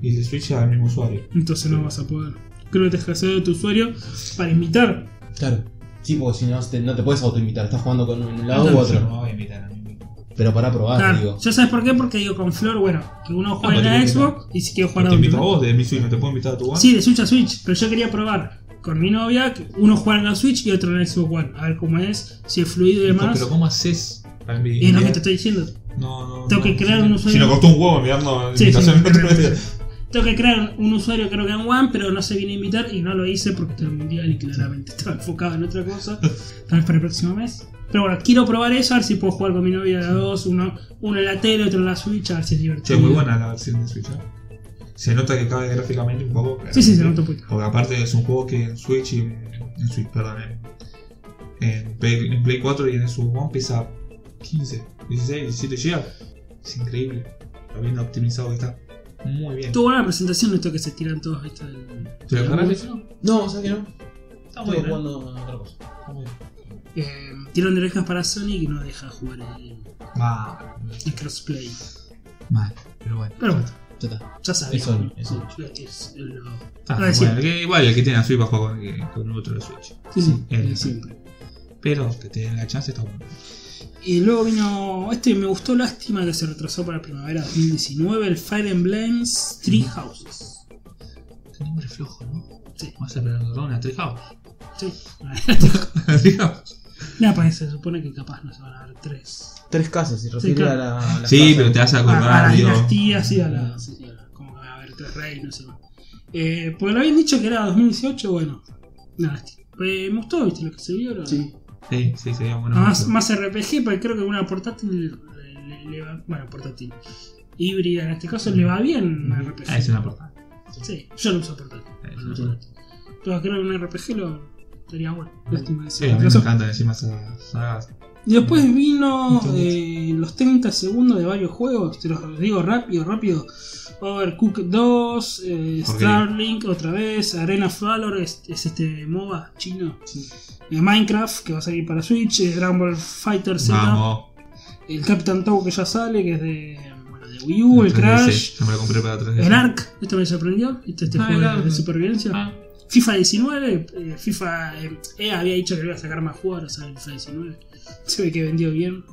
A: y el de Switch sea del mismo usuario.
B: Entonces no vas a poder. Creo que te escaseó de tu usuario para invitar.
C: Claro. Sí, porque si no te, no te puedes autoinvitar, estás jugando con un lado u
A: Yo
C: otro.
A: no me voy a invitar a mí mismo.
C: Pero para probar,
B: Claro,
C: digo.
B: ¿Ya sabes por qué? Porque digo con Flor, bueno, que uno juega
A: Ah,
B: en
A: pero
B: la
A: te invito.
B: Xbox y si quiero jugar
A: Te
B: a
A: invito a
B: otro.
A: vos de mi Switch, no te puedo invitar a tu One.
B: Sí, de Switch a Switch, pero yo quería probar con mi novia, que uno juega en la Switch y otro en la Xbox One. A ver cómo es, si es fluido y
A: Hijo,
B: demás.
A: Pero ¿cómo haces para
B: Y es lo que
A: envidiar?
B: te estoy diciendo.
A: No, no, no,
B: Tengo que crear
A: si-
B: un usuario.
A: Si nos costó un huevo enviarnos
B: Sí, sí,
A: invitaciones. *laughs*
B: tremendo. Tengo que crear un usuario creo que en One, pero no se vino a invitar y no lo hice porque estaba en el mundial y claramente estaba enfocado en otra cosa. Tal vez para el próximo mes. Pero bueno, quiero probar eso, a ver si puedo jugar con mi novia de a dos, uno, uno en la tele, otro en la Switch, a ver si es
A: Che,
B: divertido.
A: muy buena la versión de Switch. ¿eh? Se nota que cae gráficamente un poco.
B: Sí, sí, se
A: claramente,
B: nota un poquito.
A: Porque aparte es un juego que en Switch y en, en Switch, perdón, en, en Play, en Play 4 y en Xbox One pesa 15, 16, 17 GB. Es increíble. Lo bien optimizado que está. Muy bien.
B: Tuvo buena presentación, no esto que se tiran todos ¿viste? del-
A: ¿Te lo
B: del
A: cargaste?
B: bus.
C: No, ¿sabes que no?
A: Está muy
C: Estuve
A: bien. ¿eh?
C: jugando a otra cosa.
A: Está muy bien.
B: Eh, tiran de orejas para Sonic y no deja jugar el,
A: Mal,
B: el crossplay.
A: mal. Pero bueno.
B: Pero bueno,
C: Ya está.
B: ya sabes.
C: Es Sonic, es Sonic.
B: Es
A: Ah,
B: lo- Lo de
A: bueno,
B: siempre.
A: que igual el que tiene la Switch va a jugar con, eh, con otro de Switch.
B: Sí, sí,
A: es
B: lo de
A: la-
B: siempre.
A: Pero que te den la chance está bueno.
B: Y luego vino este, me gustó, lástima que se retrasó para primavera 2019, el Fire Emblem Three Houses.
A: Este nombre es flojo, ¿no?
B: Sí.
A: Vamos a esperar una Treehouse.
B: Sí. *laughs*
A: Treehouse.
B: Nada, pues se supone que capaz no se van a ver tres.
C: Tres casas, si refiere
B: claro.
C: a la. a las
A: Sí,
C: casas.
A: pero te vas a
B: A, a
A: acordar,
B: Ah, las
A: digo.
B: dinastías y a las. sí, sí, a las- como que van a haber tres reinos y demás. Eh, porque lo habían dicho que era 2018, bueno. Nada, lástima. Eh, me gustó, viste, lo que se vio. lo-
C: Sí.
A: Sí, sí, sería bueno.
B: más, más RPG, porque creo que una portátil. le- le- le va- bueno, portátil. Híbrida en este caso le va bien una RPG.
A: Ah, es una portada.
B: Sí, yo lo uso portátil.
A: Eh,
B: Yo lo uso portátil. Pero creo que un RPG lo estaría bueno. Lástima de
A: Sí, a mí me encantan encima esas sagas.
B: Y después vino
A: Internet.
B: eh, los 30 segundos de varios juegos. Te los digo rápido, rápido. Overcooked 2, eh,
A: Ok.
B: Starlink otra vez, Arena of Valor, es, es este MOBA chino.
C: Sí.
B: Eh, Minecraft, que va a salir para Switch, eh, Dragon Ball Fighter Z,
A: Vamos.
B: el Captain Tow que ya sale, que es de, bueno, de Wii U, el
A: 3DS.
B: Crash,
A: Yo me lo compré para 3DS.
B: el Ark, esto me sorprendió, este, este
A: Ah, el
B: juego de-
A: Ark.
B: de supervivencia.
A: Ah,
B: FIFA 19, eh, FIFA eh, EA había dicho que le iba a sacar más jugadores al FIFA 19. Se ve que vendió bien.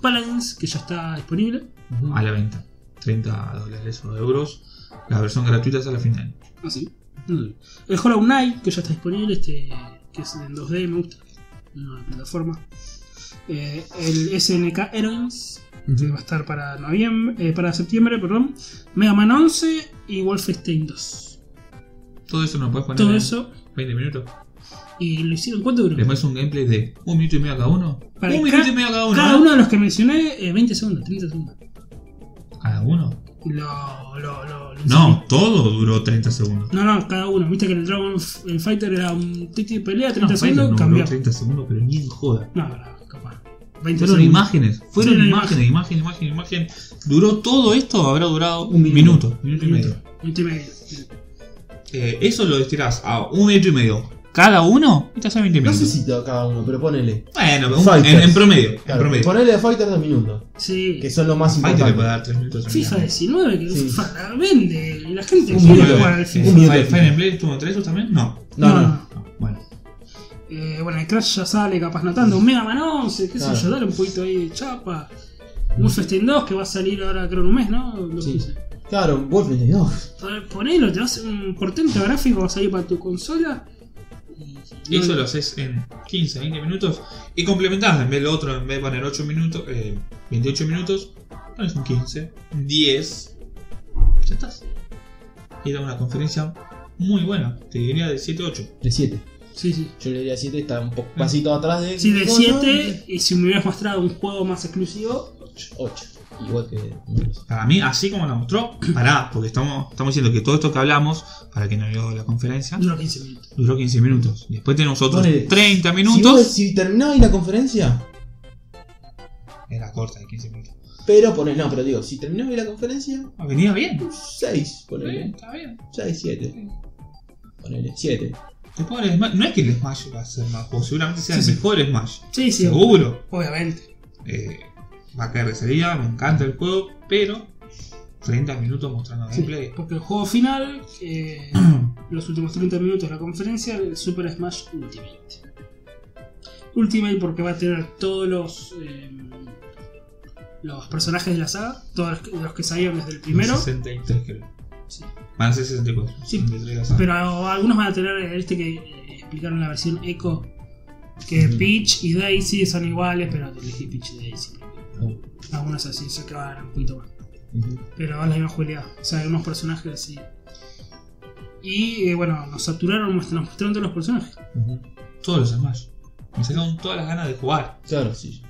B: Paladins, que ya está disponible.
C: Ujú.
A: a la venta. 30 dólares o euros. La versión gratuita es a la final.
B: Ah, sí. Mm. El Hollow Knight, que ya está disponible, este que es en 2D, me gusta. Una plataforma. Eh, el SNK Heroines, que va a estar para, noviembre, eh, para septiembre. perdón Mega Man 11 y Wolfenstein 2.
A: Todo eso nos puedes poner
B: Todo
A: en
B: eso.
A: 20 minutos.
B: ¿Y lo hicieron cuánto duró?
A: Le pones un gameplay de un minuto y medio a cada uno.
B: Para
A: un
B: ca-
A: minuto y medio a cada uno.
B: Cada
A: ¿eh?
B: uno de los que mencioné, eh, 20 segundos, 30 segundos.
A: ¿Cada uno?
B: Lo, lo, lo, lo
A: No, todo duró 30 segundos.
B: No, no, cada uno. Viste que en el Dragon F- el Fighter era un titi de pelea, 30
A: No,
B: segundos,
A: no
B: cambió.
A: duró 30 segundos, pero ni en joda.
B: No, no, capaz. 20
A: Fueron
B: segundos.
A: imágenes, fueron
B: Sí, la
A: imágenes, imagen, imagen, imagen. Duró todo esto, habrá durado
C: Un
A: un
C: minuto.
A: minuto, minuto y medio.
B: Minuto y medio. Sí.
A: Eh, eso lo estirás a un minuto y medio. Cada uno, y te hace 20
C: No
A: minutos.
C: sé si te- cada uno, pero ponele.
A: Bueno, un-
C: Fighters.
A: en, en promedio, en
C: Claro,
A: promedio.
C: ponele a Fighters dos minutos,
B: Sí.
C: que son lo más
A: Fighter le puede
C: importante.
A: dar 3 minutos. en
B: FIFA
A: realidad.
B: 19, que
C: Sí.
B: FIFA la vende. Y la gente
C: Un
B: quiere
C: minuto,
B: jugar al
A: Eh,
B: FIFA.
C: Un minuto.
A: Fire- Fire Emblem estuvo entre esos también? No.
C: No, no,
A: No, Bueno,
B: Eh, bueno, el Crash ya sale, capaz no tanto. Un Mega Man 11, qué
C: Claro.
B: sé yo, dale un poquito ahí de chapa. Wolfenstein 2, que va a salir ahora creo en un mes, ¿no? Lo
C: Sí.
B: puse.
C: Claro, Wolfenstein 2.
B: Pon- Ponelo, te vas un portento gráfico, vas a ir para tu consola. y-
A: eso lo haces en 15, 20 minutos y complementás. En vez de otro, en vez de poner 8 minutos, eh, 28 minutos, pones un 15, 10, ya estás. Y era una conferencia muy buena, te diría de 7, 8.
C: De 7.
B: Sí, sí.
C: Yo le diría 7, está un poco pasito atrás de.
B: Sí, del 7, y si me hubieras mostrado un juego más exclusivo,
C: 8. Igual que.
A: Para mí, así como la mostró, *clears throat* pará, porque estamos, estamos diciendo que todo esto que hablamos, para que no vio la conferencia,
B: duró 15 minutos.
A: duró 15 minutos. Después tenemos otros
C: Ponele,
A: 30
C: Si, vos-
A: minutos.
C: si terminaba ahí la conferencia,
A: Era corta de 15 minutos.
C: pero ponele. No, pero digo, si terminaba ahí la conferencia,
A: Ah, Venía bien.
C: 6,
A: Bien,
C: ponele.
A: Está bien.
C: 6, 7. Ponele, 7.
A: Te pongo el Smash- No es que el Smash va a ser más juego, seguramente sea
B: Sí,
A: el
B: sí.
A: mejor Smash.
B: Sí, sí.
A: Seguro.
B: Obviamente.
A: Eh, va a caer de salida, me encanta el juego, pero 30 minutos mostrando
B: *clears throat*
A: gameplay.
B: Porque el juego final, eh, *clears throat* los últimos 30 minutos de la conferencia, el Super Smash Ultimate. Ultimate porque va a tener todos los eh, los personajes de la saga, todos los que, los que salieron desde el primero.
A: 63 creo.
B: Sí.
A: Van a ser 64.
B: Sí,
A: 63 la saga.
B: Pero algunos van a tener eh, este que eh, explicaron la versión Echo. Que
A: Mm.
B: Peach y Daisy son iguales, pero elegí Peach y Daisy.
C: Ah,
A: Oh.
B: Algunos así se acabaron un poquito más.
A: Ujú.
B: Pero es la misma jugabilidad. O sea, algunos personajes así. Y eh, bueno, nos saturaron, nos nos mostraron todos los personajes.
A: Ujú. Todos los Smash. Me sacaron todas las ganas de jugar.
C: Claro, sí.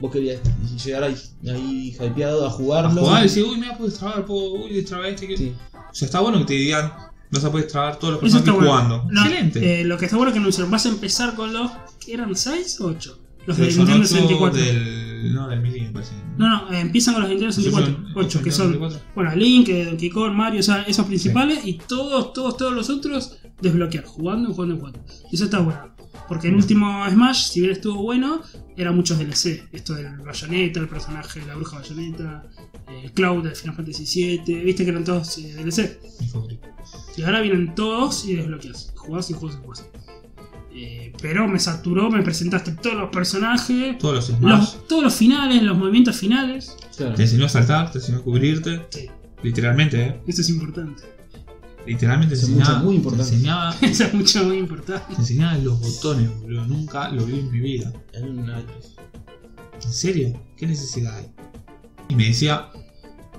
C: Vos querías llegar ahí, ahí hypeado a
A: A
C: jugarlo.
A: jugar y decir, uy, mira, puedes trabar, puedo, uy, destrabar este. Que...
C: Sí.
A: O sea, está bueno que te digan, no se puede trabar todos los
B: Eso
A: personajes
B: está bueno.
A: jugando.
B: No,
A: Excelente.
B: eh, lo que está bueno es que anunciaron, vas a empezar con los. ¿Eran 6 o 8? Los
A: Pero
B: de
A: son
B: Nintendo
A: ocho
B: 64.
A: Del, no, del Millennium, parece.
B: No, no, eh, empiezan con los Nintendo 64.
A: Son
B: 8, que son
A: 64.
B: Bueno, Link, eh, Donkey Kong, Mario, o sea, esos principales y todos, todos, todos los otros desbloquear, jugando, jugando, jugando. Y eso está bueno. Porque el último Smash, si bien estuvo bueno, era muchos DLC. Esto del Bayonetta, el personaje de la bruja Bayonetta, eh, Cloud de Final Fantasy VII, viste que eran todos eh, DLC.
A: Mi favorito.
B: Y ahora vienen todos y desbloqueas. Jugás y jugás y jugás. Eh, pero me saturó, me presentaste todos los personajes,
A: Todos los Smash.
B: los, todos los finales, los movimientos finales.
C: Claro.
A: Te enseñó a saltar, te enseñó a cubrirte.
B: Sí,
A: Literalmente, ¿eh?
B: esto es importante. *laughs*
A: Literalmente te
C: Son muchas
A: enseñaba.
C: muy importantes.
A: Te enseñaba, te
B: Eso es mucho muy importante.
A: enseñaba los botones, boludo. Nunca lo vi en mi vida.
C: En una-
A: ¿En serio? ¿Qué necesidad hay? Y me decía,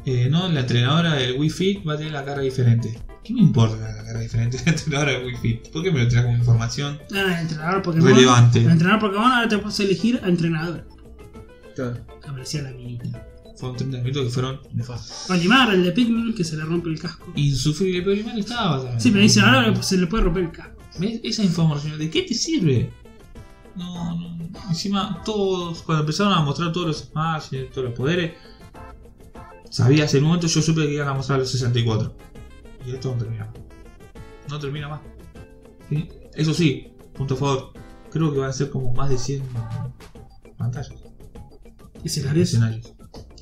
A: eh, no, la entrenadora del Wii Fit va a tener la cara diferente. ¿Qué me importa la cara diferente de la entrenadora del Wii Fit? ¿Por qué me lo trae como información?
B: Ah, el entrenador Pokémon.
A: Relevante.
B: El entrenador Pokémon ahora te puedes elegir a entrenador.
C: Claro.
B: Aparecía la minita.
A: Fueron 30 minutos que fueron
C: Nefasto.
B: Olimar, el de Pikmin, que se le rompe el casco.
A: insufribles, pero igual estaba también.
B: Sí, pero dice, ahora le- se le puede romper el casco.
A: ¿Ves? Esa información, ¿de qué te sirve? No, no, no. Encima, todos, cuando empezaron a mostrar todos los Smash y todos los poderes, sabías, en un momento yo supe que iban a mostrar los 64. Y esto no termina más. No termina más. Sí, Eso sí, punto a favor, creo que van a ser como más de 100 pantallas,
B: Ese
A: de
B: escenario.
A: escenarios.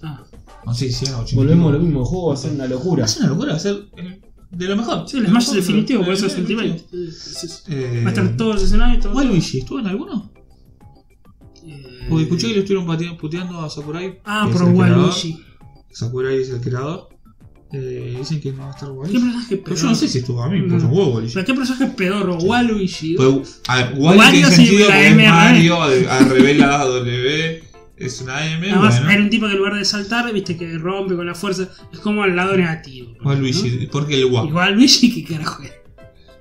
B: Ah,
A: No sé, 100 o 80.
C: Volvemos a lo mismo, el juego va a ser una locura.
A: Es una locura, va a ser eh, de lo mejor.
B: sí,
A: De
B: el Smash es
A: lo mejor,
B: definitivo,
A: de
B: por
A: lo
B: eso es
A: mejor,
B: Ultimate. Es eso.
A: Eh,
B: Va a estar todos los escenarios, todo.
A: Waluigi, ¿estuvo en alguno?
B: Eh,
A: Porque escuché que lo estuvieron pateando- puteando a Sakurai.
B: Ah,
A: que es
B: por
A: el creador.
B: Waluigi.
A: Sakurai es el creador. Eh, dicen que no va a estar
B: ¿Qué
A: Waluigi.
B: personaje
A: Pero
B: pedorro?
A: yo no sé si estuvo a mí,
B: No.
A: por un huevo Waluigi.
B: ¿Pero qué personaje pedorro? Waluigi.
A: Pues, a ver, Waluigi
B: Wario
A: en
B: sí,
A: sentido
B: la
A: que es
B: M al
A: Mario, al al revés la W es una M,
B: Nada más, era
A: bueno.
B: un tipo que en lugar de saltar, viste que rompe con la fuerza. Es como al lado negativo. ¿no?
A: Waluigi, porque el
B: Y
A: guapo.
B: Waluigi, *laughs* ¿qué carajo es?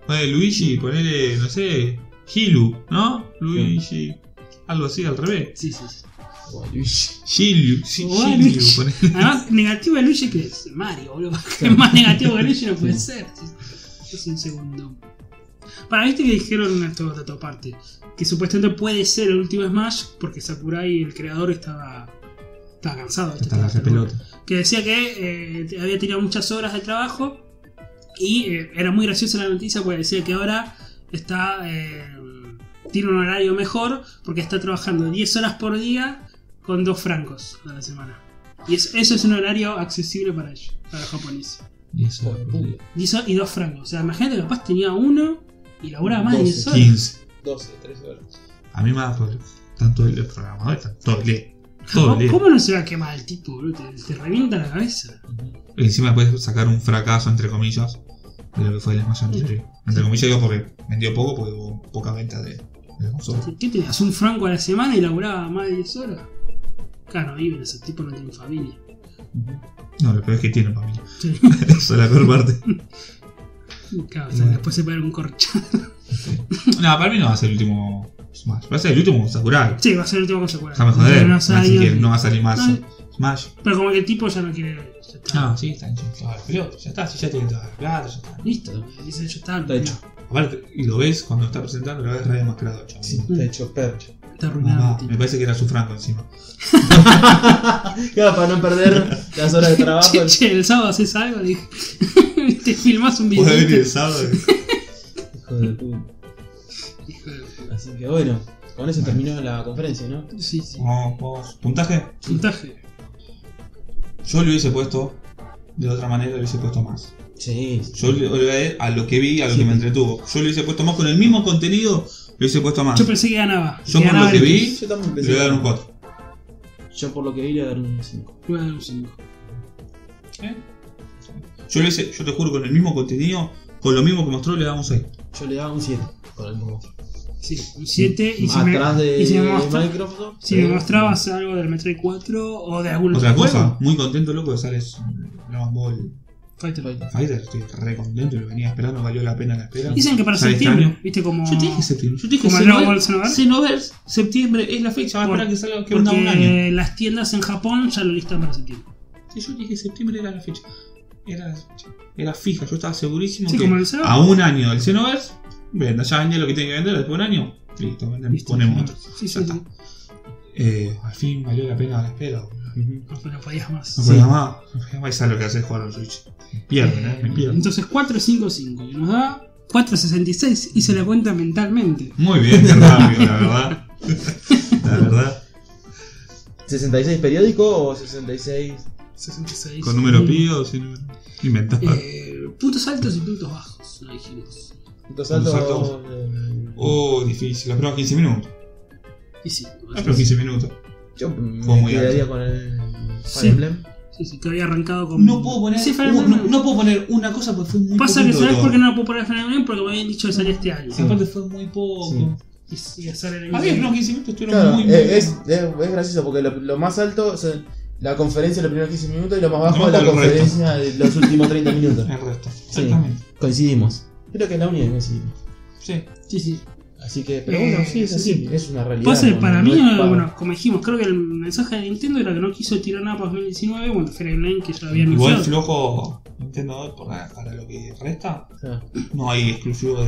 A: Bueno, Luigi, ponele, no sé, Hilu, ¿no? Luigi, algo así al revés.
B: Sí, sí, sí.
C: Waluigi.
A: Hilu, sí,
B: Waluigi.
A: Hilu, ponele.
B: Además, negativo de Luigi que es Mario, boludo. *laughs* Que más negativo que Luigi no puede ser. Es un segundo. Para viste que dijeron esto de otra parte. Que supuestamente puede ser el último Smash porque Sakurai, el creador, estaba. Estaba cansado. este
A: Hasta la repelota.
B: Que decía que eh, había tenido muchas horas de trabajo. Y eh, era muy graciosa la noticia porque decía que ahora está. eh, tiene un horario mejor porque está trabajando 10 horas por día con dos francos a la semana. Y es- eso es un horario accesible para ellos, para los japoneses.
A: Y eso, eh,
C: Joder, puta.
B: 10 ho- y dos francos. O sea, imagínate que capaz tenía uno y laburaba más de 10
C: Doce.
B: horas.
A: 15.
C: 12, 13 horas.
A: A mí me da por tanto el programador, tanto el todo
B: ¿Cómo,
A: el
B: cómo no se va a quemar el tipo, boludo? Te, te revienta la cabeza.
A: Y Encima puedes sacar un fracaso, entre comillas, de lo que fue el Smash anterior. Entre comillas digo porque vendió poco, porque hubo poca venta de, de la consola.
B: ¿Qué tenías? ¿Un franco a la semana y laburaba más de 10 horas? Claro, viven, esos tipos no tienen familia.
A: No, lo peor es que tiene familia. *laughs*
B: Sí.
A: Eso es la peor parte.
B: Claro, o sea,
A: Mm.
B: después se pegan un corchazo. *laughs*
A: No, para mí no va a ser el último Smash. Va a ser el último Sakurai.
B: Sí, va a ser el último que se acuerda.
A: Déjame
B: Entre
A: joder.
B: unos
A: Así
B: años
A: que
B: y-
A: no va a salir más
B: No,
A: Smash.
B: Pero como que el tipo ya no quiere. ya está.
A: No, sí, está hecho. Claro, pero ya está, si ya tiene toda la plata, ya está.
B: Listo, dice yo está.
C: Está hecho.
A: Aparte, y lo ves cuando está presentando, lo ves re demacrado, chaval.
C: Sí, está hecho percha.
B: Está
A: Mamá,
B: arruinado. el
A: me
B: tipo.
A: parece que era su franco encima.
C: Claro, para no perder las horas de *laughs* trabajo.
B: Che, che, el sábado haces algo, le dije. *laughs* Te filmás un video.
A: Puede venir el sábado.
C: Hijo de puta. Así que bueno, con eso terminó la conferencia, ¿no?
B: Sí, sí.
A: Oh, Vamos, vamos. Puntaje.
B: Puntaje.
A: Yo le hubiese puesto de otra manera le hubiese puesto más.
C: Sí.
A: Yo le, le- a lo que vi, a lo
C: Sí.
A: que me entretuvo. Yo le hubiese puesto más con el mismo contenido, le hubiese puesto más.
B: Yo pensé que ganaba.
A: Yo por
B: ganaba
A: lo que
B: el-
A: vi-
C: Yo también
A: Le
C: pensé.
A: voy a dar un 4.
C: Yo por lo que vi le voy a dar un 5.
B: Voy a dar un 5.
A: Yo le hice, yo te juro, con el mismo contenido, con lo mismo que mostró, le damos 6.
C: Yo le daba un 7. Con el mismo.
B: Sí, un 7. Y si me,
C: Atrás de
B: y si me, mostra-
C: Microsoft.
B: si me
C: pero-
B: mostrabas algo del Metroid 4 o de algún
A: Otra
B: otro
A: cosa,
B: juego,
A: muy contento, loco, de sales Dragon Ball
B: Fighter.
A: Fighter. Estoy re contento, lo venía esperando, valió la pena la espera.
B: Dicen que para
A: ¿Sabes qué
B: septiembre,
A: año?
B: viste como.
A: Yo te dije septiembre, yo te dije
B: ¿Como el Dragon Ball
A: Xenoverse-
B: Xenoverse?
A: Xenoverse, septiembre es la fecha, va a
B: Por-
A: esperar que salga, que onda un año.
B: Porque las tiendas en Japón ya lo listan para septiembre.
A: Sí, yo dije septiembre era la fecha. Era la fecha. Era fija, yo estaba segurísimo
B: Sí,
A: que
B: como el Xenoverse.
A: a un año del Xenoverse, venda, ya vendía lo que tenía que vender, después de un año, listo, venden,
B: Listo,
A: ponemos
B: sí,
A: otro.
B: sí,
A: ya
B: sí.
A: está. Eh, al fin valió la pena la espera, boludo.
C: Ujú.
B: No, pero podías más.
A: No podía más, no podía más, y sabes lo que hace jugar al Switch. Me pierden, eh, me pierden.
B: Entonces 4, 5, 5. Y nos da 4.66. Hice la cuenta mentalmente.
A: Muy bien, qué rápido, la verdad.
B: *laughs*
A: la verdad.
C: 66 periódico o 66.
B: 66.
A: Con números
B: Mm.
A: píos, sin número- inventado.
B: Eh, puntos altos y puntos bajos, lo dijimos.
C: Puntos
A: Puntos
C: altos.
A: altos.
C: eh,
A: Oh, difícil, los primeros 15 minutos.
B: Y sí,
A: Los primeros 15 minutos.
C: Yo
A: Fue
C: me
A: muy
C: quedaría
A: alto.
C: con el Fire
B: Sí.
C: Emblem.
B: sí, sí, que había arrancado con.
A: No puedo poner,
B: Sí, Fire
A: uh,
B: Emblem.
A: no, no puedo poner una cosa porque fue muy
B: Pasa que
A: poquito de
B: sabes
A: todo.
B: por qué no lo puedo poner Final Emblem porque me habían dicho que salía este año.
A: Sí, Aparte fue muy poco.
B: Y, sí, que sale en el
A: A ver, los 15 minutos estuvieron
C: Claro,
A: muy, muy
C: eh, es,
A: bien.
C: es, es gracioso porque lo, lo más alto es eh, la conferencia de los primeros 15 minutos y lo más
A: Lo
C: bajo
A: más
C: es la
A: por el resto.
C: conferencia de los últimos
A: *laughs*
C: 30 minutos.
A: El resto, exactamente.
C: Coincidimos. Creo que es la única que coincidimos.
A: Sí.
B: Sí, sí.
C: Así que, pero
B: Eh,
C: bueno, sí, es así,
B: sí.
C: es una realidad.
B: Pasa que
C: no-
B: para
C: no
B: mí,
C: es pago.
B: bueno, como dijimos, creo que el mensaje de Nintendo era que no quiso tirar nada para 2019, bueno, Fire Emblem que ya había
A: Igual
B: anunciado.
A: flojo Nintendo por la- para lo que resta.
C: O sea,
A: No hay exclusivo de.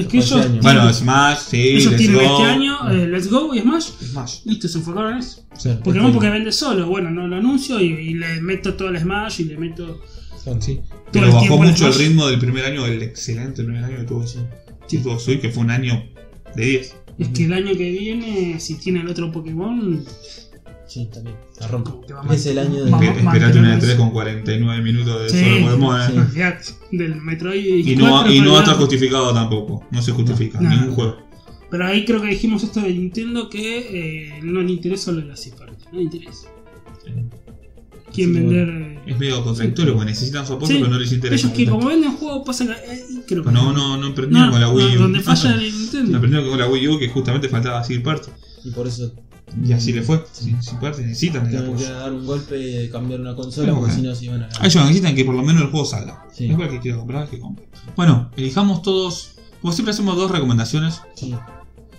B: Es que
C: Fue ese
B: ellos,
C: año.
A: este Bueno, Smash, sí,
B: ellos
A: Let's
B: tienen este
A: Go.
B: año eh, Let's Go y Smash.
A: Smash.
B: Listo, se enfocaron en eso.
C: o sea,
B: Pokémon
C: este-
B: porque vende solo, bueno, no lo anuncio y, y le meto todo el Smash y le meto.
C: son, sí.
B: Todo
A: Pero
B: el
A: bajó
B: tiempo en
A: mucho el
B: Smash.
A: ritmo del primer año, el excelente primer año que tuvo Switch.
B: Sí.
A: Que tuvo Switch, que fue un año de 10.
B: Es que el año que viene, si tiene el otro Pokémon,
C: Sí, también. La rompo.
B: como que va a
C: Es el año de-
B: va a
C: Vamos,
A: Espe- Esperate una de
B: mantener
A: 3
B: eso.
A: con 49 minutos de
B: Sí,
A: solo Pokémon, eh.
C: sí.
B: Olvidate, Del Metroid
A: Y no, y no va a estar
B: justificado
A: justificado tampoco. No se justifica.
B: No.
A: Ningún juego.
B: Pero ahí creo que dijimos esto de Nintendo que eh, no le interesa lo de las partes, no le interesa. Quieren
C: Sí,
B: vender. eh,
A: Es medio contradictorio porque necesitan soporte
B: Sí.
A: pero no les interesa.
B: ellos que como venden juegos pasan. a- eh, y creo que
A: No, no, no emprendieron
B: No,
A: con la
B: no,
A: Wii U.
B: donde falla el Nintendo.
A: Aprendieron con la Wii U que justamente faltaba así parte.
C: Y por eso.
A: Y así le fue.
C: Sí.
A: Sin, sin parte necesitan el
C: Tengo que
A: apoyo.
C: dar un golpe y cambiar una consola
A: Claro,
C: porque
A: bueno.
C: si no se iban a
A: Ah, Ellos necesitan que por lo menos el juego salga.
C: Sí.
A: Es para que quiera comprar, que compre. Bueno, elijamos todos. Como siempre hacemos dos recomendaciones.
C: Sí.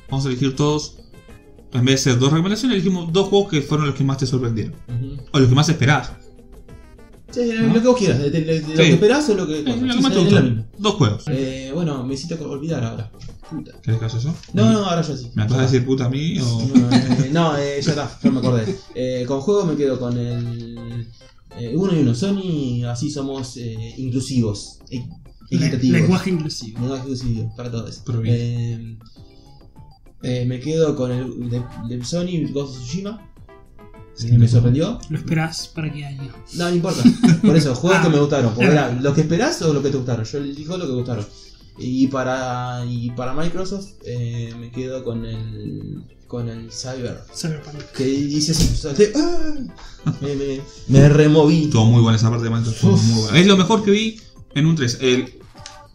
A: Vamos a elegir todos. En vez de ser dos recomendaciones, elegimos dos juegos que fueron los que más te sorprendieron.
C: Ujú.
A: O los que más esperabas.
C: Sí,
A: ¿No?
C: lo que vos quieras, de, de- de- de
A: Sí.
C: lo que esperás o lo que.
A: Eh, lo que
C: sí,
A: más te
C: es
A: gustó.
C: la misma.
A: Dos juegos.
C: Eh, bueno, me hiciste olvidar ahora. Puta.
A: ¿Querés que haya yo?
C: No, no, ahora yo sí.
A: ¿Me acabas de decir puta a mí o.?
C: No, eh, no, eh, ya está, ya me acordé. Eh, con juego me quedo con el. eh, uno y uno, Sony, así somos eh, inclusivos, e- equitativos.
B: lenguaje inclusivo.
C: Lenguaje inclusivo, para todos.
A: Pero bien.
C: Eh, eh, me quedo con el de, de Sony Ghost of Tsushima.
A: Sí,
C: me
A: no.
C: sorprendió.
B: Lo esperás para qué año.
C: No, no importa. Por eso, juegos
B: Ah,
C: que me gustaron. Porque
B: claro.
C: era lo que esperás o lo que te gustaron. Yo elijo lo que gustaron. Y para, y para Microsoft eh, me quedo con el, con el Cyber.
B: Cyberpunk.
C: Que dice así, sale- ¡Ah! me, me, me removí.
A: Estuvo muy buena esa parte de Minecraft. estuvo
C: Uf.
A: muy buena. Es lo mejor que vi en un 3. El,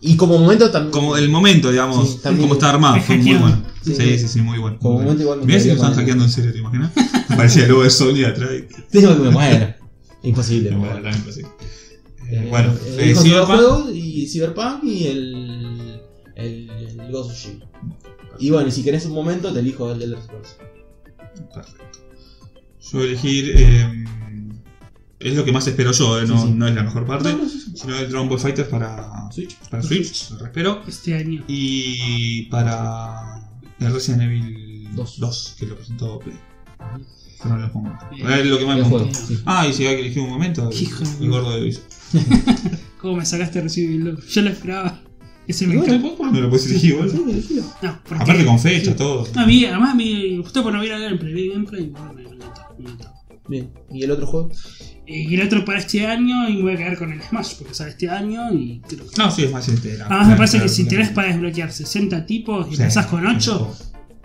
C: Y como momento también.
A: como el momento, digamos,
C: Sí, también.
A: como está armado, fue
C: *laughs*
A: muy
B: Hackeado.
A: bueno. Sí, sí, sí, muy bueno.
C: Como momento igual me
A: Mirá si lo
C: quedaría
A: están
C: con
A: hackeando en serio, ¿te imaginas? *laughs* Parecía el logo de Sony atrás. y-
C: *laughs* Tengo que me muera. Imposible. me
A: Bueno,
C: muero.
A: la misma, sí.
C: Eh,
A: Eh, Bueno,
C: eh,
A: eh,
C: dijo
A: Cyberpunk.
C: videojuegos y Cyberpunk y el. el, el Ghost of Tsushima. Y bueno, y si querés un momento, te elijo el de Elder Scrolls.
A: Perfecto. Yo voy a elegir. eh, es lo que más espero yo, eh, no,
C: Sí, sí.
A: no es la mejor parte.
C: No, no, sí, sí.
A: Sino el Dragon Ball Fighter para,
C: Switch.
A: para Switch, lo espero.
B: Este año.
A: Y para el Resident Evil
C: Dos.
A: 2, que lo presentó Play. Pero no lo pongo.
B: Bien.
A: Es lo que más me
C: El
A: gusta.
C: juego, sí.
A: Ah, y si hay que elegir un momento, el,
B: Hijo de
A: el gordo de Luis.
B: ¿Cómo me sacaste recién el loco? Yo lo esperaba. Ese me
A: Y bueno,
B: encanta.
A: ¿por qué no lo puedes elegir, boludo?
B: No, porque.
A: Aparte con fecha, todo.
B: No, a mí- además a mí me gustó por no ver gameplay. Vi gameplay y bueno, me encantó. Me encantó.
C: Bien. ¿Y el otro juego?
B: Y el otro para este año y me voy a quedar con el Smash porque sale este año y creo que...
A: No, sí, es más este, entera.
B: Además Ah, me parece que si tenés para desbloquear 60 tipos y empezás con 8,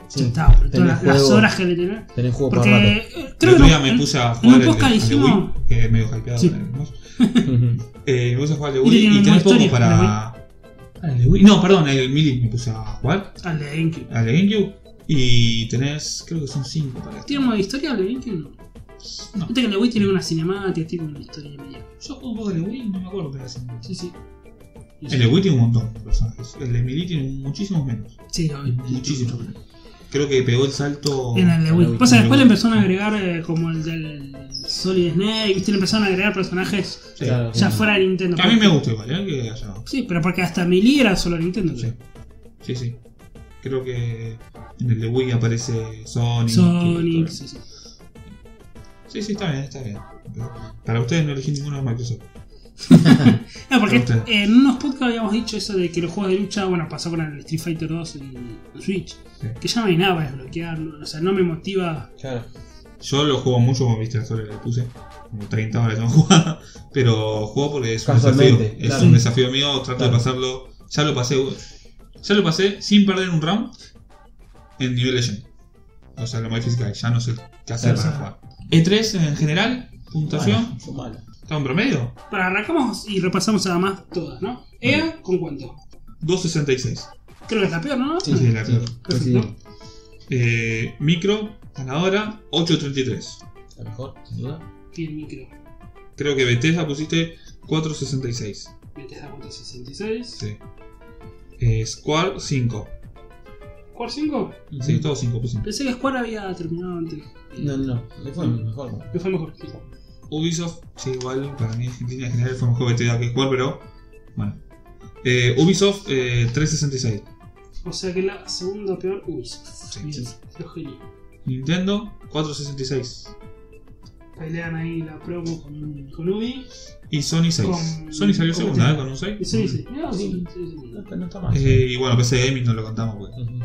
C: Sí.
B: está, boludo,
C: Tenés
B: todas las
C: juego-
B: horas que le tenés.
C: Tenés juego para
B: Porque
C: rato.
B: eh,
A: El
B: creo que
A: otro día
B: no-
A: me
B: en-
A: puse a
B: en
A: jugar
B: un
A: el, el
B: podcast
A: de Wii,
B: dijimos
A: que es medio hypeado.
B: Sí.
A: ¿no?
C: Ujú.
A: Eh, me puse a jugar el de
B: Y
A: Wii
B: tiene
A: y tenés
B: modo
A: poco
B: historia,
A: para. Ah, el de Wii. No, perdón, el Mili me puse a jugar,
B: al de GameCube.
A: al de GameCube. Y tenés, creo que son 5 para
B: ¿Tiene modo de historia al de GameCube? No.
A: No,
B: Viste que en el Wii tiene una cinemática, tiene una historia media.
A: yo juego un poco de Wii, no me acuerdo que era así.
B: Sí, sí.
A: El de Wii tiene un montón de personajes. El de Mili tiene muchísimos menos.
B: Sí, lo vi.
A: Muchísimos menos. Creo que pegó el salto.
B: En el de Wii.
C: Wii.
B: Pasa que después
A: Oh, En el Wii.
B: le empezaron a agregar eh, como el del Solid Snake, viste, le empezaron a agregar personajes
A: Sí.
C: Claro,
B: ya
C: sí.
B: fuera de Nintendo.
A: Que a mí me gusta igual, ¿eh? Que haya.
B: Sí, pero porque hasta Melee era solo Nintendo.
A: Sí.
B: creo.
A: sí, sí. Creo que en el de Wii aparece Sonic.
B: Sonic, sí, sí.
A: Sí, sí, está bien, está bien. Para ustedes no elegí ninguno de Microsoft.
B: No, porque eh,
A: Usted.
B: en unos podcasts habíamos dicho eso de que los juegos de lucha, bueno, pasó con el Street Fighter 2 en Switch,
A: Sí.
B: que ya no hay nada para desbloquear, no- o sea, no me motiva.
C: Claro.
A: Yo lo juego mucho como viste, solo le puse. Como 30 horas no *laughs* jugado. Pero juego porque es un desafío.
C: Casualmente,
A: Es
C: claro.
A: un desafío mío, trato
C: Claro.
A: de pasarlo. Ya lo pasé. Ya lo pasé sin perder un round en nivel legend. O sea, lo más difícil que hay. Ya no sé qué hacer
C: Claro.
A: para jugar. E3 en general, puntuación.
C: Bueno, fue malo.
A: ¿Está en promedio?
B: Pero arrancamos y repasamos además todas, ¿no? EA, ¿con cuánto?
A: 266.
B: Creo que es la peor, ¿no?
C: Sí,
A: Sí, la
C: sí,
A: peor.
C: coincidimos.
A: Eh, micro, ganadora, 833.
C: La mejor, sin duda.
B: Tiene micro.
A: Creo que Bethesda pusiste 466.
B: Bethesda cuánto? 66.
A: Sí. Eh, Square 5.
B: ¿Square 5?
A: Sí, todos 5 pusimos.
B: Pensé que Square había terminado antes.
C: No, no, no. Le fue mejor.
B: Que fue mejor. sí.
A: Ubisoft, sí, igual, para mí en línea general fue mejor Bethesda que Square, pero bueno. Eh, Ubisoft eh, 366.
B: O sea que la segunda peor, Ubisoft.
A: Sí,
B: Bien,
A: sí.
B: los genios.
A: Nintendo 466.
B: Pelean ahí la promo con, con Ubi.
A: Y Sony 6.
B: Con-
A: Sony salió
C: con
A: segunda, ¿eh?
C: Bethesda.
A: Con un 6.
B: Y Sony dice, no, sí, sí,
C: No,
B: segunda.
C: está- no está mal.
A: Eh, y bueno, PC Gaming no lo contamos, pues.
C: Ujú.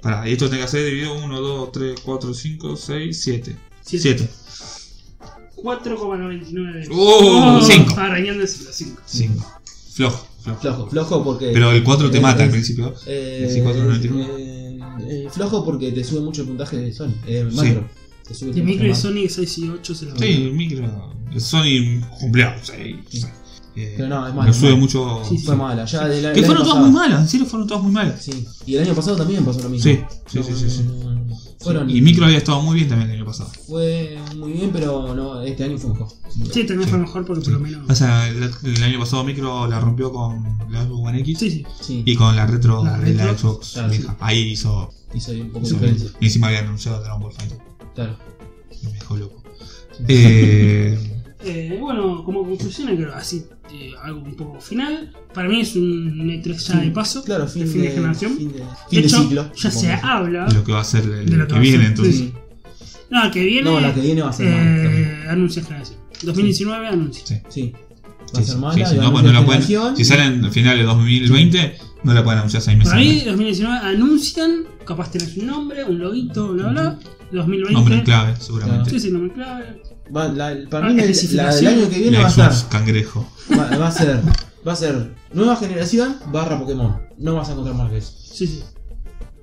A: Pará, y esto tiene que ser dividido 1, 2, 3, 4, 5, 6, 7.
B: Siete.
A: 7.
B: 4,99.
C: Uh,
A: ¡Oh! Cinco.
B: Estaba arañando el 5.
A: 5. Flojo, flojo.
C: Flojo, flojo porque.
A: Pero el 4 te
C: Eh,
A: mata al
C: es-
A: principio.
C: eh,
A: sí, 4.99.
C: eh, eh, flojo porque te sube mucho el puntaje de Sony. Eh, macro. Te sube el
B: De
C: puntaje
B: micro de
C: macro.
B: Sony 6 y 8 se la
A: Sí, el micro. el Sony cumpleaños. ahí, sí. Eh,
C: Pero no, es malo,
A: Lo
C: es
A: sube
C: malo.
A: mucho.
B: Sí, sí.
C: Fue mala. Ya del-
A: Que
C: el
A: fueron
C: año
A: todas
C: pasado.
A: muy malas, en serio fueron todas muy malas.
C: Sí. Y el año pasado también pasó lo mismo.
A: Sí, sí, sí, sí, sí.
C: No, Fueron,
A: Y micro había estado muy bien también el año pasado.
C: Fue muy bien, pero no, este año fue mejor.
B: Sí, también fue mejor porque por lo menos.
A: O sea, el, el año pasado micro la rompió con la Xbox One X
B: Sí, sí.
C: Sí. ah,
A: y con la retro
B: La
A: de la
B: retro,
A: Xbox.
C: claro,
A: vieja. Ahí hizo.
C: Hizo ahí un poco de
A: hizo
C: diferencia.
A: y encima había anunciado Dragon Ball Fighter.
C: Claro.
A: Me dejó loco. Eh,
C: *laughs*
B: Eh, bueno, como conclusión, creo así, eh, algo un poco final. Para mí es un E3 ya de paso.
C: Claro, fin de,
B: fin de generación.
C: Fin de,
B: de
C: fin de
B: hecho,
C: ciclo.
B: ya se
C: supongo.
B: habla.
A: lo que va a ser el
B: De lo
A: que,
B: que va a
A: viene,
B: ser,
A: entonces.
B: sí. No, el que viene.
C: No, la que viene va a ser mala.
B: eh, anuncia generación. 2019 anuncia.
C: Sí. Va a
A: Sí,
C: ser
A: sí,
C: mala.
A: sí,
C: y
A: si,
C: va a
A: no, pues
C: ser
A: no la pueden-
C: generación.
A: si salen a finales de 2020, no la pueden anunciar seis meses.
B: Para mí,
A: antes.
B: 2019 anuncian, capaz tenés un nombre, un loguito, bla bla. 2020.
A: Nombre clave, seguramente.
B: Sí, sí, nombre clave.
C: Va- la-
B: Ah,
C: para mí, la- la, del
B: especificación.
C: año que viene
A: La
C: va a
A: Xbox
C: ser.
A: Cangrejo.
C: Va, va a ser. Va a ser nueva generación barra Pokémon. No vas a encontrar más que eso.
B: Sí, sí.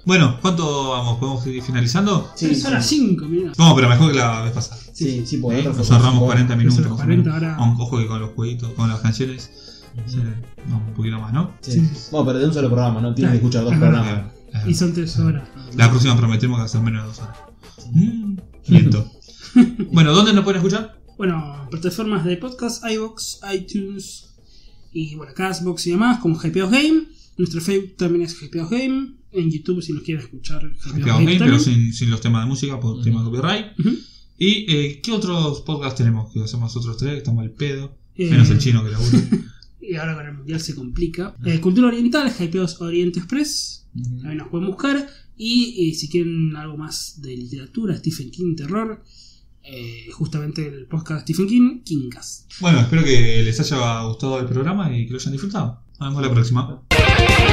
A: Bueno, ¿cuánto vamos? ¿Podemos ir finalizando?
C: Sí,
B: 3 horas
C: sí,
B: 5, mirá.
A: No, pero mejor que la vez pasada.
C: sí, sí, porque
A: ¿eh?
C: otra
A: Nos
C: fue-
A: ahorramos
C: fue-
A: 40 minutos.
B: Eso, 40 ahora.
A: Aunque, Ojo que con los jueguitos, con las canciones,
C: Ujú.
A: eh, no, un poquito más, ¿no?
C: Sí. Bueno, pero de un solo programa, no tienes que escuchar dos
B: Ajá.
C: programas.
A: Eh,
B: Y son 3 horas.
A: La próxima prometemos que va a ser menos de dos horas. Mm,
B: *laughs*
A: lento. bueno, ¿dónde nos pueden escuchar?
B: Bueno, plataformas de podcast, iBox, iTunes y bueno, Castbox y demás, como Hypeos Game. Nuestro Facebook también es Hypeos Game. En YouTube, si nos quieren escuchar, Hypeos
A: Claro, ok,
B: Game
A: pero
B: también.
A: sin, sin los temas de música, por
C: Ujú.
A: temas de copyright.
B: Ujú.
A: ¿Y eh, qué otros podcasts tenemos? Que hacemos nosotros tres, que estamos al pedo.
B: Eh,
A: Menos el chino que labura.
B: Y ahora con el mundial se complica. Eh, Cultura Oriental, Hypeos Oriente Express. También nos pueden buscar. Y, eh, si quieren algo más de literatura, Stephen King, terror. eh, justamente el podcast Stephen King, Kingcast.
A: bueno, espero que les haya gustado el programa y que lo hayan disfrutado. Nos vemos la próxima.